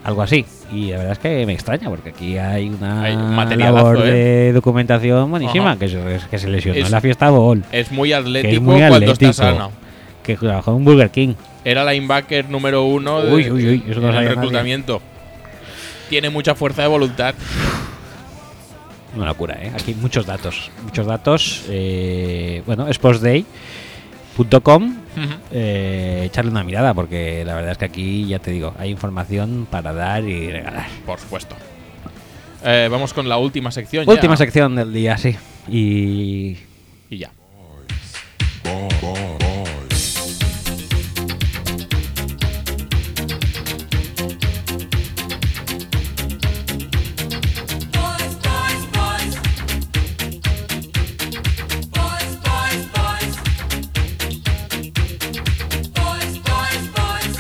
S1: algo así. Y la verdad es que me extraña porque aquí hay una
S2: Hay un materialazo,
S1: labor
S2: ¿eh?
S1: de documentación buenísima
S2: Ajá.
S1: que se, que se lesionó
S2: Es-
S1: en la fiesta Bowl,
S2: Es muy atlético
S1: que es muy
S2: cuando está
S1: atlético,
S2: sano.
S1: que trabajó en Burger King.
S2: Era linebacker número uno de-
S1: Uy, uy, uy, eso no
S2: en
S1: sabía
S2: el
S1: nadie.
S2: reclutamiento. Tiene mucha fuerza de voluntad.
S1: Una locura, ¿eh? Aquí muchos datos, muchos datos. eh, bueno, sportsday.com eh, echarle una mirada porque la verdad es que aquí ya te digo hay información para dar y regalar
S2: Por supuesto. Eh, vamos con la última sección. ya.
S1: última sección del día sí y
S2: Y ya.
S5: Boys, boys, boys. Boys, boys, boys. Boys, boys, boys.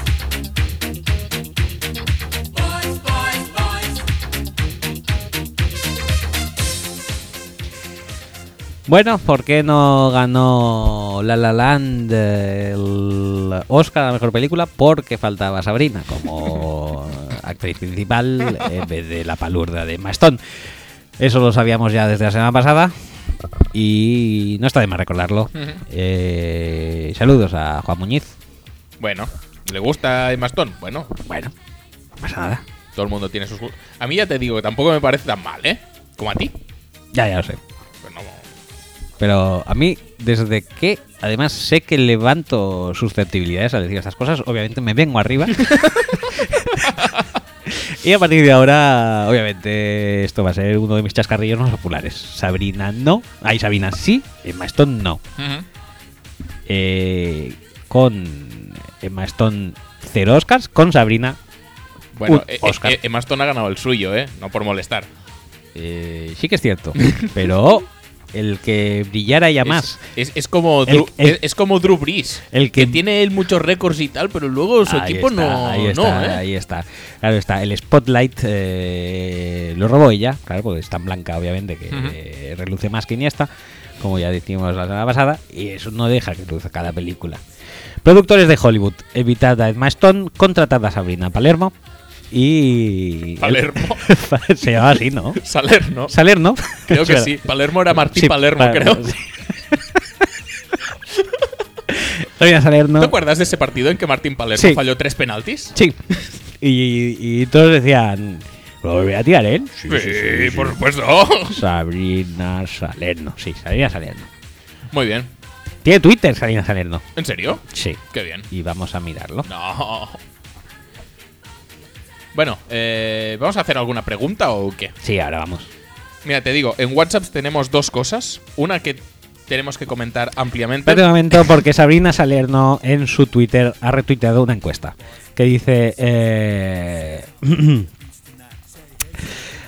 S5: Boys, boys, boys.
S1: bueno por qué no ganó La La Land eh, el Oscar a la mejor película porque faltaba Sabrina como actriz principal en vez de la palurda de Mastón eso lo sabíamos ya desde la semana pasada y no está de más recordarlo
S2: Ujú.
S1: Eh, saludos a Juan Muñiz
S2: Bueno, ¿le gusta el Mastón? Bueno,
S1: Bueno, no pasa nada.
S2: todo el mundo tiene sus gustos. A mí ya te digo que tampoco me parece tan mal, ¿eh? Como a ti.
S1: Ya, ya lo sé.
S2: Pues no,
S1: Pero a mí, desde que además sé que levanto susceptibilidades al decir estas cosas, obviamente me vengo arriba. y a partir de ahora, obviamente, esto va a ser uno de mis chascarrillos más populares. Sabrina no. Ay, Sabina sí. Emma Stone no.
S2: Ujú.
S1: Eh, con Emma Stone, cero Oscars con Sabrina.
S2: Bueno,
S1: Un
S2: eh, eh,
S1: Oscar.
S2: eh, Emma Stone ha ganado el suyo, ¿eh? No por molestar.
S1: Eh, sí que es cierto, pero el que brillara ya más.
S2: Es, es como,
S1: El-
S2: Drew,
S1: el-
S2: es, es como Drew Brees.
S1: El
S2: Que
S1: que-
S2: tiene él muchos récords y tal, pero luego su
S1: Ahí
S2: equipo
S1: está,
S2: no.
S1: Ahí está,
S2: no, ¿eh?
S1: ahí está. Claro está, el spotlight eh, lo robó ella, claro, porque es tan blanca, obviamente, que
S2: Ujú.
S1: eh, reluce más que Iniesta, como ya decimos la semana pasada, y eso no deja que luzca cada película. Productores de Hollywood, evitad a Emma Stone, contratad a Sabrina Palermo y...
S2: (laughs) Palermo.
S1: (laughs) Se llamaba así, ¿no?
S2: Salerno.
S1: Salerno.
S2: Creo
S1: (laughs)
S2: que
S1: Espera.
S2: sí. Palermo era Martí
S1: Sí,
S2: Palermo,
S1: Pal-
S2: creo.
S1: sí. (laughs) Sabrina Salerno.
S2: ¿Te acuerdas de ese partido en que Martín Palermo
S1: Sí.
S2: falló tres penaltis?
S1: Sí. Y, (laughs) y todos decían, lo volveré a tirar, ¿eh? Sí,
S2: por supuesto. (laughs)
S1: Sabrina Salerno. Sí, Sabrina Salerno.
S2: Muy bien.
S1: Tiene Twitter Sabrina Salerno.
S2: ¿En serio?
S1: Sí.
S2: Qué bien.
S1: Y vamos a mirarlo.
S2: No. Bueno, eh, ¿vamos a hacer alguna pregunta o qué?
S1: Sí, ahora vamos.
S2: Mira, te digo, en WhatsApp tenemos dos cosas. Una que tenemos que comentar ampliamente.
S1: Espérate un momento porque Sabrina Salerno en su Twitter ha retuiteado una encuesta que dice... eh, (clears throat)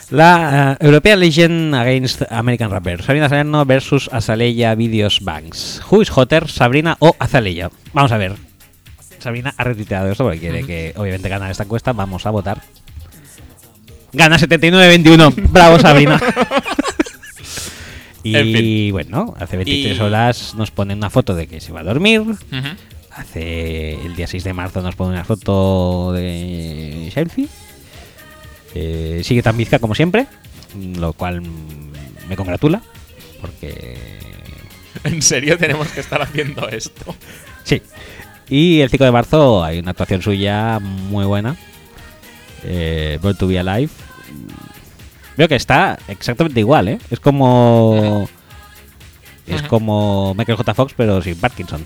S1: La eh, European Legion Against American Rapper. Sabrina Salerno versus Azalea Videos Banks. Who is hotter, Sabrina o Azalea? Vamos a ver. Sabrina ha retuiteado esto porque quiere que obviamente ganar esta encuesta. Vamos a votar. Gana 79-21. Bravo, Sabrina. y
S2: (laughs) En fin.
S1: bueno, hace 23
S2: Y-
S1: horas nos ponen una foto de que se va a dormir.
S2: Ujú. (laughs)
S1: Hace el día 6 de marzo nos pone una foto de selfie. Eh, sigue tan bizca como siempre, lo cual mm, me congratula, porque
S2: ¿En serio tenemos que estar haciendo esto?
S1: sí. Y el 5 de marzo hay una actuación suya muy buena, eh, Born to be Alive. Veo que está exactamente igual, ¿eh? Es como... Es
S2: Ujú.
S1: como Michael J. Fox, pero sin Parkinson.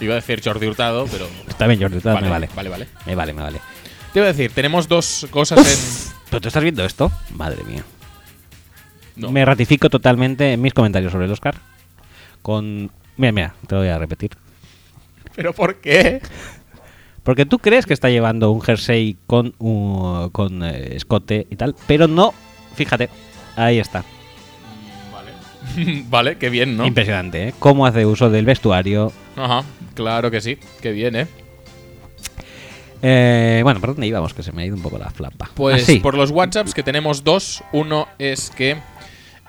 S2: Iba a decir Jordi Hurtado, pero...
S1: Está bien, Jordi, me vale.
S2: Vale, vale.
S1: Me vale, me vale.
S2: Te iba a decir, tenemos dos cosas
S1: ¿Pero tú estás viendo esto? Madre mía.
S2: en... No.
S1: Me ratifico totalmente en mis comentarios sobre el Oscar. Con. Mira, mira, te lo voy a repetir.
S2: ¿Pero por qué? (laughs)
S1: Porque tú crees que está llevando un jersey con, un- con eh, escote y tal, pero no. Fíjate, ahí está.
S2: vale, qué bien, ¿no?
S1: Impresionante, ¿eh? Cómo hace uso del vestuario.
S2: Ajá, claro que sí. Qué bien, ¿eh?
S1: Eh, bueno, ¿por dónde íbamos? Que se me ha ido un poco la flapa.
S2: Pues
S1: Ah, sí.
S2: por los WhatsApps que tenemos dos, uno es que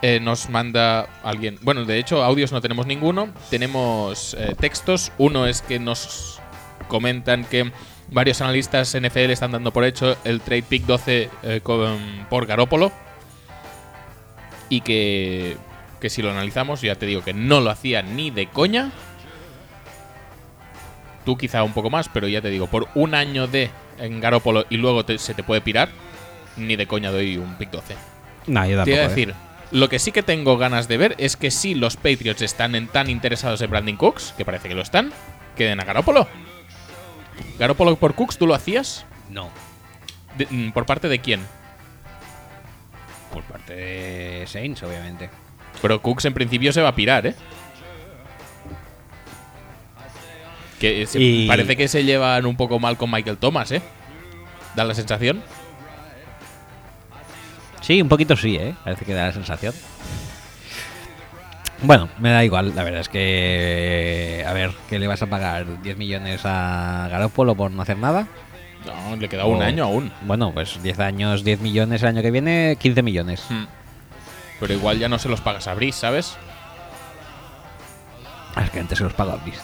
S2: eh, nos manda alguien. Bueno, de hecho, audios no tenemos ninguno. Tenemos eh, textos. Uno es que nos comentan que varios analistas NFL están dando por hecho el trade pick 12 eh, con- por Garópolo. Y que, que si lo analizamos, ya te digo que no lo hacía ni de coña. Tú quizá un poco más, pero ya te digo, por un año de en Garópolo y luego te- se te puede pirar, ni de coña doy un pick 12.
S1: No, yo
S2: Te iba a
S1: tampoco, ¿eh?
S2: decir, lo que sí que tengo ganas de ver es que si los Patriots están en- tan interesados en Brandon Cooks, que parece que lo están, queden a Garópolo. Garópolo por Cooks, ¿tú lo hacías?
S1: No.
S2: De- mm, ¿Por parte de quién?
S1: Por parte de Saints, obviamente.
S2: Pero Cooks en principio se va a pirar, ¿eh? Que se-
S1: Y-
S2: Parece que se llevan un poco mal con Michael Thomas, ¿eh? Da la sensación.
S1: Sí, un poquito sí, ¿eh? Parece que da la sensación. Bueno, me da igual, la verdad es que. A ver, ¿qué le vas a pagar? ¿10 millones a Garópolo por no hacer nada?
S2: No, le queda
S1: O-
S2: un año aún.
S1: Bueno, pues 10 años, 10 millones el año que viene, 15 millones.
S2: Hmm. Pero igual ya no se los pagas a Brice, ¿sabes?
S1: Ah, Es que antes se los pagaba Bliss.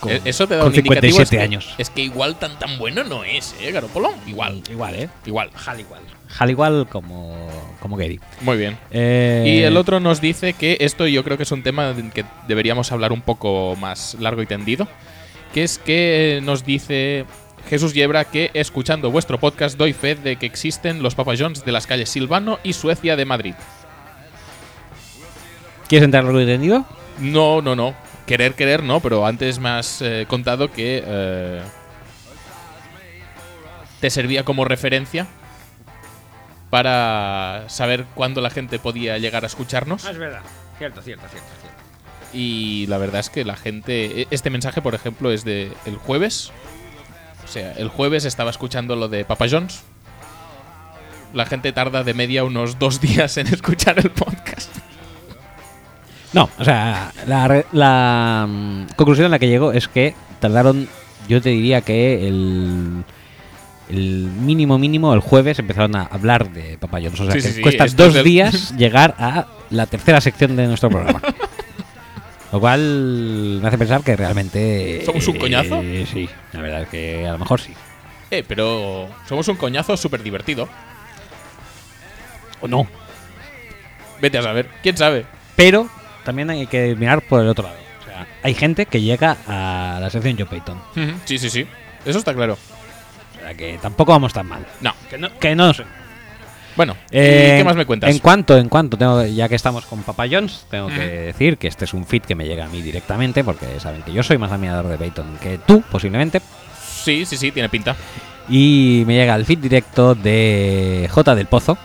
S1: Con-
S2: E- Eso te da
S1: con
S2: un indicativo.
S1: 57
S2: es que-
S1: años.
S2: Es que igual tan tan bueno no es, ¿eh, Garopolo? Igual,
S1: Igual, ¿eh?
S2: igual.
S1: igual. Hal igual como, como Gary.
S2: Muy bien.
S1: Eh,
S2: Y el otro nos dice que esto yo creo que es un tema del que deberíamos hablar un poco más largo y tendido, que es que nos dice Jesús Yebra que escuchando vuestro podcast doy fe de que existen los papayons de las calles Silvano y Suecia de Madrid.
S1: ¿Quieres entrar lo entendido?
S2: No, no, no. Querer, querer, no, pero antes me has eh, contado que eh, te servía como referencia para saber cuándo la gente podía llegar a escucharnos.
S1: Ah, verdad. Cierto, cierto, cierto, cierto.
S2: Y la verdad es que la gente. e- Este mensaje, por ejemplo, es de el jueves. O sea, el jueves estaba escuchando lo de Papa John's. La gente tarda de media unos dos (laughs) días en escuchar el podcast.
S1: No, o sea, la, re- la, mm, conclusión a la que llego es que tardaron, yo te diría que el, el mínimo mínimo, el jueves empezaron a hablar de Papa John's. O sea,
S2: Sí,
S1: que
S2: sí, sí,
S1: cuesta
S2: esto
S1: dos
S2: es el-
S1: días (laughs) llegar a la tercera sección de nuestro
S2: (laughs)
S1: programa. Lo cual me hace pensar que realmente...
S2: ¿Somos un coñazo?
S1: eh, sí, la verdad es que a lo mejor sí.
S2: Eh, pero somos un coñazo súper divertido.
S1: O no.
S2: Vete a saber. ¿Quién sabe?
S1: Pero también hay que mirar por el otro lado. O sea, hay gente que llega a la sección Joe Payton.
S2: Ujú, Sí, sí, sí. Eso está claro.
S1: O sea, que tampoco vamos tan mal.
S2: No.
S1: Que no, que no sé.
S2: Bueno, ¿y
S1: Eh,
S2: ¿qué más me cuentas?
S1: En cuanto, en cuanto, tengo, ya que estamos con Papa John's, tengo que decir que este es un fit que me llega a mí directamente, porque saben que yo soy más admirador de Peyton que tú, posiblemente.
S2: Sí, sí, sí, tiene pinta.
S1: Y me llega el fit directo de J del Pozo,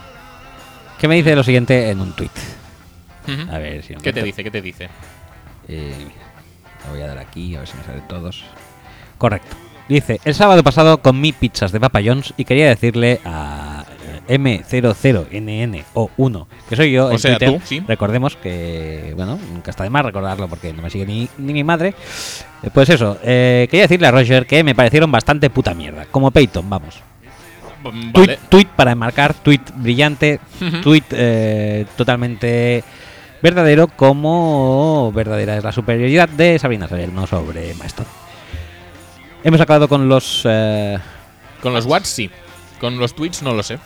S1: que me dice lo siguiente en un tweet.
S2: Ujú.
S1: A ver si lo
S2: ¿Qué te
S1: encuentro.
S2: dice? ¿Qué te dice?
S1: Eh, mira, lo voy a dar aquí, a ver si me salen todos. Correcto. Dice, el sábado pasado comí pizzas de Papa John's y quería decirle a eh, M00NNO1, que soy yo
S2: O
S1: en
S2: sea,
S1: Twitter.
S2: tú, sí.
S1: Recordemos que, bueno, nunca está de más recordarlo porque no me sigue ni, ni mi madre. Eh, Pues eso, eh, quería decirle a Roger que me parecieron bastante puta mierda, como Peyton, vamos.
S2: Mm,
S1: Tweet,
S2: Vale.
S1: tweet para enmarcar, tweet brillante,
S2: Ujú.
S1: tweet eh, totalmente verdadero como verdadera es la superioridad de Sabrina Salerno no sobre Maestro. Hemos acabado con los eh,
S2: Con los watts sí. Con los tweets no lo sé.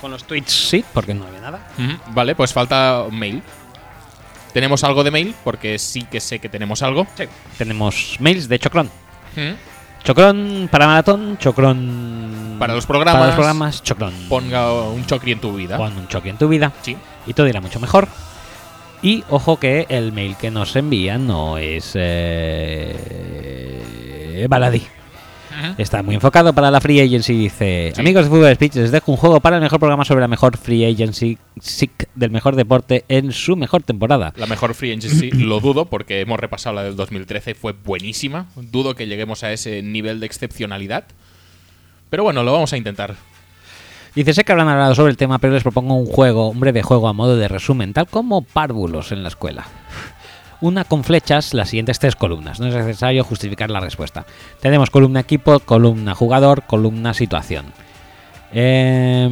S1: con los tweets, sí, porque no había nada.
S2: Ujú, Vale, pues falta mail. Tenemos algo de mail, porque sí que sé que tenemos algo.
S1: Tenemos mails de Chocron.
S2: Ujú.
S1: Chocron para maratón, Chocron
S2: Para los programas.
S1: para los programas, Chocron.
S2: Ponga un chocri en tu vida.
S1: Pon un choque en tu vida
S2: Sí.
S1: y todo irá mucho mejor. Y ojo que el mail que nos envían no es eh, baladí.
S2: Ujú.
S1: Está muy enfocado para la Free Agency. Dice:
S2: Sí.
S1: Amigos de Fútbol Speech, les dejo un juego para el mejor programa sobre la mejor Free Agency SIC del mejor deporte en su mejor temporada.
S2: La mejor free
S1: (clears throat)
S2: agency lo dudo, porque hemos repasado la del 2013 y fue buenísima. Dudo que lleguemos a ese nivel de excepcionalidad. Pero bueno, lo vamos a intentar.
S1: Dice: Sé que habrán hablado sobre el tema, pero les propongo un juego, un breve juego a modo de resumen, tal como párvulos en la escuela. Una con flechas, las siguientes tres columnas. No es necesario justificar la respuesta. Tenemos columna equipo, columna jugador, columna situación. Eh,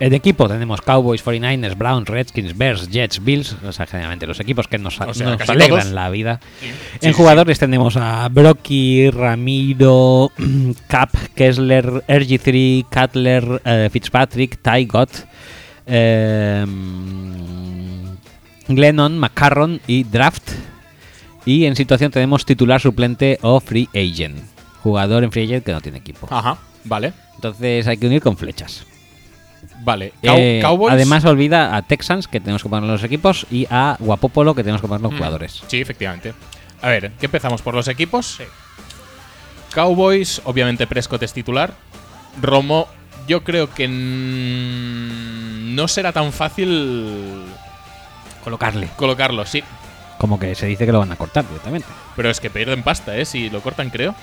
S1: en equipo tenemos Cowboys, 49ers, Browns, Redskins, Bears, Jets, Bills. O sea, generalmente los equipos que nos,
S2: O sea,
S1: nos
S2: casi
S1: alegran
S2: todos.
S1: la vida.
S2: sí,
S1: en
S2: sí.
S1: jugadores tenemos a Brocky, Ramiro, (clears throat) Cap, Kessler, RG3, Cutler, eh, Fitzpatrick, Ty Gott, eh, Glennon, McCarron y Draft. Y en situación tenemos titular, suplente o free agent. Jugador en free agent que no tiene equipo.
S2: Ajá, vale.
S1: Entonces hay que unir con flechas.
S2: Vale. Cow-
S1: Eh,
S2: Cowboys.
S1: Además, olvida a Texans, que tenemos que poner los equipos, y a Guapopolo, que tenemos que
S2: Mm.
S1: poner los jugadores.
S2: Sí, efectivamente. A ver, ¿qué empezamos por los equipos? Cowboys, obviamente Prescott es titular. Romo, yo creo que mm, no será tan fácil
S1: Colocarle.
S2: colocarlo, sí.
S1: Como que se dice que lo van a cortar directamente.
S2: Pero es que pierden pasta, ¿eh? Si lo cortan, creo.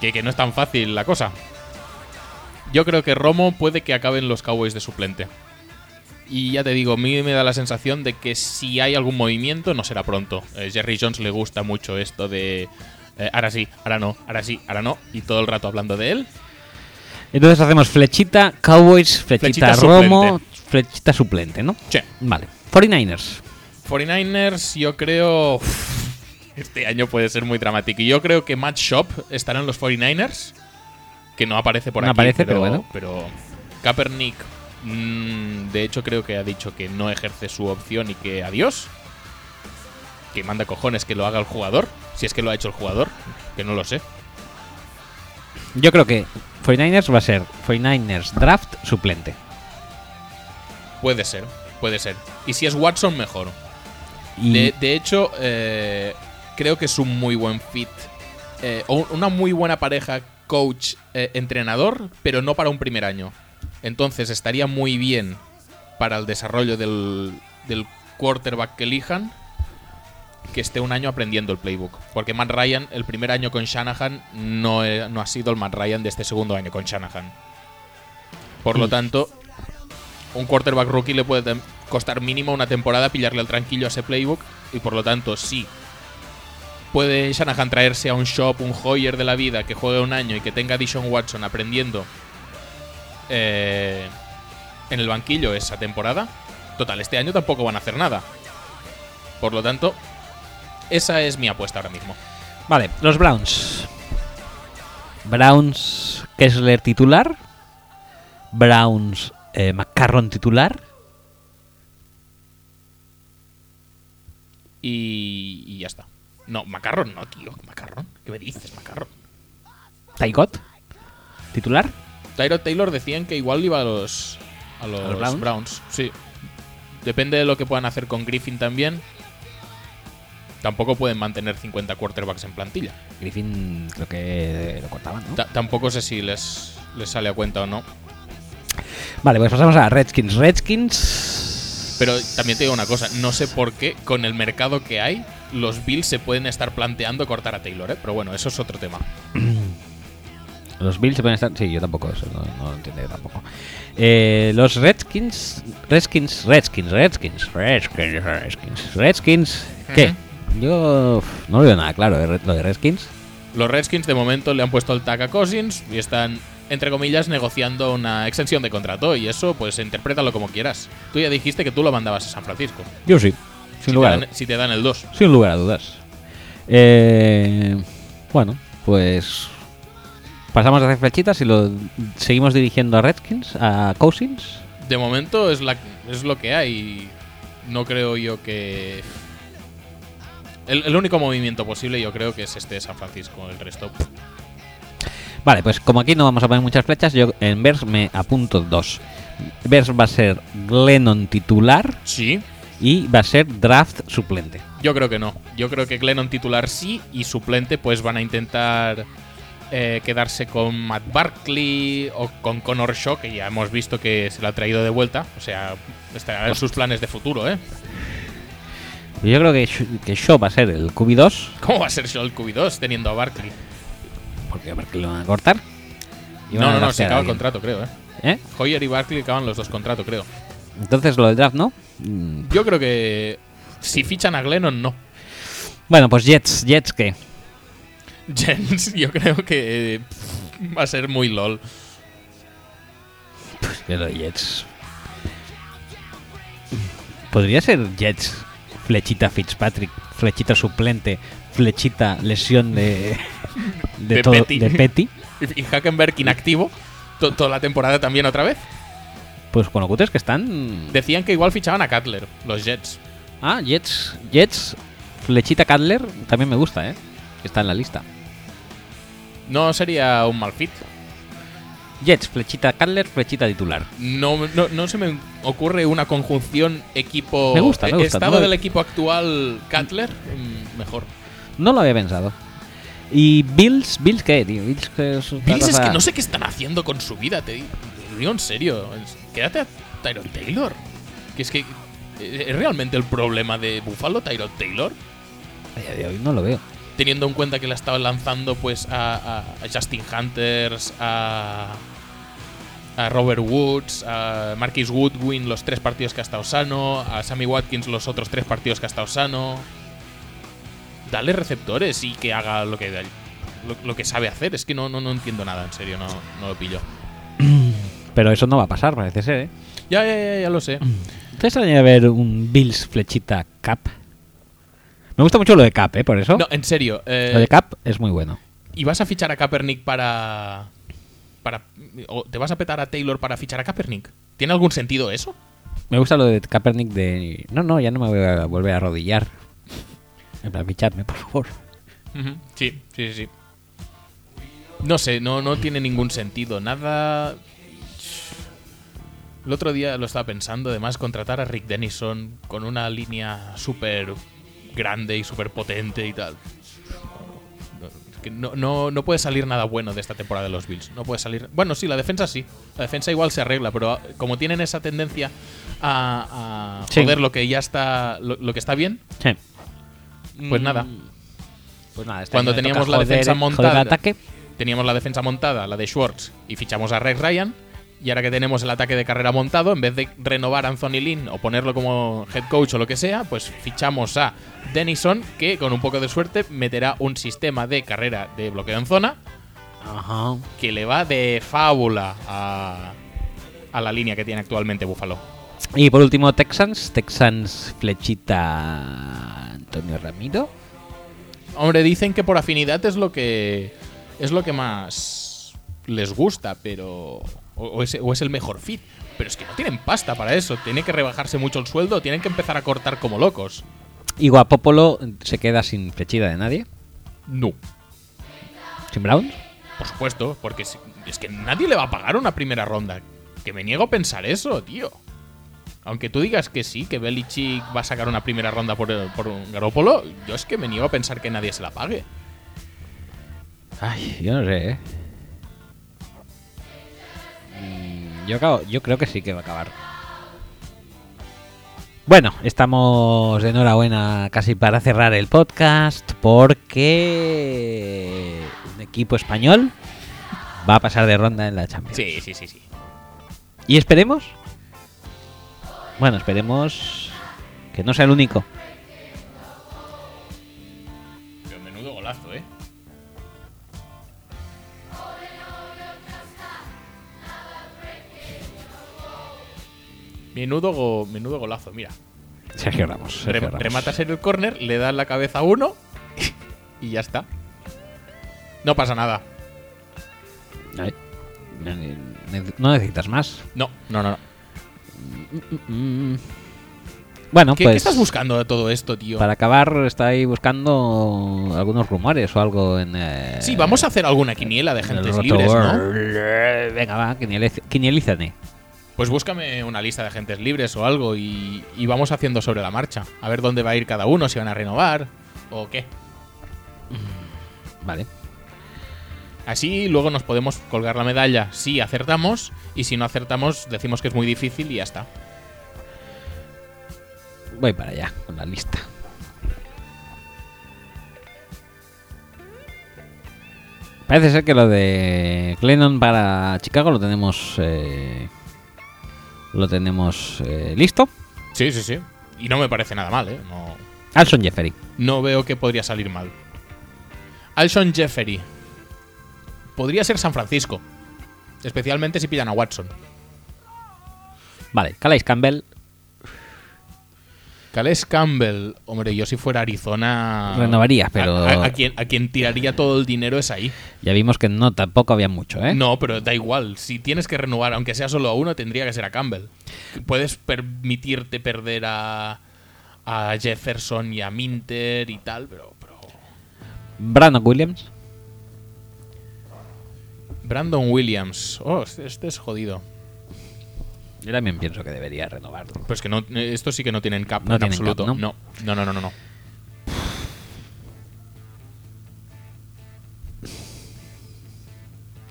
S2: Que, que no es tan fácil la cosa. Yo creo que Romo puede que acaben los Cowboys de suplente. Y ya te digo, a mí me da la sensación de que si hay algún movimiento, no será pronto. Eh, Jerry Jones le gusta mucho esto de. eh, ahora sí, ahora no, ahora sí, ahora no. Y todo el rato hablando de él.
S1: Entonces hacemos flechita, Cowboys, flechita,
S2: Flechita
S1: Romo, flechita suplente, ¿no?
S2: Che,
S1: Vale. 49ers.
S2: 49ers, yo creo. Este año puede ser muy dramático. Y yo creo que Matt Shop estará en los 49ers. Que no aparece por
S1: No
S2: aquí.
S1: aparece, pero bueno.
S2: Pero Kaepernick, mm, de hecho, creo que ha dicho que no ejerce su opción y que adiós. Que manda cojones que lo haga el jugador. Si es que lo ha hecho el jugador, que no lo sé.
S1: Yo creo que 49ers va a ser 49ers draft suplente.
S2: Puede ser, puede ser. Y si es Watson, mejor.
S1: Y
S2: De, de hecho, eh, creo que es un muy buen fit. eh, o una muy buena pareja coach-entrenador, pero no para un primer año. Entonces estaría muy bien para el desarrollo del, del quarterback que elijan. que esté un año aprendiendo el playbook. Porque Matt Ryan, el primer año con Shanahan, no, eh, no ha sido el Matt Ryan de este segundo año con Shanahan. Por lo tanto, un quarterback rookie le puede tem- costar mínimo una temporada pillarle al tranquillo a ese playbook. Y por lo tanto, sí. Puede Shanahan traerse a un Shop, un Hoyer de la vida que juegue un año y que tenga a Dishon Watson aprendiendo eh, en el banquillo esa temporada. Total, este año tampoco van a hacer nada. Por lo tanto, esa es mi apuesta ahora mismo.
S1: Vale, los Browns. Browns Kessler titular. Browns eh, Macarron titular.
S2: Y, y ya está. No, Macarron no, tío. Macarron. ¿Qué me dices, Macarron?
S1: Taigot titular.
S2: Tyrod Taylor decían que igual iba a los, a los,
S1: ¿A los Browns?
S2: Sí. Depende de lo que puedan hacer con Griffin también. Tampoco pueden mantener 50 quarterbacks en plantilla.
S1: Griffin creo que eh, lo cortaban, ¿no?
S2: Ta- tampoco sé si les, les sale a cuenta o no.
S1: Vale, pues pasamos a Redskins. Redskins.
S2: Pero también te digo una cosa. No sé por qué, con el mercado que hay, los Bills se pueden estar planteando cortar a Taylor, ¿eh? Pero bueno, eso es otro tema.
S1: Los Bills se pueden estar. Sí, yo tampoco, eso no, no lo entiendo yo tampoco. Eh, los Redskins. Redskins, Redskins, Redskins, Redskins, Redskins, Redskins. ¿Qué? Yo uf, no lo veo nada claro, eh, re- lo de Redskins.
S2: Los Redskins de momento le han puesto el tag a Cousins y están, entre comillas, negociando una extensión de contrato y eso, pues interprétalo como quieras. Tú ya dijiste que tú lo mandabas a San Francisco.
S1: Yo sí, sin
S2: Si te,
S1: lugar,
S2: dan, si te dan el 2.
S1: sin lugar a dudas. Eh, bueno, pues pasamos a hacer flechitas y lo seguimos dirigiendo a Redskins, a Cousins.
S2: De momento es, la, es lo que hay. No creo yo que... El, el único movimiento posible yo creo que es este de San Francisco. El resto... pff.
S1: Vale, pues como aquí no vamos a poner muchas flechas, yo en Vers me apunto dos. Vers va a ser Glennon titular
S2: Sí.
S1: y va a ser draft suplente.
S2: Yo creo que no. Yo creo que Glennon titular sí y suplente pues van a intentar eh, quedarse con Matt Barkley o con Connor Shaw, que ya hemos visto que se lo ha traído de vuelta. O sea, estará en sus planes de futuro, ¿eh? (laughs)
S1: Yo creo que, Sh- que Shaw va a ser el QB2,
S2: ¿Cómo va a ser Shaw el QB2 teniendo a Barkley?
S1: porque a ver que lo van a cortar. y van
S2: No,
S1: a
S2: no, no, se
S1: draftear a
S2: acaba el
S1: alguien.
S2: contrato, creo, ¿eh?
S1: ¿Eh?
S2: Hoyer y Barkley acaban los dos contratos, creo.
S1: Entonces lo del draft, ¿no? Mm.
S2: Yo creo que si fichan a Glennon, no. (laughs)
S1: Bueno, pues Jets, Jets qué.
S2: Jens, yo creo que eh, va a ser muy LOL.
S1: Pues yo lo de Jets. Podría ser Jets, flechita Fitzpatrick, flechita suplente, flechita lesión de. de,
S2: De
S1: todo-
S2: Petty.
S1: de Petty.
S2: Y y Hackenberg inactivo to- toda la temporada también otra vez.
S1: Pues con lo cutres que están.
S2: Decían que igual fichaban a Cutler, los Jets.
S1: Ah, Jets. Jets. Flechita Cutler también me gusta, ¿eh? Que Está en la lista.
S2: No sería un mal fit.
S1: Jets, flechita Cutler, flechita titular.
S2: No, no, no se me ocurre una conjunción equipo.
S1: Me gusta, me
S2: eh,
S1: gusta,
S2: Estado
S1: ¿no?
S2: del equipo actual Cutler, mm, mejor.
S1: No lo había pensado. ¿Y Bills? ¿Bills qué, tío? Bills, que es, otra
S2: Bills es
S1: cosa-
S2: que no sé qué están haciendo con su vida, te di- te digo en serio. Es- Quédate a Tyrod Taylor. Que es que. eh, ¿Es realmente el problema de Buffalo Tyrod Taylor?
S1: A día de hoy no lo veo.
S2: Teniendo en cuenta que la estaban lanzando pues a, a- a Justin Hunters, a, a Robert Woods, a Marquis Woodwin los tres partidos que ha estado sano, a Sammy Watkins los otros tres partidos que ha estado sano. Dale receptores y que haga lo que, lo, lo que sabe hacer. Es que no, no, no entiendo nada, en serio, no, no lo pillo.
S1: Pero eso no va a pasar, parece ser, ¿eh?
S2: Ya, ya, ya, ya lo sé.
S1: ¿Te extraña ver un Bills flechita Cap? Me gusta mucho lo de Cap, ¿eh? Por eso.
S2: No, en serio. eh,
S1: Lo de Cap es muy bueno.
S2: ¿Y vas a fichar a Kaepernick para. para o ¿Te vas a petar a Taylor para fichar a Kaepernick? ¿Tiene algún sentido eso?
S1: Me gusta lo de Kaepernick de... No, no, ya no me voy a volver a arrodillar. En plan, fichadme, por favor.
S2: Sí, sí, sí. No sé, no, no tiene ningún sentido. Nada. El otro día lo estaba pensando, además, contratar a Rick Dennison con una línea súper grande y súper potente y tal. No, es que No, no, no puede salir nada bueno de esta temporada de los Bills. No puede salir. Bueno, sí, la defensa sí. La defensa igual se arregla, pero ah, como tienen esa tendencia a, a
S1: Sí.
S2: joder lo que ya está. lo- lo que está bien,
S1: Sí.
S2: Pues
S1: Mm.
S2: nada.
S1: Pues nada, este
S2: Cuando
S1: año le
S2: teníamos
S1: toca
S2: la
S1: joder-
S2: defensa
S1: joder
S2: montada.
S1: el ataque.
S2: Teníamos la defensa montada, la de Schwartz, y fichamos a Rex Ryan. Y ahora que tenemos el ataque de carrera montado, en vez de renovar a Anthony Lynn o ponerlo como head coach o lo que sea, pues fichamos a Denison, que con un poco de suerte meterá un sistema de carrera de bloqueo en zona
S1: Ajá.
S2: que le va de fábula a, a la línea que tiene actualmente Buffalo.
S1: Y por último, Texans. Texans flechita Antonio Ramiro.
S2: Hombre, dicen que por afinidad es lo que es lo que más les gusta, pero o, o es, o es el mejor fit. Pero es que no tienen pasta para eso. Tiene que rebajarse mucho el sueldo. Tienen que empezar a cortar como locos.
S1: Y Guapopolo se queda sin flechida de nadie.
S2: No,
S1: Sin Browns.
S2: por supuesto, porque es, es que nadie le va a pagar una primera ronda. Que me niego a pensar eso, tío. Aunque tú digas que sí, que Belichick va a sacar una primera ronda por, por un Garópolo, yo es que me niego a pensar que nadie se la pague.
S1: Ay, yo no sé, ¿eh? Mm, Yo, acabo- yo creo que sí que va a acabar. Bueno, estamos de enhorabuena casi para cerrar el podcast porque un equipo español va a pasar de ronda en la Champions.
S2: Sí, sí, sí, sí.
S1: ¿Y esperemos? Bueno, esperemos que no sea el único.
S2: Pero menudo golazo, ¿eh? Menudo, go- menudo golazo, mira.
S1: Sergio Ramos. Sergio
S2: Rem-
S1: Ramos.
S2: rematas en el córner, le das la cabeza a uno (laughs) y ya está. No pasa nada.
S1: Ay, no ne- no necesitas más.
S2: No, no, no. no.
S1: Mm. Bueno,
S2: ¿Qué,
S1: pues
S2: qué estás buscando de todo esto, tío?
S1: para acabar está ahí buscando algunos rumores o algo en eh,
S2: Sí, vamos a hacer alguna quiniela de
S1: en eh, el
S2: gentes
S1: Roto
S2: libres, ¿no?
S1: World. Venga, va, quinieliz- quinielízate.
S2: Pues búscame una lista de gentes libres o algo y, y vamos haciendo sobre la marcha. A ver dónde va a ir cada uno, si van a renovar o qué.
S1: Vale.
S2: Así luego nos podemos colgar la medalla si acertamos y si no acertamos decimos que es muy difícil y ya está.
S1: Voy para allá con la lista. Parece ser que lo de Glennon para Chicago lo tenemos eh, lo tenemos eh, listo.
S2: Sí, sí, sí. Y no me parece nada mal, ¿eh? No,
S1: Alson Jeffery.
S2: no veo que podría salir mal. Alshon Jeffery. Podría ser San Francisco. Especialmente si pillan a Watson.
S1: Vale, Calais Campbell
S2: Calais Campbell. Hombre, yo si fuera Arizona...
S1: Renovaría, pero-
S2: A, a- a quien, a quien tiraría todo el dinero es ahí.
S1: ya vimos que no tampoco había mucho, ¿eh?
S2: No, pero da igual. Si tienes que renovar, aunque sea solo a uno, tendría que ser a Campbell. Puedes permitirte perder a, a Jefferson y a Minter y tal, pero, pero-
S1: Brandon Williams.
S2: Brandon Williams. Oh, este, este es jodido.
S1: Yo también pienso que debería renovarlo.
S2: Pues que no, estos sí que no tienen cap
S1: No
S2: en
S1: tienen
S2: absoluto.
S1: cap, ¿no?
S2: ¿no? No, no, no, no, no.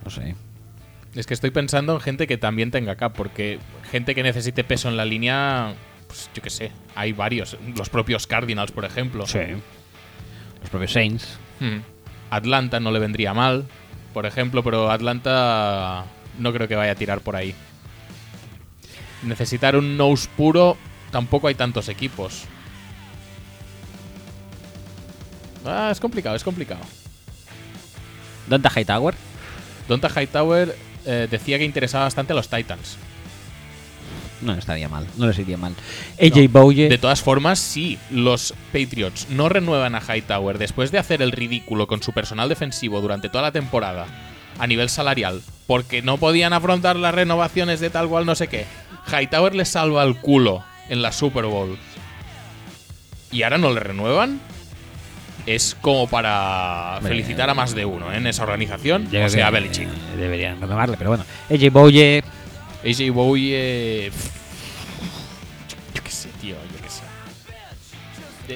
S1: No sé.
S2: Es que estoy pensando en gente que también tenga cap, porque gente que necesite peso en la línea, pues yo qué sé, hay varios. Los propios Cardinals, por ejemplo.
S1: Los propios Saints.
S2: Hmm. Atlanta no le vendría mal, por ejemplo, pero Atlanta no creo que vaya a tirar por ahí. Necesitar un nose puro, tampoco hay tantos equipos. Ah, es complicado, es complicado.
S1: Donta Hightower.
S2: Donta Hightower eh, decía que interesaba bastante a los Titans.
S1: No estaría mal. No les iría mal. AJ Bouye.
S2: De todas formas, si los Patriots no renuevan a Hightower después de hacer el ridículo con su personal defensivo durante toda la temporada a nivel salarial, porque no podían afrontar las renovaciones de tal cual no sé qué, Hightower les salva el culo en la Super Bowl y ahora no le renuevan, es como para
S1: Hombre,
S2: felicitar a más de uno ¿eh? en esa organización,
S1: Yo creo
S2: o sea,
S1: que,
S2: Belichick.
S1: eh, Deberían renovarle, pero bueno. AJ Bouye.
S2: AJ Bowie. eh, yo qué sé, tío, yo qué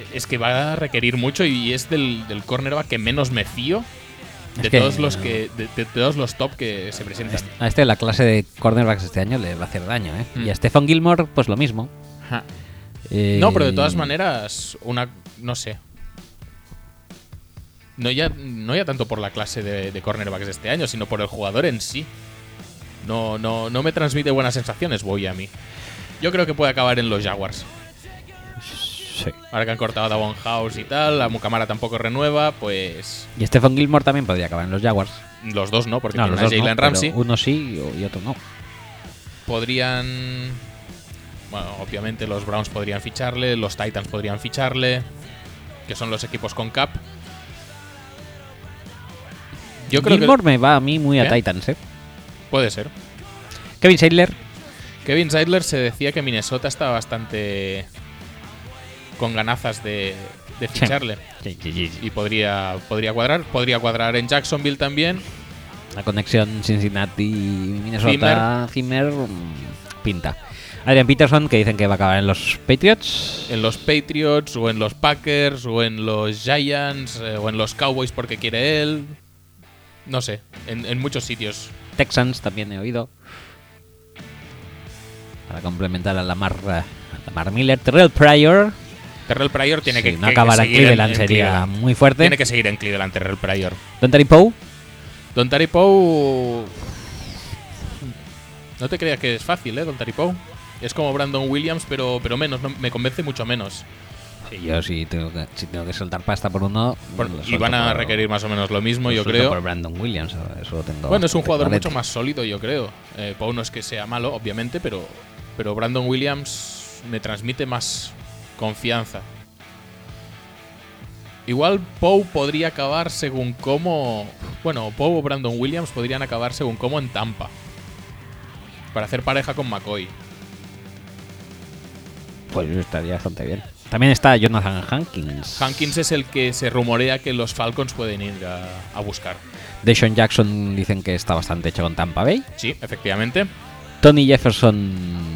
S2: sé. Eh, Es que va a requerir mucho y es del, del cornerback que menos me fío de
S1: Es que-
S2: todos los que de, de todos los top que se presentan.
S1: A este, la clase de cornerbacks este año le va a hacer daño, ¿eh?
S2: Mm.
S1: Y a Stefan Gilmore, pues lo mismo.
S2: Ajá.
S1: Eh,
S2: No, pero de todas maneras, una no sé. No ya, no ya tanto por la clase de, de cornerbacks de este año, sino por el jugador en sí. No, no, no me transmite buenas sensaciones, voy a mí. Yo creo que puede acabar en los Jaguars.
S1: Sí.
S2: Ahora que han cortado a Davon House y tal, a Mucamara tampoco renueva, pues
S1: Y Stephen Gilmore también podría acabar en los Jaguars.
S2: los dos no, porque
S1: No,
S2: tienen
S1: los
S2: a
S1: dos no,
S2: Jalen
S1: pero
S2: Ramsey.
S1: Uno sí y otro no.
S2: Podrían. Bueno, obviamente los Browns podrían ficharle, los Titans podrían ficharle, que son los equipos con cap. Yo creo
S1: Gilmore me va a mí muy a
S2: ¿Qué?
S1: Titans, ¿eh?
S2: que puede ser.
S1: Kevin Saylor,
S2: Kevin Zeidler se decía que Minnesota estaba bastante con ganazas de, de
S1: Sí.
S2: ficharle y podría, podría cuadrar. Podría cuadrar en Jacksonville también.
S1: la conexión Cincinnati-Minnesota, Zimmer, mm, pinta. Adrian Peterson, que dicen que va a acabar en los Patriots.
S2: en los Patriots o en los Packers o en los Giants eh, o en los Cowboys porque quiere él. No sé, en, en muchos sitios.
S1: Texans también he oído. Para complementar a Lamar, eh, Lamar Miller. Terrell Pryor.
S2: Terrell Pryor tiene
S1: si
S2: que,
S1: no
S2: que- que
S1: acabar en
S2: seguir en-
S1: Cleveland
S2: en
S1: sería
S2: Cleveland.
S1: muy fuerte.
S2: Tiene que seguir en Cleveland Terrell Pryor.
S1: Don Terry Poe.
S2: Don Tari Poe... No te creas que es fácil, ¿eh? Don Tari Poe. Es como Brandon Williams, pero, pero menos. no- me convence mucho menos.
S1: Sí, yo sí tengo, que, si tengo que soltar pasta por uno.
S2: Por-
S1: lo
S2: y
S1: suelto
S2: van a
S1: por-
S2: requerir más o menos lo mismo,
S1: lo
S2: yo
S1: suelto
S2: creo.
S1: por Brandon Williams. eso lo tengo
S2: Bueno, es un
S1: bastante
S2: jugador
S1: clarete.
S2: mucho más sólido, yo creo. Eh, Pau no es que sea malo, obviamente, pero, pero Brandon Williams me transmite más confianza. Igual Pou podría acabar según cómo. Bueno, Pou o Brandon Williams podrían acabar según cómo en Tampa. Para hacer pareja con McCoy.
S1: Pues estaría bastante bien. También está Jonathan Hankins.
S2: Hankins es el que se rumorea que los Falcons pueden ir a- a buscar.
S1: Deshaun Jackson dicen que está bastante hecho con Tampa Bay.
S2: Sí, efectivamente.
S1: Tony Jefferson.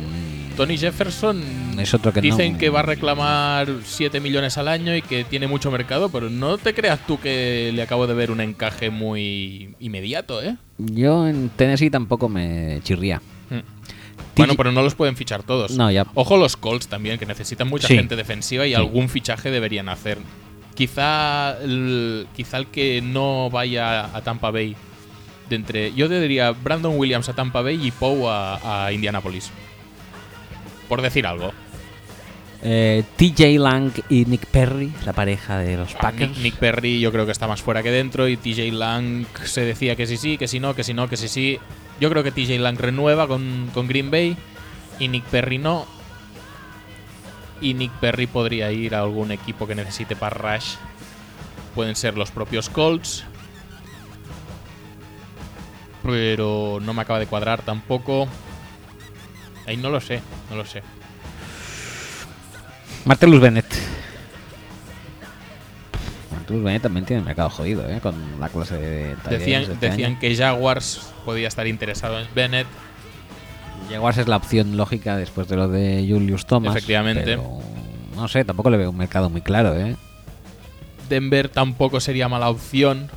S2: Tony Jefferson
S1: Es otro que no-
S2: dicen que va a reclamar 7 millones al año y que tiene mucho mercado, pero no te creas tú que le acabo de ver un encaje muy inmediato, ¿eh?
S1: Yo en Tennessee tampoco me chirría.
S2: Mm. Bueno,
S1: TJ
S2: pero no los pueden fichar todos.
S1: No, ya.
S2: Ojo los Colts también, que necesitan mucha
S1: Sí.
S2: gente defensiva y algún fichaje deberían hacer. Quizá el, quizá el que no vaya a Tampa Bay. De entre, yo te diría Brandon Williams a Tampa Bay y Poe a, a Indianapolis. Por decir algo.
S1: Eh, TJ Lang y Nick Perry, la pareja de los
S2: Ah,
S1: Packers.
S2: Nick, Nick Perry yo creo que está más fuera que dentro y TJ Lang se decía que sí sí, que si no, que si no, que si sí. Yo creo que TJ Lang renueva con, con Green Bay y Nick Perry no. Y Nick Perry podría ir a algún equipo que necesite para Rush. Pueden ser los propios Colts. Pero no me acaba de cuadrar tampoco. Ahí no lo sé, no lo sé.
S1: Martellus Bennett. Martellus Bennett también tiene mercado jodido, ¿eh? Con la clase de tight ends de
S2: Decían,
S1: este
S2: decían
S1: año.
S2: que Jaguars podía estar interesado en Bennett.
S1: Jaguars es la opción lógica después de lo de Julius Thomas.
S2: Efectivamente.
S1: pero no sé, tampoco le veo un mercado muy claro, ¿eh?
S2: Denver tampoco sería mala opción.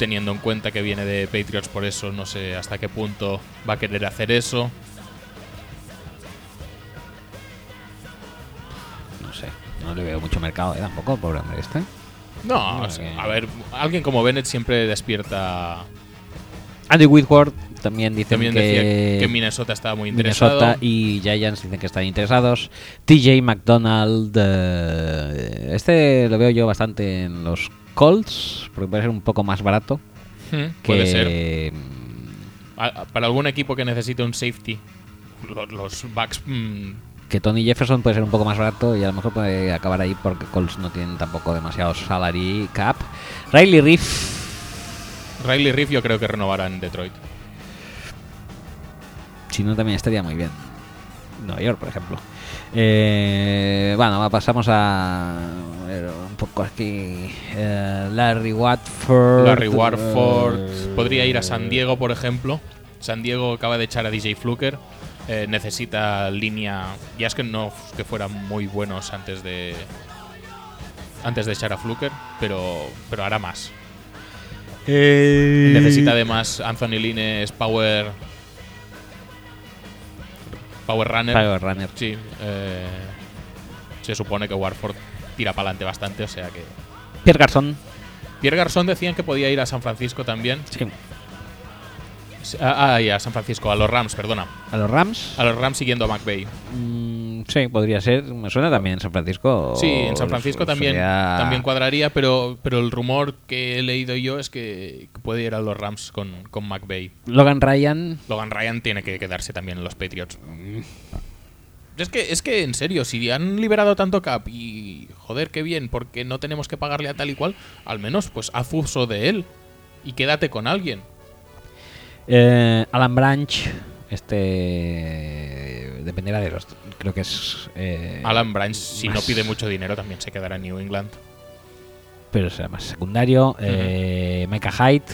S2: Teniendo en cuenta que viene de Patriots, por eso no sé hasta qué punto va a querer hacer eso.
S1: No sé. No le veo mucho mercado, ¿eh? Tampoco, pobre hombre este.
S2: No,
S1: No,
S2: o sea,
S1: que-
S2: a ver, alguien como Bennett siempre despierta.
S1: Andy Whitworth también dicen
S2: También
S1: que,
S2: decía que Minnesota estaba muy interesado.
S1: Minnesota y Giants dicen que están interesados. TJ McDonald, eh, este lo veo yo bastante en los Colts, porque puede ser un poco más barato.
S2: Hmm,
S1: Que,
S2: Puede ser.
S1: mm,
S2: A- Para algún equipo que necesite un safety. Los, los backs. mm,
S1: que Tony Jefferson puede ser un poco más barato y a lo mejor puede acabar ahí porque Colts no tienen tampoco demasiado salary cap. Riley Reef,
S2: Riley Reef yo creo que renovará en Detroit.
S1: no también estaría muy bien. Nueva York, por ejemplo. Eh, bueno, va, pasamos a, a ver, un poco aquí. Eh, Larry Watford.
S2: Larry Warford.
S1: eh,
S2: Podría ir a San Diego, por ejemplo. San Diego acaba de echar a DJ Fluker. eh, necesita línea. Ya es que no f- que fueran muy buenos antes de. Antes de echar a Fluker, pero, pero hará más. Necesita además Anthony Lines Power. Power Runner.
S1: Power Runner.
S2: Sí. eh, se supone que Warford tira para adelante bastante, o sea que
S1: Pierre Garzón.
S2: Pierre Garzón decían que podía ir a San Francisco también.
S1: Sí.
S2: Ah, ah, y a San Francisco, a los Rams, perdona.
S1: A los Rams.
S2: A los Rams siguiendo a McVay.
S1: Mm, sí, podría ser. Me suena también San Francisco.
S2: Sí, en San Francisco también,
S1: Oh, Sería-
S2: también cuadraría, pero, pero el rumor que he leído yo es que puede ir a los Rams con, con McVay.
S1: Logan Ryan.
S2: Logan Ryan tiene que quedarse también en los Patriots.
S1: Mm.
S2: Es que, es que, en serio, si han liberado tanto cap y joder, qué bien, porque no tenemos que pagarle a tal y cual, al menos pues haz uso de él y quédate con alguien.
S1: eh, Alan Branch. Este. Dependerá de los. Creo que es. eh,
S2: Alan Branch, si no
S1: más-
S2: pide mucho dinero, también se quedará en New England.
S1: Pero será más secundario. eh, Micah Hyde.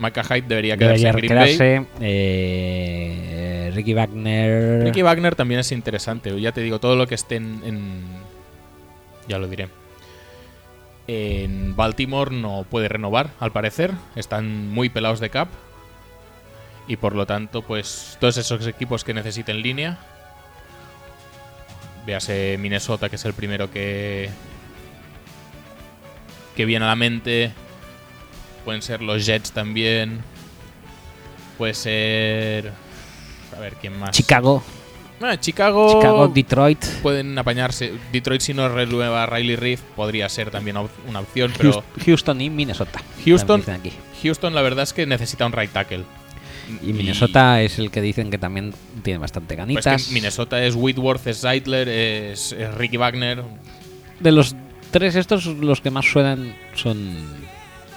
S2: Micah Hyde debería quedarse
S1: Debería
S2: en Green Bay.
S1: quedarse. eh, Ricky Wagner.
S2: Ricky Wagner también es interesante. Ya te digo, todo lo que esté en. en- ya lo diré. En Baltimore no puede renovar, al parecer. Están muy pelados de cap. Y por lo tanto, pues todos esos equipos que necesiten línea. Véase Minnesota, que es el primero que. que viene a la mente. Pueden ser los Jets también. Puede ser. A ver, ¿quién más?
S1: Chicago.
S2: Ah, Chicago,
S1: Chicago, Detroit.
S2: pueden apañarse. Detroit si no renueva a Riley Reef podría ser también op- una opción, pero
S1: Houston, Houston y Minnesota.
S2: Houston-
S1: También dicen aquí.
S2: Houston la verdad es que necesita un right tackle.
S1: Y Minnesota es el que dicen que también tiene bastante
S2: pues
S1: ganitas.
S2: que Minnesota es Whitworth, es Zeidler, es, es Ricky Wagner.
S1: De los tres estos, los que más suenan son...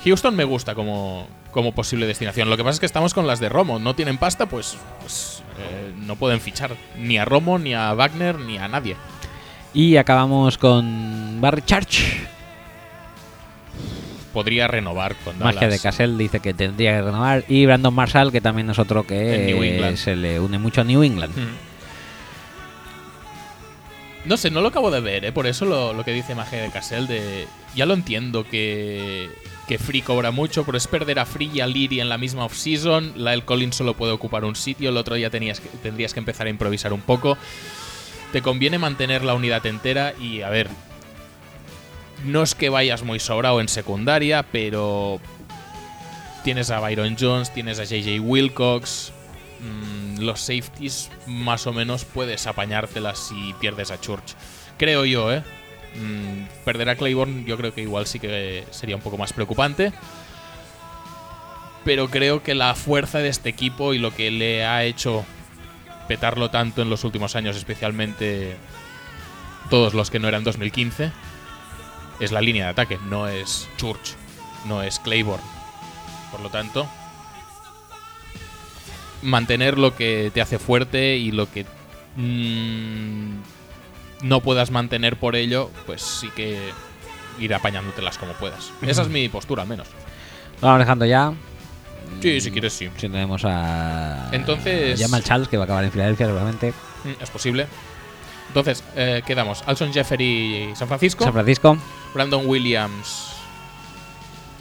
S2: Houston me gusta como, como posible destinación. Lo que pasa es que estamos con las de Romo. No tienen pasta, pues, pues, eh, no pueden fichar ni a Romo, ni a Wagner, ni a nadie.
S1: Y acabamos con Barry Church.
S2: Podría renovar con
S1: Magia de
S2: Dallas.
S1: Cassell dice que tendría que renovar. Y Brandon Marshall, que también es otro
S2: En New
S1: que
S2: England.
S1: eh, se le une mucho a New England.
S2: Mm. No sé, no lo acabo de ver, ¿eh? por eso lo, lo que dice Magia de Casel de... Ya lo entiendo que, que Free cobra mucho, pero es perder a Free y a Liri en la misma offseason. Lyle Collins solo puede ocupar un sitio, el otro día tenías que- tendrías que empezar a improvisar un poco. Te conviene mantener la unidad entera y, a ver, no es que vayas muy sobrado en secundaria, pero tienes a Byron Jones, tienes a JJ Wilcox. mm, los safeties más o menos puedes apañártelas si pierdes a Church. Creo yo, ¿eh? Mm, perder a Claiborne yo creo que igual sí que sería un poco más preocupante. Pero creo que la fuerza de este equipo y lo que le ha hecho petarlo tanto en los últimos años, especialmente todos los que no eran 2015, es la línea de ataque, no es Church, no es Claiborne. Por lo tanto, mantener lo que te hace fuerte y lo que mm, no puedas mantener por ello, pues sí que ir apañándotelas como puedas. Esa es mi postura, al menos.
S1: Lo vamos dejando ya.
S2: Sí,
S1: Mm.
S2: si quieres, sí.
S1: Si tenemos a...
S2: Entonces-
S1: Llama al Charles, que va a acabar en Filadelfia seguramente.
S2: Mm, Es posible. Entonces, eh, quedamos. Alson Jeffery, San Francisco.
S1: San Francisco.
S2: Brandon Williams,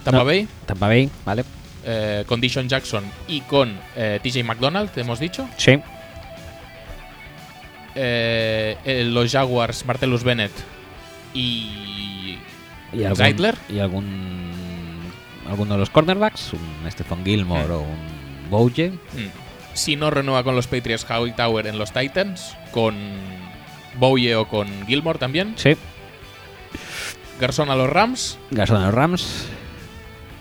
S2: Tampa
S1: No.
S2: Bay.
S1: Tampa Bay, ¿vale?
S2: eh, con Dishon Jackson y con eh, TJ McDonald, te hemos dicho.
S1: Sí.
S2: Eh, eh, los Jaguars, Martellus Bennett y.
S1: y algún,
S2: Zeidler.
S1: y algún alguno de los cornerbacks, un Stephon Gilmore
S2: Mm.
S1: o un Bouye,
S2: Mm. Si no renueva con los Patriots, Hightower en los Titans, con Bowie o con Gilmore también.
S1: sí,
S2: Garzón a los Rams,
S1: Gasol a los Rams,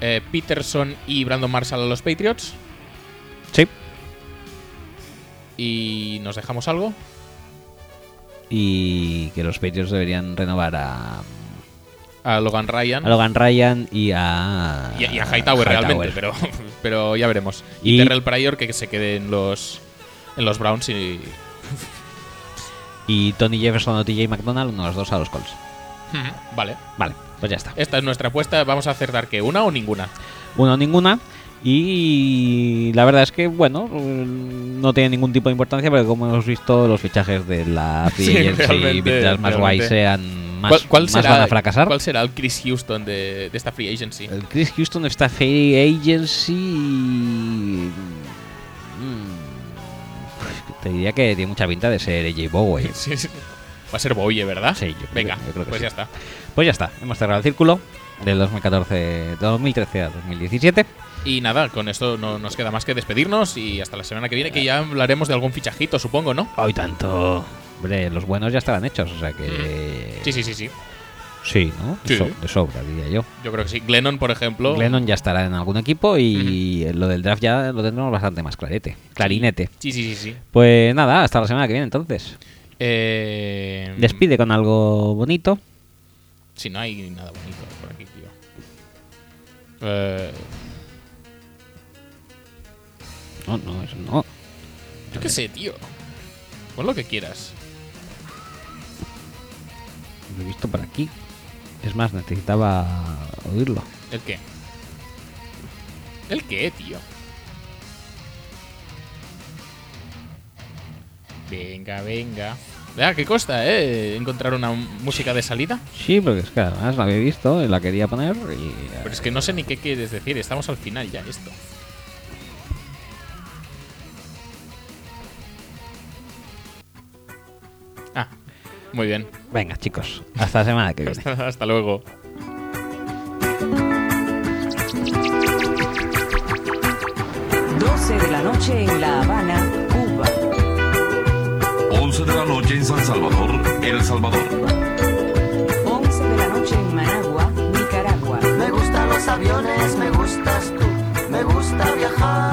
S2: eh, Peterson y Brandon Marshall a los Patriots.
S1: sí,
S2: Y nos dejamos algo.
S1: y que los Patriots deberían renovar a,
S2: A Logan Ryan
S1: a Logan Ryan y a
S2: y, y a Hightower, realmente, pero, (laughs) pero ya veremos. Y,
S1: Y-
S2: Terrell Pryor que se quede en los, en los Browns y.
S1: y Tony Jefferson o TJ McDonald, uno de los dos a los Colts.
S2: Vale.
S1: Vale, pues ya está.
S2: Esta es nuestra apuesta. Vamos a acertar que una o ninguna.
S1: Uno ninguna. Y la verdad es que, bueno, no tiene ningún tipo de importancia porque, como hemos visto, los fichajes de
S2: (laughs)
S1: la
S2: Sí,
S1: free agency,
S2: realmente,
S1: mientras más guay
S2: realmente.
S1: sean, más,
S2: ¿Cuál, cuál
S1: más
S2: será,
S1: van a fracasar.
S2: ¿Cuál será el Chris Houston de, de esta free agency?
S1: El Chris Houston está free agency. y- mm, Te diría que tiene mucha pinta de ser AJ Bowie.
S2: Sí, sí. Va a ser Bowie, ¿verdad?
S1: Sí, yo creo-
S2: Venga,
S1: yo creo que
S2: pues
S1: sí.
S2: ya está.
S1: Pues ya está, hemos cerrado el círculo. del 2014, de 2013 a 2017.
S2: Y nada, con esto no nos queda más que despedirnos y hasta la semana que viene, que ya hablaremos de algún fichajito, supongo, ¿no?
S1: Hoy tanto. Hombre, los buenos ya estaban hechos, o sea que.
S2: Sí, sí, sí, sí.
S1: Sí, ¿no? De
S2: Sí.
S1: so- de sobra, diría yo.
S2: Yo creo que sí. Glennon, por ejemplo.
S1: Glennon ya estará en algún equipo y lo del draft ya lo tendremos bastante más clarete, clarinete.
S2: Sí, sí, sí, sí.
S1: Pues nada, hasta la semana que viene entonces.
S2: Eh,
S1: Despide con algo bonito.
S2: Si no hay nada bonito por aquí, tío. Eh,
S1: No, no, eso no.
S2: yo qué sé, tío. Pon lo que quieras.
S1: Lo he visto por aquí. Es más, necesitaba oírlo.
S2: ¿El qué? ¿El qué, tío? Venga, venga. Vea, qué costa, ¿eh? Encontrar una música de salida.
S1: Sí, porque es que además la había visto y la quería poner y... eh,
S2: Pero es que no sé ni qué quieres decir, estamos al final ya esto. Ah, muy bien. (laughs)
S1: Venga, chicos, hasta la semana que viene.
S2: Hasta luego.
S6: de la noche en La Habana, Cuba.
S7: 11 de la noche en San Salvador, El Salvador.
S6: 11 de la noche en Managua, Nicaragua.
S8: Me gustan los aviones, me gustas tú, me gusta viajar.